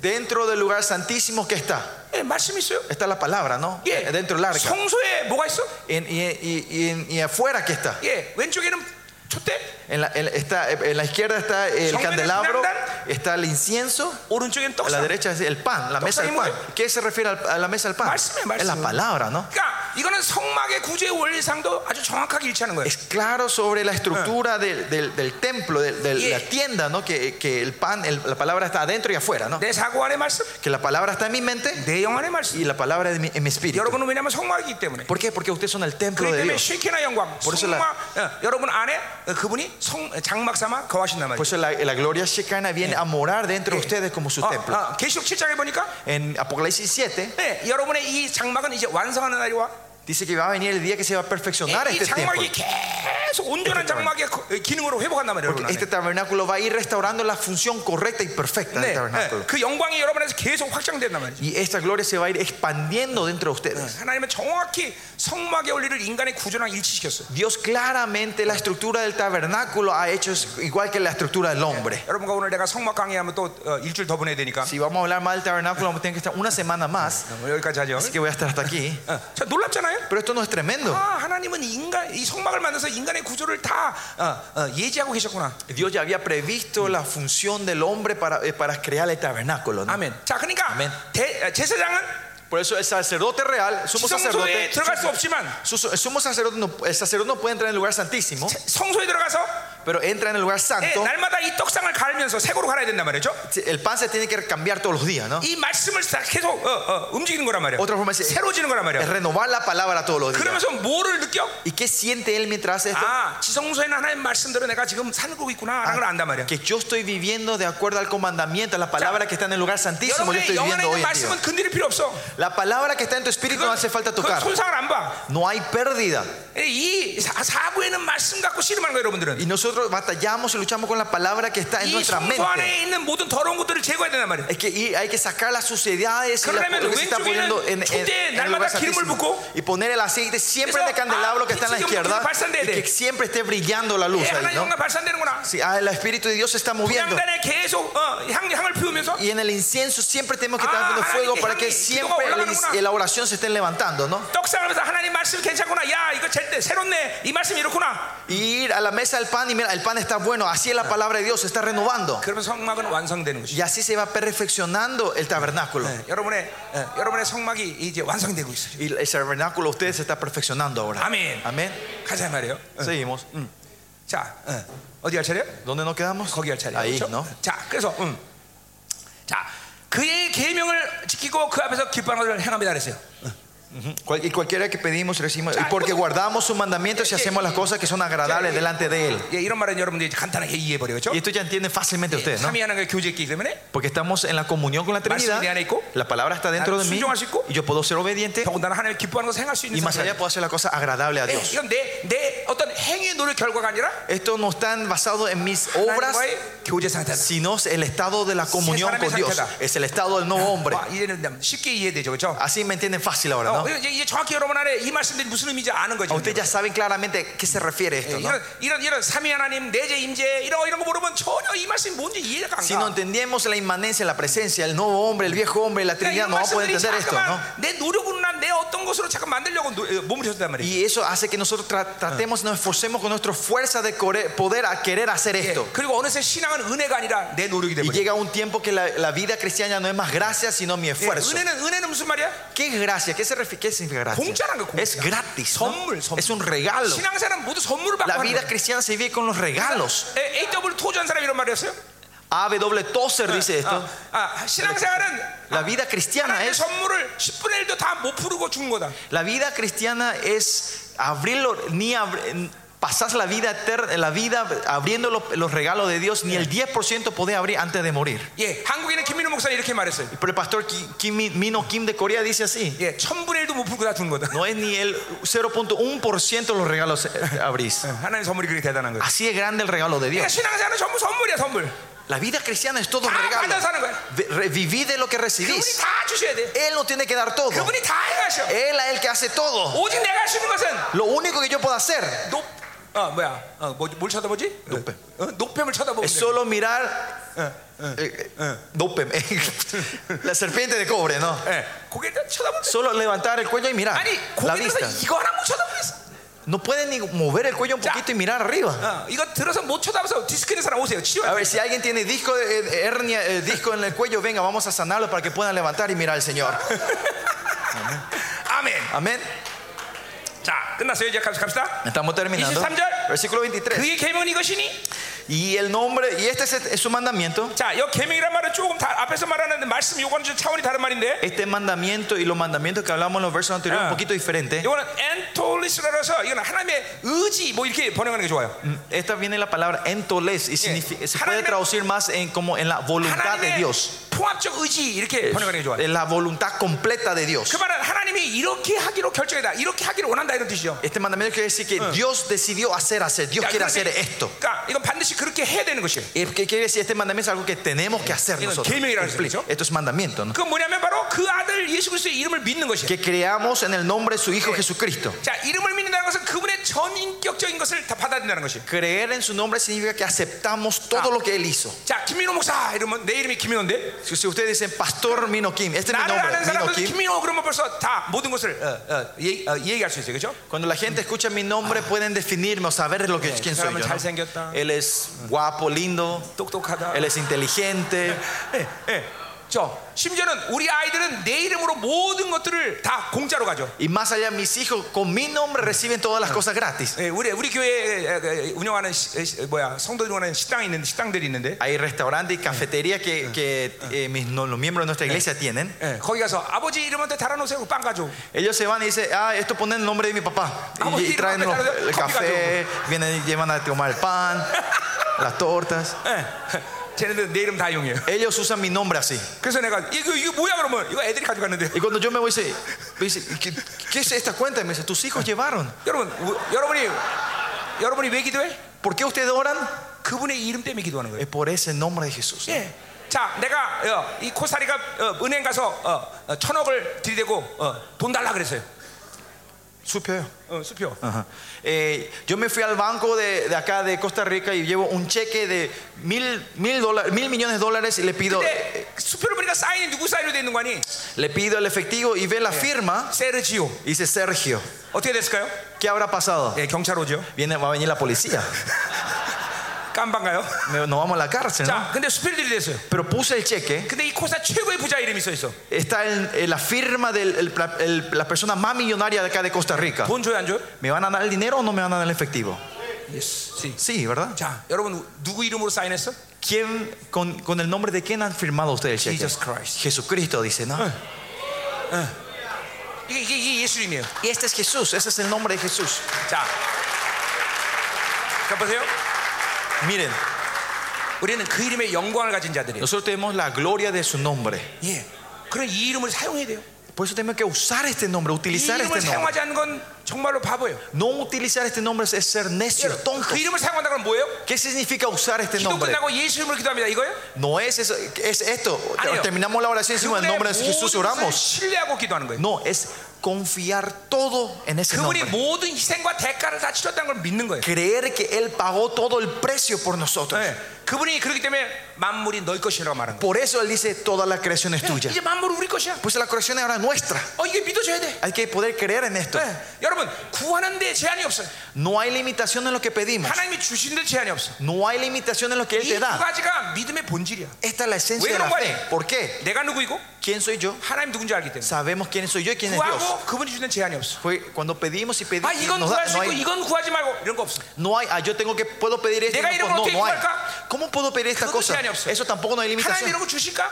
[SPEAKER 2] Dentro del lugar santísimo que está,
[SPEAKER 1] 예, 말씀이 있어요.
[SPEAKER 2] está la palabra, ¿no?
[SPEAKER 1] 예,
[SPEAKER 2] Dentro del arca.
[SPEAKER 1] 성소에 뭐가 있어?
[SPEAKER 2] En- y, y- y- en- y afuera que está.
[SPEAKER 1] 예, 왼쪽에는 촛대,
[SPEAKER 2] En la, en- está. en la izquierda está el
[SPEAKER 1] Son
[SPEAKER 2] candelabro,
[SPEAKER 1] venezuelanas.
[SPEAKER 2] está el incienso.
[SPEAKER 1] 오른쪽에는
[SPEAKER 2] A la
[SPEAKER 1] 떡상.
[SPEAKER 2] derecha es el pan, la mesa del pan. ¿Qué se refiere al- a la mesa del pan?
[SPEAKER 1] Marxismo,
[SPEAKER 2] Es la
[SPEAKER 1] marxismo.
[SPEAKER 2] palabra, ¿no?
[SPEAKER 1] 그러니까 이거는 성막의 구조의 원리상도 아주 정확하게 일치하는 거예요.
[SPEAKER 2] Es claro sobre la estructura del, del- del templo, de
[SPEAKER 1] Yeah.
[SPEAKER 2] la tienda, ¿no? Que, que el pan, el- la palabra está adentro y afuera, ¿no?
[SPEAKER 1] 내 사고 안의 말씀,
[SPEAKER 2] Que la palabra está en mi mente
[SPEAKER 1] 내 영 안의 말씀.
[SPEAKER 2] y la palabra en mi, en mi espíritu.
[SPEAKER 1] 여러분은 왜냐하면 성막이기 때문에.
[SPEAKER 2] ¿Por qué? Porque ustedes son el templo
[SPEAKER 1] 그렇기
[SPEAKER 2] de
[SPEAKER 1] 때문에
[SPEAKER 2] Dios.
[SPEAKER 1] 쉐키나 영광,
[SPEAKER 2] 벌써 라-
[SPEAKER 1] 성막, 어, 여러분 안에 어, 그분이 성, 장막 삼아 거하신단 말이에요.
[SPEAKER 2] Por
[SPEAKER 1] 예.
[SPEAKER 2] eso la, la gloria shekana viene a morar dentro de ustedes como su templo.
[SPEAKER 1] 어, 어, 계시록 7장에 보니까
[SPEAKER 2] En Apocalipsis 7
[SPEAKER 1] 네, 여러분의 이 장막은 이제 완성하는 날이 와.
[SPEAKER 2] dice que va a venir el día que se va a perfeccionar
[SPEAKER 1] 이
[SPEAKER 2] este templo.
[SPEAKER 1] 장막이 계속 온전한 장막의 거- 어, 기능으로 회복한단 말이에요.
[SPEAKER 2] Porque
[SPEAKER 1] 여러분
[SPEAKER 2] este
[SPEAKER 1] 안에.
[SPEAKER 2] tabernáculo va a ir restaurando la función correcta y perfecta del
[SPEAKER 1] 네,
[SPEAKER 2] tabernáculo.
[SPEAKER 1] 네, 그 영광이 여러분 안에서 계속 확장된단 말이죠.
[SPEAKER 2] Y esta gloria se va a ir expandiendo dentro de ustedes.
[SPEAKER 1] 하나님은 정확히 성막의 원리를 인간의 구조랑 일치시켰어요.
[SPEAKER 2] Dios claramente la estructura del tabernáculo ha hecho es igual que la estructura del hombre.
[SPEAKER 1] 여러분과 오늘 내가 성막 강의하면 또 어, 일주일 더 보내야 되니까
[SPEAKER 2] Si vamos a hablar más del tabernáculo, vamos a tener que estar una semana más.
[SPEAKER 1] 어, 여기까지 하죠.
[SPEAKER 2] Así que voy a estar hasta aquí.
[SPEAKER 1] 어, 자, 놀랍잖아요.
[SPEAKER 2] Pero esto no es tremendo.
[SPEAKER 1] 아, 하나님은 인간 이 성막을 만들어서 인간의 구조를 다 어, 어, 예지하고 계셨구나.
[SPEAKER 2] Dios ya había previsto la función del hombre para, eh, para crear el tabernáculo. ¿no?
[SPEAKER 1] 아멘. 자, 그러니까
[SPEAKER 2] 아멘.
[SPEAKER 1] 대- 어, 제사장은
[SPEAKER 2] Por eso el sacerdote real, sumo
[SPEAKER 1] 지성소에
[SPEAKER 2] sacerdote,
[SPEAKER 1] 들어갈 수 없지만
[SPEAKER 2] su- su- sumo sacerdote no- el sacerdote no puede entrar en el lugar santísimo,
[SPEAKER 1] 성소에 들어가서
[SPEAKER 2] pero entra en el lugar
[SPEAKER 1] 예,
[SPEAKER 2] santo.
[SPEAKER 1] 날마다 이 떡상을 갈면서 색으로 갈아야 된단 말이죠.
[SPEAKER 2] El pan se tiene que cambiar todos los días, ¿no?
[SPEAKER 1] 이 말씀을 싹 계속 어, 어, 움직이는 거란 말이야.
[SPEAKER 2] Otra forma es-
[SPEAKER 1] 새로지는 거란
[SPEAKER 2] Es
[SPEAKER 1] 말이야.
[SPEAKER 2] renovar la palabra todos los días.
[SPEAKER 1] 그러면서 뭐를 느껴?
[SPEAKER 2] ¿Y qué siente él mientras hace esto?
[SPEAKER 1] 아, 지성소에 는 하나님 말씀대로 내가 지금 살고
[SPEAKER 2] Ah,
[SPEAKER 1] 있구나라는 걸 안단 아, 말이야.
[SPEAKER 2] que yo estoy viviendo de acuerdo al comandamiento, a la palabra que está en el lugar santísimo, yo
[SPEAKER 1] 여러분의
[SPEAKER 2] estoy
[SPEAKER 1] 영혼에
[SPEAKER 2] viviendo
[SPEAKER 1] 있는
[SPEAKER 2] hoy en Dios.
[SPEAKER 1] 말씀은 건드릴 필요 없어.
[SPEAKER 2] La palabra que está en tu espíritu no hace falta
[SPEAKER 1] 그
[SPEAKER 2] tocar.
[SPEAKER 1] 손상을 안 봐. 예,
[SPEAKER 2] No hay pérdida.
[SPEAKER 1] 이 사- 사고에는 말씀 갖고 씨름하는 거예요, 여러분들은.
[SPEAKER 2] Y nosotros batallamos y luchamos con la palabra que está en
[SPEAKER 1] 이
[SPEAKER 2] nuestra
[SPEAKER 1] 성소
[SPEAKER 2] mente.
[SPEAKER 1] 안에 있는 모든 더러운 것들을 제거해야 된단 말이야.
[SPEAKER 2] Es que y hay que sacar las suciedades y las
[SPEAKER 1] 그러려면
[SPEAKER 2] lo que se está
[SPEAKER 1] 왼쪽에는
[SPEAKER 2] poniendo en, en-
[SPEAKER 1] 촛대에
[SPEAKER 2] en el
[SPEAKER 1] 날마다
[SPEAKER 2] lugar
[SPEAKER 1] 기름을
[SPEAKER 2] santísimo.
[SPEAKER 1] 붓고
[SPEAKER 2] y poner el aceite siempre en el
[SPEAKER 1] 그래서,
[SPEAKER 2] candelabro
[SPEAKER 1] 아,
[SPEAKER 2] que está en la
[SPEAKER 1] 지금
[SPEAKER 2] izquierda
[SPEAKER 1] 발산돼야
[SPEAKER 2] y
[SPEAKER 1] 돼.
[SPEAKER 2] que siempre esté brillando la luz
[SPEAKER 1] 예,
[SPEAKER 2] ahí,
[SPEAKER 1] 하나님
[SPEAKER 2] ¿no?
[SPEAKER 1] 영광 발산되는구나.
[SPEAKER 2] Sí, ah, el espíritu de Dios se está moviendo
[SPEAKER 1] 양단에 계속 어, 향, 향을 피우면서
[SPEAKER 2] y en el incienso siempre tenemos que estar
[SPEAKER 1] Ah,
[SPEAKER 2] poniendo fuego
[SPEAKER 1] hagan-
[SPEAKER 2] para que
[SPEAKER 1] hagan-
[SPEAKER 2] siempre
[SPEAKER 1] hagan-
[SPEAKER 2] el in- la oración se esté levantando, ¿no?
[SPEAKER 1] 떡상하면서 하나님 말씀 괜찮구나. 야, 이거 제, 새롭네. 이 말씀 이렇구나.
[SPEAKER 2] Y ir a la mesa del pan y mira, el pan está bueno, así es la palabra de Dios, se está renovando.
[SPEAKER 1] 그러면 성막은 완성되는 것이.
[SPEAKER 2] Y así se va perfeccionando el tabernáculo.
[SPEAKER 1] 여러분의 예, 여러분의 성막이 이제 완성되고 있어요.
[SPEAKER 2] Y el tabernáculo de ustedes se está perfeccionando ahora.
[SPEAKER 1] Amén.
[SPEAKER 2] Amén. Mm.
[SPEAKER 1] 가자 이 말이에요. 어,
[SPEAKER 2] Seguimos.
[SPEAKER 1] 자, 어, 디할 차례요?
[SPEAKER 2] ¿Dónde nos quedamos?
[SPEAKER 1] 거기 할 차례.
[SPEAKER 2] Ahí, ¿no?
[SPEAKER 1] 자, 그래서 음. 자, 그의 계명을 지키고 그 앞에서 기뻐하는 것을 행합니다 그랬어요.
[SPEAKER 2] Cual- y cualquiera que pedimos, recibimos. Y porque guardamos sus mandamientos y hacemos las cosas que son agradables delante de Él.
[SPEAKER 1] 예, 이런 말은 여러분들이 이제 간단하게 이해해 네, 버리겠죠?
[SPEAKER 2] Y esto ya entienden fácilmente ustedes, ¿no?
[SPEAKER 1] 삼위 하나님의 교제기 때문에
[SPEAKER 2] Porque estamos en la comunión con la Trinidad. La palabra está dentro de mí. Y yo puedo ser obediente.
[SPEAKER 1] 더군다나 하나님을 기뻐하는 것을 행할 수 있는
[SPEAKER 2] Y más allá
[SPEAKER 1] 사람이에요.
[SPEAKER 2] puedo hacer la cosa agradable a
[SPEAKER 1] 예,
[SPEAKER 2] Dios.
[SPEAKER 1] 이건 내, 내 어떤 행위의 노력 결과가 아니라
[SPEAKER 2] Esto no está basado en mis obras,
[SPEAKER 1] 하나님과의 교제 상태다.
[SPEAKER 2] sino el estado de la comunión con Dios. Es Ah, el estado del nuevo hombre.
[SPEAKER 1] 와, 이제는 그냥 쉽게 이해되죠, 그렇죠?
[SPEAKER 2] Así me entienden fácil ahora, ¿no? eh,
[SPEAKER 1] 이제, 이제 정확히 여러분 안에 이 말씀들이 무슨 의미인지 아, 아는 거죠.
[SPEAKER 2] Ustedes ya saben claramente a qué se refiere
[SPEAKER 1] 예,
[SPEAKER 2] esto, ¿no?
[SPEAKER 1] 이런 이런 이런 삼위 하나님 내재 임재 이런 거- 이런 거 모르면 전혀 이 말씀이 뭔지 이해가 안
[SPEAKER 2] Si no
[SPEAKER 1] 가.
[SPEAKER 2] entendemos la inmanencia, la presencia, el nuevo hombre, el viejo hombre, la
[SPEAKER 1] 그러니까
[SPEAKER 2] Trinidad,
[SPEAKER 1] 이런
[SPEAKER 2] no vamos a poder
[SPEAKER 1] 말씀들이
[SPEAKER 2] entender esto, ¿no?
[SPEAKER 1] 자꾸만 내 노력으로나 내 어떤 어떤 것으로 자꾸 만들려고 노- 에, 몸을 쳤단 말이에요.
[SPEAKER 2] Y eso hace que nosotros tra- tratemos, nos esforcemos con nuestra fuerza de core- poder a querer hacer
[SPEAKER 1] 예,
[SPEAKER 2] esto.
[SPEAKER 1] 그리고 어느새 신앙은 은혜가 아니라 내 노력이
[SPEAKER 2] Y
[SPEAKER 1] 되버려.
[SPEAKER 2] llega un tiempo que la, la vida cristiana no es más gracia, sino mi
[SPEAKER 1] 예,
[SPEAKER 2] esfuerzo.
[SPEAKER 1] 은혜는 은혜는 무슨 말이야?
[SPEAKER 2] ¿Qué es gracia? ¿Qué, se refi- qué significa gracia?
[SPEAKER 1] 공짜라는 거, 공짜.
[SPEAKER 2] Es gratis. ¿no?
[SPEAKER 1] 선물, 선물.
[SPEAKER 2] Es un regalo.
[SPEAKER 1] 신앙사람 모두 선물을 받고
[SPEAKER 2] La
[SPEAKER 1] 하는
[SPEAKER 2] vida
[SPEAKER 1] 거예요.
[SPEAKER 2] cristiana se vive con los regalos.
[SPEAKER 1] 에, AW 토전 사람 이런 말이었어요?
[SPEAKER 2] A.W. Tozer dice esto.
[SPEAKER 1] 아, 아, 신앙생활은
[SPEAKER 2] La vida cristiana
[SPEAKER 1] 하나님의
[SPEAKER 2] es
[SPEAKER 1] 선물을 10분의 1도 다 못 부르고 죽는 거다.
[SPEAKER 2] La vida cristiana es abrirlo, ni abri- pasás la vida eterna, la vida abriendo los, los regalos de Dios, ni el 10% podés abrir antes de morir.
[SPEAKER 1] 예, 한국에는 김민호 목사는 이렇게 말했어요.
[SPEAKER 2] Pero el pastor Ki- Kim, Min- Mino Kim de Corea dice así:
[SPEAKER 1] 예, 1000분의 1도 못 부르고 다 죽는 거다.
[SPEAKER 2] no es ni el 0.1% los regalos eh, abrís.
[SPEAKER 1] 하나님 선물이 그렇게 대단한 아, 거예요.
[SPEAKER 2] Así es grande el regalo de
[SPEAKER 1] 그러니까
[SPEAKER 2] Dios.
[SPEAKER 1] 신앙생활은 전부 선물이야, 선물.
[SPEAKER 2] La vida cristiana es todo
[SPEAKER 1] 다
[SPEAKER 2] regalo.
[SPEAKER 1] 받아서 하는 거야.
[SPEAKER 2] Ve- re- Viví de lo que
[SPEAKER 1] 그분이
[SPEAKER 2] recibís.
[SPEAKER 1] 다 주셔야 돼.
[SPEAKER 2] Él no tiene que dar todo.
[SPEAKER 1] 그분이 다 행하셔.
[SPEAKER 2] Él es el que hace todo.
[SPEAKER 1] 오직 내가 할 수 있는 것은
[SPEAKER 2] Lo único que yo puedo hacer
[SPEAKER 1] 높, 어 뭐야, 어, 뭐, 뭘 쳐다보지?
[SPEAKER 2] 높뱀.
[SPEAKER 1] 어, 높뱀을 쳐다보면
[SPEAKER 2] es
[SPEAKER 1] 돼.
[SPEAKER 2] solo mirar
[SPEAKER 1] 어,
[SPEAKER 2] Eh, eh, Dopem, eh, <laughs> la serpiente de cobre, ¿no?
[SPEAKER 1] 예, 고개 다 쳐다보면 돼.
[SPEAKER 2] Solo levantar el cuello y mirar.
[SPEAKER 1] 아니
[SPEAKER 2] La
[SPEAKER 1] 고개
[SPEAKER 2] vista.
[SPEAKER 1] 들어서 이거 하나 못 쳐다보겠어.
[SPEAKER 2] No pueden ni mover el cuello un
[SPEAKER 1] Ya.
[SPEAKER 2] poquito y mirar arriba.
[SPEAKER 1] 어, 이거 들어서 못 쳐다봐서 디스크 있는 사람 오세요.
[SPEAKER 2] A
[SPEAKER 1] 치워.
[SPEAKER 2] ver, si alguien tiene disco, de- eh, hernia, eh, disco en el cuello, venga, vamos a sanarlo para que puedan levantar y mirar al Señor.
[SPEAKER 1] 아멘.
[SPEAKER 2] Amén.
[SPEAKER 1] 자, 끝났어요. 이제 갑- 갑시다.
[SPEAKER 2] Estamos terminando.
[SPEAKER 1] 23절.
[SPEAKER 2] Versículo 23.
[SPEAKER 1] 그의 계명이 이것이니
[SPEAKER 2] Y el nombre, y este es, es su mandamiento.
[SPEAKER 1] 자, 여 계명이란 말은 조금 다, 앞에서 말하는 말씀 요건 좀 차원이 다른 말인데
[SPEAKER 2] Este mandamiento y los mandamientos que hablamos en los versos anteriores,
[SPEAKER 1] Ah.
[SPEAKER 2] un poquito diferente.
[SPEAKER 1] 이거는 엔톨리스라서 이건 하나님의 의지 뭐 이렇게 번역하는 게 좋아요.
[SPEAKER 2] Esta viene la palabra entoles y significa- se puede
[SPEAKER 1] Haranime-
[SPEAKER 2] traducir más en como en la voluntad de
[SPEAKER 1] 하나님의
[SPEAKER 2] Dios.
[SPEAKER 1] 통합적 의지 이렇게 번역하는 게 좋아요.
[SPEAKER 2] Es la voluntad completa de Dios.
[SPEAKER 1] 그 말은 하나님이 이렇게 하기로 결정했다. 이렇게 하기를 원한다 이런 뜻이죠.
[SPEAKER 2] Este mandamiento quiere decir que Dios decidió hacer, hacer. Dios quiere hacer esto.
[SPEAKER 1] 그러니까 이건 반드시 그렇게 해야 되는 것이에요.
[SPEAKER 2] Eh, ¿Qué quiere decir? Este mandamiento es algo que tenemos que hacer
[SPEAKER 1] Digo,
[SPEAKER 2] nosotros.
[SPEAKER 1] 계명이라고
[SPEAKER 2] Cumplir.
[SPEAKER 1] 했어요, 그렇죠?
[SPEAKER 2] Esto es mandamiento, ¿no?
[SPEAKER 1] 그 뭐냐면 바로 그 아들 예수 그리스도의 이름을 믿는 것이에요.
[SPEAKER 2] Que creamos en el nombre de su Hijo Jesucristo.
[SPEAKER 1] 자, 이름을 믿는다는 것은 그분의 전인격적인 것을 다 받아들인다는 것이에요.
[SPEAKER 2] Creer en su nombre significa que aceptamos
[SPEAKER 1] Ah.
[SPEAKER 2] todo lo que Él hizo.
[SPEAKER 1] 자, 김민호 목사 이러면 내 이름이 김민호인데
[SPEAKER 2] Si si ustedes dicen, Pastor Mino Kim, este es mi
[SPEAKER 1] 나를 아는
[SPEAKER 2] nombre, Mino
[SPEAKER 1] 사람은
[SPEAKER 2] Kim.
[SPEAKER 1] 김민호 그러면 벌써 다 모든 것을 어, 어, 얘기, 어, 얘기할 수 있어요, 그렇죠?
[SPEAKER 2] Cuando la gente escucha mi nombre, pueden definirme o saber lo que, quién soy
[SPEAKER 1] 사람은
[SPEAKER 2] yo. ¿no?
[SPEAKER 1] 잘생겼다,
[SPEAKER 2] Él es guapo, lindo.
[SPEAKER 1] 똑똑하다.
[SPEAKER 2] Él es inteligente.
[SPEAKER 1] 예. 저 심지어는 우리 아이들은 내 이름으로 모든 것들을 다 공짜로 가죠.
[SPEAKER 2] Y más allá, mis hijos con mi nombre reciben todas las cosas gratis.
[SPEAKER 1] 예, 우리 우리 교회 에 운영하는 시- 에, 시- 뭐야 성도들이 하는 식당이 있는 식당들이 있는데
[SPEAKER 2] Hay restaurantes y cafeterías que, que, eh, mis- no- los miembros de nuestra iglesia tienen.
[SPEAKER 1] 예, 거기 가서 아버지 이름한테 달아놓으세요 빵 가져.
[SPEAKER 2] Ellos se van y dicen, ah, esto ponen el nombre de mi papá.
[SPEAKER 1] Ah,
[SPEAKER 2] Y, y
[SPEAKER 1] sí, <laughs>
[SPEAKER 2] traen
[SPEAKER 1] no,
[SPEAKER 2] los-
[SPEAKER 1] claro,
[SPEAKER 2] el café, vienen y llevan a tomar el
[SPEAKER 1] <laughs>
[SPEAKER 2] pan, las tortas.
[SPEAKER 1] 예, <laughs> 쟤네들 내 이름 다 이용해요.
[SPEAKER 2] Ellos usan mi nombre así.
[SPEAKER 1] 그래서 내가 이거 이거 뭐야 그러면 이거 애들이 가져갔는데 <laughs>
[SPEAKER 2] Y cuando yo me voy, dice, me dice, ¿qué, qué es esta cuenta? Y me dice, tus hijos llevaron.
[SPEAKER 1] 여러분 우- 여러분이 여러분이 왜 기도해?
[SPEAKER 2] ¿Por qué ustedes oran?
[SPEAKER 1] 그분의 이름 때문에 기도하는 거예요.
[SPEAKER 2] Es por ese nombre de Jesús.
[SPEAKER 1] 예. 자, 내가 어, 이 코스타리카 어, 은행 가서 어, 어, 천억을 들이대고 어, 돈 달라 그랬어요.
[SPEAKER 2] Supe.
[SPEAKER 1] 어, 수표.
[SPEAKER 2] Ajá. Eh, yo me fui al banco de, de acá de Costa Rica y llevo un cheque de mil, mil, dólares, mil millones de dólares y le pido,
[SPEAKER 1] 근데 네, 수표를 보니까 사인이 누구 사인으로 돼 있는 거 아니?
[SPEAKER 2] le pido el efectivo y ve la firma.
[SPEAKER 1] 세르지오.
[SPEAKER 2] Y dice Sergio,
[SPEAKER 1] 어떻게 됐을까요?
[SPEAKER 2] ¿qué habrá pasado?
[SPEAKER 1] 예, 경찰 오죠.
[SPEAKER 2] Viene, va a venir la policía.
[SPEAKER 1] 깜방가요?
[SPEAKER 2] Me- nos vamos a la cárcel. ¿no?
[SPEAKER 1] 자, 근데 수표를 들이댔어요.
[SPEAKER 2] Pero puse el cheque.
[SPEAKER 1] 근데 이 코스타 최고의 부자 이름이 써 있어.
[SPEAKER 2] Está en, en la firma de la persona más millonaria de acá de Costa Rica.
[SPEAKER 1] 돈 줘요, 안 줘요?
[SPEAKER 2] ¿Me van a dar el dinero o no me van a dar el efectivo?
[SPEAKER 1] 예스. 씨.
[SPEAKER 2] Sí, ¿verdad?
[SPEAKER 1] 자, 여러분 누구 이름으로 사인했어?
[SPEAKER 2] ¿Quién, con, con el nombre de quién han firmado ustedes el cheque?
[SPEAKER 1] Jesus Christ. Ah.
[SPEAKER 2] Jesucristo, dice, ¿no?
[SPEAKER 1] 이게 이게, 이게 예수님이에요.
[SPEAKER 2] Y este es Jesús, ese es el nombre de Jesús.
[SPEAKER 1] 자. 자, 보세요.
[SPEAKER 2] Miren,
[SPEAKER 1] 우리는 그 이름의 영광을 가진 자들이에요.
[SPEAKER 2] nosotros tenemos la gloria de su nombre.
[SPEAKER 1] 예. 그럼 이 이름을 사용해야 돼요.
[SPEAKER 2] Por eso tenemos que usar este nombre,
[SPEAKER 1] 이
[SPEAKER 2] utilizar
[SPEAKER 1] 이름을
[SPEAKER 2] este nombre.
[SPEAKER 1] 사용하지 않는 건 정말로 바보예요.
[SPEAKER 2] No utilizar este nombre es ser necio, tonto.
[SPEAKER 1] 그 이름을 사용한다는 건 뭐예요?
[SPEAKER 2] ¿Qué significa usar este
[SPEAKER 1] 기도
[SPEAKER 2] nombre?
[SPEAKER 1] 끝나고 예수 이름으로 기도합니다. 이거예요?
[SPEAKER 2] No es eso, es esto.
[SPEAKER 1] Adiós.
[SPEAKER 2] Terminamos la oración y decimos el
[SPEAKER 1] 그분의
[SPEAKER 2] nombre de
[SPEAKER 1] 모든
[SPEAKER 2] Jesús
[SPEAKER 1] 것을
[SPEAKER 2] oramos.
[SPEAKER 1] 신뢰하고 기도하는 거예요.
[SPEAKER 2] No, es confiar todo en ese
[SPEAKER 1] 그분이
[SPEAKER 2] nombre.
[SPEAKER 1] 모든 희생과 대가를 다 치렀다는 걸 믿는 거예요.
[SPEAKER 2] Creer que Él pagó todo el precio por nosotros.
[SPEAKER 1] 예. 그분이 그렇기 때문에 만물이 너희 것이라고 말한 거야.
[SPEAKER 2] Por eso él dice, toda la creación es tuya.
[SPEAKER 1] 이제 만물 우리 것이야.
[SPEAKER 2] Pues la creación es ahora nuestra.
[SPEAKER 1] 어 이게 믿어줘야 돼.
[SPEAKER 2] Hay que poder creer en esto.
[SPEAKER 1] 네. 여러분 구하는데 제한이 없어요.
[SPEAKER 2] No hay limitación en lo que pedimos.
[SPEAKER 1] 하나님이 주신데 제한이 없어.
[SPEAKER 2] No hay limitación en lo que él
[SPEAKER 1] 이
[SPEAKER 2] te
[SPEAKER 1] 두
[SPEAKER 2] da.
[SPEAKER 1] 가지가 믿음의 본질이야.
[SPEAKER 2] Esta es la esencia
[SPEAKER 1] Bueno,
[SPEAKER 2] de pues. la
[SPEAKER 1] bueno.
[SPEAKER 2] fe. ¿Por qué?
[SPEAKER 1] 내가 누구이고
[SPEAKER 2] ¿Quién soy yo?
[SPEAKER 1] 하나님 누군지 알기 때문에.
[SPEAKER 2] Sabemos quién soy yo y quién es Dios.
[SPEAKER 1] 구하고 그분이 주는 제한이 없어.
[SPEAKER 2] Fue Cuando pedimos y
[SPEAKER 1] 아
[SPEAKER 2] pedimos,
[SPEAKER 1] 이건
[SPEAKER 2] nos da-
[SPEAKER 1] 구할 수
[SPEAKER 2] no
[SPEAKER 1] 있고
[SPEAKER 2] hay,
[SPEAKER 1] 이건 구하지 말고 이런 거 없어.
[SPEAKER 2] no hay, ah, yo tengo que, puedo pedir esto,
[SPEAKER 1] 내가
[SPEAKER 2] no,
[SPEAKER 1] 이런 걸
[SPEAKER 2] puedo- no,
[SPEAKER 1] 어떻게
[SPEAKER 2] no hay.
[SPEAKER 1] 구할까?
[SPEAKER 2] ¿Cómo puedo pedir esta
[SPEAKER 1] 그것도
[SPEAKER 2] cosa?
[SPEAKER 1] 제한이 없어.
[SPEAKER 2] Eso tampoco no hay
[SPEAKER 1] 하나님 이런
[SPEAKER 2] limitación.
[SPEAKER 1] 거 주실까?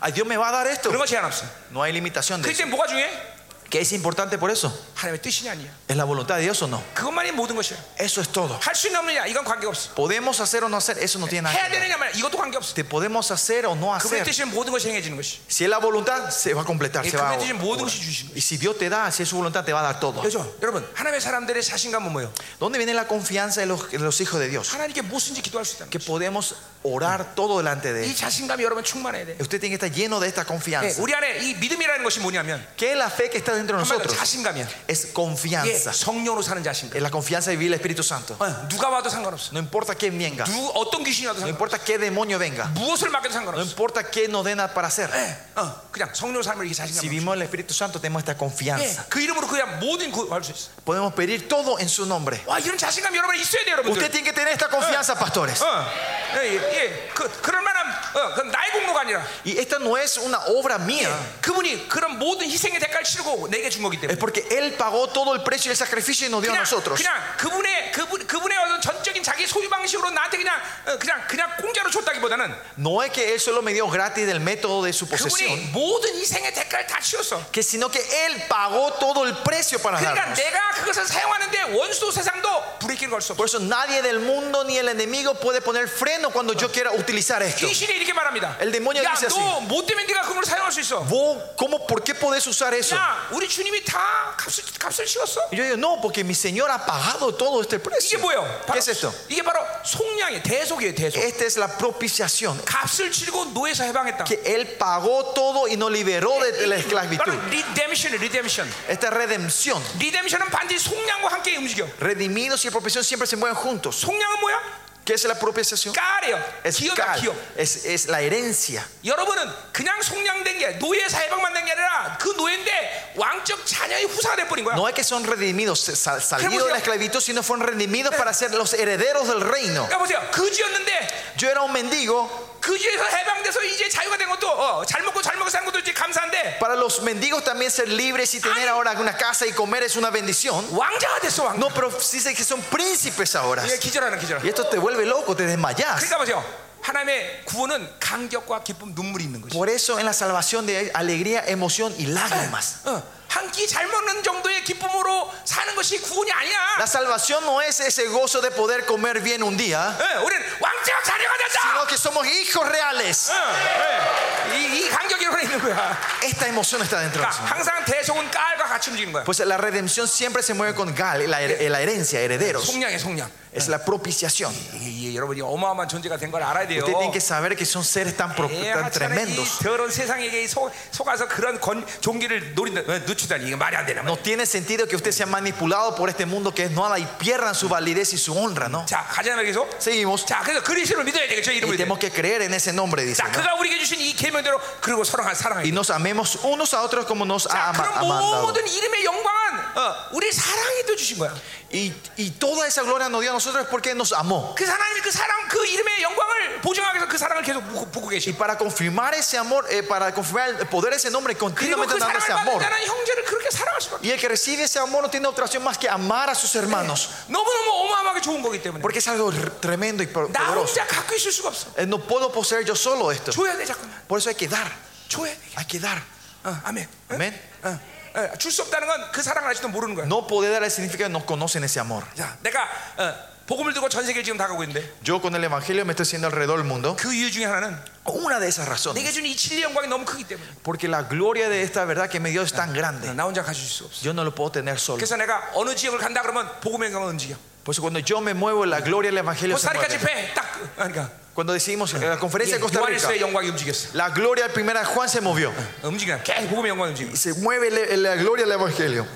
[SPEAKER 2] ¿A Dios me va a dar esto?
[SPEAKER 1] 그런 거 제한 없어.
[SPEAKER 2] No hay limitación de
[SPEAKER 1] 그때
[SPEAKER 2] eso.
[SPEAKER 1] 뭐가 중요해?
[SPEAKER 2] ¿Qué es importante por eso?
[SPEAKER 1] 하나님의 뜻이냐 아니야.
[SPEAKER 2] ¿Es la voluntad de Dios o no?
[SPEAKER 1] 그것만이 모든 것이야.
[SPEAKER 2] Eso es todo.
[SPEAKER 1] 할 수 있냐 없느냐 이건 관계 없어.
[SPEAKER 2] ¿Podemos hacer o no hacer? Eso no tiene nada
[SPEAKER 1] 해야
[SPEAKER 2] que ver.
[SPEAKER 1] 되느냐 말이야 이것도 관계 없어.
[SPEAKER 2] Te podemos hacer o no
[SPEAKER 1] 그분의
[SPEAKER 2] hacer.
[SPEAKER 1] 뜻이면 모든 것이 행해지는 것이.
[SPEAKER 2] Si es la voluntad, se va a completar.
[SPEAKER 1] 예,
[SPEAKER 2] Se va a
[SPEAKER 1] 그분의 뜻이면 모든
[SPEAKER 2] obrar.
[SPEAKER 1] 것이 주신 거예요.
[SPEAKER 2] y si Dios te da, si es su voluntad, te va a dar todo.
[SPEAKER 1] 그렇죠? 여러분 하나님의 사람들의 자신감은 뭐예요?
[SPEAKER 2] ¿Dónde viene la confianza de los, de los hijos de Dios?
[SPEAKER 1] 하나님께 무엇인지 기도할 수 있다는
[SPEAKER 2] Que
[SPEAKER 1] 거예요.
[SPEAKER 2] podemos orar todo delante de
[SPEAKER 1] 이
[SPEAKER 2] Él.
[SPEAKER 1] 자신감이 여러분 충만해야 돼.
[SPEAKER 2] Usted tiene que estar lleno de esta
[SPEAKER 1] 예,
[SPEAKER 2] confianza.
[SPEAKER 1] 우리 안에 이 믿음이라는 것이 뭐냐면
[SPEAKER 2] Eh, ¿Qué es la fe que está dentro de
[SPEAKER 1] 한마디로
[SPEAKER 2] nosotros?
[SPEAKER 1] 자신감이야.
[SPEAKER 2] Es
[SPEAKER 1] 예,
[SPEAKER 2] confianza.
[SPEAKER 1] 성령으로 사는 자신감.
[SPEAKER 2] Es la confianza de vivir el Espíritu Santo.
[SPEAKER 1] 어, 누가 와도 상관없어.
[SPEAKER 2] No importa quién venga, no
[SPEAKER 1] 누 어떤 귀신이 와도 상관없어.
[SPEAKER 2] importa qué demonio venga,
[SPEAKER 1] 무엇을 맡겨도
[SPEAKER 2] no
[SPEAKER 1] 상관없어.
[SPEAKER 2] importa qué nos den para hacer.
[SPEAKER 1] 예, 어, 그냥 성령으로 삶을 이렇게
[SPEAKER 2] Si
[SPEAKER 1] 자신감.
[SPEAKER 2] vivimos el Espíritu Santo, tenemos esta
[SPEAKER 1] 예,
[SPEAKER 2] confianza.
[SPEAKER 1] 그 이름으로 그냥 모든 구할 수 있어.
[SPEAKER 2] Podemos pedir todo en su nombre.
[SPEAKER 1] 와 이런 자신감 여러분 있어야 돼요,
[SPEAKER 2] Usted
[SPEAKER 1] 여러분들.
[SPEAKER 2] tiene que tener esta confianza, pastores.
[SPEAKER 1] 어, 예, 예, 예, 그 그럴 만한 어, 그 나의 공로가 아니라
[SPEAKER 2] Y esta no es una obra mía.
[SPEAKER 1] 그분이 그런 모든 희생의 대가를 치르고 내게 준 거기 때문에.
[SPEAKER 2] Es porque Él pagó todo el precio y el sacrificio y nos dio a
[SPEAKER 1] 그냥,
[SPEAKER 2] nosotros.
[SPEAKER 1] 그냥 그분의 그분 그분의 어떤 전적인 자기 소유 방식으로 나한테 그냥 어, 그냥 그냥 공짜로 줬다기보다는
[SPEAKER 2] No es que Él solo me dio gratis del método de su posesión,
[SPEAKER 1] 그분이 모든 희생의 대가를 다 치웠어.
[SPEAKER 2] que sino que Él pagó todo el precio para
[SPEAKER 1] 그러니까
[SPEAKER 2] darnos.
[SPEAKER 1] 내가 그것을 사용하는데 원수도 세상도 브레이킹 걸수 없어.
[SPEAKER 2] Por eso nadie del mundo ni el enemigo puede poner freno cuando yo quiera utilizar esto.
[SPEAKER 1] 귀신이 이렇게 말합니다.
[SPEAKER 2] El demonio dice así.
[SPEAKER 1] 야너못 되면 네가 그걸 사용할 수 있어.
[SPEAKER 2] ¿Vos cómo, por qué podés usar eso?
[SPEAKER 1] 야 우리 주님이 다 값을 값을 치웠어.
[SPEAKER 2] Y yo digo, no, porque mi Señor ha pagado todo este
[SPEAKER 1] 이게
[SPEAKER 2] precio.
[SPEAKER 1] 뭐예요?
[SPEAKER 2] ¿Qué
[SPEAKER 1] 바로,
[SPEAKER 2] es esto?
[SPEAKER 1] 이게 바로 속량이 대속이에요 대속.
[SPEAKER 2] Esta es la propiciación,
[SPEAKER 1] 값을 치르고 노예에서 해방했다.
[SPEAKER 2] que Él pagó todo y nos liberó de la
[SPEAKER 1] 바로
[SPEAKER 2] esclavitud.
[SPEAKER 1] 리뎀션, 리뎀션.
[SPEAKER 2] Esta redención,
[SPEAKER 1] 리뎀션은 반드시 속량과 함께 움직여.
[SPEAKER 2] redimidos y propiciación siempre se mueven juntos.
[SPEAKER 1] 속량은 뭐야?
[SPEAKER 2] ¿Qué es la propiciación?
[SPEAKER 1] 까래요.
[SPEAKER 2] Es,
[SPEAKER 1] 기업이야
[SPEAKER 2] cal,
[SPEAKER 1] 기업.
[SPEAKER 2] es, es la 해rencia.
[SPEAKER 1] 여러분은 그냥 속량된 게 노예 사회방만 된 게 아니라 그 노예인데 왕적 자녀의 후사가 돼버린 거야.
[SPEAKER 2] No es que son redimidos, sal- salidos de la esclavitud, sino fueron redimidos para ser los herederos del reino.
[SPEAKER 1] 그러니까 보세요. 그지였는데
[SPEAKER 2] Yo era un mendigo.
[SPEAKER 1] 그지에서 해방돼서 이제 자유가 된 것도 어, 잘 먹고 잘 먹고 사는 것도 이제 감사한데
[SPEAKER 2] Para los mendigos también ser libres y tener ahora una casa y comer es una bendición.
[SPEAKER 1] 왕자가 됐어 왕.
[SPEAKER 2] No, pero dice que son príncipes ahora.
[SPEAKER 1] 이게 기절하는 기절.
[SPEAKER 2] Y esto te vuelve loco, te desmayas.
[SPEAKER 1] 그러니까 보세요. 하나님의 구원은 감격과 기쁨, 눈물이 있는 거지.
[SPEAKER 2] Por eso en la salvación de alegría, emoción y lágrimas.
[SPEAKER 1] 어, 한 끼 잘 먹는 정도의 기쁨으로 사는 것이 구원이 아니야.
[SPEAKER 2] La salvación no es ese gozo de poder comer bien un día,
[SPEAKER 1] 어, 우리는 왕자와 자녀가 됐다.
[SPEAKER 2] sino que somos hijos reales.
[SPEAKER 1] 어, 예. 이, 이 감격이 여러분에 있는 거야.
[SPEAKER 2] Esta emoción está dentro de
[SPEAKER 1] 그러니까
[SPEAKER 2] nosotros.
[SPEAKER 1] 항상 대속은 깔과 같이 움직이는 거야.
[SPEAKER 2] Pues la redención siempre se mueve con gal, la, her- la herencia, herederos.
[SPEAKER 1] 속량의 속량.
[SPEAKER 2] Es la propiciación.
[SPEAKER 1] 이, 이, 여러분이 어마어마한 존재가 된 걸 알아야 돼요.
[SPEAKER 2] Ustedes tienen que saber que son seres tan, pro-
[SPEAKER 1] 예,
[SPEAKER 2] tan
[SPEAKER 1] 하찮은 이
[SPEAKER 2] tremendos.
[SPEAKER 1] 더러운 세상에게 이 속, 속아서 그런 건, 종기를 노린다, 어, 늦추다니 이게 말이 안 되나?
[SPEAKER 2] No tiene sentido que usted sea manipulado por este mundo que es nada y pierdan su validez y su honra, ¿no?
[SPEAKER 1] 자 가자면 계속.
[SPEAKER 2] Seguimos.
[SPEAKER 1] 자 그래서 그리스도를 믿어야 되겠죠
[SPEAKER 2] Y
[SPEAKER 1] 이름을.
[SPEAKER 2] tenemos que creer en ese nombre, dice.
[SPEAKER 1] 자
[SPEAKER 2] ¿no?
[SPEAKER 1] 그가 우리에게 주신 이 계명대로 그리고 사랑하
[SPEAKER 2] Y
[SPEAKER 1] 사랑해.
[SPEAKER 2] nos amemos unos a otros como nos
[SPEAKER 1] 자
[SPEAKER 2] ha ama-
[SPEAKER 1] 그런
[SPEAKER 2] ha mandado.
[SPEAKER 1] 모든 이름의 영광은 어, 우리 사랑이 또 주신 거야.
[SPEAKER 2] Y, y toda esa gloria nos dio a nosotros es porque nos amó.
[SPEAKER 1] 그 하나님이 그 사랑 그 이름의 영광을 보증하기 위해서 그 사랑을 계속 보고, 보고 계시.
[SPEAKER 2] Y para confirmar ese amor, eh, para confirmar el poder de ese nombre,
[SPEAKER 1] 그리고
[SPEAKER 2] continuamente
[SPEAKER 1] 그
[SPEAKER 2] dando
[SPEAKER 1] 사랑을
[SPEAKER 2] ese
[SPEAKER 1] 받는
[SPEAKER 2] amor.
[SPEAKER 1] 자는 형제를 그렇게 사랑할 수밖에.
[SPEAKER 2] Y el que recibe ese amor no tiene otra opción más que amar a sus hermanos.
[SPEAKER 1] 너무 너무 어마어마하게 좋은 거기 때문에.
[SPEAKER 2] Porque es algo r- tremendo y pro-
[SPEAKER 1] 나
[SPEAKER 2] poderoso.
[SPEAKER 1] 혼자 갖고 있을 수가 없어.
[SPEAKER 2] Eh, No puedo poseer yo solo esto.
[SPEAKER 1] 줘야 돼 자꾸만.
[SPEAKER 2] Por eso hay que dar.
[SPEAKER 1] 줘야 돼.
[SPEAKER 2] Hay que dar.
[SPEAKER 1] 어, 아멘.
[SPEAKER 2] Amén.
[SPEAKER 1] 줄 수 없다는 건 그 사랑을 아직도 모르는 거야.
[SPEAKER 2] No poder dar significa que no conocen ese amor.
[SPEAKER 1] 자, 내가 어, 복음을 들고 전 세계를 지금 다 가고 있는데
[SPEAKER 2] Yo con el evangelio me estoy haciendo alrededor del mundo.
[SPEAKER 1] 그 이유 중에 하나는
[SPEAKER 2] Una de esas razones.
[SPEAKER 1] 내게 준 이 진리 영광이 너무 크기 때문에
[SPEAKER 2] Porque la gloria de esta verdad que me dio es tan grande.
[SPEAKER 1] 나 혼자 가질 수 없어.
[SPEAKER 2] Yo no lo puedo tener solo.
[SPEAKER 1] 그래서 내가 어느 지역을 간다 그러면 복음의 영광을 움직여.
[SPEAKER 2] Por eso cuando yo me muevo, la gloria del Evangelio se
[SPEAKER 1] 코스타리카
[SPEAKER 2] mueve.
[SPEAKER 1] 집회 딱 어, 그러니까 예,
[SPEAKER 2] Cuando decimos en la conferencia de Costa Rica,
[SPEAKER 1] 요한일서의 영광이 움직였어.
[SPEAKER 2] la gloria del primera de Juan se movió.
[SPEAKER 1] 어, 움직이나 계속 복음의 영광이 움직여.
[SPEAKER 2] Y se mueve el- el- la gloria del Evangelio.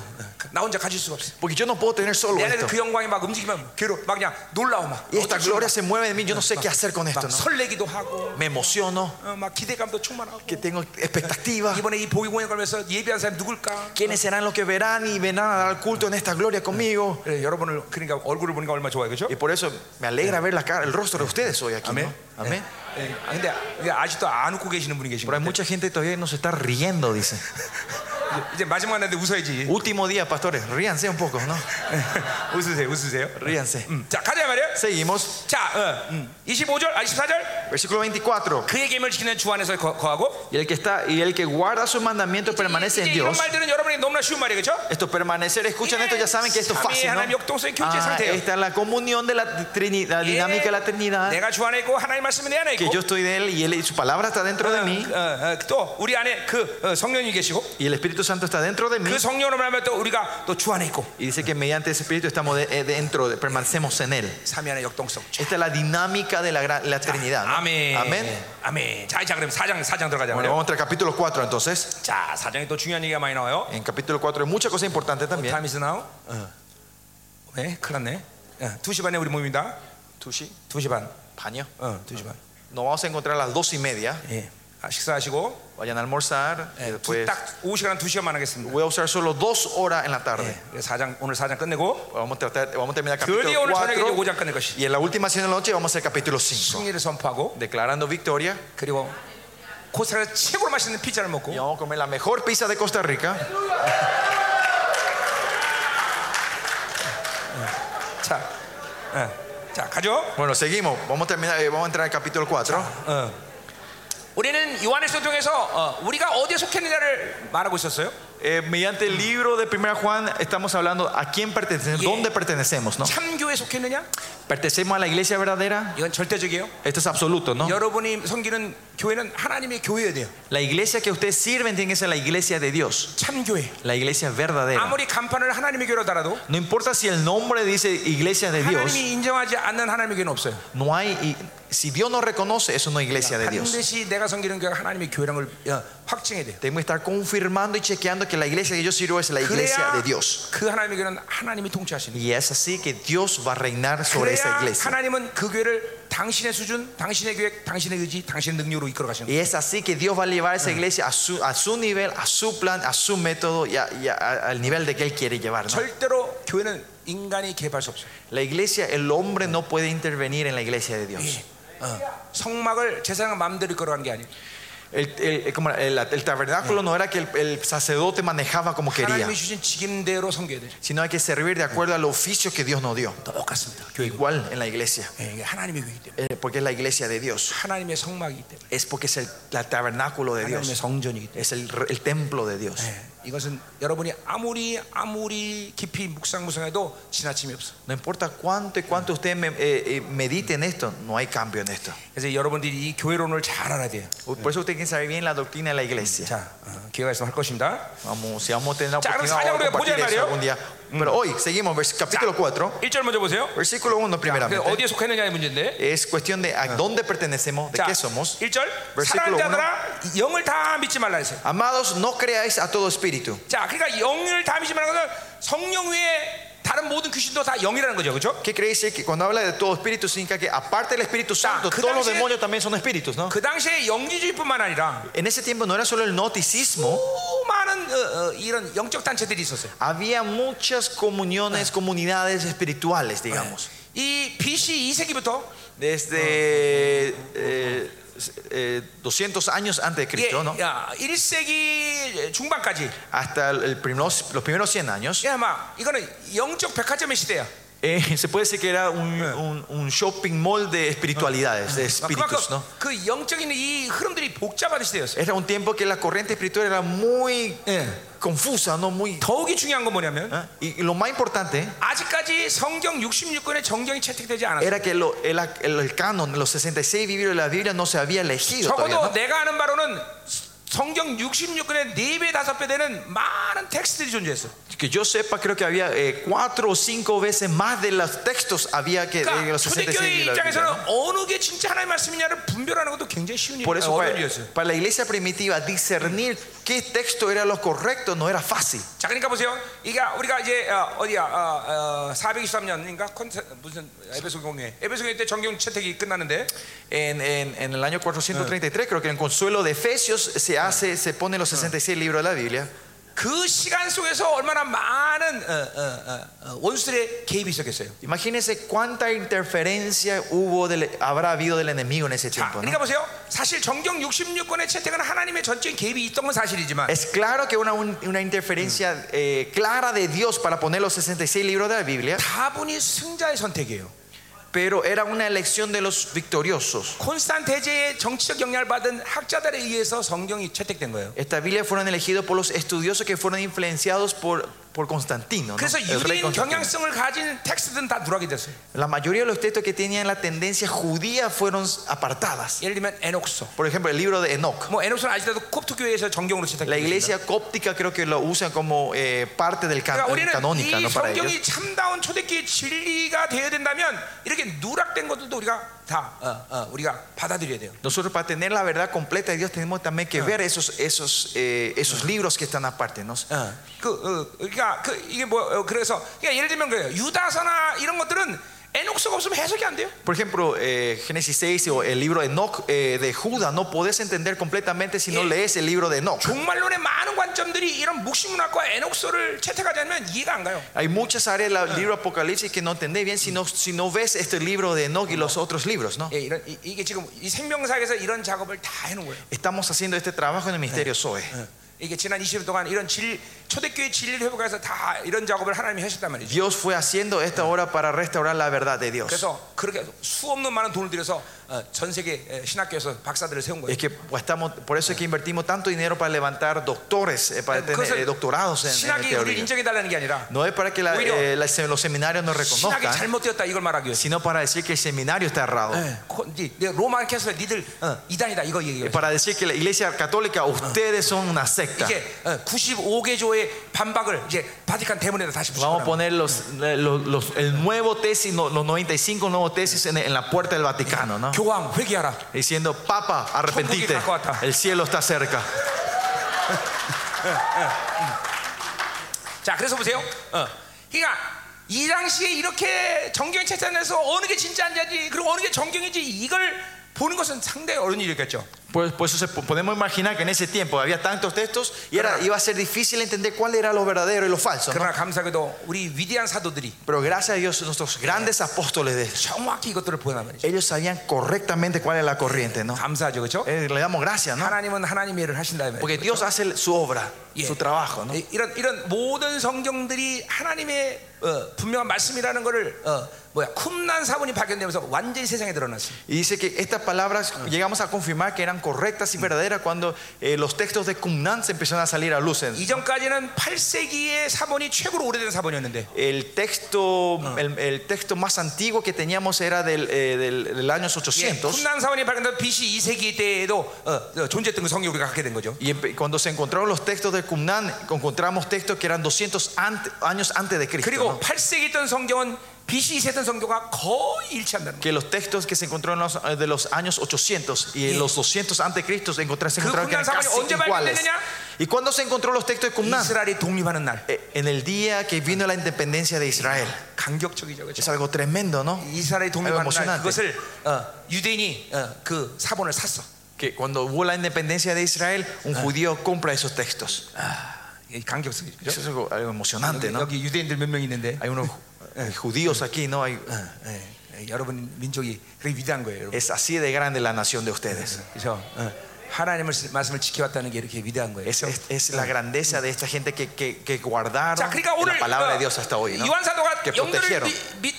[SPEAKER 1] 나 혼자 가질 수가 없어.
[SPEAKER 2] Porque yo no puedo tener solo
[SPEAKER 1] 내 안에
[SPEAKER 2] esto.
[SPEAKER 1] 그 영광이 막 움직이면 괴로 막 그냥 놀라워 막.
[SPEAKER 2] Y esta
[SPEAKER 1] 어쩔 수 없어.
[SPEAKER 2] gloria se mueve de mí. Yo no sé qué hacer con esto.
[SPEAKER 1] 막
[SPEAKER 2] ¿no?
[SPEAKER 1] 설레기도 하고
[SPEAKER 2] Me emociono,
[SPEAKER 1] 어, 막 기대감도 충만하고.
[SPEAKER 2] que tengo expectativas.
[SPEAKER 1] 이번에 이 보기 공연 걸면서 예비한 사람 누굴까?
[SPEAKER 2] ¿Quiénes serán los que verán y vendrán a dar culto en esta gloria conmigo?
[SPEAKER 1] 그래, 여러분을 그러니까 얼굴을 보니까 얼마나 좋아요, 그렇죠?
[SPEAKER 2] Y por eso me alegra ver la cara, el rostro de ustedes hoy aquí. ¿no? Eh, Amén.
[SPEAKER 1] 예. 아, 근데, 근데 아직도 안 웃고 계시는 분이 계신
[SPEAKER 2] Pero
[SPEAKER 1] 거
[SPEAKER 2] hay
[SPEAKER 1] 같아요.
[SPEAKER 2] mucha gente que todavía no se está riendo, <laughs> dice.
[SPEAKER 1] 이제- 이제 마지막 날인데 웃어야지. 예.
[SPEAKER 2] Último día, pastores, ríanse un poco, ¿no?
[SPEAKER 1] <laughs> 웃으세요, 웃으세요.
[SPEAKER 2] Ríanse.
[SPEAKER 1] 음, 자 가자 말이야.
[SPEAKER 2] Seguimos.
[SPEAKER 1] 자, 어, 음. 25절, 아 24절.
[SPEAKER 2] Versículo 24.
[SPEAKER 1] 그의 계명을 지키는 주 안에서 거, 거하고.
[SPEAKER 2] Y el que está y el que guarda sus mandamientos permanece
[SPEAKER 1] 이제
[SPEAKER 2] en
[SPEAKER 1] 이런
[SPEAKER 2] Dios.
[SPEAKER 1] 말들은 여러분이 너무나 쉬운 말이에요, 그렇죠?
[SPEAKER 2] Esto permanecer, escuchan esto, ya saben que esto es fácil. ¿no? Ah, esta es la comunión de la, trini- la dinámica de la Trinidad.
[SPEAKER 1] 예. 내가 주 안에 있고 하나님 말씀이 내 안에
[SPEAKER 2] Que
[SPEAKER 1] 있고.
[SPEAKER 2] yo estoy de él y él y su palabra está dentro de mí.
[SPEAKER 1] 어, 어, 또 우리 안에 그 어, 성령이 계시고
[SPEAKER 2] Y el Espíritu Santo está dentro de mí.
[SPEAKER 1] 그 성령으로 말하면 또 우리가 또 주 안에 있고
[SPEAKER 2] Y dice que mediante ese espíritu estamos de- eh, dentro, de- permanecemos en él.
[SPEAKER 1] 삼위 안의 역동성.
[SPEAKER 2] Esta es la dinámica de la, gran- la Trinidad. ¿no?
[SPEAKER 1] 아멘.
[SPEAKER 2] Amén.
[SPEAKER 1] 아멘. 자, 이제 그럼 사장 사장 들어가자
[SPEAKER 2] Bueno,
[SPEAKER 1] 말이에요.
[SPEAKER 2] vamos al capítulo 4 entonces.
[SPEAKER 1] 자, 사장에 또 중요한 얘기가 많이 나와요.
[SPEAKER 2] En capítulo 4 hay muchas cosas importantes también.
[SPEAKER 1] Time is now. 어. 네, 큰일 났네. 어, 2시 반에 우리 모입니다.
[SPEAKER 2] 2시,
[SPEAKER 1] 2시 반.
[SPEAKER 2] paño.
[SPEAKER 1] 어, 2시 반.
[SPEAKER 2] Nos vamos a encontrar a las dos y media.
[SPEAKER 1] 예. 아, 식사하시고
[SPEAKER 2] Vayan a almorzar. y
[SPEAKER 1] 예, 두,
[SPEAKER 2] después
[SPEAKER 1] 딱 5시간 2시간만 하겠습니다.
[SPEAKER 2] voy a usar solo dos horas en la tarde.
[SPEAKER 1] 예. 그래서 사장 오늘 사장 끝내고
[SPEAKER 2] Vamos a, tratar, vamos a terminar el
[SPEAKER 1] 드디어
[SPEAKER 2] capítulo
[SPEAKER 1] 오늘 저녁에 이제
[SPEAKER 2] 4.
[SPEAKER 1] 5장 끝낼 것이.
[SPEAKER 2] Y en la última sesión de la noche vamos a hacer capítulo 5.
[SPEAKER 1] 승리를 선포하고
[SPEAKER 2] Declarando victoria.
[SPEAKER 1] 그리고 코스타리카 최고로 맛있는 피자를 먹고
[SPEAKER 2] Y vamos a comer la mejor pizza de Costa Rica.
[SPEAKER 1] 자. 예. 자, 가죠.
[SPEAKER 2] Bueno, seguimos. Vamos a terminar, eh, vamos a entrar al capítulo 4.
[SPEAKER 1] 우리는 요한일서 통해서 어, 우리가 어디에 속했느냐를 말하고 있었어요.
[SPEAKER 2] Eh, mediante el libro de 1 Juan estamos hablando a quién pertenecemos,
[SPEAKER 1] Yeah.
[SPEAKER 2] dónde pertenecemos, ¿no?
[SPEAKER 1] 참교에 속했느냐?
[SPEAKER 2] ¿Pertenecemos a la iglesia verdadera?
[SPEAKER 1] 이건 절대적이에요.
[SPEAKER 2] Esto es absoluto, ¿no?
[SPEAKER 1] 여러분이 섬기는 교회는 하나님의 교회여야 돼요.
[SPEAKER 2] La iglesia que ustedes sirven tiene que ser la iglesia de Dios,
[SPEAKER 1] 참교회.
[SPEAKER 2] la iglesia verdadera.
[SPEAKER 1] 아무리 간판을 하나님의 교회로 달아도
[SPEAKER 2] No importa si el nombre dice iglesia de Dios,
[SPEAKER 1] 하나님이 인정하지 않는 하나님의 교회는 없어요.
[SPEAKER 2] no hay y- si Dios no reconoce, eso no es iglesia de Dios.
[SPEAKER 1] 반드시 내가 섬기는 교회가 하나님의 교회라는 걸 어, 확증해야 돼요.
[SPEAKER 2] Tengo que estar confirmando y chequeando que la iglesia que yo sirvo es la iglesia
[SPEAKER 1] 그래야
[SPEAKER 2] de Dios.
[SPEAKER 1] 그 하나님의 교회는 하나님이 통치하시는 거예요.
[SPEAKER 2] Y es así que Dios va a reinar sobre esa
[SPEAKER 1] 그래야
[SPEAKER 2] iglesia.
[SPEAKER 1] 하나님은 그 교회를 당신의 수준, 당신의 계획, 당신의 의지, 당신의 능력으로 이끌어 가시는 거예요.
[SPEAKER 2] Y es así que Dios va a llevar a esa iglesia a su, a su nivel, a su plan, a su método y, a- y a- a- al nivel de que Él quiere llevar. ¿no?
[SPEAKER 1] 절대로 교회는 인간이 개발할 수 없어요.
[SPEAKER 2] La iglesia, el hombre no puede intervenir en la iglesia de Dios.
[SPEAKER 1] 어, 성막을 제사장 마음대로 이끌어 가는 게 아니에요.
[SPEAKER 2] El, el- como era, el- el tabernáculo no era que el, el sacerdote manejaba como quería,
[SPEAKER 1] 하나님이 주신 직임대로 섬겨야 돼요.
[SPEAKER 2] sino hay que servir de acuerdo al oficio que Dios nos dio.
[SPEAKER 1] 똑같습니다. 교회가
[SPEAKER 2] Igual en la iglesia,
[SPEAKER 1] 예, 이게 하나님의 교회이기 때문에
[SPEAKER 2] eh, porque es la iglesia de Dios,
[SPEAKER 1] 하나님의 성막이기 때문에
[SPEAKER 2] es porque es el la tabernáculo de
[SPEAKER 1] 하나님의
[SPEAKER 2] Dios,
[SPEAKER 1] 성전이기 때문에.
[SPEAKER 2] es el, el templo de Dios.
[SPEAKER 1] 예, 이것은 여러분이 아무리 아무리 깊이 묵상무상해도 지나침이 없어.
[SPEAKER 2] No importa cuánto y cuánto ustedes me- eh, eh, mediten esto, no hay cambio en esto.
[SPEAKER 1] 그래서 여러분들이 이 교회론을 잘 알아야 돼요.
[SPEAKER 2] Por eso usted tiene que saber bien la doctrina de la iglesia.
[SPEAKER 1] 자, 어, 기회가 있으면 할 것입니다.
[SPEAKER 2] Vamos, si vamos a tener la
[SPEAKER 1] Ya,
[SPEAKER 2] oportunidad
[SPEAKER 1] ahora
[SPEAKER 2] vamos a
[SPEAKER 1] saca,
[SPEAKER 2] compartir
[SPEAKER 1] voy a
[SPEAKER 2] eso
[SPEAKER 1] Mario.
[SPEAKER 2] algún día. Pero hoy seguimos, vers- capítulo 4,
[SPEAKER 1] 1절 먼저 보세요.
[SPEAKER 2] versículo 1
[SPEAKER 1] 그
[SPEAKER 2] primeramente.
[SPEAKER 1] 어디에 속했느냐의 문제인데.
[SPEAKER 2] Es cuestión de a dónde pertenecemos, de
[SPEAKER 1] 자,
[SPEAKER 2] qué somos.
[SPEAKER 1] 1절
[SPEAKER 2] Versículo
[SPEAKER 1] 사랑하는 자들아 영을 다 믿지 말라 했어요.
[SPEAKER 2] Amados, no creáis a todo espíritu.
[SPEAKER 1] 자, 그러니까 영을 다 믿지 말라는 것은 성령 외에 다른 모든 귀신도 다 영이라는 거죠. 그렇죠?
[SPEAKER 2] ¿Qué creéis que cuando habla de todo espíritu significa que aparte del Espíritu Santo,
[SPEAKER 1] que
[SPEAKER 2] todos los
[SPEAKER 1] también-
[SPEAKER 2] demonios también son espíritus, ¿no?
[SPEAKER 1] 그 당시에 영지주의뿐만 아니라
[SPEAKER 2] En ese tiempo no era solo el gnosticismo,
[SPEAKER 1] 수많은 어, 어, 이런 영적 단체들이 있었어요.
[SPEAKER 2] había muchas comuniones, comunidades espirituales, digamos.
[SPEAKER 1] 이 BC 2세기부터
[SPEAKER 2] Desde eh, eh, 200 años antes de
[SPEAKER 1] 예,
[SPEAKER 2] Cristo, ¿no?
[SPEAKER 1] 야, 1세기 중반까지
[SPEAKER 2] hasta el primeros- los primeros 100 años,
[SPEAKER 1] 예, 막 이거는 영적 백화점의 시대야.
[SPEAKER 2] eh, <laughs> se puede decir que era un, un- un shopping mall de espiritualidades, de
[SPEAKER 1] 막 그만큼
[SPEAKER 2] espíritus, ¿no?
[SPEAKER 1] 그 영적인 이 흐름들이 복잡한 시대였어요.
[SPEAKER 2] Era un tiempo que la corriente espiritual era muy
[SPEAKER 1] 예.
[SPEAKER 2] confusa, ¿no? Muy,
[SPEAKER 1] 더욱이 중요한 건 뭐냐면
[SPEAKER 2] ¿eh? y, y lo más importante
[SPEAKER 1] 아직까지 성경 66권의 정경이 채택되지 않았어요.
[SPEAKER 2] era que lo- el, el- el canon, los 66 libros de la Biblia no se había elegido todavía,
[SPEAKER 1] 적어도
[SPEAKER 2] ¿no?
[SPEAKER 1] 내가 아는 바로는 성경 66권의 4배, 5배 되는 많은 텍스트들이 존재했어.
[SPEAKER 2] Que yo sepa, creo que había eh, cuatro o cinco veces más de los textos había que de
[SPEAKER 1] 그러니까
[SPEAKER 2] los 66
[SPEAKER 1] 초대교회
[SPEAKER 2] de la Biblia, ¿no?
[SPEAKER 1] 입장에서는 어느 게 진짜 하나님의 말씀이냐를 분별하는 것도 굉장히 쉬운 일,
[SPEAKER 2] Por eso
[SPEAKER 1] 어려운
[SPEAKER 2] para,
[SPEAKER 1] 일이었어요.
[SPEAKER 2] para la iglesia primitiva discernir qué texto era lo correcto no era fácil.
[SPEAKER 1] 자, 그러니까 보세요. 이게 우리가 이제 어, 어디야? 어, 어, 423년인가? 콘세, 무슨 에베소 공회. 에베소 공회 때 정경 채택이 끝났는데 예,
[SPEAKER 2] En, en- en el año 433 creo que en Consuelo de Efesios se hace se ponen los 66 libros de la Biblia.
[SPEAKER 1] 그 시간 속에서 얼마나 많은 어, 어, 어, 어, 원수들의 개입이 있었겠어요.
[SPEAKER 2] Imagínense cuánta interferencia hubo del- habrá habido del enemigo en ese
[SPEAKER 1] 자,
[SPEAKER 2] tiempo. ¿no?
[SPEAKER 1] 그러니까 보세요. 사실 정경 66권의 채택은 하나님의 전적인 개입이 있던 건 사실이지만
[SPEAKER 2] Es claro que una, un- una interferencia eh, clara de Dios para poner los 66 libros de la Biblia,
[SPEAKER 1] 다분히 승자의 선택이에요.
[SPEAKER 2] pero era una elección de los victoriosos.
[SPEAKER 1] 콘스탄테제의 정치적 영향을 받은 학자들에 의해서 성경이 채택된 거예요.
[SPEAKER 2] Esta Biblia fueron elegidos por los estudiosos que fueron influenciados por, por Constantino.
[SPEAKER 1] 아,
[SPEAKER 2] ¿no?
[SPEAKER 1] 그래서
[SPEAKER 2] El
[SPEAKER 1] 유대인
[SPEAKER 2] rey Constantino.
[SPEAKER 1] 경향성을 가진 텍스트들은 다 누락이 됐어요.
[SPEAKER 2] La mayoría de los textos que tenían la tendencia judía fueron apartadas.
[SPEAKER 1] 예를 들면 에녹소.
[SPEAKER 2] Por ejemplo, el libro de Enoch.
[SPEAKER 1] 뭐 에녹소는 아직도 콥트 교회에서 정경으로
[SPEAKER 2] La
[SPEAKER 1] 채택됐습니다.
[SPEAKER 2] iglesia cóptica creo que lo usan como eh, parte del can-
[SPEAKER 1] 그러니까 우리는
[SPEAKER 2] canónica
[SPEAKER 1] 이
[SPEAKER 2] ¿no? para ellos.
[SPEAKER 1] 성경이 참다운 초대교의 진리가 되어야 된다면 이렇게 누락된 것들도 우리가 다 어, 어, 우리가 받아들여야 돼요.
[SPEAKER 2] Nosotros para tener la verdad completa de Dios tenemos también que ver esos, esos, eh, esos libros que están aparte. ¿no?
[SPEAKER 1] 어, 그, 어, 그러니까 그 이게 뭐 어, 그래서 그러니까 예를 들면 그래요. 유다서나 이런 것들은 에녹소가 없으면 해석이 안 돼요.
[SPEAKER 2] Por ejemplo, eh, Génesis 6 o el libro de Enoch eh, de Judas no podés entender completamente si no
[SPEAKER 1] Yeah.
[SPEAKER 2] lees el libro de Enoch.
[SPEAKER 1] 종말론의 많은 관점들이 이런 묵시문학과 에녹소를 채택하지 않으면 이해가 안 가요.
[SPEAKER 2] Hay muchas áreas del libro Apocalipsis que no entendés bien si no, si no ves este libro de Enoch y los otros libros. ¿no?
[SPEAKER 1] 예, 이런 이, 이게 지금 이 생명사에서 이런 작업을 다 해놓은 거예요.
[SPEAKER 2] Estamos haciendo este trabajo en el Ministerio Zoe.
[SPEAKER 1] 이게 지난 20년 동안 이런 진 초대교회 진리를 회복해서 다 이런 작업을 하나님이 하셨단 말이죠.
[SPEAKER 2] Dios fue haciendo esta obra para restaurar la verdad de Dios.
[SPEAKER 1] 그래서 그렇게 수 없는 많은 돈을 들여서 어, 전 세계 에, 신학교에서 박사들을 세운 거예요.
[SPEAKER 2] Es que pues, estamos, por eso es que invertimos tanto dinero para levantar doctores, eh, para tener eh, doctorados en, en
[SPEAKER 1] 신학이 우리를
[SPEAKER 2] teoría.
[SPEAKER 1] 인정해달라는 게 아니라
[SPEAKER 2] No es para que la-
[SPEAKER 1] Oído.
[SPEAKER 2] eh, la- los seminarios nos
[SPEAKER 1] 신학이
[SPEAKER 2] reconozcan,
[SPEAKER 1] 잘못되었다 이걸 말하기 위해서.
[SPEAKER 2] sino para decir que el seminario está errado.
[SPEAKER 1] 코- 니- 내 로마 캐슬에 니들 어, 이단이다 이거 얘기해요.
[SPEAKER 2] Para decir que la iglesia católica, ustedes son una secta.
[SPEAKER 1] 이제 어, 95개 조의 반박을 이제 바티칸 대문에다 다시
[SPEAKER 2] Vamos
[SPEAKER 1] 붙여라.
[SPEAKER 2] a poner los, eh, los- los- el nuevo tesis, no- los 95 nuevos tesis en, en la puerta del Vaticano, ¿no?
[SPEAKER 1] 교황 회개하라.
[SPEAKER 2] Diciendo, Papa, arrepentite, el cielo está cerca.
[SPEAKER 1] 자, 그래서 보세요. 어. 그러니까 이 당시에 이렇게 정경이 채찬해서 어느 게 진짜인지 그리고 어느 게 정경인지 이걸 보는 것은 상당히 어려운 일이겠죠.
[SPEAKER 2] Por, por Pues, eso se- podemos imaginar que en ese tiempo había tantos textos y era, iba a ser difícil entender cuál era lo verdadero y lo falso. ¿no?
[SPEAKER 1] 그러나 감사하게도 우리 위대한 사도들이
[SPEAKER 2] Pero gracias a Dios, nuestros grandes apóstoles, de,
[SPEAKER 1] 정확히 이것들을 보여난 말이죠.
[SPEAKER 2] ellos sabían correctamente cuál era la corriente. ¿no?
[SPEAKER 1] 감사하죠, 그렇죠?
[SPEAKER 2] Eh, le damos gracias, ¿no?
[SPEAKER 1] 하나님은 하나님의 일을 하신다 이 말이에요.
[SPEAKER 2] Porque Dios hace su obra,
[SPEAKER 1] 예.
[SPEAKER 2] su trabajo. ¿no?
[SPEAKER 1] 이- 이런 이런 모든 성경들이 하나님의 어, 분명한 말씀이라는 것을 어, 뭐야 쿰난 사본이 발견되면서 완전히 세상에 드러났어요.
[SPEAKER 2] Y dice que estas palabras
[SPEAKER 1] Ah.
[SPEAKER 2] llegamos a confirmar que eran correctas y
[SPEAKER 1] Mm.
[SPEAKER 2] verdaderas cuando eh, los textos de Qumran se empezaron a salir a luz. En-
[SPEAKER 1] 이전까지는 8세기의 사본이 최고로 오래된 사본이었는데
[SPEAKER 2] El texto,
[SPEAKER 1] Ah.
[SPEAKER 2] el, el texto más antiguo que teníamos era del, eh, del, del año
[SPEAKER 1] 예,
[SPEAKER 2] 800.
[SPEAKER 1] 쿰난 사원이 발견된 BC 2세기 때에도 어, 어, 존재했던 그 성경 우리가 갖게 된 거죠.
[SPEAKER 2] Y empe- cuando se encontraron los textos de Qumran, encontramos textos que eran 200 ante- años antes de Cristo.
[SPEAKER 1] 그리고
[SPEAKER 2] ¿no?
[SPEAKER 1] 8세기 있던 성경은 BC 2세기 던 성경과 거의 일치한다는 거예요.
[SPEAKER 2] Que los textos que se encontraron en los- de los años 800 y en los 200 antes de Cristo se encontraron, se
[SPEAKER 1] ¿Que
[SPEAKER 2] encontraron que eran
[SPEAKER 1] Qumran
[SPEAKER 2] casi
[SPEAKER 1] saben dónde
[SPEAKER 2] iguales.
[SPEAKER 1] pertenecen?
[SPEAKER 2] ¿Y cuándo se encontró los textos de Qumran?
[SPEAKER 1] 이스라엘이 독립하는 날
[SPEAKER 2] Eh, En el día que vino la independencia de Israel.
[SPEAKER 1] 강격적이죠. 그렇죠?
[SPEAKER 2] Es algo tremendo, ¿no?
[SPEAKER 1] 이스라엘이
[SPEAKER 2] Algo
[SPEAKER 1] 독립하는 날
[SPEAKER 2] emocionante.
[SPEAKER 1] 그것을 어, 유대인이 어, 그 사본을 샀어.
[SPEAKER 2] Que cuando hubo la independencia de Israel, un judío compra esos textos.
[SPEAKER 1] 예, 강격성이죠.
[SPEAKER 2] Eso
[SPEAKER 1] 그렇죠?
[SPEAKER 2] es algo, algo emocionante,
[SPEAKER 1] 여기,
[SPEAKER 2] ¿no?
[SPEAKER 1] 여기 유대인들 몇 명 있는데
[SPEAKER 2] Hay unos eh, judíos aquí, ¿no? Hay-
[SPEAKER 1] 어, 예, 예, 여러분 민족이 그렇게 위대한 거예요. 여러분.
[SPEAKER 2] es así de grande la nación de ustedes.
[SPEAKER 1] 그래서 어, 하나님을 말씀을 지켜왔다는 게 이렇게 위대한 거예요.
[SPEAKER 2] Es, es- es la grandeza de esta gente que, que, que guardaron
[SPEAKER 1] 자, 그러니까
[SPEAKER 2] la
[SPEAKER 1] 오늘
[SPEAKER 2] palabra
[SPEAKER 1] 어,
[SPEAKER 2] de Dios hasta hoy. ¿no?
[SPEAKER 1] 요한 사도가
[SPEAKER 2] que
[SPEAKER 1] 영들을
[SPEAKER 2] protegieron.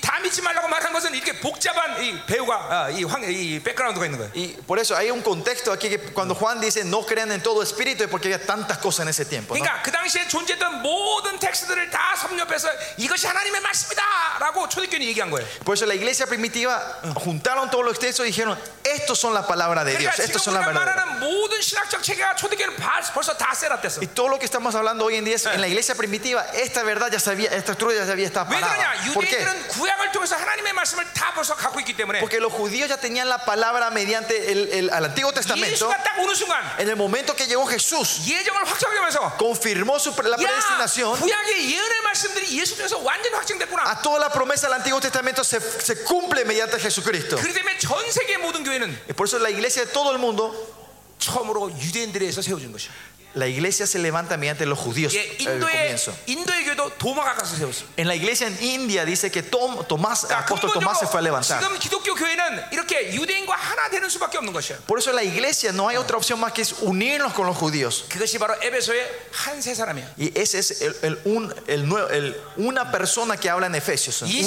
[SPEAKER 1] 다 믿지 말라고 말한 것은 이렇게 복잡한 이 배우가 아, 이, 황, 이 백그라운드가 있는 거예요.
[SPEAKER 2] Y por eso hay un contexto aquí que cuando Juan dice no crean en todo espíritu es porque había tantas cosas en ese tiempo. ¿no?
[SPEAKER 1] 그러니까 그 당시에 존재했던 모든 텍스트들을 다 섭렵해서 이것이 하나님의 말씀이다라고 초대교인이 얘기한 거예요.
[SPEAKER 2] Por eso la iglesia primitiva juntaron todos los textos y dijeron, estos son la palabra de Dios,
[SPEAKER 1] 그러니까
[SPEAKER 2] estos
[SPEAKER 1] 지금
[SPEAKER 2] son la
[SPEAKER 1] 우리가
[SPEAKER 2] verdad.
[SPEAKER 1] 말하는 모든 신학적 체계가 초대교회를 바- 벌써 다 쇠락됐어.
[SPEAKER 2] Y todo lo que estamos hablando hoy en día es en la iglesia primitiva, esta verdad ya sabía, esta estructura ya sabía estaba
[SPEAKER 1] 왜
[SPEAKER 2] parada.
[SPEAKER 1] 그러냐?
[SPEAKER 2] ¿Por qué?
[SPEAKER 1] 유대인들은 구약을 통해서 하나님의 말씀을 다 벌써 갖고 있기 때문에
[SPEAKER 2] Porque los judíos ya tenían la palabra mediante el, el- al Antiguo Testamento.
[SPEAKER 1] 예수가 딱 오는 순간
[SPEAKER 2] En el momento que llegó Jesús,
[SPEAKER 1] 예정을 확정하면서
[SPEAKER 2] confirmó su, pre- la
[SPEAKER 1] 야
[SPEAKER 2] predestinación.
[SPEAKER 1] 구약의 예언의 말씀들이 예수 통해서 완전 확정됐구나.
[SPEAKER 2] A toda la promesa del Antiguo Testamento se, se cumple mediante Jesucristo.
[SPEAKER 1] 그렇기 때문에 전 세계 모든 교회는
[SPEAKER 2] Y por eso la iglesia de todo el mundo,
[SPEAKER 1] 처음으로 유대인들에 의해서 세워진 것이야.
[SPEAKER 2] la iglesia se levanta mediante los judíos.
[SPEAKER 1] 예,
[SPEAKER 2] al
[SPEAKER 1] 인도의
[SPEAKER 2] comienzo.
[SPEAKER 1] 인도의 교도 도마가 가서 세웠어.
[SPEAKER 2] En la iglesia en India dice que Tom- Tomás, el
[SPEAKER 1] 자,
[SPEAKER 2] apóstol Tomás se fue a
[SPEAKER 1] 근본적으로
[SPEAKER 2] levantar.
[SPEAKER 1] 지금 기독교 교회는 이렇게 유대인과 하나 되는 수밖에 없는 것이야.
[SPEAKER 2] Por eso en la iglesia no hay otra opción más que es unirnos con los judíos.
[SPEAKER 1] 그것이 바로 에베소의 한 세 사람이야.
[SPEAKER 2] Y ese es el, el un- el nue- el- una persona que habla en Efesios, un hombre.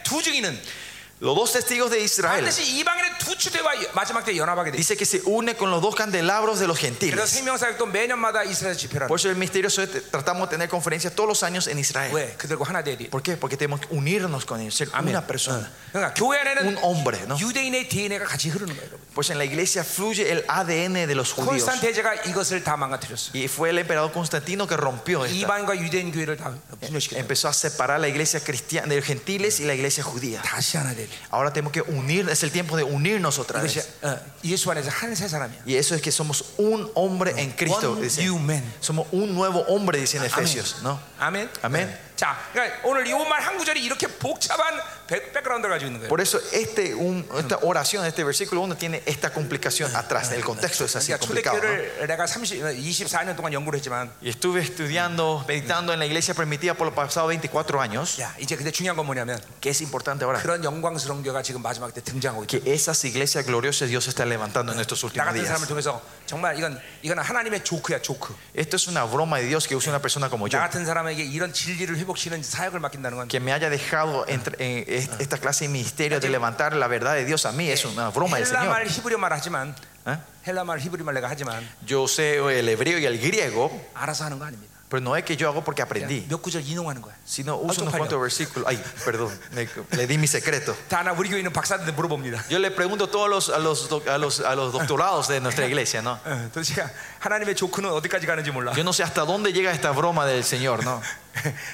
[SPEAKER 1] 이스라엘의 두 증인은
[SPEAKER 2] Los dos testigos de Israel.
[SPEAKER 1] 반드시 이방인의 두 추대와 마지막 때 연합하게 돼.
[SPEAKER 2] Dice que se une con los dos candelabros de los
[SPEAKER 1] 그래서
[SPEAKER 2] gentiles.
[SPEAKER 1] 생명사역도 매년마다 이스라엘 집회를
[SPEAKER 2] Por
[SPEAKER 1] 하는.
[SPEAKER 2] eso el misterio es que tratamos de tener conferencias todos los años en Israel.
[SPEAKER 1] 왜? 그들과 하나 되야 돼.
[SPEAKER 2] ¿Por qué? Porque tenemos que unirnos con ellos, ser una persona,
[SPEAKER 1] 그러니까 교회
[SPEAKER 2] un
[SPEAKER 1] 안에는
[SPEAKER 2] hombre, ¿no?
[SPEAKER 1] 유대인의 DNA가 같이 흐르는 거예요. 여러분.
[SPEAKER 2] Pues en la iglesia fluye el ADN de los judíos.
[SPEAKER 1] 콘스탄테제가 이것을 다 망가뜨렸어.
[SPEAKER 2] Y fue el emperador Constantino que rompió esto.
[SPEAKER 1] 이방인과 유대인 교회를 다 분열시켰어.
[SPEAKER 2] Empezó a separar la iglesia cristiana de los gentiles y la iglesia judía.
[SPEAKER 1] 다시 하나 되야 돼.
[SPEAKER 2] Ahora tenemos que unir, es el tiempo de unirnos otra
[SPEAKER 1] 이것이
[SPEAKER 2] vez.
[SPEAKER 1] 어, 예수 안에서 한 세 사람이야.
[SPEAKER 2] Y eso es que somos un hombre en Cristo.
[SPEAKER 1] One
[SPEAKER 2] dice.
[SPEAKER 1] new man.
[SPEAKER 2] Somos un nuevo hombre, dice en Efesios. ¿no?
[SPEAKER 1] 아멘.
[SPEAKER 2] 아멘.
[SPEAKER 1] 네. 자, 그러니까 오늘 이말 한 구절이 이렇게 복잡한 백- 백그라운드를 가지고 있는 거예요.
[SPEAKER 2] Por eso este, un- esta oración, este versículo 1 tiene esta complicación atrás. El contexto es así
[SPEAKER 1] 그러니까
[SPEAKER 2] complicado. ¿no?
[SPEAKER 1] 초대교를 내가 30, 24년 동안 연구를 했지만,
[SPEAKER 2] Y estuve estudiando, meditando en la iglesia primitiva por los pasados 24 años.
[SPEAKER 1] 야 이제 근데 중요한 건 뭐냐면
[SPEAKER 2] Que es importante ahora.
[SPEAKER 1] 그런 영광스러운 교회가 지금 마지막 때 등장하고 있죠.
[SPEAKER 2] Que esas iglesias gloriosas Dios está levantando en estos
[SPEAKER 1] 나
[SPEAKER 2] últimos
[SPEAKER 1] 같은
[SPEAKER 2] días.
[SPEAKER 1] 사람을 통해서 정말 이건 이건 하나님의 조크야 그, 조크.
[SPEAKER 2] Esto es una broma de Dios que usa una persona como yo.
[SPEAKER 1] 나 같은 사람에게 이런 진리를 회복시키는 사역을 맡긴다는 건
[SPEAKER 2] Que me haya dejado entre- en est- esta clase de misterio de levantar la verdad de Dios a mí es
[SPEAKER 1] 아,
[SPEAKER 2] una broma del
[SPEAKER 1] 헬라
[SPEAKER 2] Señor.
[SPEAKER 1] 말 히브리어 말 하지만
[SPEAKER 2] ¿Eh?
[SPEAKER 1] 헬라 말 히브리 말 내가 하지만
[SPEAKER 2] Yo sé el hebreo y el griego,
[SPEAKER 1] 알아서 하는 거 아닙니다.
[SPEAKER 2] pero no es que yo hago porque aprendí,
[SPEAKER 1] 몇 구절 인용하는 거야.
[SPEAKER 2] sino uso unos
[SPEAKER 1] Autopilot.
[SPEAKER 2] cuantos versículos. Ay, perdón, me- le di mi secreto.
[SPEAKER 1] 다 나 우리 교회 있는 박사들한테 물어봅니다.
[SPEAKER 2] Yo le pregunto todos los- a, los, doc- a, los, a los doctorados de nuestra iglesia, ¿no?
[SPEAKER 1] 어, 도대체 하나님의 조크는 어디까지 가는지 몰라.
[SPEAKER 2] Yo no sé hasta dónde llega esta broma del Señor, ¿no?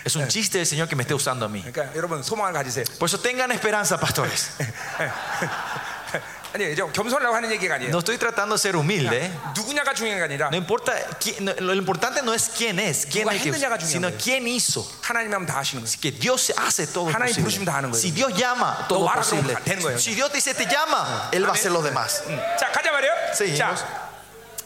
[SPEAKER 2] Es un chiste del Señor que me esté usando a mí.
[SPEAKER 1] 그러니까 여러분 소망을 가지세요. <laughs>
[SPEAKER 2] Por eso tengan esperanza, pastores.
[SPEAKER 1] 아니 이제 겸손하려고 하는 얘기가 아니에요.
[SPEAKER 2] No estoy tratando de ser humilde. ¿eh?
[SPEAKER 1] 누구냐가 중요한 게 아니라
[SPEAKER 2] No importa, quién- no, lo importante no es quién es, quién
[SPEAKER 1] Nueva
[SPEAKER 2] es que-
[SPEAKER 1] gente llega a
[SPEAKER 2] sino
[SPEAKER 1] Junior.
[SPEAKER 2] quién hizo.
[SPEAKER 1] 하나님 하면 다 하시는 거예요.
[SPEAKER 2] Que Dios hace todo
[SPEAKER 1] 하나님
[SPEAKER 2] posible.
[SPEAKER 1] 부르시면 다 하는 거예요.
[SPEAKER 2] Si Dios llama,
[SPEAKER 1] No,
[SPEAKER 2] todo es
[SPEAKER 1] ahora
[SPEAKER 2] posible.
[SPEAKER 1] no, 되는 거예요.
[SPEAKER 2] Si Dios te dice te llama, Él va a hacer los demás.
[SPEAKER 1] 음. 자 가자 말이요.
[SPEAKER 2] 세,
[SPEAKER 1] 자,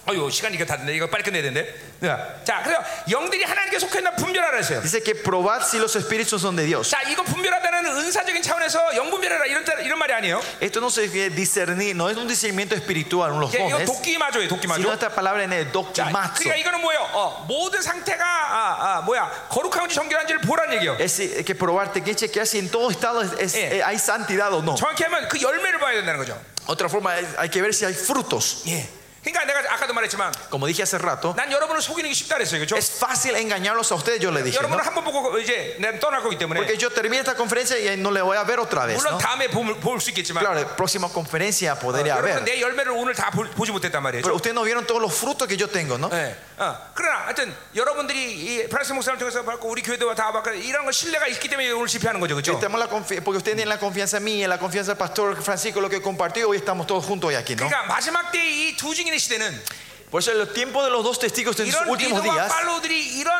[SPEAKER 1] 어유 시간 이거 다 됐네. 이거 빨리 끝내야 되는데. 네. 자, 그래서 영들이 하나님께 속해 있나 분별하라 했어요.
[SPEAKER 2] Dice que probad si los espíritus son de Dios.
[SPEAKER 1] 자, 이거 분별하다는 은사적인 차원에서 영분별하라 이런 자- 이런 말이 아니에요.
[SPEAKER 2] Esto no se refiere a discernir, no es un discernimiento espiritual, unos
[SPEAKER 1] 예, 이거
[SPEAKER 2] dones,
[SPEAKER 1] 도끼마조예요,
[SPEAKER 2] sino
[SPEAKER 1] 도끼마조.
[SPEAKER 2] esta palabra en el
[SPEAKER 1] 자,
[SPEAKER 2] doctimazo.
[SPEAKER 1] 그러니까 이거는 뭐예요? 어, 모든 상태가 아, 아, 뭐야 거룩한지 정결한지를 보란 얘기예요.
[SPEAKER 2] Es eh, que probarte, que chequear si en todo estado es- es-
[SPEAKER 1] Eh.
[SPEAKER 2] eh, hay santidad o no.
[SPEAKER 1] 정확히 하면 그 열매를 봐야 된다는 거죠.
[SPEAKER 2] Otra forma es, hay que ver si hay frutos.
[SPEAKER 1] 예. 그러니까 내가 아까도 말했지만
[SPEAKER 2] Como dije hace rato,
[SPEAKER 1] 난 여러분을 속이는 게 쉽다 그랬어요, 그렇죠?
[SPEAKER 2] es fácil engañarlos a ustedes, yo le dije. ¿no?
[SPEAKER 1] 여러분을 한 번 보고 이제 난 떠날 거기 때문에
[SPEAKER 2] Porque yo terminé esta conferencia y no le voy a ver otra vez.
[SPEAKER 1] 물론
[SPEAKER 2] ¿no?
[SPEAKER 1] 다음에 볼 수 있겠지만
[SPEAKER 2] Claro, la próxima conferencia podría
[SPEAKER 1] 여러분
[SPEAKER 2] haber.
[SPEAKER 1] 내 열매를 오늘 다 볼- 보지 못했단 말이에요. 그렇죠?
[SPEAKER 2] Pero ustedes no vieron todos los frutos que yo tengo, ¿no?
[SPEAKER 1] 예. 어, 그러나 하여튼 여러분들이 이 프랑스 목사를 통해서 받고 우리 교회도 다 받고 이런 거 신뢰가 있기 때문에 오늘 집회하는 거죠, 그렇죠?
[SPEAKER 2] Estamos la confi- porque ustedes tienen la confianza mía, la confianza del pastor Francisco, lo que compartió, hoy estamos todos juntos hoy aquí, ¿no?
[SPEAKER 1] 그러니까 마지막 때 이 두 증인의 시대는
[SPEAKER 2] Por eso el tiempo de los dos testigos en sus
[SPEAKER 1] 이런
[SPEAKER 2] últimos
[SPEAKER 1] 리더와
[SPEAKER 2] días
[SPEAKER 1] 팔로우들이 이런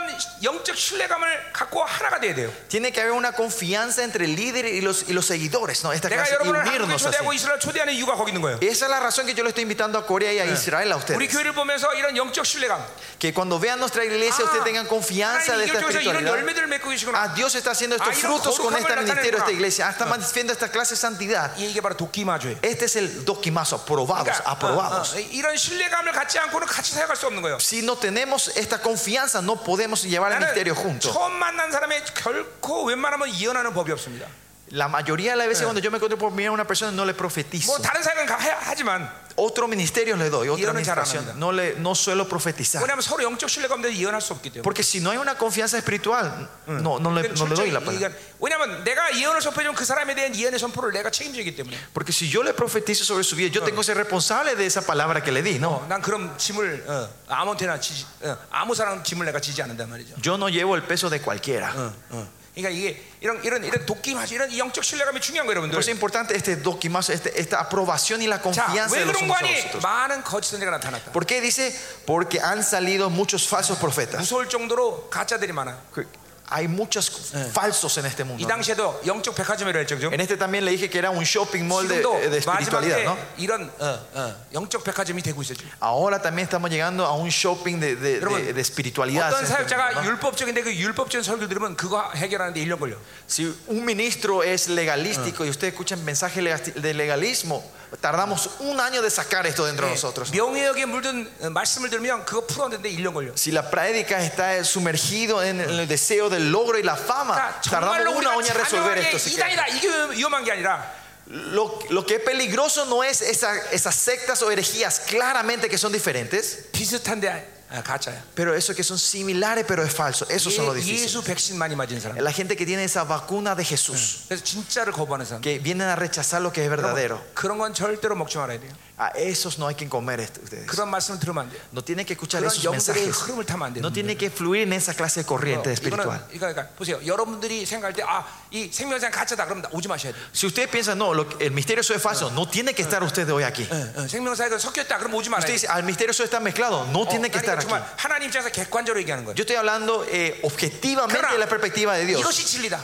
[SPEAKER 1] 영적 신뢰감을 갖고 하나가 돼야 돼요.
[SPEAKER 2] tiene que haber una confianza entre el líder y los, y los seguidores, ¿no? Esta
[SPEAKER 1] 내가
[SPEAKER 2] clase, y
[SPEAKER 1] 여러분을 한국에
[SPEAKER 2] unirnos así.
[SPEAKER 1] 초대하고 이스라엘 초대하는 이유가 거기 있는 거예요.
[SPEAKER 2] Y Esa es la razón que yo le estoy invitando a Corea y a Israel a
[SPEAKER 1] 우리
[SPEAKER 2] ustedes.
[SPEAKER 1] 교회를 보면서 이런 영적 신뢰감,
[SPEAKER 2] Que cuando vean nuestra iglesia, ustedes tengan confianza de
[SPEAKER 1] 하나님
[SPEAKER 2] esta
[SPEAKER 1] 이걸 통해서 이런
[SPEAKER 2] espiritualidad.
[SPEAKER 1] 열매들을 맺고 계시구나.
[SPEAKER 2] Ah, Dios está haciendo
[SPEAKER 1] Ah,
[SPEAKER 2] estos
[SPEAKER 1] 이런
[SPEAKER 2] frutos con este
[SPEAKER 1] 거룩함을
[SPEAKER 2] ministerio, esta
[SPEAKER 1] 나타내는구나.
[SPEAKER 2] iglesia. Ah, Está manifestando esta clase de santidad.
[SPEAKER 1] 이게 바로 도끼마주예요.
[SPEAKER 2] Este es el doquimazo, aprobados,
[SPEAKER 1] 그러니까,
[SPEAKER 2] aprobados.
[SPEAKER 1] 어, 어, 이런 신뢰감을 갖지 않고는 같이 살아갈 수 없는 거예요.
[SPEAKER 2] Si no tenemos esta confianza, no podemos llevar el
[SPEAKER 1] 나는
[SPEAKER 2] ministerio juntos.
[SPEAKER 1] 처음 만난 사람의 결코 웬만하면 이혼하는 법이 없습니다.
[SPEAKER 2] La mayoría de las veces cuando yo me encuentro por primera vez a una persona no le profetizo.
[SPEAKER 1] 뭐 다른 사역은 가- 해- 하지만
[SPEAKER 2] Otro ministerio le doy, otra
[SPEAKER 1] 이거는
[SPEAKER 2] administración.
[SPEAKER 1] 잘합니다.
[SPEAKER 2] No, le, no suelo profetizar.
[SPEAKER 1] 왜냐하면 서로 영적 신뢰가 없는데 이혼할 수 없기 때문에.
[SPEAKER 2] Porque si no hay una confianza espiritual, no, no, le, no le doy la
[SPEAKER 1] 철저히
[SPEAKER 2] palabra.
[SPEAKER 1] 이건- 왜냐하면 내가 이혼을 선포해주면 그 사람에 대한 이혼의 선포를 내가 책임지기 때문에.
[SPEAKER 2] Porque si yo le profetizo sobre su vida, yo tengo que ser responsable de esa palabra que le di. No,
[SPEAKER 1] 난 그럼 짐을 어, 아무한테나 지지, 어, 아무 사람 짐을 내가 지지 않는단 말이죠.
[SPEAKER 2] yo no llevo el peso de cualquiera.
[SPEAKER 1] 어, 어. 그러니까 이게 이런 이런 이런 도끼마시 이런 이 영적 신뢰감이 중요한 거예요,
[SPEAKER 2] Por
[SPEAKER 1] 여러분들.
[SPEAKER 2] eso es importante este doquimazo, este- esta aprobación y la
[SPEAKER 1] 자,
[SPEAKER 2] confianza
[SPEAKER 1] 왜
[SPEAKER 2] de los
[SPEAKER 1] 그런
[SPEAKER 2] unos a los
[SPEAKER 1] 거니?
[SPEAKER 2] otros.
[SPEAKER 1] 많은 거짓 선제가 나타났다.
[SPEAKER 2] ¿Por qué dice? Porque han salido muchos falsos profetas.
[SPEAKER 1] 무서울 정도로 가짜들이 많아.
[SPEAKER 2] Hay muchos falsos en este
[SPEAKER 1] 이
[SPEAKER 2] mundo. ¿no?
[SPEAKER 1] 당시에도 영적 백화점이라 했죠, 그죠?
[SPEAKER 2] En este también le dije que era un shopping mall de,
[SPEAKER 1] 지금도
[SPEAKER 2] de
[SPEAKER 1] 마지막
[SPEAKER 2] espiritualidad,
[SPEAKER 1] 때
[SPEAKER 2] ¿no?
[SPEAKER 1] 이런 어, 어, 영적 백화점이 되고 있었죠.
[SPEAKER 2] Ahora también estamos llegando a un shopping de, de-
[SPEAKER 1] 여러분,
[SPEAKER 2] de- de espiritualidad.
[SPEAKER 1] 어떤
[SPEAKER 2] en este mundo,
[SPEAKER 1] 사역자가
[SPEAKER 2] ¿no?
[SPEAKER 1] 율법적인데 그 율법적인 설교 들으면 그거 해결하는데 1년 걸려.
[SPEAKER 2] Si un ministro es legalístico y ustedes escuchan mensajes legas- de legalismo, tardamos un año de sacar esto dentro de nosotros.
[SPEAKER 1] 명예역에 물든 어, 말씀을 들으면 그거 풀어내는데 1년 걸려.
[SPEAKER 2] Si la práctica está sumergido en el deseo del logro y la fama,
[SPEAKER 1] 그러니까
[SPEAKER 2] tardamos
[SPEAKER 1] 정말로
[SPEAKER 2] una
[SPEAKER 1] 우리가
[SPEAKER 2] oña en resolver
[SPEAKER 1] 자녀에게
[SPEAKER 2] esto. así que-
[SPEAKER 1] 이단이다 이게 위- 위험한 게 아니라
[SPEAKER 2] Lo, lo que es peligroso no es esa- esas sectas o herejías claramente que son diferentes,
[SPEAKER 1] 비슷한데 아, 가짜야.
[SPEAKER 2] pero eso que son similares pero es falso. Eso son lo
[SPEAKER 1] 예-
[SPEAKER 2] difícil.
[SPEAKER 1] 예수 백신 많이 맞은 사람.
[SPEAKER 2] La gente que tiene esa vacuna de Jesús,
[SPEAKER 1] 그래서 진짜를 거부하는 사람.
[SPEAKER 2] que vienen a rechazar lo que es verdadero,
[SPEAKER 1] 그런 건 절대로 먹지 말아야 돼요.
[SPEAKER 2] a esos no hay que comer est- ustedes.
[SPEAKER 1] 그런 말씀을 들으면 안 돼요.
[SPEAKER 2] No tienen que escuchar
[SPEAKER 1] 그런
[SPEAKER 2] esos
[SPEAKER 1] 영들의
[SPEAKER 2] mensajes.
[SPEAKER 1] 흐름을 타면 안 돼요.
[SPEAKER 2] No tienen que fluir en esa clase de
[SPEAKER 1] 이거는
[SPEAKER 2] corriente espiritual.
[SPEAKER 1] 그러니까, 그러니까 보세요. 여러분들이 생각할 때 아, 이 생명상 가짜다. 그럼 나 오지 마셔야 돼.
[SPEAKER 2] Si ustedes piensan, no, lo que- el misterio eso es falso, no tiene que estar usted hoy aquí. Usted
[SPEAKER 1] 어, 생명사에 섞였다. 그럼 오지 말아야 돼.
[SPEAKER 2] dice, al misterio eso está mezclado,
[SPEAKER 1] Oh,
[SPEAKER 2] no tiene que estar
[SPEAKER 1] 그러니까
[SPEAKER 2] aquí.
[SPEAKER 1] 정말 하나님 입장에서 객관적으로 얘기하는 거예요.
[SPEAKER 2] Yo estoy hablando eh, objetivamente
[SPEAKER 1] Claro.
[SPEAKER 2] de la perspectiva de Dios.
[SPEAKER 1] 이것이 진리다.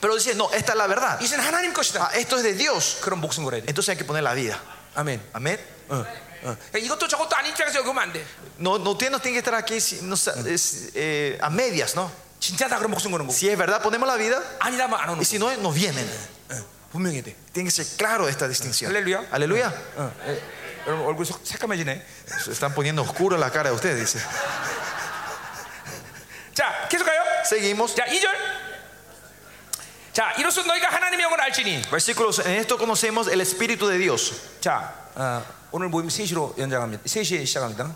[SPEAKER 2] Pero dice, no, esta es la verdad.
[SPEAKER 1] 이것은 하나님 것이다.
[SPEAKER 2] Ah, esto es de Dios.
[SPEAKER 1] 그럼 목숨 걸어야 돼.
[SPEAKER 2] Entonces hay que poner la vida.
[SPEAKER 1] 아멘.
[SPEAKER 2] Amén.
[SPEAKER 1] 그러니까 이것도 저것도 아닌 입장에서 여기면 안 돼.
[SPEAKER 2] No, no, usted no tiene que estar aquí si- no sa- es, eh, a medias, ¿no?
[SPEAKER 1] 진짜다. 그럼 목숨 거는 거고.
[SPEAKER 2] Si es verdad, ponemos la vida.
[SPEAKER 1] 아니다면 뭐 안 오는 거.
[SPEAKER 2] Y si no, no vienen.
[SPEAKER 1] 분명히 돼.
[SPEAKER 2] Tiene que ser claro esta distinción.
[SPEAKER 1] Aleluya.
[SPEAKER 2] Aleluya.
[SPEAKER 1] 어, 예. 여러분 얼굴 석- 새까매지네.
[SPEAKER 2] Se están poniendo oscuro la cara de usted, dice.
[SPEAKER 1] 자, 계속 가요.
[SPEAKER 2] Seguimos.
[SPEAKER 1] 자, 2절. 자, 이로써 너희가 ha나님의 영을 알지니.
[SPEAKER 2] Versículos. En esto conocemos el Espíritu de Dios.
[SPEAKER 1] 자, 어, 오늘 모임 3시로 연장합니다. 3시에 시작합니다.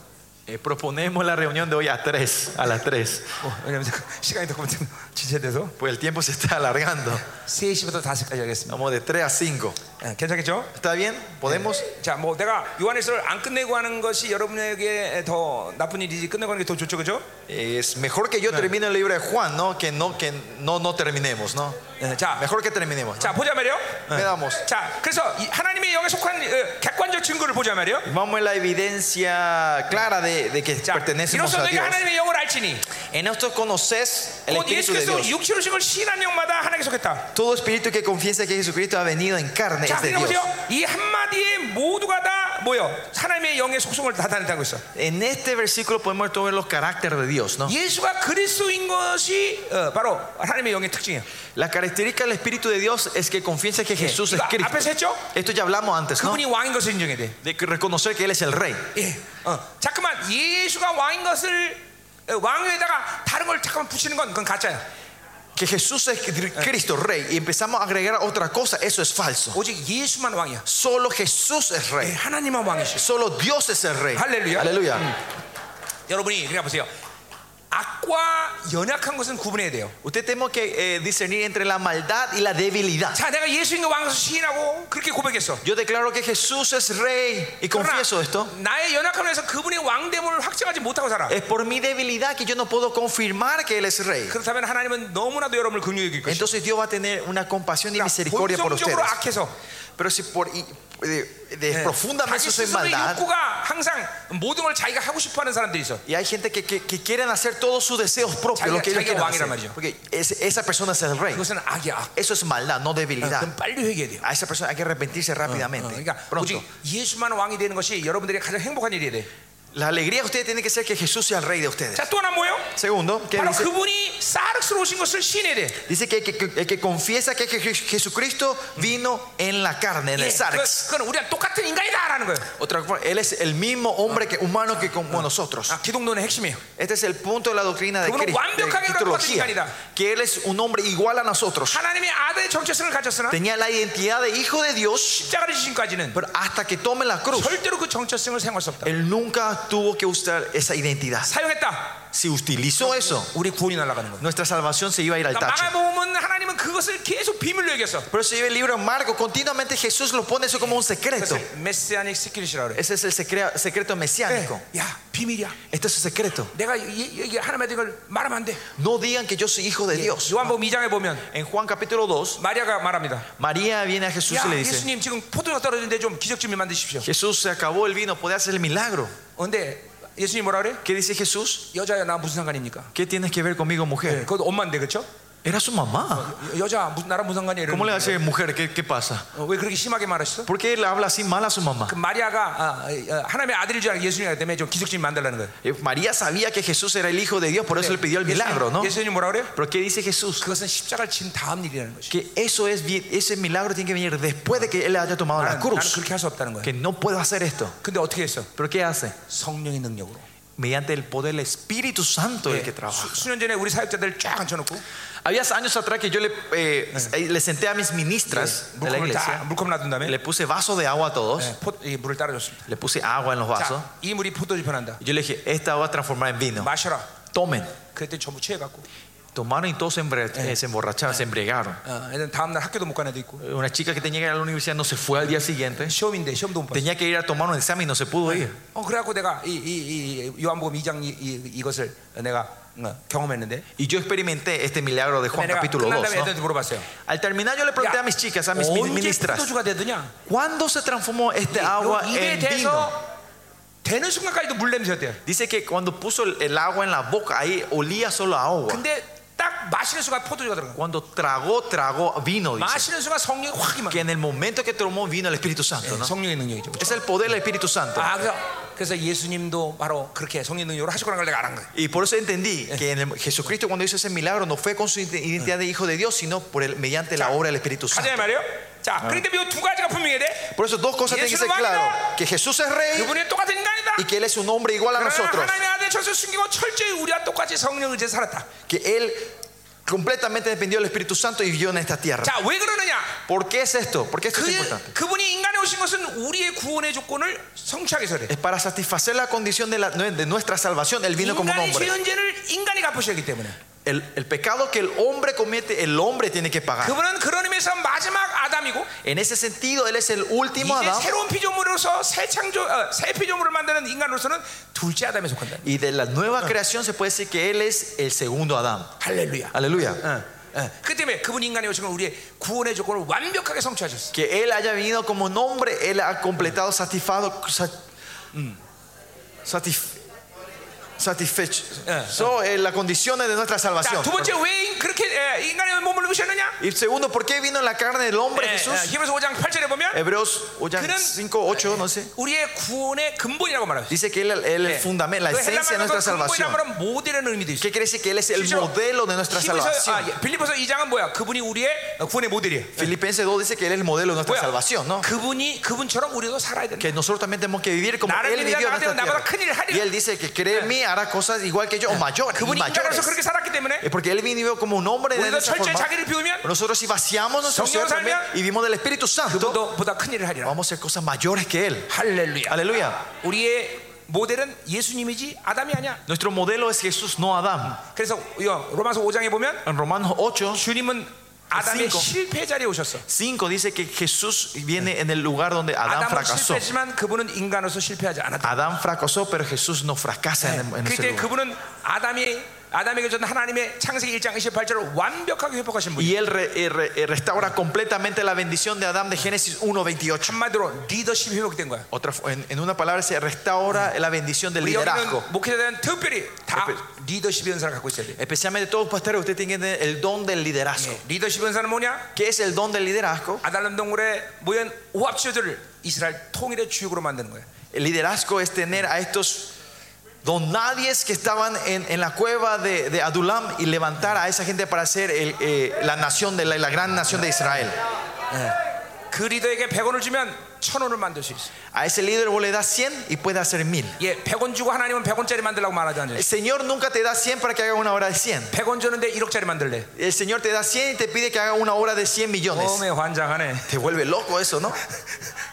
[SPEAKER 2] Eh, proponemos la reunión de hoy a 3, a las 3.
[SPEAKER 1] 어, 왜냐면 <laughs> 시간이 조금 좀 지체돼서
[SPEAKER 2] Pues el tiempo se está alargando.
[SPEAKER 1] 3시부터 5시까지 하겠습니다.
[SPEAKER 2] Vamos de 3 a 5.
[SPEAKER 1] 예, 괜찮겠죠?
[SPEAKER 2] ¿Está bien? ¿Podemos?
[SPEAKER 1] 자, 뭐 내가 요한에서를 안 끝내고 하는 것이 여러분에게 더 나쁜 일이지 끝내고 하는 게 더 좋죠, 그죠?
[SPEAKER 2] Es mejor que yo termine el libro de Juan, ¿no? Que no, que no, no terminemos, ¿no?
[SPEAKER 1] 예, 자,
[SPEAKER 2] Mejor que terminemos.
[SPEAKER 1] 자 보자 말이요. 예.
[SPEAKER 2] Veamos.
[SPEAKER 1] 자, 그래서 이 하나님의 영에 속한 어, 객관적 증거를 보자 말이요.
[SPEAKER 2] Vamos a la evidencia clara de, de que
[SPEAKER 1] 자,
[SPEAKER 2] pertenecemos
[SPEAKER 1] 이로써
[SPEAKER 2] a
[SPEAKER 1] 너희가
[SPEAKER 2] Dios.
[SPEAKER 1] 하나님의 영을 알지니
[SPEAKER 2] En esto conoces el
[SPEAKER 1] 곧 예수
[SPEAKER 2] Espíritu de
[SPEAKER 1] 그리스도
[SPEAKER 2] Dios.
[SPEAKER 1] 육체로 오신 걸 신한 영마다 하나님께 속했다.
[SPEAKER 2] Todo espíritu que confiesa que Jesucristo ha venido en carne
[SPEAKER 1] 자,
[SPEAKER 2] es de
[SPEAKER 1] 그러니까
[SPEAKER 2] Dios.
[SPEAKER 1] 보세요. 이 한마디에 모두가 다 뭐요? 하나님의 영의 속성을 나타낸다고 했어.
[SPEAKER 2] En este versículo podemos ver los caracteres de Dios, ¿no?
[SPEAKER 1] 예수가 그리스도인 것이 어, 바로 하나님의 영의 특징이에요. 예,
[SPEAKER 2] La característica del Espíritu de Dios es que confiesa que Jesús es
[SPEAKER 1] 이거 앞에서
[SPEAKER 2] Cristo.
[SPEAKER 1] 했죠?
[SPEAKER 2] Esto ya hablamos antes, ¿no?
[SPEAKER 1] 그분이 왕인 것을 인정해야 돼.
[SPEAKER 2] De que reconocer que Él es el Rey.
[SPEAKER 1] 어. 예. 어. 잠깐만 예수가 왕인 것을 어, 왕위에다가 다른 걸 잠깐만 붙이는 건 그건 가짜야.
[SPEAKER 2] Que Jesús es Cristo Rey. Y empezamos a agregar otra cosa, eso es falso.
[SPEAKER 1] 오직 예수만 왕이야.
[SPEAKER 2] Solo Jesús es
[SPEAKER 1] 예,
[SPEAKER 2] rey.
[SPEAKER 1] 하나님만 왕이시.
[SPEAKER 2] Solo Dios es el rey.
[SPEAKER 1] Aleluya.
[SPEAKER 2] Aleluya.
[SPEAKER 1] 여러분이 그러니까 보세요. 악과 연약한 것은 구분해야 돼요.
[SPEAKER 2] Usted tenemos que eh, discernir entre la maldad y la debilidad.
[SPEAKER 1] 자, 내가 예수인 거 왕에서 시인하고 그렇게 고백했어.
[SPEAKER 2] Yo declaro que Jesús es rey y
[SPEAKER 1] 그러나
[SPEAKER 2] confieso esto.
[SPEAKER 1] 나의 연약함을 해서 그분의 왕됨을 확증하지 못하고 살아.
[SPEAKER 2] Es por mi debilidad que yo no puedo confirmar que Él es rey.
[SPEAKER 1] 그렇다면 하나님은 너무나도 여러분을 긍휼히 여길 것이다.
[SPEAKER 2] Entonces Dios va a tener una compasión
[SPEAKER 1] 예,
[SPEAKER 2] y misericordia por ustedes.
[SPEAKER 1] 본성적으로 악해서
[SPEAKER 2] Pero si por y- de- de- profundamente
[SPEAKER 1] 자기
[SPEAKER 2] eso es
[SPEAKER 1] 스스로의
[SPEAKER 2] maldad
[SPEAKER 1] 욕구가 항상 모든 걸 자기가 하고 싶어하는 사람들이 있어.
[SPEAKER 2] y hay gente que, que- que quieren hacer todos sus deseos propios, lo que ellos
[SPEAKER 1] 자기가
[SPEAKER 2] quieren
[SPEAKER 1] 왕이란
[SPEAKER 2] hacer.
[SPEAKER 1] 말이죠.
[SPEAKER 2] porque ese- esa persona es el rey.
[SPEAKER 1] 그것은 악이야. 악.
[SPEAKER 2] Eso es maldad, no debilidad.
[SPEAKER 1] 그럼 빨리 회개해야 돼요.
[SPEAKER 2] A esa persona hay que arrepentirse
[SPEAKER 1] 어,
[SPEAKER 2] rápidamente.
[SPEAKER 1] 아, 그러니까
[SPEAKER 2] Pronto.
[SPEAKER 1] 오직 예수만 왕이 되는 것이 여러분들에게 가장 행복한 일이 돼.
[SPEAKER 2] La alegría de ustedes tiene que ser que Jesús sea el rey de ustedes.
[SPEAKER 1] 자, 또 하나 뭐예요?
[SPEAKER 2] Segundo, que
[SPEAKER 1] 바로
[SPEAKER 2] dice,
[SPEAKER 1] 그분이 사르스로 오신 것을 신해야 돼.
[SPEAKER 2] dice que, que- que- que confiesa que Je- Jesucristo vino en la carne, en
[SPEAKER 1] 예, 그건,
[SPEAKER 2] el sarx.
[SPEAKER 1] 그건 우리랑 똑같은 인간이다라는 거예요.
[SPEAKER 2] Otra forma, él es el mismo hombre que, humano que como nosotros.
[SPEAKER 1] 아, 기독론의 핵심이에요.
[SPEAKER 2] Este es el punto de la doctrina de
[SPEAKER 1] 그분은
[SPEAKER 2] Cristo, de
[SPEAKER 1] 완벽하게 그런
[SPEAKER 2] Cristología,
[SPEAKER 1] 것들이 인간이다. Ah.
[SPEAKER 2] que él es un hombre igual a nosotros.
[SPEAKER 1] 하나님의 아들의 정체성을 가졌으나
[SPEAKER 2] tenía la identidad de hijo de Dios,
[SPEAKER 1] 십자가를 지신까지는
[SPEAKER 2] pero hasta que tome la cruz,
[SPEAKER 1] 절대로 그 정체성을 사용할 수 없다.
[SPEAKER 2] él nunca tuvo que usar esa identidad.
[SPEAKER 1] 사용했다.
[SPEAKER 2] Si utilizó eso,
[SPEAKER 1] 우리 구원이 날아가는 거야.
[SPEAKER 2] nuestra salvación se iba a ir al
[SPEAKER 1] 그러니까
[SPEAKER 2] tacho.
[SPEAKER 1] 마가복음은 하나님은 그것을 계속 비밀로 얘기했어.
[SPEAKER 2] Pero si ve el libro de Marco, continuamente Jesús lo pone eso como un secreto.
[SPEAKER 1] 그것을 메시아닉 시크릿이라고 그래.
[SPEAKER 2] Ese es el secre- secreto
[SPEAKER 1] 네.
[SPEAKER 2] mesiánico.
[SPEAKER 1] 야 비밀이야.
[SPEAKER 2] Este es su secreto.
[SPEAKER 1] 내가 이- 이- 이게 하나님한테 이걸 말하면 안 돼.
[SPEAKER 2] No digan que yo soy hijo de Dios.
[SPEAKER 1] 요한복음 2장에 보면
[SPEAKER 2] En Juan capítulo 2,
[SPEAKER 1] 마리아가 말합니다.
[SPEAKER 2] María viene a Jesús y
[SPEAKER 1] 야
[SPEAKER 2] le dice,
[SPEAKER 1] 예수님 지금 포도가 떨어지는데 좀 기적 좀 만드십시오. 어,
[SPEAKER 2] Jesús se acabó el vino, puede hacer el milagro.
[SPEAKER 1] 근데 예수님 뭐라 그래?
[SPEAKER 2] ¿Qué dice Jesús?
[SPEAKER 1] 여자야 나 무슨 상관입니까?
[SPEAKER 2] ¿Qué tienes que ver conmigo, mujer?
[SPEAKER 1] 그것도 엄마인데 그렇죠?
[SPEAKER 2] Era su mamá.
[SPEAKER 1] 여자 무슨 나랑 무슨 상관이야?
[SPEAKER 2] ¿Cómo le
[SPEAKER 1] 이러는
[SPEAKER 2] hace mujer? ¿Qué, qué pasa?
[SPEAKER 1] 거예요. 어, 왜 그렇게 심하게 말하셨어?
[SPEAKER 2] ¿Por qué le habla así mal a su mamá?
[SPEAKER 1] 그 마리아가 아, 아, 하나님의 아들일 줄 알고 예수님 알기 때문에 좀 기적 좀 만들라는 거예요.
[SPEAKER 2] Eh, María sabía que Jesús era el hijo de Dios, por eso le pidió el milagro, ¿no?
[SPEAKER 1] 예. 예수님, 예수님 뭐라 그래?
[SPEAKER 2] Pero ¿qué dice Jesús?
[SPEAKER 1] 그것은 십자가를 진 다음 일이라는 거지.
[SPEAKER 2] Que eso es, bien- ese milagro tiene que venir después de que él haya tomado
[SPEAKER 1] 나는,
[SPEAKER 2] la
[SPEAKER 1] 나는
[SPEAKER 2] cruz.
[SPEAKER 1] 아, 그렇게 할 수 없다는 거야.
[SPEAKER 2] Que no puedo hacer esto.
[SPEAKER 1] 근데 어떻게 했어?
[SPEAKER 2] ¿Pero qué hace?
[SPEAKER 1] 성령의 능력으로.
[SPEAKER 2] Mediante el poder del Espíritu Santo el que trabaja.
[SPEAKER 1] 수, 수년 전에 우리 사역자들 쫙 앉혀놓고
[SPEAKER 2] Había años atrás que yo le, eh, le senté a mis ministras de la
[SPEAKER 1] 예, 물컵을 다
[SPEAKER 2] iglesia,
[SPEAKER 1] 물컵 놔둔 다음에
[SPEAKER 2] le puse vaso de agua a todos,
[SPEAKER 1] 예, 포, 이 물을 따라줬습니다.
[SPEAKER 2] le puse agua en los vasos.
[SPEAKER 1] 자, 이 물이 포도주 변한다.
[SPEAKER 2] Y yo le dije, esta va a transformar en
[SPEAKER 1] 어.
[SPEAKER 2] vino.
[SPEAKER 1] 마셔라.
[SPEAKER 2] Tomen.
[SPEAKER 1] 그랬더니 전부 취해갖고
[SPEAKER 2] Tomaron y todos se, embre- eh, se emborracharon, se embriagaron.
[SPEAKER 1] 어, 애들 다음 날 학교도 못 간 애도 있고
[SPEAKER 2] Una chica que tenía que ir a la universidad no se fue al día siguiente.
[SPEAKER 1] 시험인데 시험도 못 봤어.
[SPEAKER 2] Tenía que ir a tomar un examen y no se pudo ir.
[SPEAKER 1] 어 그래갖고 내가 이, 이, 이 요한복음 2장 이, 이, 것을 내가 어, 경험했는데
[SPEAKER 2] Y yo experimenté este milagro de Juan
[SPEAKER 1] 내가
[SPEAKER 2] capítulo
[SPEAKER 1] 끝난
[SPEAKER 2] 2.
[SPEAKER 1] 다음에
[SPEAKER 2] ¿no?
[SPEAKER 1] 애들한테 물어봤어요.
[SPEAKER 2] Al terminar yo le pregunté
[SPEAKER 1] 야,
[SPEAKER 2] a mis chicas, a mis mi-
[SPEAKER 1] 언제
[SPEAKER 2] ministras,
[SPEAKER 1] 포도주가 되느냐?
[SPEAKER 2] ¿cuándo se transformó este agua
[SPEAKER 1] 요 입에
[SPEAKER 2] en vino?
[SPEAKER 1] 대서 되는 순간까지도 물 냄새였대요.
[SPEAKER 2] Dice que cuando puso el, el agua en la boca, ahí olía solo a agua.
[SPEAKER 1] 근데 딱 마시는 순간 포도주가 들어가.
[SPEAKER 2] Cuando tragó, tragó vino. Dice
[SPEAKER 1] 마시는 순간 성령이 확 임하.
[SPEAKER 2] que en el momento que tomó vino el Espíritu Santo, ¿no?
[SPEAKER 1] 성령의 능력이죠. 그렇죠?
[SPEAKER 2] Es el poder del Espíritu Santo.
[SPEAKER 1] 아 그래서 그래서 예수님도 바로 그렇게 성령 능력으로 하실 거라는 걸 내가 알은 거예요.
[SPEAKER 2] Y por eso entendí que en el- Jesucristo cuando hizo ese milagro no fue con su identidad de hijo de Dios, sino por el, mediante la obra del Espíritu
[SPEAKER 1] 가자 이
[SPEAKER 2] Santo.
[SPEAKER 1] 말이에요. 자, 그런데 이두 가지가 분명해야 돼.
[SPEAKER 2] Por eso dos cosas tienen que ser claras. Que Jesús es rey
[SPEAKER 1] 그분이 똑같은 인간이다.
[SPEAKER 2] y que Él es un hombre igual a
[SPEAKER 1] 그러나
[SPEAKER 2] nosotros.
[SPEAKER 1] 하나님의 아들 철수 숨기고 철저히 우리와 똑같이 성령을 이제 살았다.
[SPEAKER 2] Que Él completamente dependió del Espíritu Santo y vivió en esta tierra.
[SPEAKER 1] 자, 왜 그러느냐?
[SPEAKER 2] ¿Por qué es esto? ¿Por qué esto
[SPEAKER 1] 그
[SPEAKER 2] es importante?
[SPEAKER 1] 그분이 인간에 오신 것은 우리의 구원의 조건을 성취하게 서래.
[SPEAKER 2] Es para satisfacer la condición de, la- de nuestra salvación. Él vino como un
[SPEAKER 1] 인간의
[SPEAKER 2] hombre.
[SPEAKER 1] 죄연죄를 인간이 갚으셔야 하기 때문에
[SPEAKER 2] El, el pecado que el hombre comete, el hombre tiene que pagar.
[SPEAKER 1] 그분은 그런 의미에서 마지막 아담이고
[SPEAKER 2] En ese sentido, él es el último
[SPEAKER 1] 이제
[SPEAKER 2] Adán.
[SPEAKER 1] 새로운 피조물로서 새 창조 어, 새 피조물을 만드는 인간으로서는 둘째 아담에 속한다.
[SPEAKER 2] Y de la nueva creación se puede decir que él es el segundo Adán.
[SPEAKER 1] 할렐루야.
[SPEAKER 2] Aleluya.
[SPEAKER 1] 그 때문에 그분 인간에 오신 건 우리의 구원의 조건을 완벽하게 성취하셨어.
[SPEAKER 2] Que él haya venido como un hombre, él ha completado, satisfado, mm, sat- satisf- satisfecho. So, eh, las condiciones de nuestra
[SPEAKER 1] 자,
[SPEAKER 2] salvación.
[SPEAKER 1] 두 번째 왜 인- 그렇게 에, 인간의 몸을 입으셨느냐?
[SPEAKER 2] Y segundo, ¿por qué vino en la carne del hombre
[SPEAKER 1] 에,
[SPEAKER 2] Jesús?
[SPEAKER 1] 에, 히브리서 5장 8절에
[SPEAKER 2] 예.
[SPEAKER 1] 보면
[SPEAKER 2] Hebreos oh, oye,
[SPEAKER 1] 그는-
[SPEAKER 2] 5, 8, no sé.
[SPEAKER 1] 우리의 구원의 근본이라고 말합니다.
[SPEAKER 2] Dice que él él es Eh, el fundamento, la
[SPEAKER 1] 그
[SPEAKER 2] esencia de
[SPEAKER 1] 헬라말로
[SPEAKER 2] nuestra salvación.
[SPEAKER 1] 근본이라는 모델이라는 의미도 있어.
[SPEAKER 2] ¿Qué quiere decir que Él es el
[SPEAKER 1] Yo-
[SPEAKER 2] modelo de nuestra
[SPEAKER 1] 히브리서
[SPEAKER 2] salvación?
[SPEAKER 1] 아, 예, 빌리포서 2장은 뭐야? 그분이 우리의 어, 구원의 모델이에요.
[SPEAKER 2] Filipenses 2 dice que Él es el modelo de nuestra
[SPEAKER 1] 뭐야?
[SPEAKER 2] salvación, ¿no?
[SPEAKER 1] 그분이 그분처럼 우리도 살아야 된다.
[SPEAKER 2] Que nosotros también tenemos que vivir como
[SPEAKER 1] 나를
[SPEAKER 2] Él
[SPEAKER 1] 믿는
[SPEAKER 2] vivió
[SPEAKER 1] 자들은
[SPEAKER 2] en esta
[SPEAKER 1] 나보다 큰 일을
[SPEAKER 2] tierra.
[SPEAKER 1] 하리라.
[SPEAKER 2] Y Él dice que cree en mí, hará cosas igual que yo, o mayores. y
[SPEAKER 1] 그분이 인간으로서
[SPEAKER 2] mayores.
[SPEAKER 1] 그렇게 살았기 때문에
[SPEAKER 2] Eh, Porque Él vivió como un hombre de
[SPEAKER 1] 우리도
[SPEAKER 2] esa
[SPEAKER 1] 철저히
[SPEAKER 2] forma.
[SPEAKER 1] 자기를 비우면
[SPEAKER 2] Nosotros si vaciamos nuestro
[SPEAKER 1] 성령을
[SPEAKER 2] ser también
[SPEAKER 1] 살면
[SPEAKER 2] y vivimos del Espíritu
[SPEAKER 1] 그렇죠.
[SPEAKER 2] Santo,
[SPEAKER 1] 그보다 큰 일을 하리라.
[SPEAKER 2] vamos a hacer cosas mayores que Él.
[SPEAKER 1] 할렐루야.
[SPEAKER 2] Aleluya.
[SPEAKER 1] 우리의 모델은 예수님이지 아담이 아니야.
[SPEAKER 2] Nuestro modelo es Jesús, no Adán.
[SPEAKER 1] 그래서 이거 로마서 5장에 보면
[SPEAKER 2] En Romanos 8,
[SPEAKER 1] 주님은 아담의
[SPEAKER 2] Cinco.
[SPEAKER 1] 실패 자리에 오셨어.
[SPEAKER 2] 5 dice que Jesús viene en el lugar donde Adán
[SPEAKER 1] 아담은
[SPEAKER 2] fracasó.
[SPEAKER 1] 실패했지만 그분은 인간으로서 실패하지 않았다.
[SPEAKER 2] Adán fracasó, pero Jesús no fracasa
[SPEAKER 1] 아,
[SPEAKER 2] en, en ese
[SPEAKER 1] 그때
[SPEAKER 2] lugar.
[SPEAKER 1] 그분은 아담이 아담에게 준 하나님의 창세기 1장 28절을 완벽하게 회복하신 분이.
[SPEAKER 2] Y él re- eh, re- eh, restaura completamente la bendición de Adán de Génesis 1:28.
[SPEAKER 1] 한마디로 리더십 회복된 거야.
[SPEAKER 2] Otra, en, en una palabra se restaura la bendición del
[SPEAKER 1] 우리
[SPEAKER 2] liderazgo.
[SPEAKER 1] 여기는 목회자들은 특별히 다
[SPEAKER 2] 특별히.
[SPEAKER 1] 리더십 연사를 갖고 있어야 돼. 예,
[SPEAKER 2] Especialmente todos los pastores, ustedes tienen que tener el don del liderazgo.
[SPEAKER 1] 리더십 연사는 뭐냐?
[SPEAKER 2] ¿Qué es el don del liderazgo?
[SPEAKER 1] 아달람 동굴에 모인 오합 지도들을 이스라엘 통일의 주역으로 만드는 거야.
[SPEAKER 2] El liderazgo es tener a estos donadies que estaban en, en la cueva de, de Adulam y levantar a esa gente para ser el, eh, la nación de la, la gran nación de Israel.
[SPEAKER 1] 그 리더에게 100원을 주면 천 원을 만들 수 있어.
[SPEAKER 2] A ese líder vos le das 100 y puede hacer 1000.
[SPEAKER 1] 예, 100원 주고 하나님은 100원짜리 만들라고 말하지 않아요.
[SPEAKER 2] El Señor nunca te da 100 para que haga una obra de 100.
[SPEAKER 1] 100원 줬는데 1억짜리 만들래.
[SPEAKER 2] El Señor te da 100 y te pide que haga una obra de 100 millones.
[SPEAKER 1] 처음에 환장하네.
[SPEAKER 2] Te vuelve loco eso, ¿no?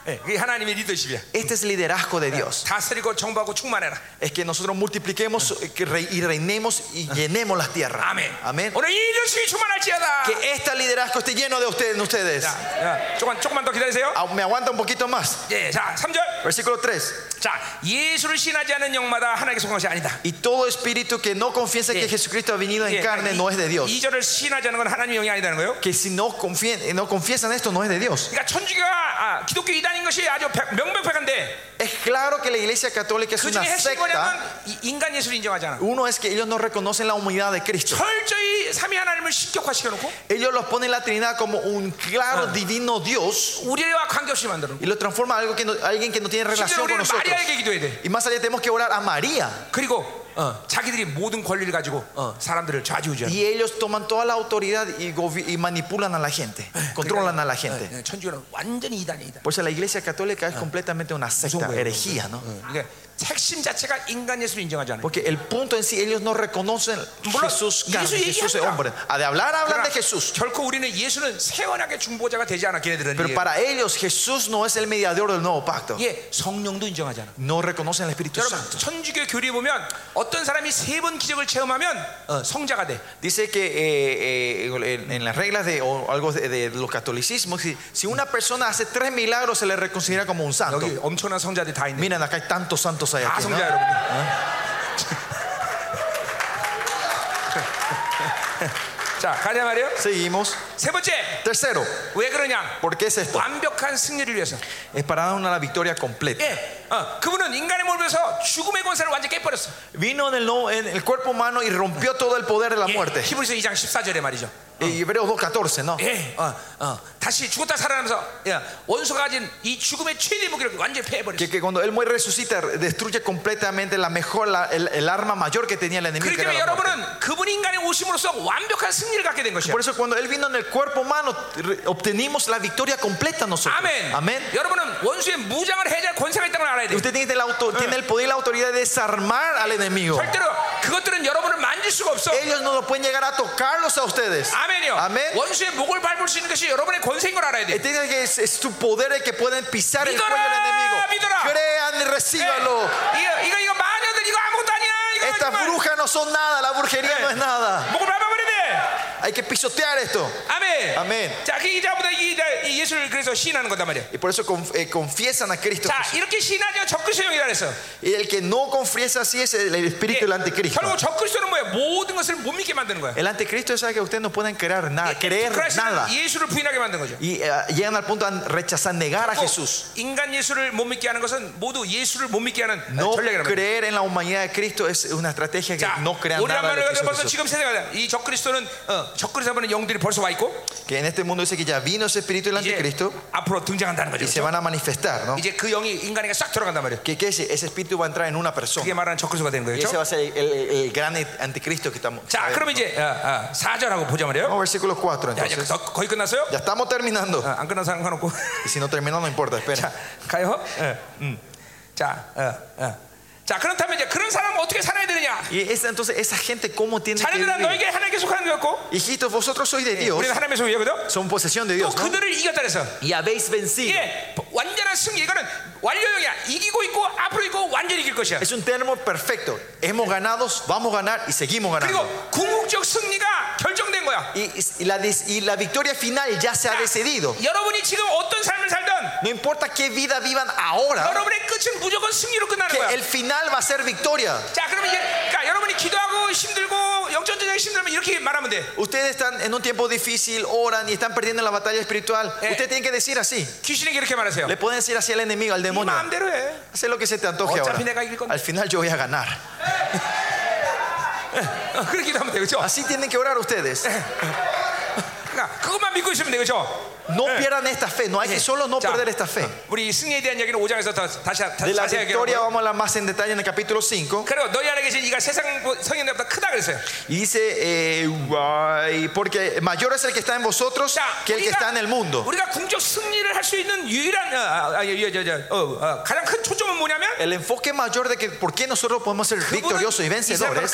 [SPEAKER 1] 예, 이게 하나님의 리더십이야.
[SPEAKER 2] Este es el liderazgo de Dios.
[SPEAKER 1] 다스리고 정부하고 충만해라.
[SPEAKER 2] Es que nosotros multipliquemos eh, que rei- y reinemos y llenemos las tierras.
[SPEAKER 1] 아멘. 오늘 이 리더십이 충만할지어다.
[SPEAKER 2] Que este liderazgo esté lleno de ustedes. en ustedes.
[SPEAKER 1] 자, 야, 조금 조금만 더 기다리세요.
[SPEAKER 2] Ah, Me aguanta un poquito más.
[SPEAKER 1] 예, 자, 3절.
[SPEAKER 2] Versículo 3.
[SPEAKER 1] 자, 예수를 신하지 않은 영마다 하나님께 속한 것이 아니다.
[SPEAKER 2] Y todo espíritu que no confiese que
[SPEAKER 1] Sí.
[SPEAKER 2] Jesucristo ha venido en
[SPEAKER 1] 예,
[SPEAKER 2] carne no es de Dios.
[SPEAKER 1] 이 절을 신하지 않은 건 하나님의 영이 아니다는 거예요.
[SPEAKER 2] Que si no, confien- eh, no confiesan esto, no es de Dios.
[SPEAKER 1] 그러니까 천주교가 아, 기독교 이단인 것이 아주 백- 명백백한데
[SPEAKER 2] Es claro que la iglesia católica es
[SPEAKER 1] 그
[SPEAKER 2] una
[SPEAKER 1] 중에 핵심이
[SPEAKER 2] secta.
[SPEAKER 1] 뭐냐면 이- 인간 예수를 인정하잖아.
[SPEAKER 2] Uno es que ellos no reconocen la humanidad de Cristo.
[SPEAKER 1] 철저히 삼위 하나님을 신격화시켜놓고
[SPEAKER 2] Ellos los ponen la Trinidad como un claro divino Dios
[SPEAKER 1] 우리와 관계없이 만드는 거.
[SPEAKER 2] y lo transforma en algo que no- alguien que no tiene
[SPEAKER 1] 심지어
[SPEAKER 2] relación con
[SPEAKER 1] 우리는
[SPEAKER 2] nosotros.
[SPEAKER 1] 마리아에게 기도해야 돼.
[SPEAKER 2] Y más allá tenemos que orar a María.
[SPEAKER 1] 그리고 어, 자기들이 모든 권리를 가지고 어, 사람들을 좌지우지하는.
[SPEAKER 2] Y ellos toman toda la autoridad y, gobi- y manipulan a la
[SPEAKER 1] Eh,
[SPEAKER 2] gente, controlan a la gente.
[SPEAKER 1] 예, 천주교는 완전히 이단이다. 어,
[SPEAKER 2] Por eso la iglesia católica es completamente una secta, herejía, ¿no?
[SPEAKER 1] 그러니까 핵심 자체가 인간 예수를 인정하지 않아요.
[SPEAKER 2] Porque el punto en sí, ellos no reconocen
[SPEAKER 1] Bueno,
[SPEAKER 2] Jesús,
[SPEAKER 1] y
[SPEAKER 2] carne,
[SPEAKER 1] eso- y
[SPEAKER 2] Jesús es
[SPEAKER 1] ya.
[SPEAKER 2] hombre. A de hablar, hablan de Jesús.
[SPEAKER 1] 결코 우리는 예수는 세원하게 중보자가 되지 않아 걔네들은
[SPEAKER 2] Pero
[SPEAKER 1] 예,
[SPEAKER 2] para ellos, Jesús no es el mediador del nuevo pacto.
[SPEAKER 1] 예, 성령도 인정하지 않아.
[SPEAKER 2] No reconocen el Espíritu
[SPEAKER 1] 여러분
[SPEAKER 2] Santo.
[SPEAKER 1] 천주교 교리에 보면 어떤 사람이 세 번 기적을 체험하면 어, 성자가 돼.
[SPEAKER 2] Dice que eh, eh, en, en las reglas de o algo de, de los catolicismos, si, si una persona hace tres milagros, se le reconsidera como un santo.
[SPEAKER 1] 여기 엄청난 성자들이 다 있네.
[SPEAKER 2] Miren, acá hay tantos santos hay
[SPEAKER 1] 다
[SPEAKER 2] aquí. ¿no?
[SPEAKER 1] 성자 여러분. 자 가자 말이요.
[SPEAKER 2] Seguimos.
[SPEAKER 1] 세 번째
[SPEAKER 2] Tercero,
[SPEAKER 1] 왜 그러냐?
[SPEAKER 2] ¿por qué es esto?
[SPEAKER 1] 완벽한 승리를 위해서.
[SPEAKER 2] Es para dar una victoria completa.
[SPEAKER 1] 예, 어, 그분은 인간의 몸에서 죽음의 권세를 완전히 깨버렸어.
[SPEAKER 2] Vino en el, no- en el cuerpo humano y rompió todo el poder de la
[SPEAKER 1] 예,
[SPEAKER 2] muerte.
[SPEAKER 1] 히브리서 2장 14절에 말이죠.
[SPEAKER 2] Eh, Hebreos 2.14, ¿no?
[SPEAKER 1] 예, 어, 어, 다시 죽었다 살아나면서 예, 원수가 가진 이 죽음의 최대 무기를 완전히
[SPEAKER 2] Que,
[SPEAKER 1] 패해버렸어.
[SPEAKER 2] que cuando él muere resucita, destruye completamente la mejor, la- el, el arma mayor que tenía el enemigo.
[SPEAKER 1] 그렇기
[SPEAKER 2] que
[SPEAKER 1] 때문에
[SPEAKER 2] era la muerte.
[SPEAKER 1] 여러분은 그분 인간의 오심으로써 완벽한 승리를 갖게 된 것이에요.
[SPEAKER 2] Por eso cuando él vino en el cuerpo humano, re- obtenimos la victoria completa nosotros.
[SPEAKER 1] 아멘.
[SPEAKER 2] Amén.
[SPEAKER 1] 여러분은 원수의 무장을 해제할 권세가 있다는 걸 알아야 돼요.
[SPEAKER 2] Usted tiene, la auto- tiene el poder y la autoridad de desarmar al enemigo.
[SPEAKER 1] 절대로 그것들은 여러분을 만질 수가 없어.
[SPEAKER 2] Ellos no lo pueden llegar a tocarlos a ustedes.
[SPEAKER 1] 아멘이요.
[SPEAKER 2] 아멘.
[SPEAKER 1] 원수의 목을 밟을 수 있는 것이 여러분의 권세인 걸 알아야
[SPEAKER 2] Eh,
[SPEAKER 1] 돼요.
[SPEAKER 2] tiene que- Es, es tu poder el que pueden pisar el
[SPEAKER 1] Vidora,
[SPEAKER 2] cuello del enemigo.
[SPEAKER 1] vidora.
[SPEAKER 2] Crean y
[SPEAKER 1] 예.
[SPEAKER 2] recíbanlo.
[SPEAKER 1] 이거 이거 이거 마녀들 이거 아무것도 아니야. 이거
[SPEAKER 2] Estas
[SPEAKER 1] 정말.
[SPEAKER 2] brujas no son nada, la brujería
[SPEAKER 1] Eh.
[SPEAKER 2] no es nada.
[SPEAKER 1] 목을 밟아버려야 돼.
[SPEAKER 2] Hay que pisotear esto.
[SPEAKER 1] 아멘.
[SPEAKER 2] 아멘.
[SPEAKER 1] 자, 그 이자보다 이, 이 예수를 그래서 시인하는 거단 말이야.
[SPEAKER 2] Y por eso conf- eh, confiesan a Cristo.
[SPEAKER 1] 자, 이렇게 시인하면 적그리스도형이라 그랬어.
[SPEAKER 2] Y el que no confiesa así es el el
[SPEAKER 1] 예,
[SPEAKER 2] espíritu del anticristo.
[SPEAKER 1] 결국 적그리스도는 뭐야? 모든 것을 못 믿게 만드는 거야. 예, 그
[SPEAKER 2] El anticristo es el que ustedes no pueden creer
[SPEAKER 1] 아, Eh,
[SPEAKER 2] nada, creer nada.
[SPEAKER 1] 크라이스는 예수를 부인하게 만든 거죠.
[SPEAKER 2] Y eh, llegan al punto de rechazar, negar a
[SPEAKER 1] 또
[SPEAKER 2] Jesús.
[SPEAKER 1] 어, 인간 예수를 못 믿게 하는 것은 모두 예수를 못 믿게 하는
[SPEAKER 2] No
[SPEAKER 1] 전략이라는 거예요.
[SPEAKER 2] creer en la humanidad de Cristo es una estrategia que
[SPEAKER 1] 자,
[SPEAKER 2] no crean
[SPEAKER 1] 오늘날
[SPEAKER 2] nada de
[SPEAKER 1] 말로
[SPEAKER 2] Cristo
[SPEAKER 1] 가지고 벌써
[SPEAKER 2] Jesús.
[SPEAKER 1] 지금 세상에 이 적그리스도는 어, 적그리스도는 영들이 벌써 와 있고
[SPEAKER 2] Que en este mundo dice que ya vino ese espíritu del
[SPEAKER 1] 이제
[SPEAKER 2] anticristo
[SPEAKER 1] 앞으로 등장한다는 거죠.
[SPEAKER 2] y se
[SPEAKER 1] 그렇죠?
[SPEAKER 2] van a manifestar, ¿no?
[SPEAKER 1] 이제 그 영이 인간에게 싹 들어간단 말이에요.
[SPEAKER 2] Que, que ese, ese espíritu va a entrar en una
[SPEAKER 1] 그게
[SPEAKER 2] persona.
[SPEAKER 1] 말하는 적그리스도가 되는
[SPEAKER 2] Y
[SPEAKER 1] 거예요.
[SPEAKER 2] ese
[SPEAKER 1] 그렇죠?
[SPEAKER 2] va a ser el, el- el gran anticristo que estamos.
[SPEAKER 1] 자,
[SPEAKER 2] sabemos,
[SPEAKER 1] 그럼
[SPEAKER 2] ¿no?
[SPEAKER 1] 이제 어, 어, 4절하고 보자 말이에요.
[SPEAKER 2] Vamos versículo 4
[SPEAKER 1] 자, 이제
[SPEAKER 2] entonces.
[SPEAKER 1] 거- 거의 끝났어요?
[SPEAKER 2] Ya estamos terminando.
[SPEAKER 1] 어, 안 끝난 상관 없고. <laughs>
[SPEAKER 2] Y si no terminamos, no importa, espera.
[SPEAKER 1] 자, 가요. 예, 음. 자, 어, 어. 자, 그렇다면 이제 그런 사람은 어떻게 살아야 되느냐?
[SPEAKER 2] Y esa, entonces, esa gente, ¿cómo tiene que
[SPEAKER 1] 자녀들아
[SPEAKER 2] vivir?
[SPEAKER 1] 너에게 하나님께 속하는 거였고
[SPEAKER 2] Hijitos, vosotros sois de Dios,
[SPEAKER 1] 우리는 하나님의 속이거든.
[SPEAKER 2] son posesión de
[SPEAKER 1] 또
[SPEAKER 2] Dios. Eh, ¿no? Eh.
[SPEAKER 1] 그들을 이겼다 그래서.
[SPEAKER 2] Y habéis vencido.
[SPEAKER 1] 예, 완전한 승리 이거는 완료형이야. 이기고 있고 앞으로 있고 완전히 이길 것이야.
[SPEAKER 2] Es un termo perfecto. Hemos ganado, vamos a ganar y seguimos ganando.
[SPEAKER 1] 그리고 궁극적 승리가 결정된 거야.
[SPEAKER 2] Y, y la, des- y la victoria final ya se ha decidido.
[SPEAKER 1] 아, 네, 여러분이 지금 어떤 삶을 살든
[SPEAKER 2] No importa qué vida vivan ahora,
[SPEAKER 1] 여러분의 끝은 무조건 승리로 끝나는
[SPEAKER 2] que
[SPEAKER 1] 거야.
[SPEAKER 2] el final va a ser victoria.
[SPEAKER 1] 자, 그러면 이제 그러니까 여러분이 기도하고 힘들고 영적 전쟁이 힘들면 이렇게 말하면 돼.
[SPEAKER 2] Ustedes están en un tiempo difícil, oran y están perdiendo la batalla espiritual.
[SPEAKER 1] Eh.
[SPEAKER 2] Ustedes tienen que decir así.
[SPEAKER 1] 귀신에게 이렇게 말하세요.
[SPEAKER 2] Le pueden decir así al enemigo, al
[SPEAKER 1] 네
[SPEAKER 2] demonio.
[SPEAKER 1] 마음대로 해.
[SPEAKER 2] Haz lo que se te antoje ahora.
[SPEAKER 1] Ochapi nega igil konde.
[SPEAKER 2] Al final yo voy a ganar.
[SPEAKER 1] 어, 그렇게 기도하면 돼, 그죠?
[SPEAKER 2] Eh. Así tienen que orar ustedes.
[SPEAKER 1] 그러니까 그것만 믿고 있으면 돼, 그죠?
[SPEAKER 2] No pierdan esta fe. No hay
[SPEAKER 1] 네,
[SPEAKER 2] que solo no
[SPEAKER 1] 자, 어,
[SPEAKER 2] perder esta fe.
[SPEAKER 1] 우리 승리에 대한 이야기는 5장에서 다, 다시 다-
[SPEAKER 2] De la
[SPEAKER 1] 자세하게
[SPEAKER 2] victoria
[SPEAKER 1] 하고요.
[SPEAKER 2] vamos a hablar más en detalle en el capítulo 5.
[SPEAKER 1] 그리고 너희 안에 계신 이가 세상 성인들보다 크다 그랬어요.
[SPEAKER 2] Y dice, eh, guay, porque mayor es el que está en vosotros
[SPEAKER 1] 자,
[SPEAKER 2] que el que está en el mundo.
[SPEAKER 1] 우리가 궁적 승리를 할 수 있는 유일한 어, 아, 아, 예, 저, 저, 어, 어, 가장 큰 초점은 뭐냐면
[SPEAKER 2] El enfoque mayor de que por qué nosotros podemos ser victoriosos y vencedores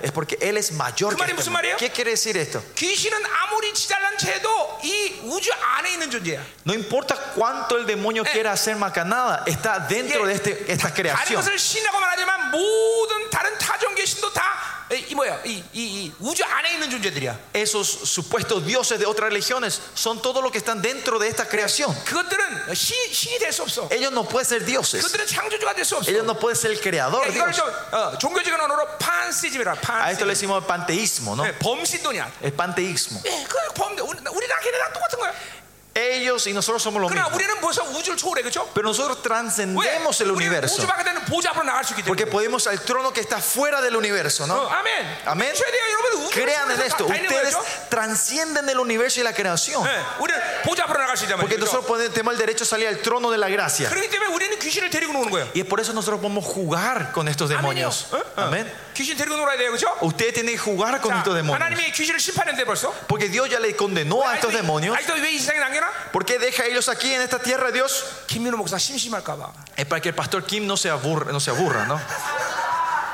[SPEAKER 2] es porque Él es mayor que
[SPEAKER 1] ¿Qué
[SPEAKER 2] este
[SPEAKER 1] mundo.
[SPEAKER 2] mundo. ¿Qué quiere decir esto?
[SPEAKER 1] 귀신은 아무리 지잘난 죄도 이 우주 안에 있는 존재야.
[SPEAKER 2] No importa cuánto el demonio quiera hacer macanada, está dentro de este- esta
[SPEAKER 1] 다른
[SPEAKER 2] creación.
[SPEAKER 1] 것을 신이라고만 하지만 모든 다른 타종 귀신도 다이 뭐야 이, 이, 이 우주 안에 있는 존재들이야.
[SPEAKER 2] Esos supuestos dioses de otras religiones son todo lo que están dentro de esta creación.
[SPEAKER 1] 그것들은 신, 신이 될 수 없어.
[SPEAKER 2] Ellos no pueden ser dioses.
[SPEAKER 1] 그것들은 창조주가 될 수 없어.
[SPEAKER 2] Ellos no pueden ser el creador.
[SPEAKER 1] 그러니까 이걸
[SPEAKER 2] Dios.
[SPEAKER 1] 좀 어, 종교적인 언어로 판시즘이라.
[SPEAKER 2] A esto le
[SPEAKER 1] 판시즘.
[SPEAKER 2] decimos panteísmo, ¿no?
[SPEAKER 1] 네, 범신론이야.
[SPEAKER 2] El panteísmo.
[SPEAKER 1] 예, 그 범, 우리, 우리랑 걔네랑 똑같은 거야.
[SPEAKER 2] Ellos y nosotros somos lo
[SPEAKER 1] 그러나
[SPEAKER 2] mismo.
[SPEAKER 1] 우리는 벌써 우주를 초월해, 그렇죠?
[SPEAKER 2] Pero nosotros trascendemos el universo.
[SPEAKER 1] 우주 밖에 되는 보좌 앞으로 나갈 수 있기 때문에.
[SPEAKER 2] Porque podemos al trono que está fuera del universo,
[SPEAKER 1] 어,
[SPEAKER 2] ¿no?
[SPEAKER 1] 아멘.
[SPEAKER 2] 아멘.
[SPEAKER 1] 최대야 여러분 우주
[SPEAKER 2] Crean en esto. Ustedes
[SPEAKER 1] 거죠?
[SPEAKER 2] transcienden el universo y la creación.
[SPEAKER 1] 예, 우리는 보좌 앞으로 나갈 수 있단
[SPEAKER 2] Porque
[SPEAKER 1] 말이죠.
[SPEAKER 2] nosotros podemos- tenemos el derecho a salir al trono de la gracia.
[SPEAKER 1] 그렇기 때문에 우리는 귀신을 데리고 노는 거예요.
[SPEAKER 2] Y es por eso nosotros podemos jugar con estos demonios.
[SPEAKER 1] Amén. ¿Eh?
[SPEAKER 2] Amén.
[SPEAKER 1] 귀신 데리고 놀아야 돼요, 그렇죠?
[SPEAKER 2] Ustedes tienen que jugar con estos demonios.
[SPEAKER 1] 하나님이 귀신을 심판했는데 벌써.
[SPEAKER 2] Porque Dios ya le condenó a estos demonios.
[SPEAKER 1] 아직도 왜 이 세상에 남겨놔?
[SPEAKER 2] ¿Por qué deja a ellos aquí en esta tierra, Dios?
[SPEAKER 1] 김민호 목사 심심할까봐.
[SPEAKER 2] Es para que el pastor Kim no se aburra, no se aburra ¿no?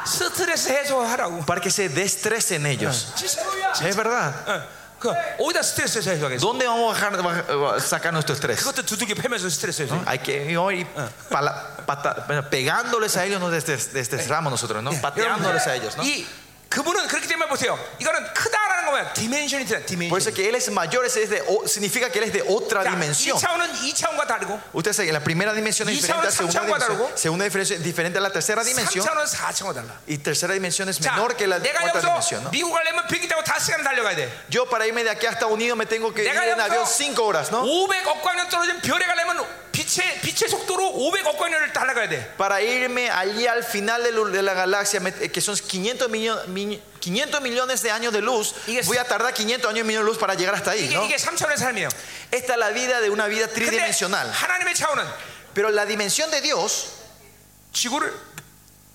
[SPEAKER 1] 스트레스 해소하라고.
[SPEAKER 2] Para que se destresen ellos.
[SPEAKER 1] 진짜로야.
[SPEAKER 2] Es verdad.
[SPEAKER 1] 어, 그 어디다 스트레스 해소하겠어?
[SPEAKER 2] ¿Dónde vamos a bajar- bajar- sacar nuestro estrés?
[SPEAKER 1] 그것도 두둑이 패면서 스트레스 해소.
[SPEAKER 2] Hay que ir pala- pata- bueno, pegándoles a ellos nos destes- destrezamos nosotros, ¿no? Pateándoles a ellos, ¿no?
[SPEAKER 1] 이 그분은 그렇기 때문에 보세요. 이거는 크다라는 거면 디멘션이 되나
[SPEAKER 2] Por
[SPEAKER 1] 디멘션.
[SPEAKER 2] eso que él es mayor, ese es de o- significa que él es de otra
[SPEAKER 1] 이
[SPEAKER 2] dimensión.
[SPEAKER 1] 차원은 이 차원과 다르고
[SPEAKER 2] Ustedes saben que la primera dimensión es
[SPEAKER 1] Y
[SPEAKER 2] diferente a
[SPEAKER 1] 차원,
[SPEAKER 2] la segunda
[SPEAKER 1] 삼 차원과
[SPEAKER 2] dimensión.
[SPEAKER 1] 다르고.
[SPEAKER 2] Segunda dimensión es diferente a la tercera
[SPEAKER 1] 3
[SPEAKER 2] dimensión. 네,
[SPEAKER 1] 차원은 4 차원과 달라.
[SPEAKER 2] Y tercera dimensión es
[SPEAKER 1] 자,
[SPEAKER 2] menor que la
[SPEAKER 1] 내가
[SPEAKER 2] cuarta
[SPEAKER 1] 여기서
[SPEAKER 2] dimensión. ¿no?
[SPEAKER 1] 미국 가려면 비행기 타고 5시간 달려가야 돼.
[SPEAKER 2] Yo para irme de aquí hasta Unidos me tengo que ir
[SPEAKER 1] 내가
[SPEAKER 2] en
[SPEAKER 1] 여기서
[SPEAKER 2] avión 5 horas,
[SPEAKER 1] Uh.
[SPEAKER 2] ¿no?
[SPEAKER 1] 500억 광년 떨어진 별에 가려면 빛의 빛의 속도로 500억 광년을 달려가야 돼.
[SPEAKER 2] Para irme allí al final de lu- de la galaxia, me- eh, que son 500, millo- mi- 500 millones de años de luz,
[SPEAKER 1] Y es-
[SPEAKER 2] voy a tardar 500 años y millones de luz para llegar hasta ahí,
[SPEAKER 1] 이게
[SPEAKER 2] ¿no?
[SPEAKER 1] 이게 3차원의 삶이에요.
[SPEAKER 2] Esta es la vida de una vida
[SPEAKER 1] 근데
[SPEAKER 2] tridimensional.
[SPEAKER 1] 하나님의 차원은
[SPEAKER 2] Pero la dimensión de Dios,
[SPEAKER 1] 지구를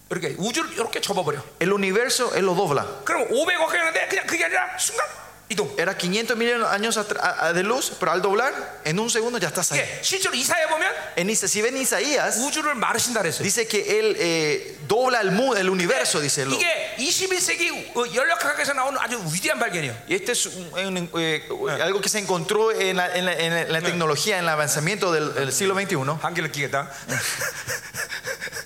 [SPEAKER 1] 이렇게 우주를 이렇게 접어버려.
[SPEAKER 2] el universo, Él lo dobla.
[SPEAKER 1] 그럼 500억 광년인데 그냥 그게 아니라 순간 이동.
[SPEAKER 2] Era 500 millones de años atr- a- a- de luz, pero al doblar, en un segundo ya estás ahí.
[SPEAKER 1] 이게 실제로 이사야 보면
[SPEAKER 2] En Isa- si ven Isaías,
[SPEAKER 1] 우주를 마르신다 그랬어요.
[SPEAKER 2] dice que Él eh, dobla el, mu- el universo, dice lo-
[SPEAKER 1] 이게 21세기 어, 연락학에서 나온 아주 위대한 발견이에요.
[SPEAKER 2] Y este es un- un- eh, algo que se encontró en la, en la- en la- en la tecnología, en el avanzamiento del, del siglo XXI.
[SPEAKER 1] 한계를 끼겠다.
[SPEAKER 2] 네.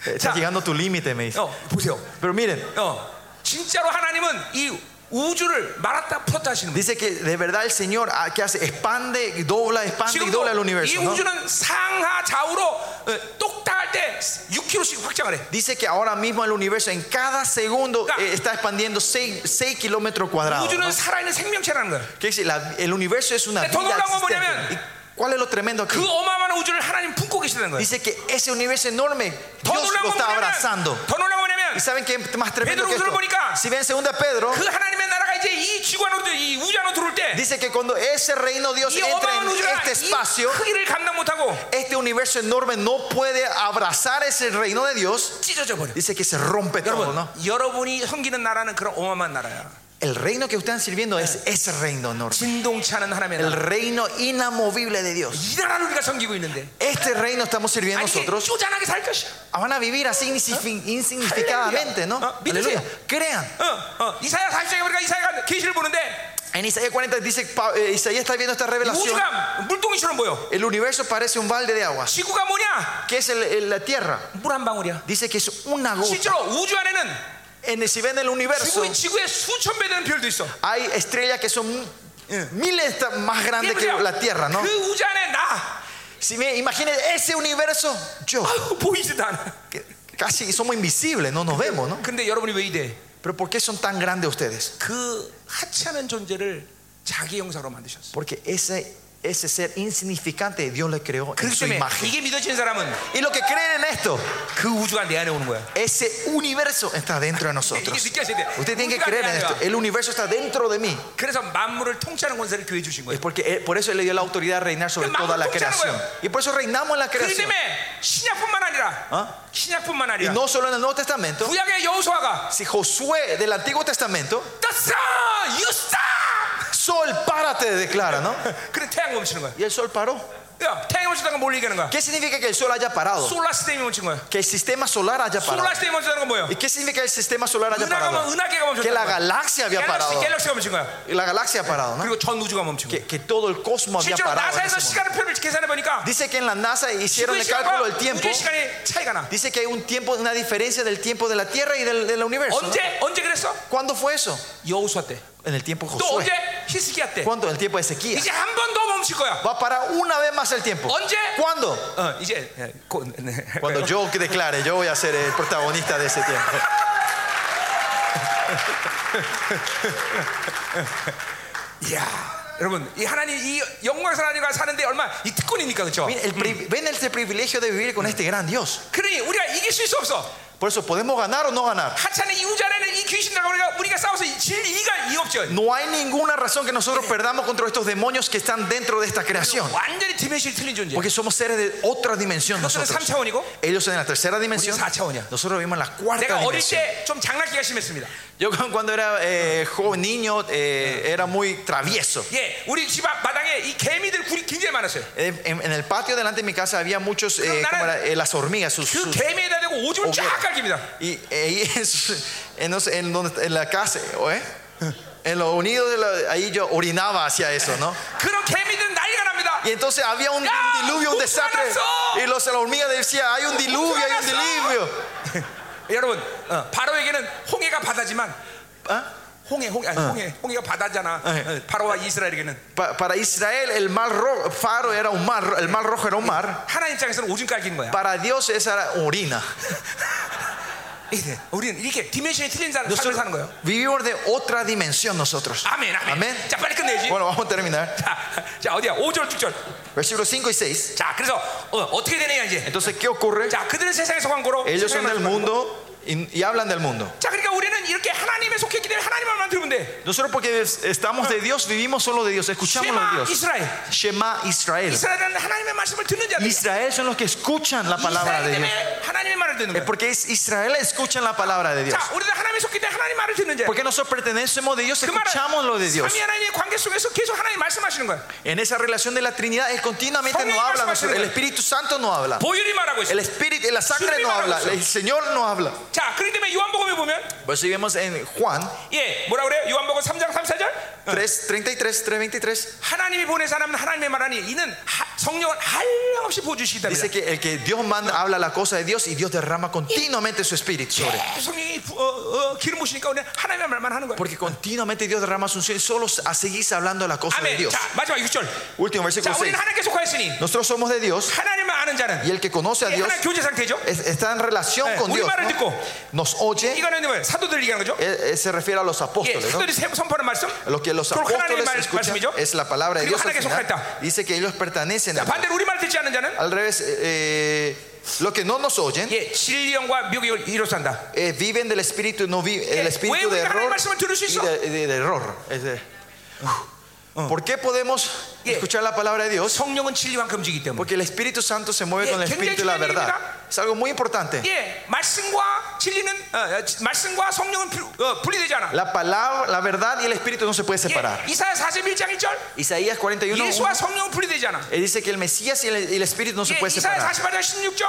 [SPEAKER 2] Eh, Está
[SPEAKER 1] 자.
[SPEAKER 2] llegando tu límite, me dice.
[SPEAKER 1] 어, 보세요.
[SPEAKER 2] Pero miren,
[SPEAKER 1] 어, 진짜로 하나님은 이 우주를 말았다 풀었다 하시는 분이에요.
[SPEAKER 2] dice que de verdad el Señor ah, que hace expande, y dobla, expande y dobla el
[SPEAKER 1] 지금도 이
[SPEAKER 2] universo. ¿no?
[SPEAKER 1] 우주는 상하 좌우로 어, 똑딱할 때 6km씩 확장을 해.
[SPEAKER 2] Dice que ahora mismo el universo en cada segundo
[SPEAKER 1] Claro.
[SPEAKER 2] eh, está expandiendo 6 kilómetros cuadrados.
[SPEAKER 1] 우주는
[SPEAKER 2] ¿no?
[SPEAKER 1] 살아있는 생명체라는 거예요.
[SPEAKER 2] ¿Qué dice? La- el universo es una
[SPEAKER 1] Pero todo
[SPEAKER 2] vida
[SPEAKER 1] lo hago,
[SPEAKER 2] existente.
[SPEAKER 1] 뭐냐면,
[SPEAKER 2] ¿Y ¿Cuál es lo tremendo aquí?
[SPEAKER 1] 그 어마어마한 우주를 하나님 품고 계시다는 거예요.
[SPEAKER 2] Dice que ese universo enorme,
[SPEAKER 1] 더
[SPEAKER 2] Dios
[SPEAKER 1] 놀라운
[SPEAKER 2] lo
[SPEAKER 1] 건
[SPEAKER 2] está
[SPEAKER 1] 뭐냐면,
[SPEAKER 2] abrazando.
[SPEAKER 1] 더 놀라운 건 뭐냐면
[SPEAKER 2] ¿Y saben qué es más
[SPEAKER 1] Pedro
[SPEAKER 2] tremendo que esto?
[SPEAKER 1] usu를 보니까
[SPEAKER 2] Si ven 2 Pedro,
[SPEAKER 1] 그 하나님의 나라가 이제 이 지구 안으로 들- 이 우주 안으로 들어올 때 이
[SPEAKER 2] dice que cuando ese reino de Dios entra
[SPEAKER 1] 어마어마한
[SPEAKER 2] en
[SPEAKER 1] 우주가 이
[SPEAKER 2] este espacio,
[SPEAKER 1] 크기를 감당 못하고
[SPEAKER 2] este universo enorme no puede abrazar ese reino de Dios.
[SPEAKER 1] 찢어져 버려.
[SPEAKER 2] Dice que se rompe todo, ¿no?
[SPEAKER 1] 여러분, 여러분이 섬기는 나라는 그런 어마어마한 나라야.
[SPEAKER 2] El reino que ustedes están sirviendo es ese reino enorme.
[SPEAKER 1] 진동치 않은 하나님의
[SPEAKER 2] El
[SPEAKER 1] 나라.
[SPEAKER 2] reino inamovible de Dios.
[SPEAKER 1] 이 나라를 우리가 섬기고 있는데
[SPEAKER 2] Este reino estamos sirviendo
[SPEAKER 1] 아니 이게
[SPEAKER 2] nosotros. Ah,
[SPEAKER 1] 쪼잔하게 살 것이야.
[SPEAKER 2] Van a vivir así insignifi- insignificadamente, ¿no?
[SPEAKER 1] Ah, ¿viste?
[SPEAKER 2] Aleluya. Crean.
[SPEAKER 1] 어, 어, 이사야 40장에 보니까 이사야가 계시를 보는데
[SPEAKER 2] En Isaías 40 dice, Pa- eh, Isaías está viendo esta revelación.
[SPEAKER 1] 우주가 물동이처럼 보여.
[SPEAKER 2] El universo parece un balde de agua.
[SPEAKER 1] 지구가 뭐냐?
[SPEAKER 2] ¿Qué es el- el- la tierra?
[SPEAKER 1] 물 한 방울이야.
[SPEAKER 2] Dice que es una gota.
[SPEAKER 1] 실제로 우주 안에는
[SPEAKER 2] En, el- si ven el universo,
[SPEAKER 1] 지구, 지구에 수천 배 되는 별도 있어.
[SPEAKER 2] hay estrellas que son eh, miles ta- más grandes que la tierra, ¿no?
[SPEAKER 1] 그 우주 안에 나
[SPEAKER 2] Si me imagínense ese universo, yo,
[SPEAKER 1] 아유, 보이지도 않아.
[SPEAKER 2] que casi somos invisibles, no nos vemos, ¿no?
[SPEAKER 1] 근데 여러분이 왜 이래?
[SPEAKER 2] Pero ¿por qué son tan grandes ustedes?
[SPEAKER 1] 그 하찮은 존재를 자기 형상으로 만드셨어.
[SPEAKER 2] Porque ese, ese ser insignificante, Dios le creó en
[SPEAKER 1] 그렇기
[SPEAKER 2] su
[SPEAKER 1] 때문에
[SPEAKER 2] imagen.
[SPEAKER 1] 이게 믿어지는 사람은
[SPEAKER 2] Y los que creen en esto,
[SPEAKER 1] 그 우주가 내 안에 오는 거야.
[SPEAKER 2] ese universo está dentro de
[SPEAKER 1] <laughs>
[SPEAKER 2] nosotros.
[SPEAKER 1] 이게 느껴져야 돼.
[SPEAKER 2] Usted tiene que
[SPEAKER 1] 우주가
[SPEAKER 2] creer
[SPEAKER 1] 내
[SPEAKER 2] en
[SPEAKER 1] 안에
[SPEAKER 2] esto.
[SPEAKER 1] 와.
[SPEAKER 2] El universo está dentro de mí.
[SPEAKER 1] 그래서 만물을 통치하는 권세를 교회 주신
[SPEAKER 2] Es
[SPEAKER 1] 거예요.
[SPEAKER 2] porque él- por eso Él le dio la autoridad a reinar sobre
[SPEAKER 1] Pero
[SPEAKER 2] toda la
[SPEAKER 1] manco,
[SPEAKER 2] creación.
[SPEAKER 1] escucha,
[SPEAKER 2] Y por eso reinamos en la
[SPEAKER 1] 그렇기
[SPEAKER 2] creación.
[SPEAKER 1] 때문에 신약뿐만 아니라
[SPEAKER 2] 어?
[SPEAKER 1] 신약뿐만
[SPEAKER 2] Y
[SPEAKER 1] 아니라
[SPEAKER 2] no solo en el Nuevo Testamento.
[SPEAKER 1] 구약의 여호수아가
[SPEAKER 2] Si Josué del Antiguo Testamento,
[SPEAKER 1] 떴어, 유싸.
[SPEAKER 2] sol, párate, declara, ¿no?
[SPEAKER 1] 그래 태양 멈추는 거야.
[SPEAKER 2] Y el sol paró.
[SPEAKER 1] 야, 태양 멈추다는 건 뭘 얘기하는 거야?
[SPEAKER 2] ¿Qué significa que el sol haya parado?
[SPEAKER 1] 솔라 시스템이 멈춘 거야.
[SPEAKER 2] Que el sistema solar haya parado.
[SPEAKER 1] 솔라 시스템이 멈추다는 건 뭐예요?
[SPEAKER 2] ¿Y qué significa que el sistema solar haya
[SPEAKER 1] 은하가 멈,
[SPEAKER 2] parado?
[SPEAKER 1] 은하계가
[SPEAKER 2] Que
[SPEAKER 1] 멈췄다는 거야.
[SPEAKER 2] la
[SPEAKER 1] 어?
[SPEAKER 2] galaxia había
[SPEAKER 1] 갤럭시,
[SPEAKER 2] parado.
[SPEAKER 1] 갤럭시가 멈춘 거야.
[SPEAKER 2] La galaxia ha parado, ¿no?
[SPEAKER 1] 그리고 전 우주가 멈춘 거야.
[SPEAKER 2] Que, que todo el cosmos había
[SPEAKER 1] 실제로
[SPEAKER 2] parado. en
[SPEAKER 1] 나사에서
[SPEAKER 2] ese momento.
[SPEAKER 1] 시간표를 계산해 보니까
[SPEAKER 2] Dice que en la NASA hicieron
[SPEAKER 1] 지구
[SPEAKER 2] el cálculo
[SPEAKER 1] 시간과
[SPEAKER 2] del tiempo.
[SPEAKER 1] 우주 시간의 차이가 나.
[SPEAKER 2] Dice que hay un tiempo, una diferencia del tiempo de la Tierra y del, del universo. ¿no?
[SPEAKER 1] 언제 언제 그랬어?
[SPEAKER 2] ¿Cuándo fue eso?
[SPEAKER 1] 여호수아 때.
[SPEAKER 2] En el tiempo de
[SPEAKER 1] 또 언제
[SPEAKER 2] Josué.
[SPEAKER 1] 히스기야 때.
[SPEAKER 2] ¿Cuándo? En el tiempo de Ezequiel.
[SPEAKER 1] 이제 한 번 더 멈출 거야.
[SPEAKER 2] Va a parar una vez más el tiempo.
[SPEAKER 1] 언제?
[SPEAKER 2] ¿Cuándo?
[SPEAKER 1] 어, 이제 예, 고- 네.
[SPEAKER 2] Cuando yo que declare, yo voy a ser el protagonista de ese tiempo.
[SPEAKER 1] 이야, 여러분, 이 하나님 이 영광스러운 하나님과 사는데 얼마 이 특권이니까 그렇죠?
[SPEAKER 2] Miren, el pri- ven el privilegio de vivir con este gran Dios.
[SPEAKER 1] 그러니 우리가 이길 수 있어 없어.
[SPEAKER 2] Por eso, ¿podemos ganar o no ganar?
[SPEAKER 1] 하찮은 이 우주 안에는 이 귀신들과 우리가 우리가 싸워서 이 진리가 이 없죠.
[SPEAKER 2] No hay ninguna razón que nosotros perdamos contra estos demonios que están dentro de esta creación.
[SPEAKER 1] 완전히 디멘션이 틀린 존재.
[SPEAKER 2] Porque somos seres de otra dimensión
[SPEAKER 1] 그것은
[SPEAKER 2] nosotros.
[SPEAKER 1] 3차원이고
[SPEAKER 2] Ellos en la tercera dimensión,
[SPEAKER 1] 우리는 4차원이야.
[SPEAKER 2] nosotros vivimos en la
[SPEAKER 1] 내가
[SPEAKER 2] cuarta
[SPEAKER 1] 어릴
[SPEAKER 2] dimensión.
[SPEAKER 1] 때 좀 장난기가 심했습니다.
[SPEAKER 2] Yo cuando era eh, joven, niño, eh, era muy travieso.
[SPEAKER 1] 예, 우리 집 앞 마당에 이 개미들 굴이 굉장히 많았어요.
[SPEAKER 2] En, Eh, en- en el patio delante de mi casa había muchos, eh, ¿cómo era? Eh, las hormigas, sus,
[SPEAKER 1] 그
[SPEAKER 2] sus-
[SPEAKER 1] 개미에다 대고 오줌을 쫙
[SPEAKER 2] 오게라.
[SPEAKER 1] 깔깁니다.
[SPEAKER 2] y, eh, y en, sus- en los- en donde- en la casa, ¿o, eh? En los unidos, de la- ahí yo orinaba hacia eso, ¿no?
[SPEAKER 1] 그런 개미들은 난리가 납니다.
[SPEAKER 2] Y entonces había un, un
[SPEAKER 1] ¡Ya!
[SPEAKER 2] diluvio, un desastre.
[SPEAKER 1] ¡Ufanazo!
[SPEAKER 2] Y los, la hormiga decía, hay un diluvio, hay un
[SPEAKER 1] ¡Ufanazo!
[SPEAKER 2] diluvio.
[SPEAKER 1] 여러분, 어, 바로에게는 홍해가 바다지만
[SPEAKER 2] ¿Ah?
[SPEAKER 1] 홍해, 홍해, 아니, 홍해, 홍해가 바다잖아.
[SPEAKER 2] 네.
[SPEAKER 1] 어, 바로와 이스라엘에게는
[SPEAKER 2] Pa- para Israel el mar rojo, faro era un mar, el mar rojo era un mar.
[SPEAKER 1] 하나님 입장에서는 오줌 깔기는 거야.
[SPEAKER 2] Para Dios esa era orina.
[SPEAKER 1] 예, 우리는 이렇게 디멘션이 틀린 사- 삶을
[SPEAKER 2] Nosotros
[SPEAKER 1] 사는 거예요.
[SPEAKER 2] vivimos de otra dimensión nosotros.
[SPEAKER 1] 아멘, 아멘.
[SPEAKER 2] 아멘.
[SPEAKER 1] 자, 빨리 끝내야지.
[SPEAKER 2] Bueno, vamos a
[SPEAKER 1] <laughs>
[SPEAKER 2] terminar.
[SPEAKER 1] 자, 자, 어디야? 5절, 6절.
[SPEAKER 2] Versículos 5 y 6.
[SPEAKER 1] 자, 그래서 어, 떻게 되느냐 이제.
[SPEAKER 2] Entonces, ¿qué ocurre?
[SPEAKER 1] 자, 그들은 세상에서 광고로.
[SPEAKER 2] Ellos son
[SPEAKER 1] 세상에만 속한
[SPEAKER 2] del
[SPEAKER 1] 광고.
[SPEAKER 2] mundo y, y hablan del mundo.
[SPEAKER 1] 자, 그러니까 우리는 이렇게 하나님에 속했기 때문에 하나님만 들으면 돼.
[SPEAKER 2] Nosotros porque estamos de Dios, vivimos solo de Dios, escuchamos
[SPEAKER 1] 쉐마
[SPEAKER 2] a Dios.
[SPEAKER 1] 이스라엘.
[SPEAKER 2] Shema Israel.
[SPEAKER 1] 이스라엘은 하나님의 말씀을 듣는 자들.
[SPEAKER 2] Israel son los que escuchan la palabra
[SPEAKER 1] 이스라엘
[SPEAKER 2] de Dios.
[SPEAKER 1] 때문에 하나님의 말을 듣는
[SPEAKER 2] Es
[SPEAKER 1] 거야.
[SPEAKER 2] porque es Israel escuchan la palabra de Dios.
[SPEAKER 1] 자, 우리도 하나님에 속기 때문에 하나님 말을 듣는 자.
[SPEAKER 2] Porque nosotros pertenecemos de Dios,
[SPEAKER 1] 그 말은
[SPEAKER 2] escuchamos lo de Dios.
[SPEAKER 1] 삼위 하나님의 관계 속에서 계속 하나님 말씀하시는 거야.
[SPEAKER 2] En esa relación de la Trinidad, Él continuamente
[SPEAKER 1] Son
[SPEAKER 2] no
[SPEAKER 1] ellos
[SPEAKER 2] habla.
[SPEAKER 1] más
[SPEAKER 2] nosotros. El
[SPEAKER 1] personas.
[SPEAKER 2] Espíritu Santo no habla.
[SPEAKER 1] 보혈이 말하고 있어.
[SPEAKER 2] El Espíritu, la sangre
[SPEAKER 1] Son
[SPEAKER 2] no
[SPEAKER 1] ellos
[SPEAKER 2] habla.
[SPEAKER 1] más
[SPEAKER 2] El Señor no habla.
[SPEAKER 1] 자, 그렇기 때문에 요한복음에 보면
[SPEAKER 2] Por eso vemos en Juan
[SPEAKER 1] 예, 뭐라 그래요? 요한복음 3장 34절.
[SPEAKER 2] 3, 33, 3, 23.
[SPEAKER 1] 하나님이 보낸 사람은 하나님의 말하니 이는 하- 성령을 한량없이 부어주시기때문에
[SPEAKER 2] Dice que el que Dios manda habla la cosa de Dios y Dios derrama continuamente su Espíritu sobre.
[SPEAKER 1] 성령이 부- 어, 어, 기름 부시니까 우리는 하나님의 말만 하는 거야.
[SPEAKER 2] Porque continuamente Dios derrama su unción y solo a seguís hablando la cosa de
[SPEAKER 1] 아멘.
[SPEAKER 2] Dios.
[SPEAKER 1] 자, 마지막 6절.
[SPEAKER 2] Último
[SPEAKER 1] 자,
[SPEAKER 2] versículo 6.
[SPEAKER 1] 우리는 하나님께 속하였으니
[SPEAKER 2] Nosotros somos de Dios
[SPEAKER 1] 하나님을 아는 자는
[SPEAKER 2] y el que conoce a
[SPEAKER 1] 예,
[SPEAKER 2] Dios
[SPEAKER 1] 하나님 교제 상태죠.
[SPEAKER 2] es- está en relación
[SPEAKER 1] Eh,
[SPEAKER 2] con Dios.
[SPEAKER 1] 우리말을
[SPEAKER 2] ¿no?
[SPEAKER 1] 듣고.
[SPEAKER 2] Nos oye,
[SPEAKER 1] 이거는 뭐예요? 사도들 얘기하는 거죠?
[SPEAKER 2] eh, eh, se refiere a los
[SPEAKER 1] 예,
[SPEAKER 2] apóstoles. ¿no?
[SPEAKER 1] 사도들이 세- 선포하는 말씀.
[SPEAKER 2] Lo que los
[SPEAKER 1] 그걸 하나님의
[SPEAKER 2] apóstoles
[SPEAKER 1] 말,
[SPEAKER 2] escuchan
[SPEAKER 1] 말씀이죠.
[SPEAKER 2] es la palabra de
[SPEAKER 1] 그리고
[SPEAKER 2] Dios. al
[SPEAKER 1] 하나님께
[SPEAKER 2] final.
[SPEAKER 1] 속하였다.
[SPEAKER 2] dice que ellos pertenecen. a Dios.
[SPEAKER 1] 반대로 우리 말을 듣지 않는 자는
[SPEAKER 2] Al revés, eh, lo que no nos oyen
[SPEAKER 1] 예, 진리형과 미혹의 이로 산다.
[SPEAKER 2] eh, viven del espíritu, no vi-
[SPEAKER 1] Eh,
[SPEAKER 2] el espíritu de
[SPEAKER 1] ¿왜 우리가 하나님
[SPEAKER 2] error
[SPEAKER 1] 말씀을 들을 수
[SPEAKER 2] y
[SPEAKER 1] 있어?
[SPEAKER 2] de, de- de error. Es de- ¿Por qué podemos
[SPEAKER 1] Oh. Yeah.
[SPEAKER 2] escuchar la palabra de Dios?
[SPEAKER 1] 성령은 진리와 금지이기 때문에.
[SPEAKER 2] Porque el Espíritu Santo se mueve
[SPEAKER 1] Yeah,
[SPEAKER 2] con el
[SPEAKER 1] 굉장히
[SPEAKER 2] Espíritu de la
[SPEAKER 1] 중요한
[SPEAKER 2] verdad.
[SPEAKER 1] 일입니다.
[SPEAKER 2] Es algo muy importante.
[SPEAKER 1] 예, 말씀과 진리는 어, 어, 지- 말씀과 성령은 필- 어, 분리되지 않아.
[SPEAKER 2] La palabra, la verdad y el Espíritu no se puede separar.
[SPEAKER 1] 예, 이사야 41장 1절
[SPEAKER 2] Isaías 41
[SPEAKER 1] 예수와 성령은 분리되지 않아.
[SPEAKER 2] uno, eh, dice que el Mesías y el, y el Espíritu no se
[SPEAKER 1] 예,
[SPEAKER 2] puede
[SPEAKER 1] 이사야
[SPEAKER 2] separar.
[SPEAKER 1] 48장 16절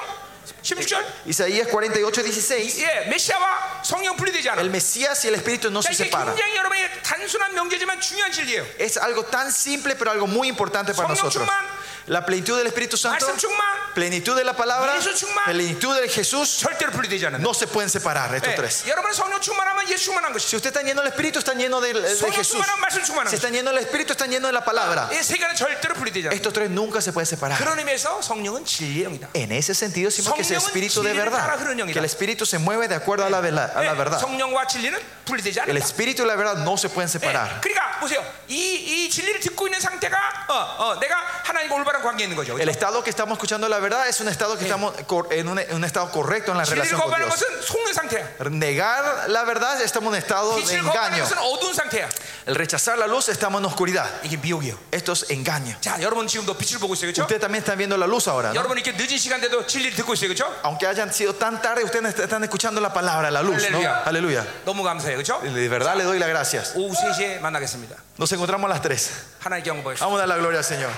[SPEAKER 1] 16절
[SPEAKER 2] Isaías 48, 16.
[SPEAKER 1] 예, 메시아와 성령 분리되지 않아.
[SPEAKER 2] El Mesías y el Espíritu no
[SPEAKER 1] 자,
[SPEAKER 2] se
[SPEAKER 1] 이게
[SPEAKER 2] separan.
[SPEAKER 1] 굉장히 여러분의 단순한 명제지만 중요한 진리예요.
[SPEAKER 2] Es algo tan simple, pero algo muy importante para
[SPEAKER 1] Son
[SPEAKER 2] nosotros.
[SPEAKER 1] chumán.
[SPEAKER 2] La plenitud del Espíritu Santo,
[SPEAKER 1] 말씀 충만
[SPEAKER 2] plenitud de la palabra,
[SPEAKER 1] Jesús chumán.
[SPEAKER 2] plenitud de Jesús,
[SPEAKER 1] 절대로 분리되지 않아.
[SPEAKER 2] no se pueden separar
[SPEAKER 1] Eh.
[SPEAKER 2] estos tres.
[SPEAKER 1] 예, 여러분 성령 충만하면 예수 충만한 것이죠.
[SPEAKER 2] Si usted está lleno del Espíritu, está lleno de, de
[SPEAKER 1] 성령
[SPEAKER 2] Jesús.
[SPEAKER 1] 충만하면 말씀 충만한
[SPEAKER 2] Si
[SPEAKER 1] 것이죠.
[SPEAKER 2] está lleno del Espíritu, está lleno de la palabra.
[SPEAKER 1] 이 세계는 절대로 분리되지 않아.
[SPEAKER 2] Estos tres nunca se pueden separar.
[SPEAKER 1] 그런 의미에서 성령은 진리의 영이다.
[SPEAKER 2] En ese sentido, decimos que es el
[SPEAKER 1] Son-
[SPEAKER 2] Espíritu de verdad, que el Espíritu se mueve de acuerdo a la, vela- a la
[SPEAKER 1] 예,
[SPEAKER 2] verdad.
[SPEAKER 1] 성령과 진리는 분리되지
[SPEAKER 2] El
[SPEAKER 1] 않는다.
[SPEAKER 2] Espíritu y la verdad no se pueden
[SPEAKER 1] 예,
[SPEAKER 2] separar.
[SPEAKER 1] 그러니까 그러니까 보세요. 이, 이 진리를 듣고 있는 상태가 어, 어, 내가 하나님과 올바른 관계에 있는 거죠.
[SPEAKER 2] El estado que estamos escuchando la verdad es un estado que estamos cor- en un, un estado correcto en la
[SPEAKER 1] 진리를
[SPEAKER 2] relación con
[SPEAKER 1] 거부하는
[SPEAKER 2] Dios.
[SPEAKER 1] 것은 속는 상태야.
[SPEAKER 2] Negar la verdad estamos en un estado de
[SPEAKER 1] 빛을 거부하는
[SPEAKER 2] engaño.
[SPEAKER 1] 것은 어두운 상태야.
[SPEAKER 2] El rechazar la luz estamos en oscuridad.
[SPEAKER 1] 이게 미혹이에요.
[SPEAKER 2] Esto es engaño.
[SPEAKER 1] 자, 여러분 지금도 빛을 보고 있어요, 그렇죠?
[SPEAKER 2] Ustedes también están viendo la luz ahora. ¿no?
[SPEAKER 1] 여러분 이렇게 늦은 시간대도 진리를 듣고 있어요, 그렇죠?
[SPEAKER 2] Aunque hayan sido tan tarde, ustedes están escuchando la palabra, la luz. ¿no?
[SPEAKER 1] Aleluya.
[SPEAKER 2] Aleluya.
[SPEAKER 1] 너무 감사해요, 그렇죠?
[SPEAKER 2] De verdad le doy las gracias.
[SPEAKER 1] 오후 3시에 만나겠습니다.
[SPEAKER 2] Nos encontramos a las 3.
[SPEAKER 1] 하나님께 영광 받겠습니다.
[SPEAKER 2] Vamos a dar la gloria al Señor.